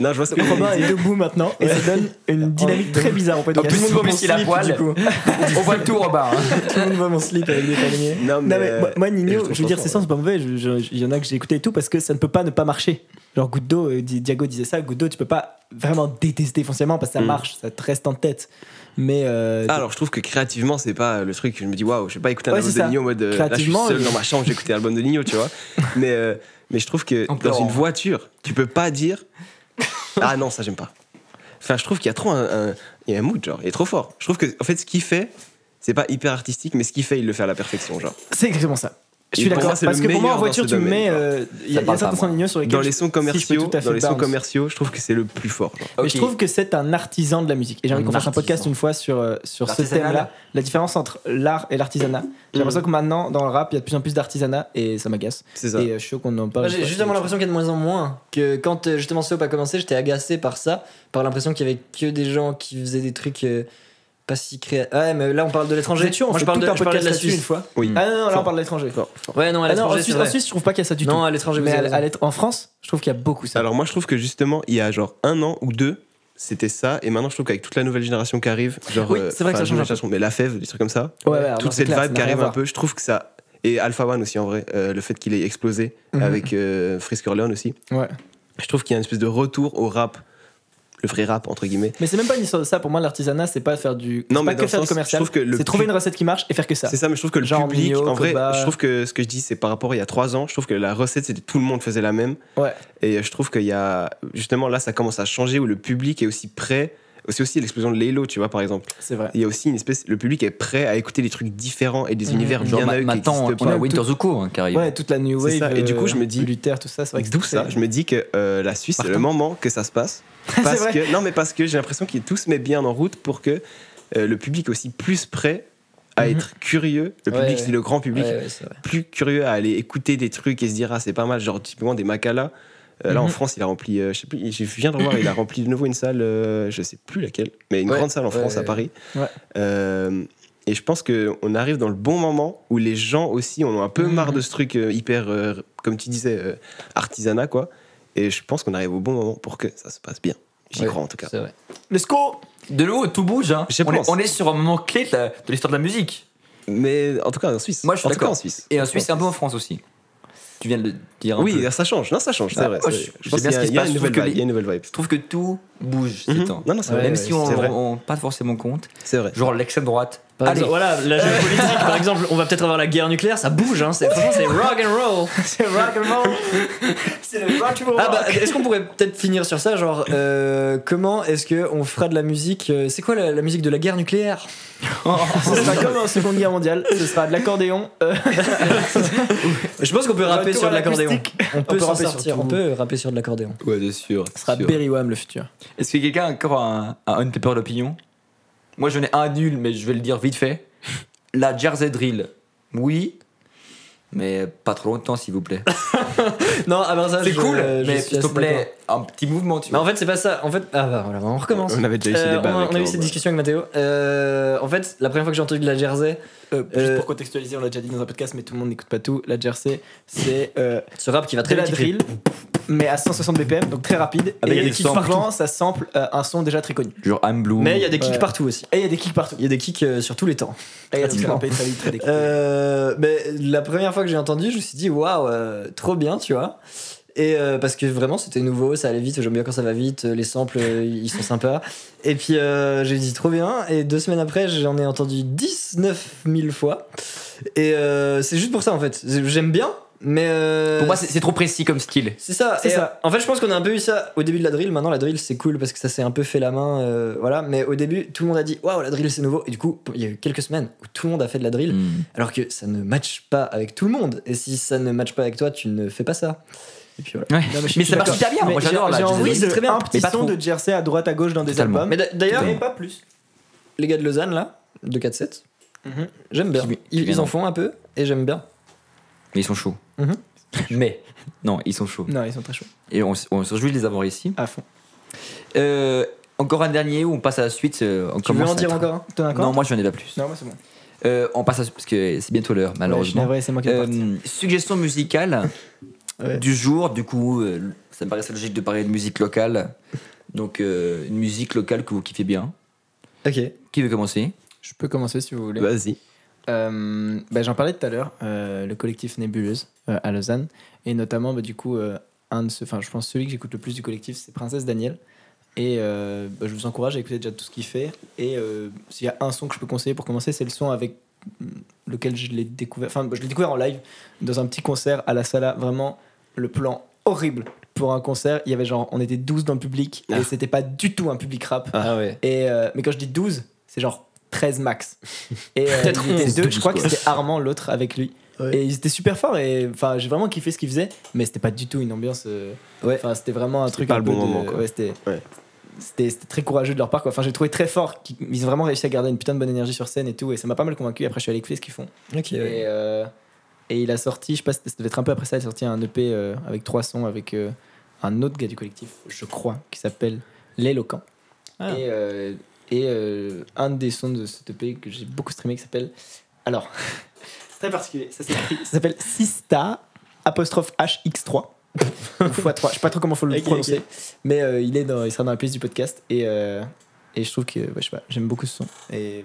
[SPEAKER 6] Non, je vois ce que
[SPEAKER 8] Le
[SPEAKER 6] vous voulez
[SPEAKER 8] Robin est debout maintenant et ça donne une dynamique très bizarre au podcast.
[SPEAKER 4] En plus,
[SPEAKER 8] Tout le monde voit mon
[SPEAKER 4] il a
[SPEAKER 8] slip,
[SPEAKER 4] poil.
[SPEAKER 8] du coup.
[SPEAKER 4] (laughs) On voit le tour en bas. hein.
[SPEAKER 8] Tout le monde voit mon slip avec des palmiers.
[SPEAKER 6] Non, mais,
[SPEAKER 8] Non, mais moi, moi,
[SPEAKER 6] je
[SPEAKER 8] Nino,
[SPEAKER 6] trouve
[SPEAKER 8] je veux dire,
[SPEAKER 6] ça
[SPEAKER 8] ces sons, c'est pas mauvais. je- je- Il y en a que j'ai écouté et tout parce que ça ne peut pas ne pas marcher. Genre, Goutte d'eau, euh, Di- Diago disait ça. Goutte d'eau, tu peux pas vraiment détester foncièrement parce que ça
[SPEAKER 6] Mm.
[SPEAKER 8] marche, ça te reste en tête. Mais. euh,
[SPEAKER 6] Ah, alors je trouve que créativement c'est pas le truc que je me dis waouh je vais pas écouter un
[SPEAKER 8] Ouais,
[SPEAKER 6] album
[SPEAKER 8] c'est
[SPEAKER 6] de
[SPEAKER 8] ça.
[SPEAKER 6] Nino en mode euh, là, je suis
[SPEAKER 8] Créativement,
[SPEAKER 6] seul
[SPEAKER 8] il-
[SPEAKER 6] dans ma chambre j'écoutais l'album de Nino
[SPEAKER 8] (laughs)
[SPEAKER 6] tu vois mais euh, mais je trouve que
[SPEAKER 4] En
[SPEAKER 6] dans
[SPEAKER 4] pleurant.
[SPEAKER 6] une voiture tu peux pas dire ah non ça j'aime pas enfin je trouve qu'il y a trop un, un- il y a un mood genre il est trop fort je trouve que en fait ce qu'il fait c'est pas hyper artistique mais ce qu'il fait il le fait à la perfection genre
[SPEAKER 8] C'est exactement ça. Je
[SPEAKER 6] Et
[SPEAKER 8] suis
[SPEAKER 6] pour
[SPEAKER 8] d'accord.
[SPEAKER 6] moi, c'est
[SPEAKER 8] Parce
[SPEAKER 6] le
[SPEAKER 8] que pour moi, en
[SPEAKER 6] meilleur dans
[SPEAKER 8] voiture,
[SPEAKER 6] ce
[SPEAKER 8] tu me
[SPEAKER 6] domaine,
[SPEAKER 8] mets.
[SPEAKER 6] quoi.
[SPEAKER 8] euh, Il y a- il y
[SPEAKER 4] parle
[SPEAKER 8] a
[SPEAKER 4] pas à
[SPEAKER 8] certains
[SPEAKER 4] moi.
[SPEAKER 8] sons d'union sur lesquels.
[SPEAKER 6] dans les
[SPEAKER 8] je-
[SPEAKER 6] sons
[SPEAKER 8] si, je peux
[SPEAKER 6] commerciaux
[SPEAKER 8] tout à fait
[SPEAKER 6] dans les sons
[SPEAKER 8] bounce.
[SPEAKER 6] commerciaux je trouve que c'est le plus fort genre.
[SPEAKER 8] Mais je trouve que c'est un artisan de la musique. Et j'ai envie
[SPEAKER 4] Un
[SPEAKER 8] qu'on fasse un
[SPEAKER 4] artisan.
[SPEAKER 8] podcast une fois sur, euh, sur ce
[SPEAKER 4] L'artisanat,
[SPEAKER 8] thème-là.
[SPEAKER 4] là.
[SPEAKER 8] La différence entre l'art et l'artisanat.
[SPEAKER 6] Mm.
[SPEAKER 8] J'ai l'impression que maintenant, dans le rap, il y a de plus en plus d'artisanat et ça m'agace.
[SPEAKER 6] c'est
[SPEAKER 8] Et
[SPEAKER 6] ça
[SPEAKER 8] euh, je suis chaud qu'on en parle.
[SPEAKER 5] Moi, j'ai justement l'impression qu'il y a de moins en moins. Que quand euh, justement Soap a commencé, j'étais agacé par ça, par l'impression qu'il y avait que des gens qui faisaient des trucs euh, pas si créatifs. Ouais, mais là on parle de l'étranger.
[SPEAKER 8] J'ai tué, on
[SPEAKER 5] Moi
[SPEAKER 8] fait
[SPEAKER 5] je parle
[SPEAKER 8] tout
[SPEAKER 5] de,
[SPEAKER 8] un
[SPEAKER 5] je parlais
[SPEAKER 8] podcast
[SPEAKER 5] de la
[SPEAKER 8] là-dessus une
[SPEAKER 5] Suisse.
[SPEAKER 8] fois.
[SPEAKER 6] oui
[SPEAKER 8] Ah non, non, là on
[SPEAKER 6] Fort.
[SPEAKER 8] parle de l'étranger.
[SPEAKER 5] Ouais, non, à
[SPEAKER 8] Ah non, en
[SPEAKER 5] l'étranger. c'est
[SPEAKER 8] Suisse, en
[SPEAKER 5] vrai.
[SPEAKER 8] Suisse, je trouve pas qu'il y a ça du
[SPEAKER 5] non,
[SPEAKER 8] tout.
[SPEAKER 5] à l'étranger, vous
[SPEAKER 8] Mais à-
[SPEAKER 5] avez
[SPEAKER 8] à
[SPEAKER 5] raison.
[SPEAKER 8] l'être- en France, je trouve qu'il y a beaucoup ça.
[SPEAKER 6] alors moi je trouve que justement il y a genre un an ou deux c'était ça et maintenant je trouve qu'avec toute la nouvelle génération qui arrive genre
[SPEAKER 8] Oui,
[SPEAKER 6] euh,
[SPEAKER 8] c'est vrai que
[SPEAKER 6] enfin,
[SPEAKER 8] ça change un
[SPEAKER 6] nouvelle génération, mais la fève des trucs comme ça
[SPEAKER 8] Ouais, ouais, alors,
[SPEAKER 6] toute
[SPEAKER 8] c'est
[SPEAKER 6] cette
[SPEAKER 8] clair, ça
[SPEAKER 6] vibe
[SPEAKER 8] n'a
[SPEAKER 6] qui
[SPEAKER 8] rien
[SPEAKER 6] arrive
[SPEAKER 8] à
[SPEAKER 6] un
[SPEAKER 8] voir.
[SPEAKER 6] peu, je trouve que ça. Et Alpha One aussi en vrai, euh, le fait qu'il ait explosé
[SPEAKER 8] Mhm.
[SPEAKER 6] avec euh, Frisk Orleans aussi.
[SPEAKER 8] Ouais.
[SPEAKER 6] Je trouve qu'il y a une espèce de retour au rap, le vrai rap entre guillemets.
[SPEAKER 8] Mais c'est même pas une histoire de ça. Pour moi, l'artisanat, c'est pas faire du.
[SPEAKER 6] Non,
[SPEAKER 8] c'est
[SPEAKER 6] mais
[SPEAKER 8] pas
[SPEAKER 6] dans
[SPEAKER 8] que
[SPEAKER 6] le
[SPEAKER 8] faire du
[SPEAKER 6] sens, je
[SPEAKER 8] commercial.
[SPEAKER 6] trouve que le
[SPEAKER 8] C'est trouver
[SPEAKER 6] pub-
[SPEAKER 8] une recette qui marche et faire que ça.
[SPEAKER 6] C'est ça, mais je trouve que le
[SPEAKER 8] Genre
[SPEAKER 6] public,
[SPEAKER 8] Nino,
[SPEAKER 6] en vrai,
[SPEAKER 8] Koba.
[SPEAKER 6] je trouve que ce que je dis, c'est par rapport il y a trois ans, je trouve que la recette, c'était tout le monde faisait la même.
[SPEAKER 8] Ouais.
[SPEAKER 6] Et je trouve qu'il y a justement là, ça commence à changer où le public est aussi prêt. C'est aussi l'explosion de Lelo, tu vois, par exemple.
[SPEAKER 8] C'est vrai.
[SPEAKER 6] Il y a aussi une espèce. Le public est prêt à écouter des trucs différents et des
[SPEAKER 8] Mhm.
[SPEAKER 6] univers
[SPEAKER 4] Genre,
[SPEAKER 6] bien à
[SPEAKER 4] ma-
[SPEAKER 6] eux qui
[SPEAKER 4] maintenant,
[SPEAKER 6] existent
[SPEAKER 4] on
[SPEAKER 6] pas.
[SPEAKER 4] a Winter Zuko hein, qui arrive.
[SPEAKER 8] Ouais, toute la new wave.
[SPEAKER 6] C'est ça, et du coup,
[SPEAKER 8] euh,
[SPEAKER 6] je me dis-
[SPEAKER 8] Luther, tout ça, c'est vrai que
[SPEAKER 6] D'où
[SPEAKER 8] c'est
[SPEAKER 6] ça,
[SPEAKER 8] très-
[SPEAKER 6] je me dis que euh, la Suisse, c'est le
[SPEAKER 4] Partons.
[SPEAKER 6] moment que ça
[SPEAKER 5] (laughs)
[SPEAKER 6] se passe.
[SPEAKER 8] C'est
[SPEAKER 6] Parce
[SPEAKER 8] vrai.
[SPEAKER 6] que, non, mais parce que j'ai l'impression qu'ils tous mettent bien en route pour que euh, le public aussi plus prêt à
[SPEAKER 8] Mhm.
[SPEAKER 6] être curieux. Le
[SPEAKER 5] Ouais,
[SPEAKER 6] public,
[SPEAKER 5] ouais.
[SPEAKER 6] c'est le grand public,
[SPEAKER 5] Ouais, ouais, c'est vrai.
[SPEAKER 6] plus curieux à aller écouter des trucs et se dire, ah, c'est pas mal, genre typiquement des Macala. Euh, là, en
[SPEAKER 8] Mhm.
[SPEAKER 6] France, il a rempli, euh, je sais plus, je viens de revoir, il a rempli de nouveau une salle, euh, je sais plus laquelle, mais une
[SPEAKER 5] Ouais,
[SPEAKER 6] grande salle en
[SPEAKER 5] ouais,
[SPEAKER 6] France, à
[SPEAKER 5] ouais.
[SPEAKER 6] Paris.
[SPEAKER 8] Ouais.
[SPEAKER 6] Euh, et je pense qu'on arrive dans le bon moment où les gens aussi on a un peu
[SPEAKER 8] Mhm.
[SPEAKER 6] marre de ce truc euh, hyper, euh, comme tu disais, euh, artisanat, quoi. Et je pense qu'on arrive au bon moment pour que ça se passe bien. J'y
[SPEAKER 5] Ouais,
[SPEAKER 6] crois, en tout cas.
[SPEAKER 5] C'est vrai.
[SPEAKER 8] Let's go
[SPEAKER 4] De l'eau, tout bouge. Hein.
[SPEAKER 6] Je
[SPEAKER 4] on,
[SPEAKER 6] pense.
[SPEAKER 4] est, on est sur un moment clé de la- de l'histoire de la musique.
[SPEAKER 6] Mais en tout cas, en Suisse.
[SPEAKER 4] Moi, je suis
[SPEAKER 6] En tout cas,
[SPEAKER 4] d'accord.
[SPEAKER 6] en Suisse.
[SPEAKER 4] Et en Suisse, c'est un peu en France aussi. Tu viens de le dire un
[SPEAKER 6] Oui,
[SPEAKER 4] peu.
[SPEAKER 6] ça change. Non, ça change, c'est
[SPEAKER 4] Ah,
[SPEAKER 6] vrai.
[SPEAKER 4] moi,
[SPEAKER 6] c'est
[SPEAKER 4] je-
[SPEAKER 6] vrai.
[SPEAKER 4] je sais
[SPEAKER 6] pense
[SPEAKER 4] bien
[SPEAKER 6] qu'il y
[SPEAKER 4] ce
[SPEAKER 6] a-
[SPEAKER 4] qui se
[SPEAKER 6] il y a
[SPEAKER 4] passe,
[SPEAKER 6] une nouvelle
[SPEAKER 4] surtout que
[SPEAKER 6] vibe. Il y a une nouvelle vibe.
[SPEAKER 4] Je trouve que tout bouge ces
[SPEAKER 6] Mhm.
[SPEAKER 4] temps.
[SPEAKER 6] Non, non, c'est
[SPEAKER 5] Ouais,
[SPEAKER 6] vrai.
[SPEAKER 4] Même
[SPEAKER 5] ouais,
[SPEAKER 4] si
[SPEAKER 6] c'est
[SPEAKER 4] on
[SPEAKER 6] vrai.
[SPEAKER 4] on parle forcément compte.
[SPEAKER 6] C'est vrai.
[SPEAKER 4] Genre l'extrême droite,
[SPEAKER 8] Par
[SPEAKER 4] Allez.
[SPEAKER 8] exemple, voilà,
[SPEAKER 5] (laughs)
[SPEAKER 8] la géopolitique, par exemple, on va peut-être avoir la guerre nucléaire, ça bouge, hein, c'est franchement, c'est rock and roll.
[SPEAKER 5] C'est rock and roll. C'est le rock and roll. Ah bah, est-ce qu'on pourrait peut-être finir sur ça, genre euh, comment est-ce que on fera de la musique euh, C'est quoi la, la musique de la guerre nucléaire
[SPEAKER 8] (laughs) Ce sera comme en Seconde Guerre mondiale, ce sera de l'accordéon. euh,
[SPEAKER 5] (laughs) Je pense qu'on peut rapper
[SPEAKER 8] Retour
[SPEAKER 5] sur
[SPEAKER 8] à
[SPEAKER 5] de l'accordéon.
[SPEAKER 8] l'acoustique.
[SPEAKER 5] On peut
[SPEAKER 8] peut
[SPEAKER 5] s'en
[SPEAKER 8] rapper sur
[SPEAKER 5] sortir.
[SPEAKER 8] tout.
[SPEAKER 5] On peut rapper sur de l'accordéon.
[SPEAKER 3] Ouais, bien sûr.
[SPEAKER 8] ce sera Berry Wham le futur.
[SPEAKER 4] Est-ce que quelqu'un a encore un, un une paper d'opinion Moi, j'en ai un nul, mais je vais le dire vite fait. La Jersey Drill, oui, mais pas trop longtemps, s'il vous plaît.
[SPEAKER 5] Non, à part ça,
[SPEAKER 4] C'est
[SPEAKER 5] je- euh,
[SPEAKER 4] cool,
[SPEAKER 5] je
[SPEAKER 4] mais
[SPEAKER 5] suis
[SPEAKER 4] s'il te
[SPEAKER 5] assez d'accord.
[SPEAKER 4] plaît, un petit mouvement, tu
[SPEAKER 5] Mais
[SPEAKER 4] vois.
[SPEAKER 5] en fait, c'est pas ça. En fait, ah bah voilà, on recommence.
[SPEAKER 6] On avait déjà eu ce
[SPEAKER 5] Euh,
[SPEAKER 6] débat
[SPEAKER 5] on, a-
[SPEAKER 6] avec bah.
[SPEAKER 5] on a eu
[SPEAKER 6] Laurent.
[SPEAKER 5] cette discussion avec Mathéo. Euh, en fait, la première fois que j'ai entendu de la Jersey,
[SPEAKER 8] Juste
[SPEAKER 5] Euh,
[SPEAKER 8] pour contextualiser, on l'a déjà dit dans un podcast, mais tout le monde n'écoute pas tout. La Jersey, c'est euh,
[SPEAKER 5] ce rap qui va
[SPEAKER 8] de
[SPEAKER 5] très
[SPEAKER 8] la
[SPEAKER 5] vite. il fait-
[SPEAKER 8] drill, mais à 160 BPM, donc très rapide.
[SPEAKER 4] Ah bah, il y a
[SPEAKER 8] et
[SPEAKER 4] des
[SPEAKER 8] qui
[SPEAKER 4] samples.
[SPEAKER 8] souvent, ça sample euh, un son déjà très connu.
[SPEAKER 4] Genre I'm Blue.
[SPEAKER 5] Mais il y a des kicks
[SPEAKER 8] Ouais.
[SPEAKER 5] partout aussi.
[SPEAKER 8] Et il y a des kicks partout.
[SPEAKER 5] Il y a des kicks euh, sur tous les temps.
[SPEAKER 8] Et il y a des
[SPEAKER 5] Pratiquement.
[SPEAKER 8] kicks très vite, très vite.
[SPEAKER 5] Euh, mais la première fois que j'ai entendu, je me suis dit waouh, euh, trop bien, tu vois. Et euh, parce que vraiment c'était nouveau, ça allait vite, j'aime bien quand ça va vite, euh, les samples euh, ils sont sympas. Et puis euh, j'ai dit trop bien, et deux semaines après j'en ai entendu 19 000 fois. Et euh, c'est juste pour ça en fait, j'aime bien, mais. euh,
[SPEAKER 4] Pour moi, c'est c'est trop précis comme style.
[SPEAKER 5] c'est ça.
[SPEAKER 8] C'est
[SPEAKER 5] Et,
[SPEAKER 8] ça.
[SPEAKER 5] euh, En fait, je pense qu'on a un peu eu ça au début de la drill. Maintenant, la drill, c'est cool parce que ça s'est un peu fait la main. euh, voilà. Mais au début, tout le monde a dit Waouh, la drill, c'est nouveau. Et du coup, il y a eu quelques semaines où tout le monde a fait de la
[SPEAKER 4] Mm.
[SPEAKER 5] drill.
[SPEAKER 4] Hmm.
[SPEAKER 5] Alors que ça ne matche pas avec tout le monde. Et si ça ne matche pas avec toi, tu ne fais pas ça. Et puis voilà.
[SPEAKER 4] Ouais.
[SPEAKER 8] Non, mais je suis
[SPEAKER 4] mais ça
[SPEAKER 8] d'accord.
[SPEAKER 4] marche hyper bien,
[SPEAKER 8] Mais
[SPEAKER 4] moi
[SPEAKER 8] j'ai-
[SPEAKER 4] j'adore la
[SPEAKER 8] J'ai
[SPEAKER 4] Jersey
[SPEAKER 8] envie
[SPEAKER 4] Drill.
[SPEAKER 8] de
[SPEAKER 5] très bien.
[SPEAKER 8] un petit
[SPEAKER 4] Mais pas
[SPEAKER 8] son
[SPEAKER 4] trop.
[SPEAKER 8] de Jersey à droite à gauche dans des
[SPEAKER 4] Totalement.
[SPEAKER 8] albums.
[SPEAKER 5] Mais d'a- d'ailleurs,
[SPEAKER 8] Mais pas plus.
[SPEAKER 5] les gars de Lausanne, là, de 4-7,
[SPEAKER 8] Mhm.
[SPEAKER 5] j'aime bien.
[SPEAKER 4] Qui vi- qui
[SPEAKER 5] Ils, ils
[SPEAKER 4] viennent.
[SPEAKER 5] en font un peu et j'aime bien.
[SPEAKER 4] Mais ils sont chauds.
[SPEAKER 5] Mhm.
[SPEAKER 4] Mais, non, ils sont chauds.
[SPEAKER 8] Non, ils sont très chauds.
[SPEAKER 4] Et on, s- on se réjouit de les avoir ici.
[SPEAKER 8] À fond.
[SPEAKER 4] Euh, encore un dernier où on passe à la suite. euh, on
[SPEAKER 5] Tu veux
[SPEAKER 4] commence
[SPEAKER 5] en
[SPEAKER 4] à
[SPEAKER 5] dire
[SPEAKER 4] être-
[SPEAKER 5] encore un
[SPEAKER 8] T'en as encore
[SPEAKER 4] Non, moi j'en ai pas plus.
[SPEAKER 8] Non, moi c'est bon. Ah
[SPEAKER 4] Euh, on passe à parce que c'est bientôt l'heure,
[SPEAKER 8] Ouais, je suis
[SPEAKER 4] malheureusement.
[SPEAKER 8] navré, c'est moi qui ai
[SPEAKER 4] Euh,
[SPEAKER 8] parti.
[SPEAKER 4] suggestion musicale
[SPEAKER 8] (laughs) Ouais.
[SPEAKER 4] du jour, du coup, euh, ça me paraissait logique de parler de musique locale. Donc, euh, une musique locale que vous kiffez bien.
[SPEAKER 5] Ok.
[SPEAKER 4] Qui veut
[SPEAKER 8] (laughs)
[SPEAKER 4] commencer
[SPEAKER 8] Je peux commencer si vous voulez.
[SPEAKER 6] Vas-y.
[SPEAKER 8] Euh, bah, J'en parlais tout à l'heure, euh, le collectif Nébuleuse euh, à Lausanne. Et notamment, bah, du coup, euh, un de ceux, enfin, je pense celui que j'écoute le plus du collectif, c'est Princesse Daniel. Et euh, bah, je vous encourage à écouter déjà tout ce qu'il fait. Et euh, s'il y a un son que je peux conseiller pour commencer, c'est le son avec mm, lequel je l'ai découvert. Enfin, bah, je l'ai découvert en live dans un petit concert à la Sala. Vraiment, le plan horrible pour un concert. Il y avait genre, on était 12 dans le public et c'était pas du tout un public rap.
[SPEAKER 5] Ah ouais.
[SPEAKER 8] Et euh, mais quand je dis 12, c'est genre
[SPEAKER 6] (laughs)
[SPEAKER 8] 13 max. Et euh,
[SPEAKER 5] Peut-être
[SPEAKER 8] ils étaient
[SPEAKER 5] 11,
[SPEAKER 8] deux,
[SPEAKER 5] 12,
[SPEAKER 8] je crois
[SPEAKER 5] quoi.
[SPEAKER 8] que c'était Armand l'autre avec lui.
[SPEAKER 5] Ouais.
[SPEAKER 8] Et ils étaient super forts et enfin j'ai vraiment kiffé ce qu'ils faisaient, mais c'était pas du tout une ambiance. euh,
[SPEAKER 5] Ouais.
[SPEAKER 8] Enfin c'était vraiment un truc.
[SPEAKER 6] pas
[SPEAKER 8] un
[SPEAKER 6] le
[SPEAKER 8] peu
[SPEAKER 6] bon
[SPEAKER 8] de-
[SPEAKER 6] moment, quoi.
[SPEAKER 8] ouais, c'était.
[SPEAKER 6] Ouais.
[SPEAKER 8] C'était c'était très courageux de leur part. quoi. Enfin, j'ai trouvé très fort. qu'ils- Ils ont vraiment réussi à garder une putain de bonne énergie sur scène et tout. Et ça m'a pas mal convaincu. Après, je suis allé écouter ce qu'ils font.
[SPEAKER 5] Ok. ouais.
[SPEAKER 8] Et, euh, et il a sorti, je sais pas, c'était- ça devait être un peu après ça, il a sorti un EP euh, avec trois sons avec euh, un autre gars du collectif, je crois, qui s'appelle L'éloquent. Et, euh, et, euh, un des sons de cet EP que j'ai beaucoup streamé qui s'appelle. Alors, c'est très particulier, ça s'écrit- ça s'appelle Sista apostrophe HX3. (laughs) ou x3, je sais pas trop comment faut le
[SPEAKER 5] Ok, ok.
[SPEAKER 8] prononcer, mais euh, il, est dans, il sera dans la playlist du podcast et, euh, et je trouve que ouais, je sais pas, j'aime beaucoup ce son et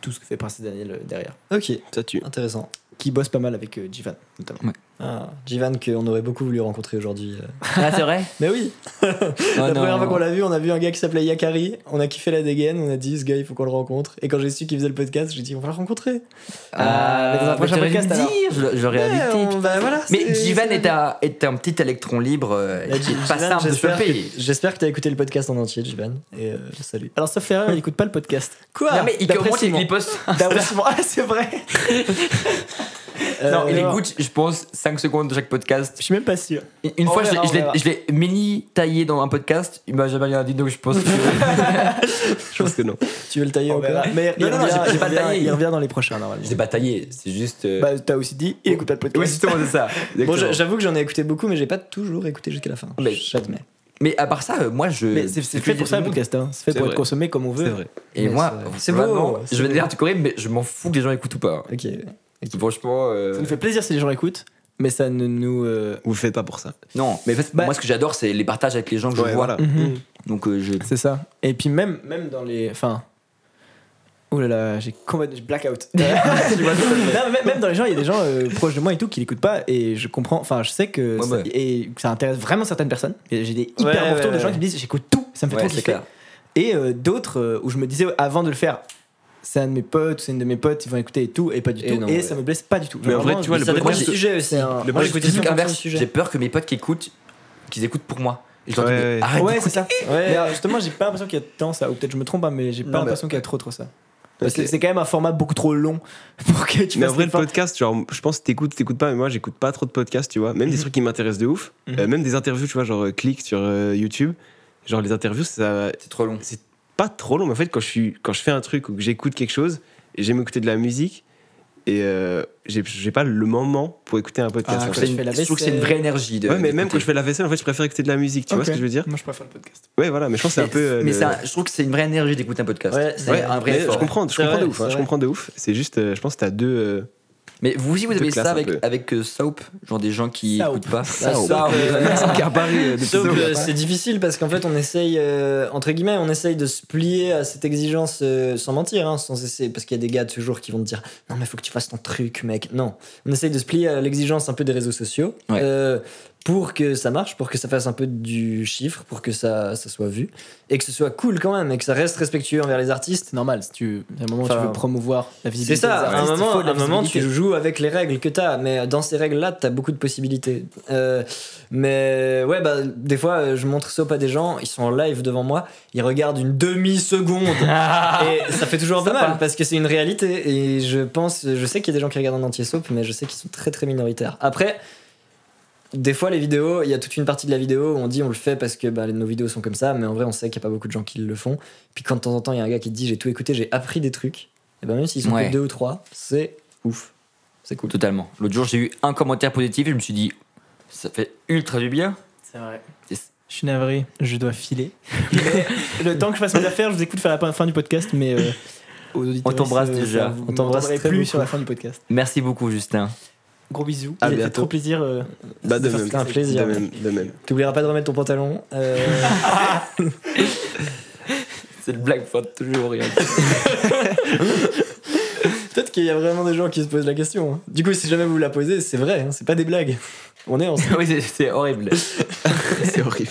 [SPEAKER 8] tout ce que fait Princess Daniel euh, derrière
[SPEAKER 5] Ok.
[SPEAKER 6] Ça tue.
[SPEAKER 5] Intéressant.
[SPEAKER 8] qui bosse pas mal avec euh, Jivan notamment.
[SPEAKER 5] Ah, Jivan, qu'on aurait beaucoup voulu rencontrer aujourd'hui. euh.
[SPEAKER 4] Ah, c'est vrai Ah,
[SPEAKER 5] Mais
[SPEAKER 4] (laughs)
[SPEAKER 5] oui, la première fois qu'on l'a vu, on a vu un gars qui s'appelait Yakari, on a kiffé la dégaine, on a dit ce gars il faut qu'on le rencontre. Et quand j'ai su qu'il faisait le podcast, j'ai dit on va le rencontrer.
[SPEAKER 8] Ah, mais dans un
[SPEAKER 4] Euh,
[SPEAKER 8] prochain podcast, alors.
[SPEAKER 4] J'aurais
[SPEAKER 5] Ouais,
[SPEAKER 4] invité.
[SPEAKER 5] on- bah voilà,
[SPEAKER 4] Mais
[SPEAKER 5] c'est-
[SPEAKER 4] Jivan
[SPEAKER 5] c'est-
[SPEAKER 4] est un, est un petit électron libre euh,
[SPEAKER 5] Bah,
[SPEAKER 4] qui
[SPEAKER 5] Jivan,
[SPEAKER 4] est pas simple de
[SPEAKER 5] j'espère
[SPEAKER 4] choper.
[SPEAKER 5] que- J'espère que t'as écouté le podcast en entier, Jivan. Et euh, salut.
[SPEAKER 8] Alors sauf erreur, il écoute pas le podcast.
[SPEAKER 5] Quoi
[SPEAKER 4] non, mais il
[SPEAKER 8] d'après
[SPEAKER 4] commence et il
[SPEAKER 8] Simon.
[SPEAKER 4] y poste.
[SPEAKER 8] D'après Simon. Ah c'est vrai.
[SPEAKER 4] non,
[SPEAKER 8] Euh,
[SPEAKER 4] il
[SPEAKER 8] non.
[SPEAKER 4] écoute, je pense, 5 secondes de chaque podcast.
[SPEAKER 8] Je suis même pas sûr.
[SPEAKER 4] Une- Une
[SPEAKER 8] On
[SPEAKER 4] fois, je
[SPEAKER 8] verra,
[SPEAKER 4] l'ai- je
[SPEAKER 8] on
[SPEAKER 4] l'ai-
[SPEAKER 8] verra.
[SPEAKER 4] je l'ai mini taillé dans un podcast. Il m'a jamais rien dit, donc je
[SPEAKER 8] (laughs)
[SPEAKER 4] pense que.
[SPEAKER 6] (laughs) Je pense que non.
[SPEAKER 5] Tu veux le tailler
[SPEAKER 8] On
[SPEAKER 5] ou quoi
[SPEAKER 8] verra. Mais
[SPEAKER 4] Non,
[SPEAKER 8] il
[SPEAKER 4] non, non,
[SPEAKER 8] revient-
[SPEAKER 4] j'ai- j'ai
[SPEAKER 8] il
[SPEAKER 4] pas
[SPEAKER 8] revient-
[SPEAKER 4] taillé.
[SPEAKER 8] Il revient dans les prochains normalement.
[SPEAKER 4] pas taillé, c'est juste. euh,
[SPEAKER 8] Bah t'as aussi dit, il écoute pas le
[SPEAKER 4] Oui,
[SPEAKER 8] podcast.
[SPEAKER 4] justement, c'est ça.
[SPEAKER 5] Bon,
[SPEAKER 4] Exactement.
[SPEAKER 5] je- j'avoue que j'en ai écouté beaucoup, mais j'ai pas toujours écouté jusqu'à la fin.
[SPEAKER 4] Mais-
[SPEAKER 5] J'admets.
[SPEAKER 4] Mais à part ça, euh, moi je.
[SPEAKER 8] Mais c'est c'est
[SPEAKER 4] je
[SPEAKER 8] fait
[SPEAKER 4] dis
[SPEAKER 8] pour
[SPEAKER 4] tout
[SPEAKER 8] ça
[SPEAKER 4] le
[SPEAKER 8] le
[SPEAKER 4] monde.
[SPEAKER 8] podcast. hein. C'est fait
[SPEAKER 6] C'est
[SPEAKER 8] pour
[SPEAKER 6] vrai.
[SPEAKER 8] être consommé comme on veut.
[SPEAKER 6] C'est vrai.
[SPEAKER 4] Et
[SPEAKER 5] Mais
[SPEAKER 4] moi,
[SPEAKER 5] c'est- c'est
[SPEAKER 4] vraiment,
[SPEAKER 5] beau,
[SPEAKER 4] je
[SPEAKER 5] c'est
[SPEAKER 4] vais dire tu mais je m'en fous que les gens écoutent ou pas.
[SPEAKER 5] Ok.
[SPEAKER 4] Franchement, euh,
[SPEAKER 8] Ça nous fait plaisir si les gens écoutent, mais ça ne nous. euh,
[SPEAKER 6] Vous le faites pas pour ça.
[SPEAKER 4] non, mais en fait,
[SPEAKER 8] Bah-
[SPEAKER 4] moi ce que j'adore, c'est les partages avec les gens que je
[SPEAKER 6] Ouais,
[SPEAKER 4] vois.
[SPEAKER 6] voilà.
[SPEAKER 4] Donc euh, je.
[SPEAKER 8] C'est ça. Et puis même, même dans les. Enfin. Ouh là là, j'ai complètement. j'ai blackout. Euh, non, mais même dans les gens, il y a des gens euh, proches de moi et tout qui l'écoutent pas. Et je comprends. Enfin, je sais que,
[SPEAKER 4] Ouais,
[SPEAKER 8] ça,
[SPEAKER 4] ouais.
[SPEAKER 8] et que ça intéresse vraiment certaines personnes. Et J'ai des hyper
[SPEAKER 5] Ouais,
[SPEAKER 8] bons retours
[SPEAKER 5] ouais,
[SPEAKER 8] de gens
[SPEAKER 5] ouais.
[SPEAKER 8] qui me disent j'écoute tout, ça me fait
[SPEAKER 4] Ouais,
[SPEAKER 8] trop
[SPEAKER 4] c'est
[SPEAKER 8] kiffer.
[SPEAKER 4] clair.
[SPEAKER 8] Et euh, d'autres euh, où je me disais avant de le faire, c'est un de mes potes, c'est une de mes potes, ils vont écouter et tout, et pas du
[SPEAKER 5] Et
[SPEAKER 8] tout.
[SPEAKER 5] non,
[SPEAKER 8] et
[SPEAKER 5] ouais.
[SPEAKER 8] ça me blesse pas du tout.
[SPEAKER 6] Mais en vrai,
[SPEAKER 8] Vraiment,
[SPEAKER 6] tu vois,
[SPEAKER 8] je-
[SPEAKER 6] le
[SPEAKER 8] ça
[SPEAKER 6] bon
[SPEAKER 8] dépend
[SPEAKER 6] exemple
[SPEAKER 8] du
[SPEAKER 6] de-
[SPEAKER 8] sujet aussi. hein.
[SPEAKER 6] le
[SPEAKER 8] Moi,
[SPEAKER 4] Moi,
[SPEAKER 6] bon
[SPEAKER 8] j'écoute
[SPEAKER 4] j'écoute
[SPEAKER 6] écoute,
[SPEAKER 4] des
[SPEAKER 8] tout
[SPEAKER 4] trucs
[SPEAKER 8] en fonction
[SPEAKER 4] inverses.
[SPEAKER 8] du sujet.
[SPEAKER 4] J'ai peur que mes potes qui écoutent, qu'ils écoutent pour moi. Et je leur dis,
[SPEAKER 6] Ouais,
[SPEAKER 4] mais
[SPEAKER 6] ouais.
[SPEAKER 4] arrête
[SPEAKER 8] Ouais,
[SPEAKER 4] d'écouter.
[SPEAKER 8] c'est ça. Mais alors, justement, j'ai pas l'impression qu'il y a tant ça, ou peut-être je me trompe, hein, mais j'ai
[SPEAKER 5] Non,
[SPEAKER 8] pas
[SPEAKER 5] mais-
[SPEAKER 8] l'impression qu'il y a trop trop ça. Parce
[SPEAKER 6] Ok.
[SPEAKER 8] que c'est quand même un format beaucoup trop long (laughs) pour que tu
[SPEAKER 6] Mais en
[SPEAKER 8] fasses
[SPEAKER 6] vrai, le
[SPEAKER 8] l'effort.
[SPEAKER 6] podcast, genre, je pense que t'écoutes, t'écoutes pas, mais moi, j'écoute pas trop de podcasts, tu vois. Même des trucs qui m'intéressent de ouf.
[SPEAKER 8] Mhm.
[SPEAKER 6] Euh, même des interviews, tu vois, genre, euh, click sur euh, YouTube. Genre, les interviews, ça,
[SPEAKER 4] C'est trop long.
[SPEAKER 6] c'est pas trop long, mais en fait, quand je, suis, quand je fais un truc ou que j'écoute quelque chose, et j'aime écouter de la musique, et euh, j'ai j'ai pas le moment pour écouter un podcast.
[SPEAKER 8] Ah,
[SPEAKER 6] en
[SPEAKER 8] quand
[SPEAKER 6] fait.
[SPEAKER 8] tu fais la
[SPEAKER 4] Je trouve que c'est une vraie énergie. De,
[SPEAKER 6] Ouais, mais même
[SPEAKER 4] d'écouter.
[SPEAKER 6] quand je fais la vaisselle, en fait, je préfère écouter de la musique, tu vois
[SPEAKER 8] Ok.
[SPEAKER 6] ce que je veux dire
[SPEAKER 8] Moi, je préfère le podcast.
[SPEAKER 6] Ouais, voilà, mais je pense que c'est un
[SPEAKER 4] Mais-
[SPEAKER 6] peu. euh,
[SPEAKER 4] mais
[SPEAKER 6] le-
[SPEAKER 4] c'est un- je trouve que c'est une vraie énergie d'écouter un podcast.
[SPEAKER 8] Ouais,
[SPEAKER 4] c'est
[SPEAKER 8] ouais,
[SPEAKER 4] un
[SPEAKER 6] mais
[SPEAKER 4] vrai effort.
[SPEAKER 6] je comprends, je
[SPEAKER 8] C'est
[SPEAKER 6] comprends
[SPEAKER 8] vrai,
[SPEAKER 6] de ouf,
[SPEAKER 8] c'est
[SPEAKER 6] hein, je
[SPEAKER 8] vrai.
[SPEAKER 6] comprends de ouf. C'est juste, euh, je pense que t'as deux. euh,
[SPEAKER 4] Mais vous aussi, vous
[SPEAKER 6] De
[SPEAKER 4] avez
[SPEAKER 6] classe,
[SPEAKER 4] ça
[SPEAKER 6] un
[SPEAKER 4] avec,
[SPEAKER 6] peu.
[SPEAKER 4] avec euh, Saup, genre des gens qui
[SPEAKER 8] Saup.
[SPEAKER 4] écoutent pas.
[SPEAKER 5] Saup.
[SPEAKER 4] Saup.
[SPEAKER 5] Sauf que c'est difficile parce qu'en fait on essaye euh, entre guillemets on essaye de se plier à cette exigence euh, sans mentir hein, sans essayer parce qu'il y a des gars toujours qui vont te dire non mais faut que tu fasses ton truc mec non on essaye de se plier à l'exigence un peu des réseaux sociaux
[SPEAKER 4] Ouais.
[SPEAKER 5] euh, pour que ça marche pour que ça fasse un peu du chiffre pour que ça, ça soit vu et que ce soit cool quand même et que ça reste respectueux envers les artistes
[SPEAKER 8] C'est normal, si tu, à un moment où tu
[SPEAKER 5] Enfin,
[SPEAKER 8] veux promouvoir la
[SPEAKER 5] c'est
[SPEAKER 8] visibilité.
[SPEAKER 5] ça,
[SPEAKER 8] des
[SPEAKER 5] à un
[SPEAKER 8] artistes, il
[SPEAKER 5] moment,
[SPEAKER 8] faut de
[SPEAKER 5] à
[SPEAKER 8] la
[SPEAKER 5] un moment
[SPEAKER 8] visibilité.
[SPEAKER 5] tu joues avec les règles que t'as, mais dans ces règles-là, t'as beaucoup de possibilités. Euh, mais ouais, bah, des fois, euh, je montre Sop à des gens, ils sont en live devant moi, ils regardent une demi-seconde,
[SPEAKER 8] Ah.
[SPEAKER 5] et ça fait toujours pas mal, parce que c'est une réalité, et je pense, je sais qu'il y a des gens qui regardent en entier Sop, mais je sais qu'ils sont très très minoritaires. Après, des fois, les vidéos, il y a toute une partie de la vidéo où on dit on le fait parce que bah, nos vidéos sont comme ça, mais en vrai, on sait qu'il n'y a pas beaucoup de gens qui le font. Puis quand de temps en temps, il y a un gars qui te dit j'ai tout écouté, j'ai appris des trucs, et ben même s'ils sont
[SPEAKER 4] Ouais.
[SPEAKER 5] que deux ou trois, c'est ouf.
[SPEAKER 4] C'est cool. Totalement. L'autre jour, j'ai eu un commentaire positif et je me suis dit, ça fait ultra du bien.
[SPEAKER 8] C'est vrai.
[SPEAKER 4] Yes.
[SPEAKER 8] Je suis navré, je dois filer. Mais (laughs) le temps que je fasse mes affaires, je vous écoute faire la fin du podcast, mais euh, aux auditeurs,
[SPEAKER 4] On t'embrasse
[SPEAKER 8] euh,
[SPEAKER 4] déjà.
[SPEAKER 8] vous
[SPEAKER 5] On t'embrasse
[SPEAKER 8] m'entendrez
[SPEAKER 5] très
[SPEAKER 8] plus
[SPEAKER 5] beaucoup.
[SPEAKER 8] sur la fin du podcast.
[SPEAKER 4] Merci beaucoup, Justin.
[SPEAKER 8] Gros bisous.
[SPEAKER 6] À
[SPEAKER 8] Il a fait
[SPEAKER 6] bientôt.
[SPEAKER 8] trop plaisir. euh,
[SPEAKER 6] Bah, de
[SPEAKER 5] Ça fait
[SPEAKER 6] même.
[SPEAKER 5] un plaisir.
[SPEAKER 6] De même, de même.
[SPEAKER 5] T'oublieras pas de remettre ton pantalon. euh,
[SPEAKER 8] (laughs)
[SPEAKER 4] C'est le blague faut toujours rien.
[SPEAKER 5] Peut-être qu'il y a vraiment des gens qui se posent la question. hein. Du coup, si jamais vous la posez, c'est vrai, hein, c'est pas des blagues. On est ensemble.
[SPEAKER 4] (laughs) oui, c'est- c'est horrible.
[SPEAKER 6] C'est horrible.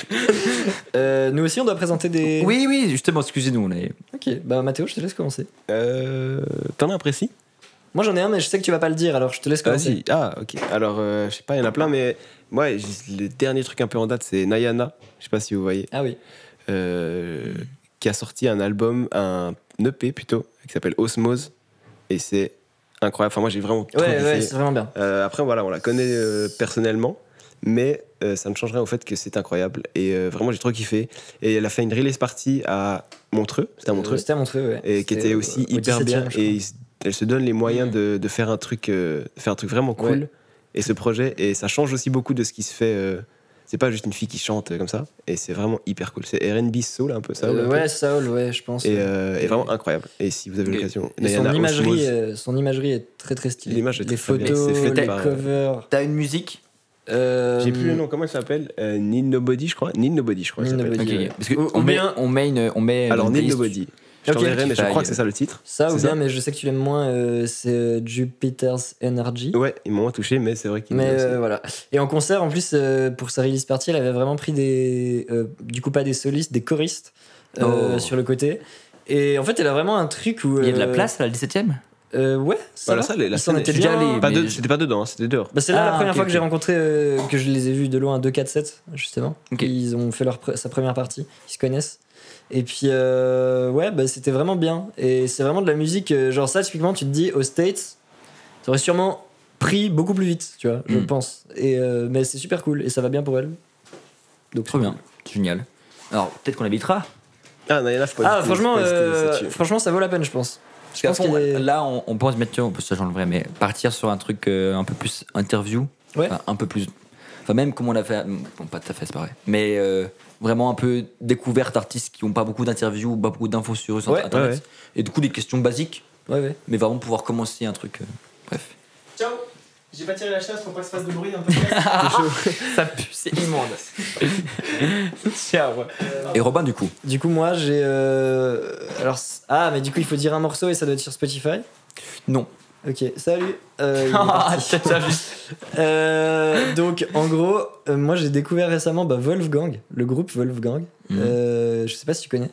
[SPEAKER 5] Euh, nous aussi, on doit présenter des.
[SPEAKER 4] Oui, oui, justement, excusez-nous. On est...
[SPEAKER 5] Ok, bah Mathéo, je te laisse commencer.
[SPEAKER 6] Euh, T'en as un précis
[SPEAKER 5] Moi j'en ai un, mais je sais que tu vas pas le dire, alors je te laisse
[SPEAKER 6] Ah,
[SPEAKER 5] commencer.
[SPEAKER 6] si. Ah, ok. Alors, euh, je sais pas, il y en a plein, mais moi, j- le dernier truc un peu en date, c'est Nayana. Je sais pas si vous voyez.
[SPEAKER 5] Ah oui.
[SPEAKER 6] euh, qui a sorti un album, un EP plutôt, qui s'appelle Osmose. Et c'est incroyable. Enfin, moi, j'ai vraiment trop
[SPEAKER 5] Ouais,
[SPEAKER 6] kiffé.
[SPEAKER 5] ouais, c'est vraiment bien.
[SPEAKER 6] Euh, après, voilà, on la connaît euh, personnellement, mais euh, ça ne changerait au fait que c'est incroyable. Et euh, vraiment, j'ai trop kiffé. Et elle a fait une release party à Montreux. C'était à Montreux.
[SPEAKER 5] C'était à Montreux, ouais. euh,
[SPEAKER 6] et qui était aussi hyper bien. Et il s- elle se donne les moyens de, de faire un truc, euh, de faire un truc vraiment cool.
[SPEAKER 5] Ouais.
[SPEAKER 6] Et ce projet, et ça change aussi beaucoup de ce qui se fait. euh, c'est pas juste une fille qui chante euh, comme ça. Et c'est vraiment hyper cool. C'est R&B soul un peu ça. ou un peu.
[SPEAKER 5] Euh, ouais, Saul, ouais, je pense.
[SPEAKER 6] et, euh, et vraiment incroyable. Et si vous avez
[SPEAKER 4] Et-
[SPEAKER 6] l'occasion,
[SPEAKER 5] Et son,
[SPEAKER 6] Diana Osmose,
[SPEAKER 5] imagerie, euh, son imagerie est très très stylée.
[SPEAKER 6] L'image est
[SPEAKER 5] Les
[SPEAKER 6] très, très
[SPEAKER 5] photos,
[SPEAKER 6] bien. C'est fait
[SPEAKER 5] les
[SPEAKER 6] par- euh,
[SPEAKER 5] covers.
[SPEAKER 4] T'as une musique
[SPEAKER 5] Euh,
[SPEAKER 6] J'ai plus le nom, comment elle s'appelle Euh, Need Nobody, je crois. Need Nobody, je crois. elle
[SPEAKER 5] Need
[SPEAKER 6] s'appelle.
[SPEAKER 5] Nobody.
[SPEAKER 4] Ok,
[SPEAKER 5] Ouais.
[SPEAKER 4] parce que
[SPEAKER 5] Ou-
[SPEAKER 4] on,
[SPEAKER 5] ou
[SPEAKER 4] met,
[SPEAKER 5] bien-
[SPEAKER 4] on met une, on met euh,
[SPEAKER 6] Alors,
[SPEAKER 4] une
[SPEAKER 6] Need
[SPEAKER 4] playlist.
[SPEAKER 6] Nobody. Je
[SPEAKER 4] Ok.
[SPEAKER 6] t'enverrai, mais je
[SPEAKER 4] Qui
[SPEAKER 6] crois
[SPEAKER 4] faille.
[SPEAKER 6] que c'est ça le titre.
[SPEAKER 5] Ça ou
[SPEAKER 6] C'est
[SPEAKER 5] bien,
[SPEAKER 6] ça
[SPEAKER 5] mais je sais que tu l'aimes moins, euh, c'est euh, Jupiter's Energy.
[SPEAKER 6] Ouais, ils m'ont moins touché, mais c'est vrai qu'il
[SPEAKER 5] Mais
[SPEAKER 6] est aussi.
[SPEAKER 5] euh, voilà. Et en concert, en plus, euh, pour sa release party, elle avait vraiment pris des. euh, du coup, pas des solistes, des choristes euh,
[SPEAKER 4] Oh.
[SPEAKER 5] sur le côté. Et en fait, elle a vraiment un truc où.
[SPEAKER 4] Il y a de la
[SPEAKER 5] euh,
[SPEAKER 4] place à la 17 e
[SPEAKER 5] euh, Ouais, ça.
[SPEAKER 6] Bah, la
[SPEAKER 5] va.
[SPEAKER 6] salle est- la
[SPEAKER 5] Ils s'en
[SPEAKER 6] salle est-
[SPEAKER 5] étaient
[SPEAKER 4] je suis
[SPEAKER 5] bien-
[SPEAKER 4] déjà allé.
[SPEAKER 6] Pas de-
[SPEAKER 4] mais je-
[SPEAKER 6] C'était pas dedans, hein, c'était dehors.
[SPEAKER 5] Bah, c'est là
[SPEAKER 4] Ah,
[SPEAKER 5] la première
[SPEAKER 4] ok,
[SPEAKER 5] fois que
[SPEAKER 4] ok.
[SPEAKER 5] j'ai rencontré, euh, que je les ai vus de loin, 2-4-7, justement.
[SPEAKER 4] Ok.
[SPEAKER 5] Ils ont fait leur pre- sa première partie, ils se connaissent. Et puis, euh, ouais, bah, c'était vraiment bien. Et c'est vraiment de la musique, euh, genre ça, typiquement, tu te dis, aux States, ça aurait sûrement pris beaucoup plus vite, tu vois, je
[SPEAKER 4] Mm.
[SPEAKER 5] pense. Et, euh, mais c'est super cool, et ça va bien pour elle. Donc,
[SPEAKER 4] Trop bien, génial. Alors, peut-être qu'on l'habitera.
[SPEAKER 6] Ah, Nayana, faut pas
[SPEAKER 5] Ah,
[SPEAKER 6] hésiter,
[SPEAKER 5] franchement,
[SPEAKER 6] faut pas hésiter,
[SPEAKER 5] euh,
[SPEAKER 6] ça tue.
[SPEAKER 5] franchement, ça vaut la peine, je pense.
[SPEAKER 4] Parce
[SPEAKER 5] Je pense
[SPEAKER 4] qu'à fond,
[SPEAKER 5] qu'il y a des-
[SPEAKER 4] Là, on, on pense mettre, on peut ça j'en le vrai, mais partir sur un truc euh, un peu plus interview,
[SPEAKER 5] Ouais.
[SPEAKER 4] Enfin, un peu plus, enfin même comme on a fait, bon pas tout à fait c'est pas vrai, mais euh, vraiment un peu découverte d'artistes qui ont pas beaucoup d'interviews, pas beaucoup d'infos sur eux sur
[SPEAKER 5] Ouais,
[SPEAKER 4] internet,
[SPEAKER 6] ouais, ouais.
[SPEAKER 4] et du coup des questions basiques,
[SPEAKER 5] Ouais, ouais.
[SPEAKER 4] mais vraiment pouvoir commencer un truc, euh, bref.
[SPEAKER 8] Ciao J'ai pas tiré la chasse pour pas se fasse de bruit dans
[SPEAKER 4] (laughs)
[SPEAKER 8] le podcast.
[SPEAKER 4] Ça pue, c'est immonde. Et Robin du
[SPEAKER 5] (laughs)
[SPEAKER 4] coup,
[SPEAKER 5] Du coup, moi, j'ai. euh, Alors, c- ah, mais du coup, il faut dire un morceau et ça doit être sur Spotify.
[SPEAKER 4] non.
[SPEAKER 5] Ok, salut.
[SPEAKER 4] (laughs)
[SPEAKER 5] Euh, il est parti. Euh, donc, en gros, euh, moi j'ai découvert récemment bah, Wolfgang, le groupe Wolfgang.
[SPEAKER 4] Mhm.
[SPEAKER 5] Euh, je sais pas si tu connais.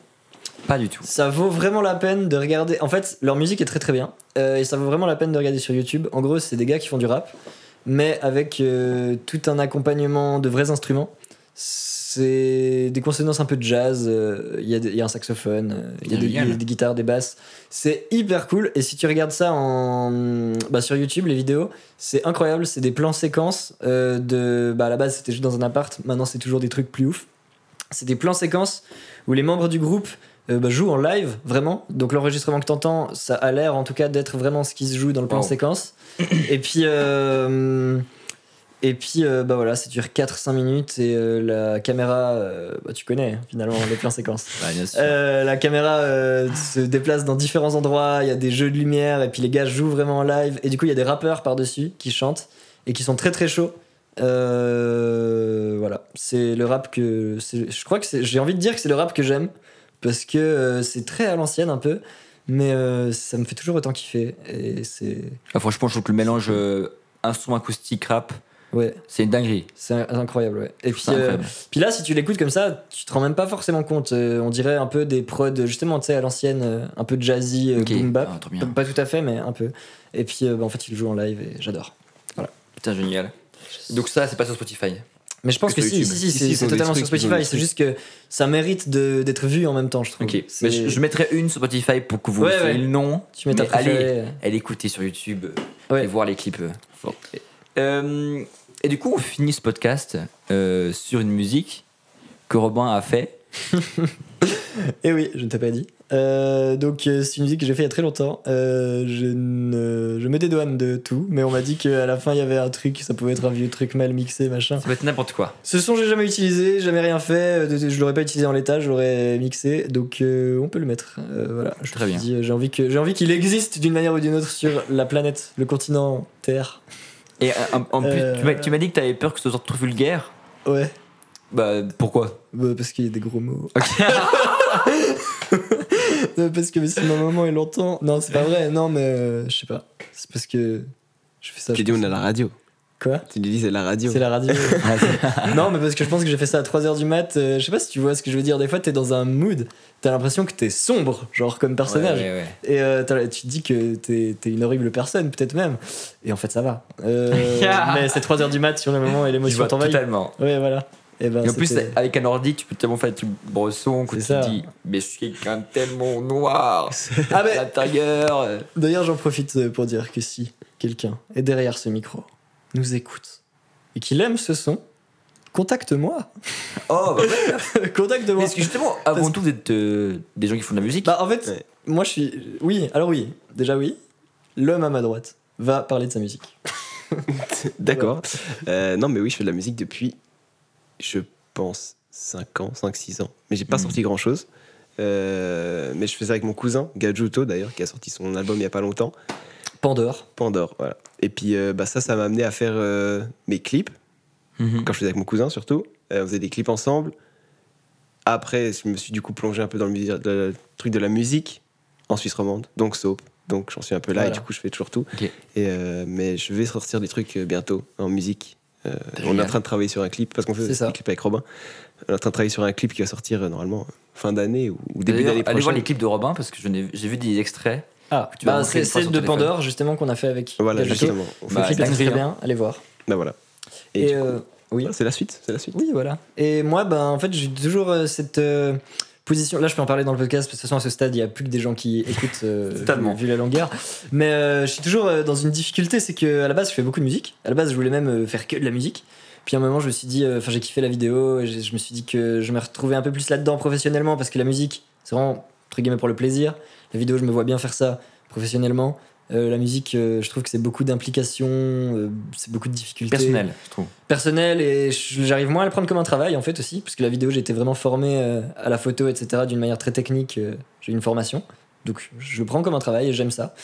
[SPEAKER 4] Pas du tout.
[SPEAKER 5] Ça vaut vraiment la peine de regarder. En fait, leur musique est très très bien. euh, et ça vaut vraiment la peine de regarder sur YouTube. En gros, c'est des gars qui font du rap, mais avec euh, tout un accompagnement de vrais instruments. C'est des consonances un peu de jazz. euh, Il y a des- il y, a un saxophone, euh, il y a des,
[SPEAKER 4] Génial.
[SPEAKER 5] il y a des guitares, des basses. C'est hyper cool. Et si tu regardes ça en, bah, sur YouTube, les vidéos, c'est incroyable. C'est des plans séquences euh, de. Bah, à la base, c'était juste dans un appart. Maintenant, c'est toujours des trucs plus ouf. C'est des plans séquences où les membres du groupe euh, bah, jouent en live, vraiment. Donc l'enregistrement que t'entends, ça a l'air en tout cas d'être vraiment ce qui se joue dans le plan
[SPEAKER 4] Wow.
[SPEAKER 5] séquence. Et puis, euh, et puis euh, bah voilà, ça dure 4-5 minutes et euh, la caméra, euh, bah, tu connais finalement les plans séquences. Euh, la caméra euh, se déplace dans différents endroits, il y a des jeux de lumière, et puis les gars jouent vraiment en live. Et du coup, il y a des rappeurs par-dessus qui chantent et qui sont très très chauds. Euh, voilà, c'est le rap que. c'est- Je crois que c'est- j'ai envie de dire que c'est le rap que j'aime parce que euh, c'est très à l'ancienne un peu, mais euh, ça me fait toujours autant kiffer. Et c'est.
[SPEAKER 4] Ah, franchement, je trouve que le mélange euh, instrument acoustique rap,
[SPEAKER 5] Ouais,
[SPEAKER 4] c'est une dinguerie.
[SPEAKER 5] c'est incroyable, ouais. Et puis,
[SPEAKER 4] C'est
[SPEAKER 5] euh,
[SPEAKER 4] incroyable.
[SPEAKER 5] Puis là, si tu l'écoutes comme ça, tu te rends même pas forcément compte. Euh, on dirait un peu des prods, justement, tu sais, à l'ancienne, euh, un peu jazzy, euh,
[SPEAKER 4] Ok.
[SPEAKER 5] boom bap.
[SPEAKER 4] Ah, trop bien.
[SPEAKER 5] Pas, pas tout à fait, mais un peu. Et puis, euh, bah, en fait, il joue en live et j'adore.
[SPEAKER 4] Putain, génial. Donc ça, c'est pas sur Spotify.
[SPEAKER 5] Mais je pense
[SPEAKER 4] Que
[SPEAKER 5] que,
[SPEAKER 4] sur
[SPEAKER 5] si,
[SPEAKER 4] YouTube.
[SPEAKER 5] si, si,
[SPEAKER 6] Ici,
[SPEAKER 5] c'est-
[SPEAKER 6] ils
[SPEAKER 5] c'est
[SPEAKER 6] ont des
[SPEAKER 5] totalement
[SPEAKER 6] trucs,
[SPEAKER 5] sur
[SPEAKER 6] ils ont des
[SPEAKER 5] Spotify. C'est
[SPEAKER 6] trucs.
[SPEAKER 5] juste que ça mérite de- d'être vu en même temps, je trouve.
[SPEAKER 4] Ok.
[SPEAKER 5] C'est-
[SPEAKER 4] Mais je, je mettrai une sur Spotify pour que vous
[SPEAKER 5] Ouais,
[SPEAKER 4] ayez
[SPEAKER 5] ouais.
[SPEAKER 4] le nom.
[SPEAKER 5] Tu mets ta
[SPEAKER 4] Mais allez,
[SPEAKER 5] préférée. euh.
[SPEAKER 4] allez écouter sur YouTube euh,
[SPEAKER 5] Ouais.
[SPEAKER 4] et voir les clips. euh. Euh, et du coup, on finit ce podcast euh, sur une musique que Robin a fait.
[SPEAKER 5] Et Eh oui, je ne t'ai pas dit. Euh, donc, euh, c'est une musique que j'ai fait il y a très longtemps. Euh, je, ne- je me dédouane de tout, mais on m'a dit qu'à la fin, il y avait un truc, ça pouvait être un vieux truc mal mixé, machin.
[SPEAKER 4] Ça peut être n'importe quoi.
[SPEAKER 5] Ce son, j'ai jamais utilisé, jamais rien fait. euh, Je l'aurais pas utilisé en l'état, je l'aurais mixé. Donc euh, on peut le mettre. Euh, voilà. Je
[SPEAKER 4] Très
[SPEAKER 5] me
[SPEAKER 4] bien.
[SPEAKER 5] suis dit, euh, J'ai envie que j'ai envie qu'il existe d'une manière ou d'une autre sur la planète, le continent Terre.
[SPEAKER 4] Et euh, en, en plus,
[SPEAKER 5] Euh.
[SPEAKER 4] tu m'as- tu m'as dit que t'avais peur que ce soit trop vulgaire.
[SPEAKER 5] Ouais.
[SPEAKER 4] Bah pourquoi
[SPEAKER 5] Bah, parce qu'il y a des gros mots. (laughs) Non, parce que si ma maman elle l'entend. Non, c'est pas vrai. Non, mais euh, je sais pas. C'est parce que je fais ça.
[SPEAKER 6] Tu
[SPEAKER 5] je
[SPEAKER 6] dis, on
[SPEAKER 5] pense.
[SPEAKER 6] a la radio.
[SPEAKER 5] Quoi
[SPEAKER 6] Tu lui dis, c'est la radio.
[SPEAKER 5] C'est la radio.
[SPEAKER 4] (laughs) Ah,
[SPEAKER 5] (laughs) non, mais parce que je pense que j'ai fait ça à 3h du mat. euh, je sais pas si tu vois ce que je veux dire. Des fois, t'es dans un mood. T'as l'impression que t'es sombre, genre comme personnage.
[SPEAKER 4] Ouais, ouais, ouais.
[SPEAKER 5] Et euh, t'as- tu te dis que t'es t'es une horrible personne, peut-être même. Et en fait, ça va.
[SPEAKER 4] (laughs)
[SPEAKER 5] Euh, mais c'est 3h du mat sur le moment et
[SPEAKER 4] Je
[SPEAKER 5] l'émotion
[SPEAKER 4] vois
[SPEAKER 5] t'envahit.
[SPEAKER 4] totalement.
[SPEAKER 5] Ouais, voilà. Et ben,
[SPEAKER 4] Et en plus,
[SPEAKER 5] c'était-
[SPEAKER 4] avec un ordi, tu peux tellement faire des trucs bressons que tu
[SPEAKER 5] C'est
[SPEAKER 4] te
[SPEAKER 5] ça.
[SPEAKER 4] dis, mais je suis quelqu'un de tellement noir
[SPEAKER 5] (laughs) Ah,
[SPEAKER 4] à
[SPEAKER 5] mais
[SPEAKER 4] l'intérieur. euh.
[SPEAKER 5] d'ailleurs, j'en profite euh, pour dire que si quelqu'un est derrière ce micro, nous écoute et qu'il aime ce son, contacte-moi. (laughs)
[SPEAKER 4] Oh, bah, ouais.
[SPEAKER 5] contacte-moi.
[SPEAKER 4] Mais est-ce que justement, avant
[SPEAKER 5] Parce-
[SPEAKER 4] tout, vous êtes euh, des gens qui font de la musique.
[SPEAKER 5] Bah, en fait,
[SPEAKER 6] Ouais.
[SPEAKER 5] moi, je suis. Oui, alors oui, déjà oui. L'homme à ma droite va parler de sa musique.
[SPEAKER 6] (laughs) D'accord. Euh, non, mais oui, je fais de la musique depuis, je pense, 5 ans, 5-6 ans. Mais j'ai pas
[SPEAKER 4] Mhm.
[SPEAKER 6] sorti grand chose. mais je fais ça avec mon cousin, Gajuto d'ailleurs, qui a sorti son album il y a pas longtemps.
[SPEAKER 5] Pandore.
[SPEAKER 6] Pandore, voilà. Et puis euh, bah, ça, ça m'a amené à faire euh, mes clips,
[SPEAKER 4] Mhm.
[SPEAKER 6] quand je faisais avec mon cousin surtout. Euh, on faisait des clips ensemble. Après, je me suis du coup plongé un peu dans le, musi- le truc de la musique en Suisse romande, donc soap. Donc j'en suis un peu là et
[SPEAKER 5] Voilà.
[SPEAKER 6] du coup je fais toujours tout.
[SPEAKER 4] Ok.
[SPEAKER 6] Et, euh, mais je vais sortir des trucs euh, bientôt en musique. Euh, on est
[SPEAKER 4] génial.
[SPEAKER 6] en train de travailler sur un clip parce qu'on fait
[SPEAKER 5] C'est ça.
[SPEAKER 6] des clips avec Robin. On est en train de travailler sur un clip qui va sortir euh, normalement euh, fin d'année ou, ou début
[SPEAKER 4] D'ailleurs,
[SPEAKER 6] d'année
[SPEAKER 4] Allez voir
[SPEAKER 6] prochaine.
[SPEAKER 4] les clips de Robin parce que je n'ai- j'ai vu des extraits.
[SPEAKER 5] Ah,
[SPEAKER 4] tu vas
[SPEAKER 5] bah,
[SPEAKER 4] montrer
[SPEAKER 5] c'est
[SPEAKER 4] une fois
[SPEAKER 5] celle
[SPEAKER 4] sur
[SPEAKER 5] de
[SPEAKER 4] ton téléphone.
[SPEAKER 5] Pandore, justement, qu'on a fait avec.
[SPEAKER 6] Voilà,
[SPEAKER 5] Gajato.
[SPEAKER 6] justement. On fait-
[SPEAKER 4] Bah,
[SPEAKER 5] Le clip est très
[SPEAKER 4] dinguerie, hein.
[SPEAKER 5] bien, allez voir.
[SPEAKER 6] bah, voilà. Et,
[SPEAKER 5] Et,
[SPEAKER 6] du coup,
[SPEAKER 5] euh, oui.
[SPEAKER 6] voilà, c'est la suite, c'est la suite.
[SPEAKER 5] Oui, voilà. Et moi, ben, en fait, j'ai toujours euh, cette euh, position. Là, je peux en parler dans le podcast, parce que de toute façon, à ce stade, il n'y a plus que des gens qui écoutent, euh,
[SPEAKER 4] (laughs) Totalement.
[SPEAKER 5] vu, vu la longueur. Mais euh, je suis toujours euh, dans une difficulté, c'est que à la base, je fais beaucoup de musique. À la base, je voulais même euh, faire que de la musique. Puis à un moment, je me suis dit, euh, enfin, j'ai kiffé la vidéo, et j'ai- je me suis dit que je me retrouvais un peu plus là-dedans professionnellement, parce que la musique, c'est vraiment, entre guillemets, pour le plaisir. La vidéo, je me vois bien faire ça professionnellement. Euh, la musique, euh, je trouve que c'est beaucoup d'implications, euh, c'est beaucoup de difficultés
[SPEAKER 4] Personnel, je trouve.
[SPEAKER 5] personnel et je- j'arrive moins à le prendre comme un travail en fait aussi parce que la vidéo j'étais vraiment formé euh, à la photo etc d'une manière très technique euh, j'ai une formation donc je le prends comme un travail et j'aime ça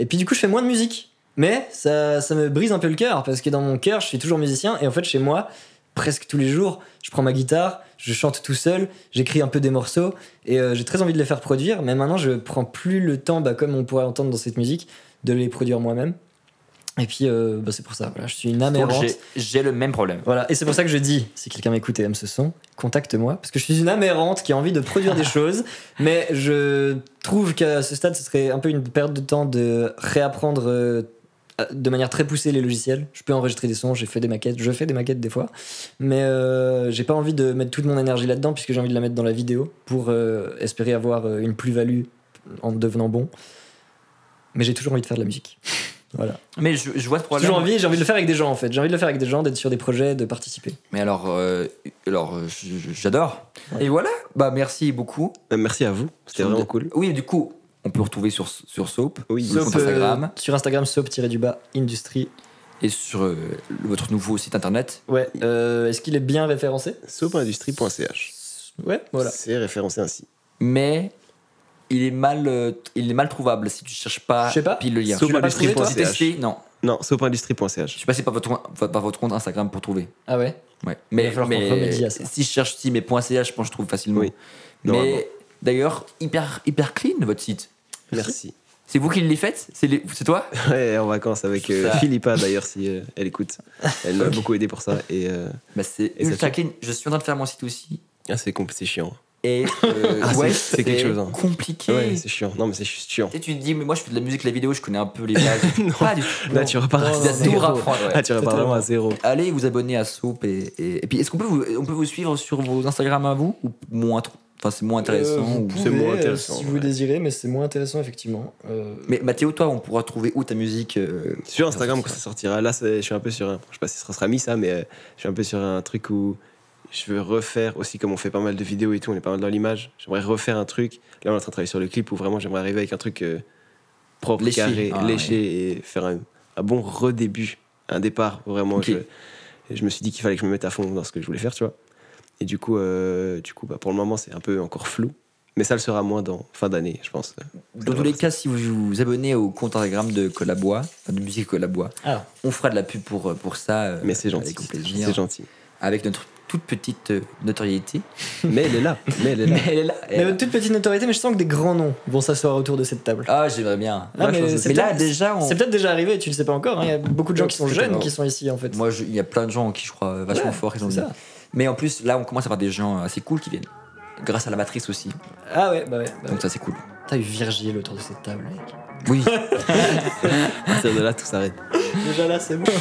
[SPEAKER 5] et puis du coup je fais moins de musique mais ça, ça me brise un peu le cœur parce que dans mon cœur je suis toujours musicien et en fait chez moi presque tous les jours je prends ma guitare je chante tout seul j'écris un peu des morceaux et euh, j'ai très envie de les faire produire mais maintenant je prends plus le temps bah, comme on pourrait entendre dans cette musique de les produire moi-même Et puis, euh, bah, c'est pour ça. Voilà, je suis une âme
[SPEAKER 4] Donc,
[SPEAKER 5] errante.
[SPEAKER 4] j'ai- J'ai le même problème.
[SPEAKER 5] Voilà, et c'est pour ça que je dis, si quelqu'un m'écoute et aime ce son, contacte-moi, parce que je suis une âme errante qui a envie de produire des choses, mais je trouve qu'à ce stade, ce serait un peu une perte de temps de réapprendre euh, à- de manière très poussée les logiciels. Je peux enregistrer des sons, j'ai fait des maquettes, je fais des maquettes des fois, mais euh, j'ai pas envie de mettre toute mon énergie là-dedans, puisque j'ai envie de la mettre dans la vidéo, pour euh, espérer avoir euh, une plus-value en devenant bon. Mais j'ai toujours envie de faire de la musique. Voilà.
[SPEAKER 4] Mais je, je vois ce
[SPEAKER 5] J'ai
[SPEAKER 4] problème.
[SPEAKER 5] Toujours envie, j'ai envie de le faire avec des gens en fait. J'ai envie de le faire avec des gens, d'être sur des projets, de participer.
[SPEAKER 4] Mais alors, euh, alors euh, je- je- j'adore. Et voilà, bah merci beaucoup.
[SPEAKER 6] Euh, merci à vous, c'était vraiment cool.
[SPEAKER 4] Oui, du coup, on peut retrouver sur, sur Soap,
[SPEAKER 6] Oui.
[SPEAKER 4] le
[SPEAKER 5] Soap,
[SPEAKER 4] compte Instagram,
[SPEAKER 5] euh, sur Instagram, soap-du-bas, industrie.
[SPEAKER 4] et sur euh, votre nouveau site internet.
[SPEAKER 5] Ouais. euh, Est-ce qu'il est bien référencé
[SPEAKER 6] Soapindustrie.ch.
[SPEAKER 5] Ouais, voilà.
[SPEAKER 6] C'est référencé ainsi.
[SPEAKER 4] Mais il est mal, euh, il est mal trouvable si tu cherches pas,
[SPEAKER 5] Je sais pas.
[SPEAKER 4] pile le lien.
[SPEAKER 6] Soap
[SPEAKER 4] Tu l'as pas trouvé, toi
[SPEAKER 6] industrie.ch.
[SPEAKER 4] J'ai testé, Non,
[SPEAKER 6] Non,
[SPEAKER 4] je
[SPEAKER 6] soapindustrie.ch.
[SPEAKER 4] suis passé par votre, par votre compte Instagram pour trouver.
[SPEAKER 5] Ah ouais
[SPEAKER 4] Ouais. Mais,
[SPEAKER 5] va falloir qu'on
[SPEAKER 4] mais
[SPEAKER 5] remédie à ça.
[SPEAKER 4] si je cherche si mes points .ch, je pense que je trouve facilement.
[SPEAKER 6] Oui. Normalement.
[SPEAKER 4] Mais d'ailleurs, hyper, hyper clean votre site.
[SPEAKER 6] Merci.
[SPEAKER 4] C'est vous qui les faites C'est les- c'est toi
[SPEAKER 6] (laughs) Ouais, en vacances avec euh,
[SPEAKER 4] Ça.
[SPEAKER 6] Philippa d'ailleurs, si euh, elle écoute. Elle m'a beaucoup aidé pour ça. Et euh,
[SPEAKER 4] Bah c'est
[SPEAKER 6] Et ça
[SPEAKER 4] ultra
[SPEAKER 6] fait-
[SPEAKER 4] clean. Je suis en train de faire mon site aussi.
[SPEAKER 6] ah, c'est compl- c'est chiant. (laughs)
[SPEAKER 4] Et euh,
[SPEAKER 6] Ah, c'est-
[SPEAKER 4] ouais,
[SPEAKER 6] c'est quelque chose, hein.
[SPEAKER 4] compliqué.
[SPEAKER 6] Ouais, c'est chiant. Non, mais c'est juste chiant.
[SPEAKER 4] Tu sais, tu te dis, mais moi je fais de la musique, de la vidéo, je connais un
[SPEAKER 6] (laughs)
[SPEAKER 4] peu les bases. Pas du tout.
[SPEAKER 6] Là, tu repars à
[SPEAKER 4] Tu dois tout
[SPEAKER 6] zéro.
[SPEAKER 4] rapprendre. ouais.
[SPEAKER 6] Ah, tu repars vraiment à zéro.
[SPEAKER 4] Allez vous abonner à Soap et, et, et puis est-ce qu'on peut vous, on peut vous suivre sur vos Instagram à vous ou moins trop- enfin c'est moins intéressant ou-
[SPEAKER 6] pouvez, moins euh, intéressant, si
[SPEAKER 5] si
[SPEAKER 6] vous
[SPEAKER 5] vous
[SPEAKER 6] ouais.
[SPEAKER 5] désirez, mais c'est moins intéressant, effectivement. Euh,
[SPEAKER 4] mais Mathéo toi on pourra trouver où ta musique euh,
[SPEAKER 6] Sur Instagram, quand Ah, ça sortira, là, c'est- je suis un peu sur un. Je sais pas si ce sera mis ça, mais euh, je suis un peu sur un truc où je veux refaire aussi, comme on fait pas mal de vidéos et tout, on est pas mal dans l'image. J'aimerais refaire un truc. Là, on est en train de travailler sur le clip où vraiment j'aimerais arriver avec un truc euh, propre,
[SPEAKER 4] Léché.
[SPEAKER 6] carré,
[SPEAKER 4] Ah,
[SPEAKER 6] léché et faire un, un bon redébut, un départ. où Vraiment,
[SPEAKER 4] Ok.
[SPEAKER 6] je, je me suis dit qu'il fallait que je me mette à fond dans ce que je voulais faire, tu vois. Et du coup, euh, du coup bah, pour le moment, c'est un peu encore flou. Mais ça le sera moins dans fin d'année, je pense.
[SPEAKER 4] Dans tous les cas, si vous vous abonnez au compte Instagram de Colabois, enfin de Musique Colabois,
[SPEAKER 5] Ah.
[SPEAKER 4] on fera de la pub pour, euh, pour ça. euh,
[SPEAKER 6] Mais c'est gentil.
[SPEAKER 4] Avec, grand plaisir,
[SPEAKER 6] C'est gentil.
[SPEAKER 4] avec notre toute petite euh, notoriété.
[SPEAKER 6] Mais elle est là. Mais elle est là.
[SPEAKER 4] Mais elle est là. elle est
[SPEAKER 5] mais
[SPEAKER 4] là.
[SPEAKER 5] toute petite notoriété, mais je sens que des grands noms vont s'asseoir autour de cette table.
[SPEAKER 4] Ah, j'aimerais bien.
[SPEAKER 5] Ah,
[SPEAKER 4] Ouais, je
[SPEAKER 5] mais
[SPEAKER 4] pense que-
[SPEAKER 5] c'est
[SPEAKER 4] mais là,
[SPEAKER 5] peut-être-
[SPEAKER 4] déjà, on-
[SPEAKER 5] C'est peut-être déjà arrivé, tu le sais pas encore. hein, Il y a beaucoup de gens qui sont
[SPEAKER 4] C'est pas
[SPEAKER 5] jeunes
[SPEAKER 4] grave.
[SPEAKER 5] qui sont ici, en fait.
[SPEAKER 4] moi, je- il y a plein de gens qui, je crois, euh, vachement
[SPEAKER 5] Ouais,
[SPEAKER 4] forts. qui sont
[SPEAKER 5] c'est
[SPEAKER 4] venus. Mais en plus, là, on commence à avoir des gens assez cool qui viennent. Grâce à la matrice aussi.
[SPEAKER 5] Ah ouais, bah ouais. bah ouais.
[SPEAKER 4] Donc, ça, c'est cool.
[SPEAKER 5] T'as eu Virgile autour de cette table, mec.
[SPEAKER 4] Oui.
[SPEAKER 6] À (laughs) partir de là, tout s'arrête.
[SPEAKER 5] Déjà là, c'est bon.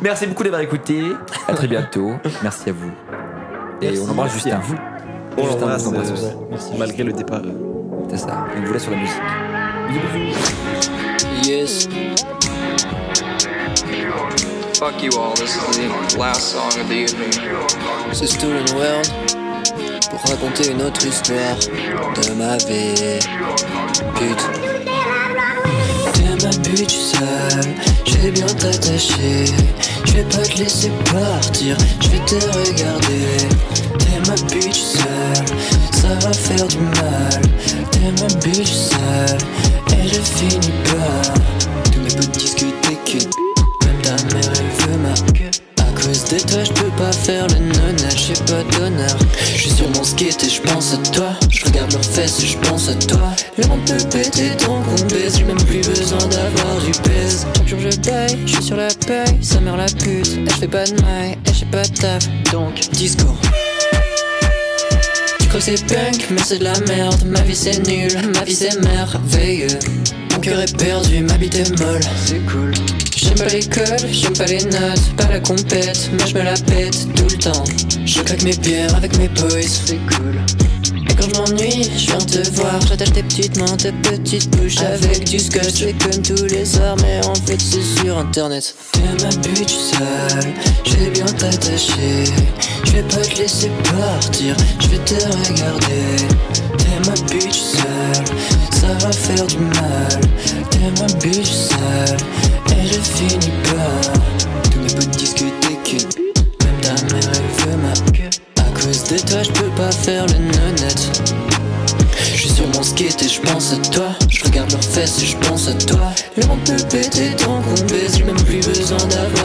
[SPEAKER 4] Merci beaucoup d'avoir écouté. À très bientôt. Merci à vous. Et
[SPEAKER 5] Merci,
[SPEAKER 4] on embrasse
[SPEAKER 5] merci
[SPEAKER 4] Justin.
[SPEAKER 5] à vous.
[SPEAKER 6] On
[SPEAKER 4] Juste un
[SPEAKER 6] l'embrasse,
[SPEAKER 4] moment,
[SPEAKER 6] euh,
[SPEAKER 5] ouais. Merci,
[SPEAKER 6] malgré le départ. euh,
[SPEAKER 4] C'est ça. On vous laisse sur la musique.
[SPEAKER 9] Yes. Fuck you all, this is the last song of the evening. C'est tout le world pour raconter une autre histoire de ma vie. Pute. T'es ma pute sale, j'ai bien t'attacher. Je vais pas te laisser partir, je vais te regarder. T'es ma pute sale, ça va faire du mal. T'es ma pute sale, et je finis pas. Tous mes potes disent que t'es cute, même ta mère elle veut ma queue. À cause de toi, je peux pas faire le nonnage, j'ai pas d'honneur. Je suis sur mon skate et je pense à toi. Je regarde leurs fesses et je pense à toi. Là, on peut péter tant qu'on baise, j'ai même plus besoin d'avoir du pèse. Chaque jour, je paye, je suis sur la paye. Sa mère la pute, et je fais pas de maille, et j'ai pas de taf. Donc, discours. Tu crois que c'est punk, mais c'est de la merde. Ma vie c'est nul, ma vie c'est merveilleux. Mon cœur est perdu, ma bite est molle. C'est cool. J'aime pas l'école, j'aime pas les notes, pas la compète, mais je me la pète tout le temps. Je claque mes bières avec mes boys. C'est cool. Et quand je m'ennuie, je viens te voir. J'attache tes petites mains, tes petites bouches avec du scotch. C'est comme tous les soirs, mais en fait c'est sur internet. T'es ma pute sale, j'ai bien t'attacher. Je vais pas te laisser partir, je vais te regarder. T'es ma pute sale, ça va faire du mal. T'es ma pute sale, et je finis pas. Tous mes potes disent que t'es cute, même ta mère elle veut ma queue. À cause de toi, je peux pas faire le nonnette. Je suis sur mon skate et je pense à toi. Je regarde leurs fesses et je pense à toi. Là, on peut péter tant qu'on baise. J'ai même plus besoin d'avoir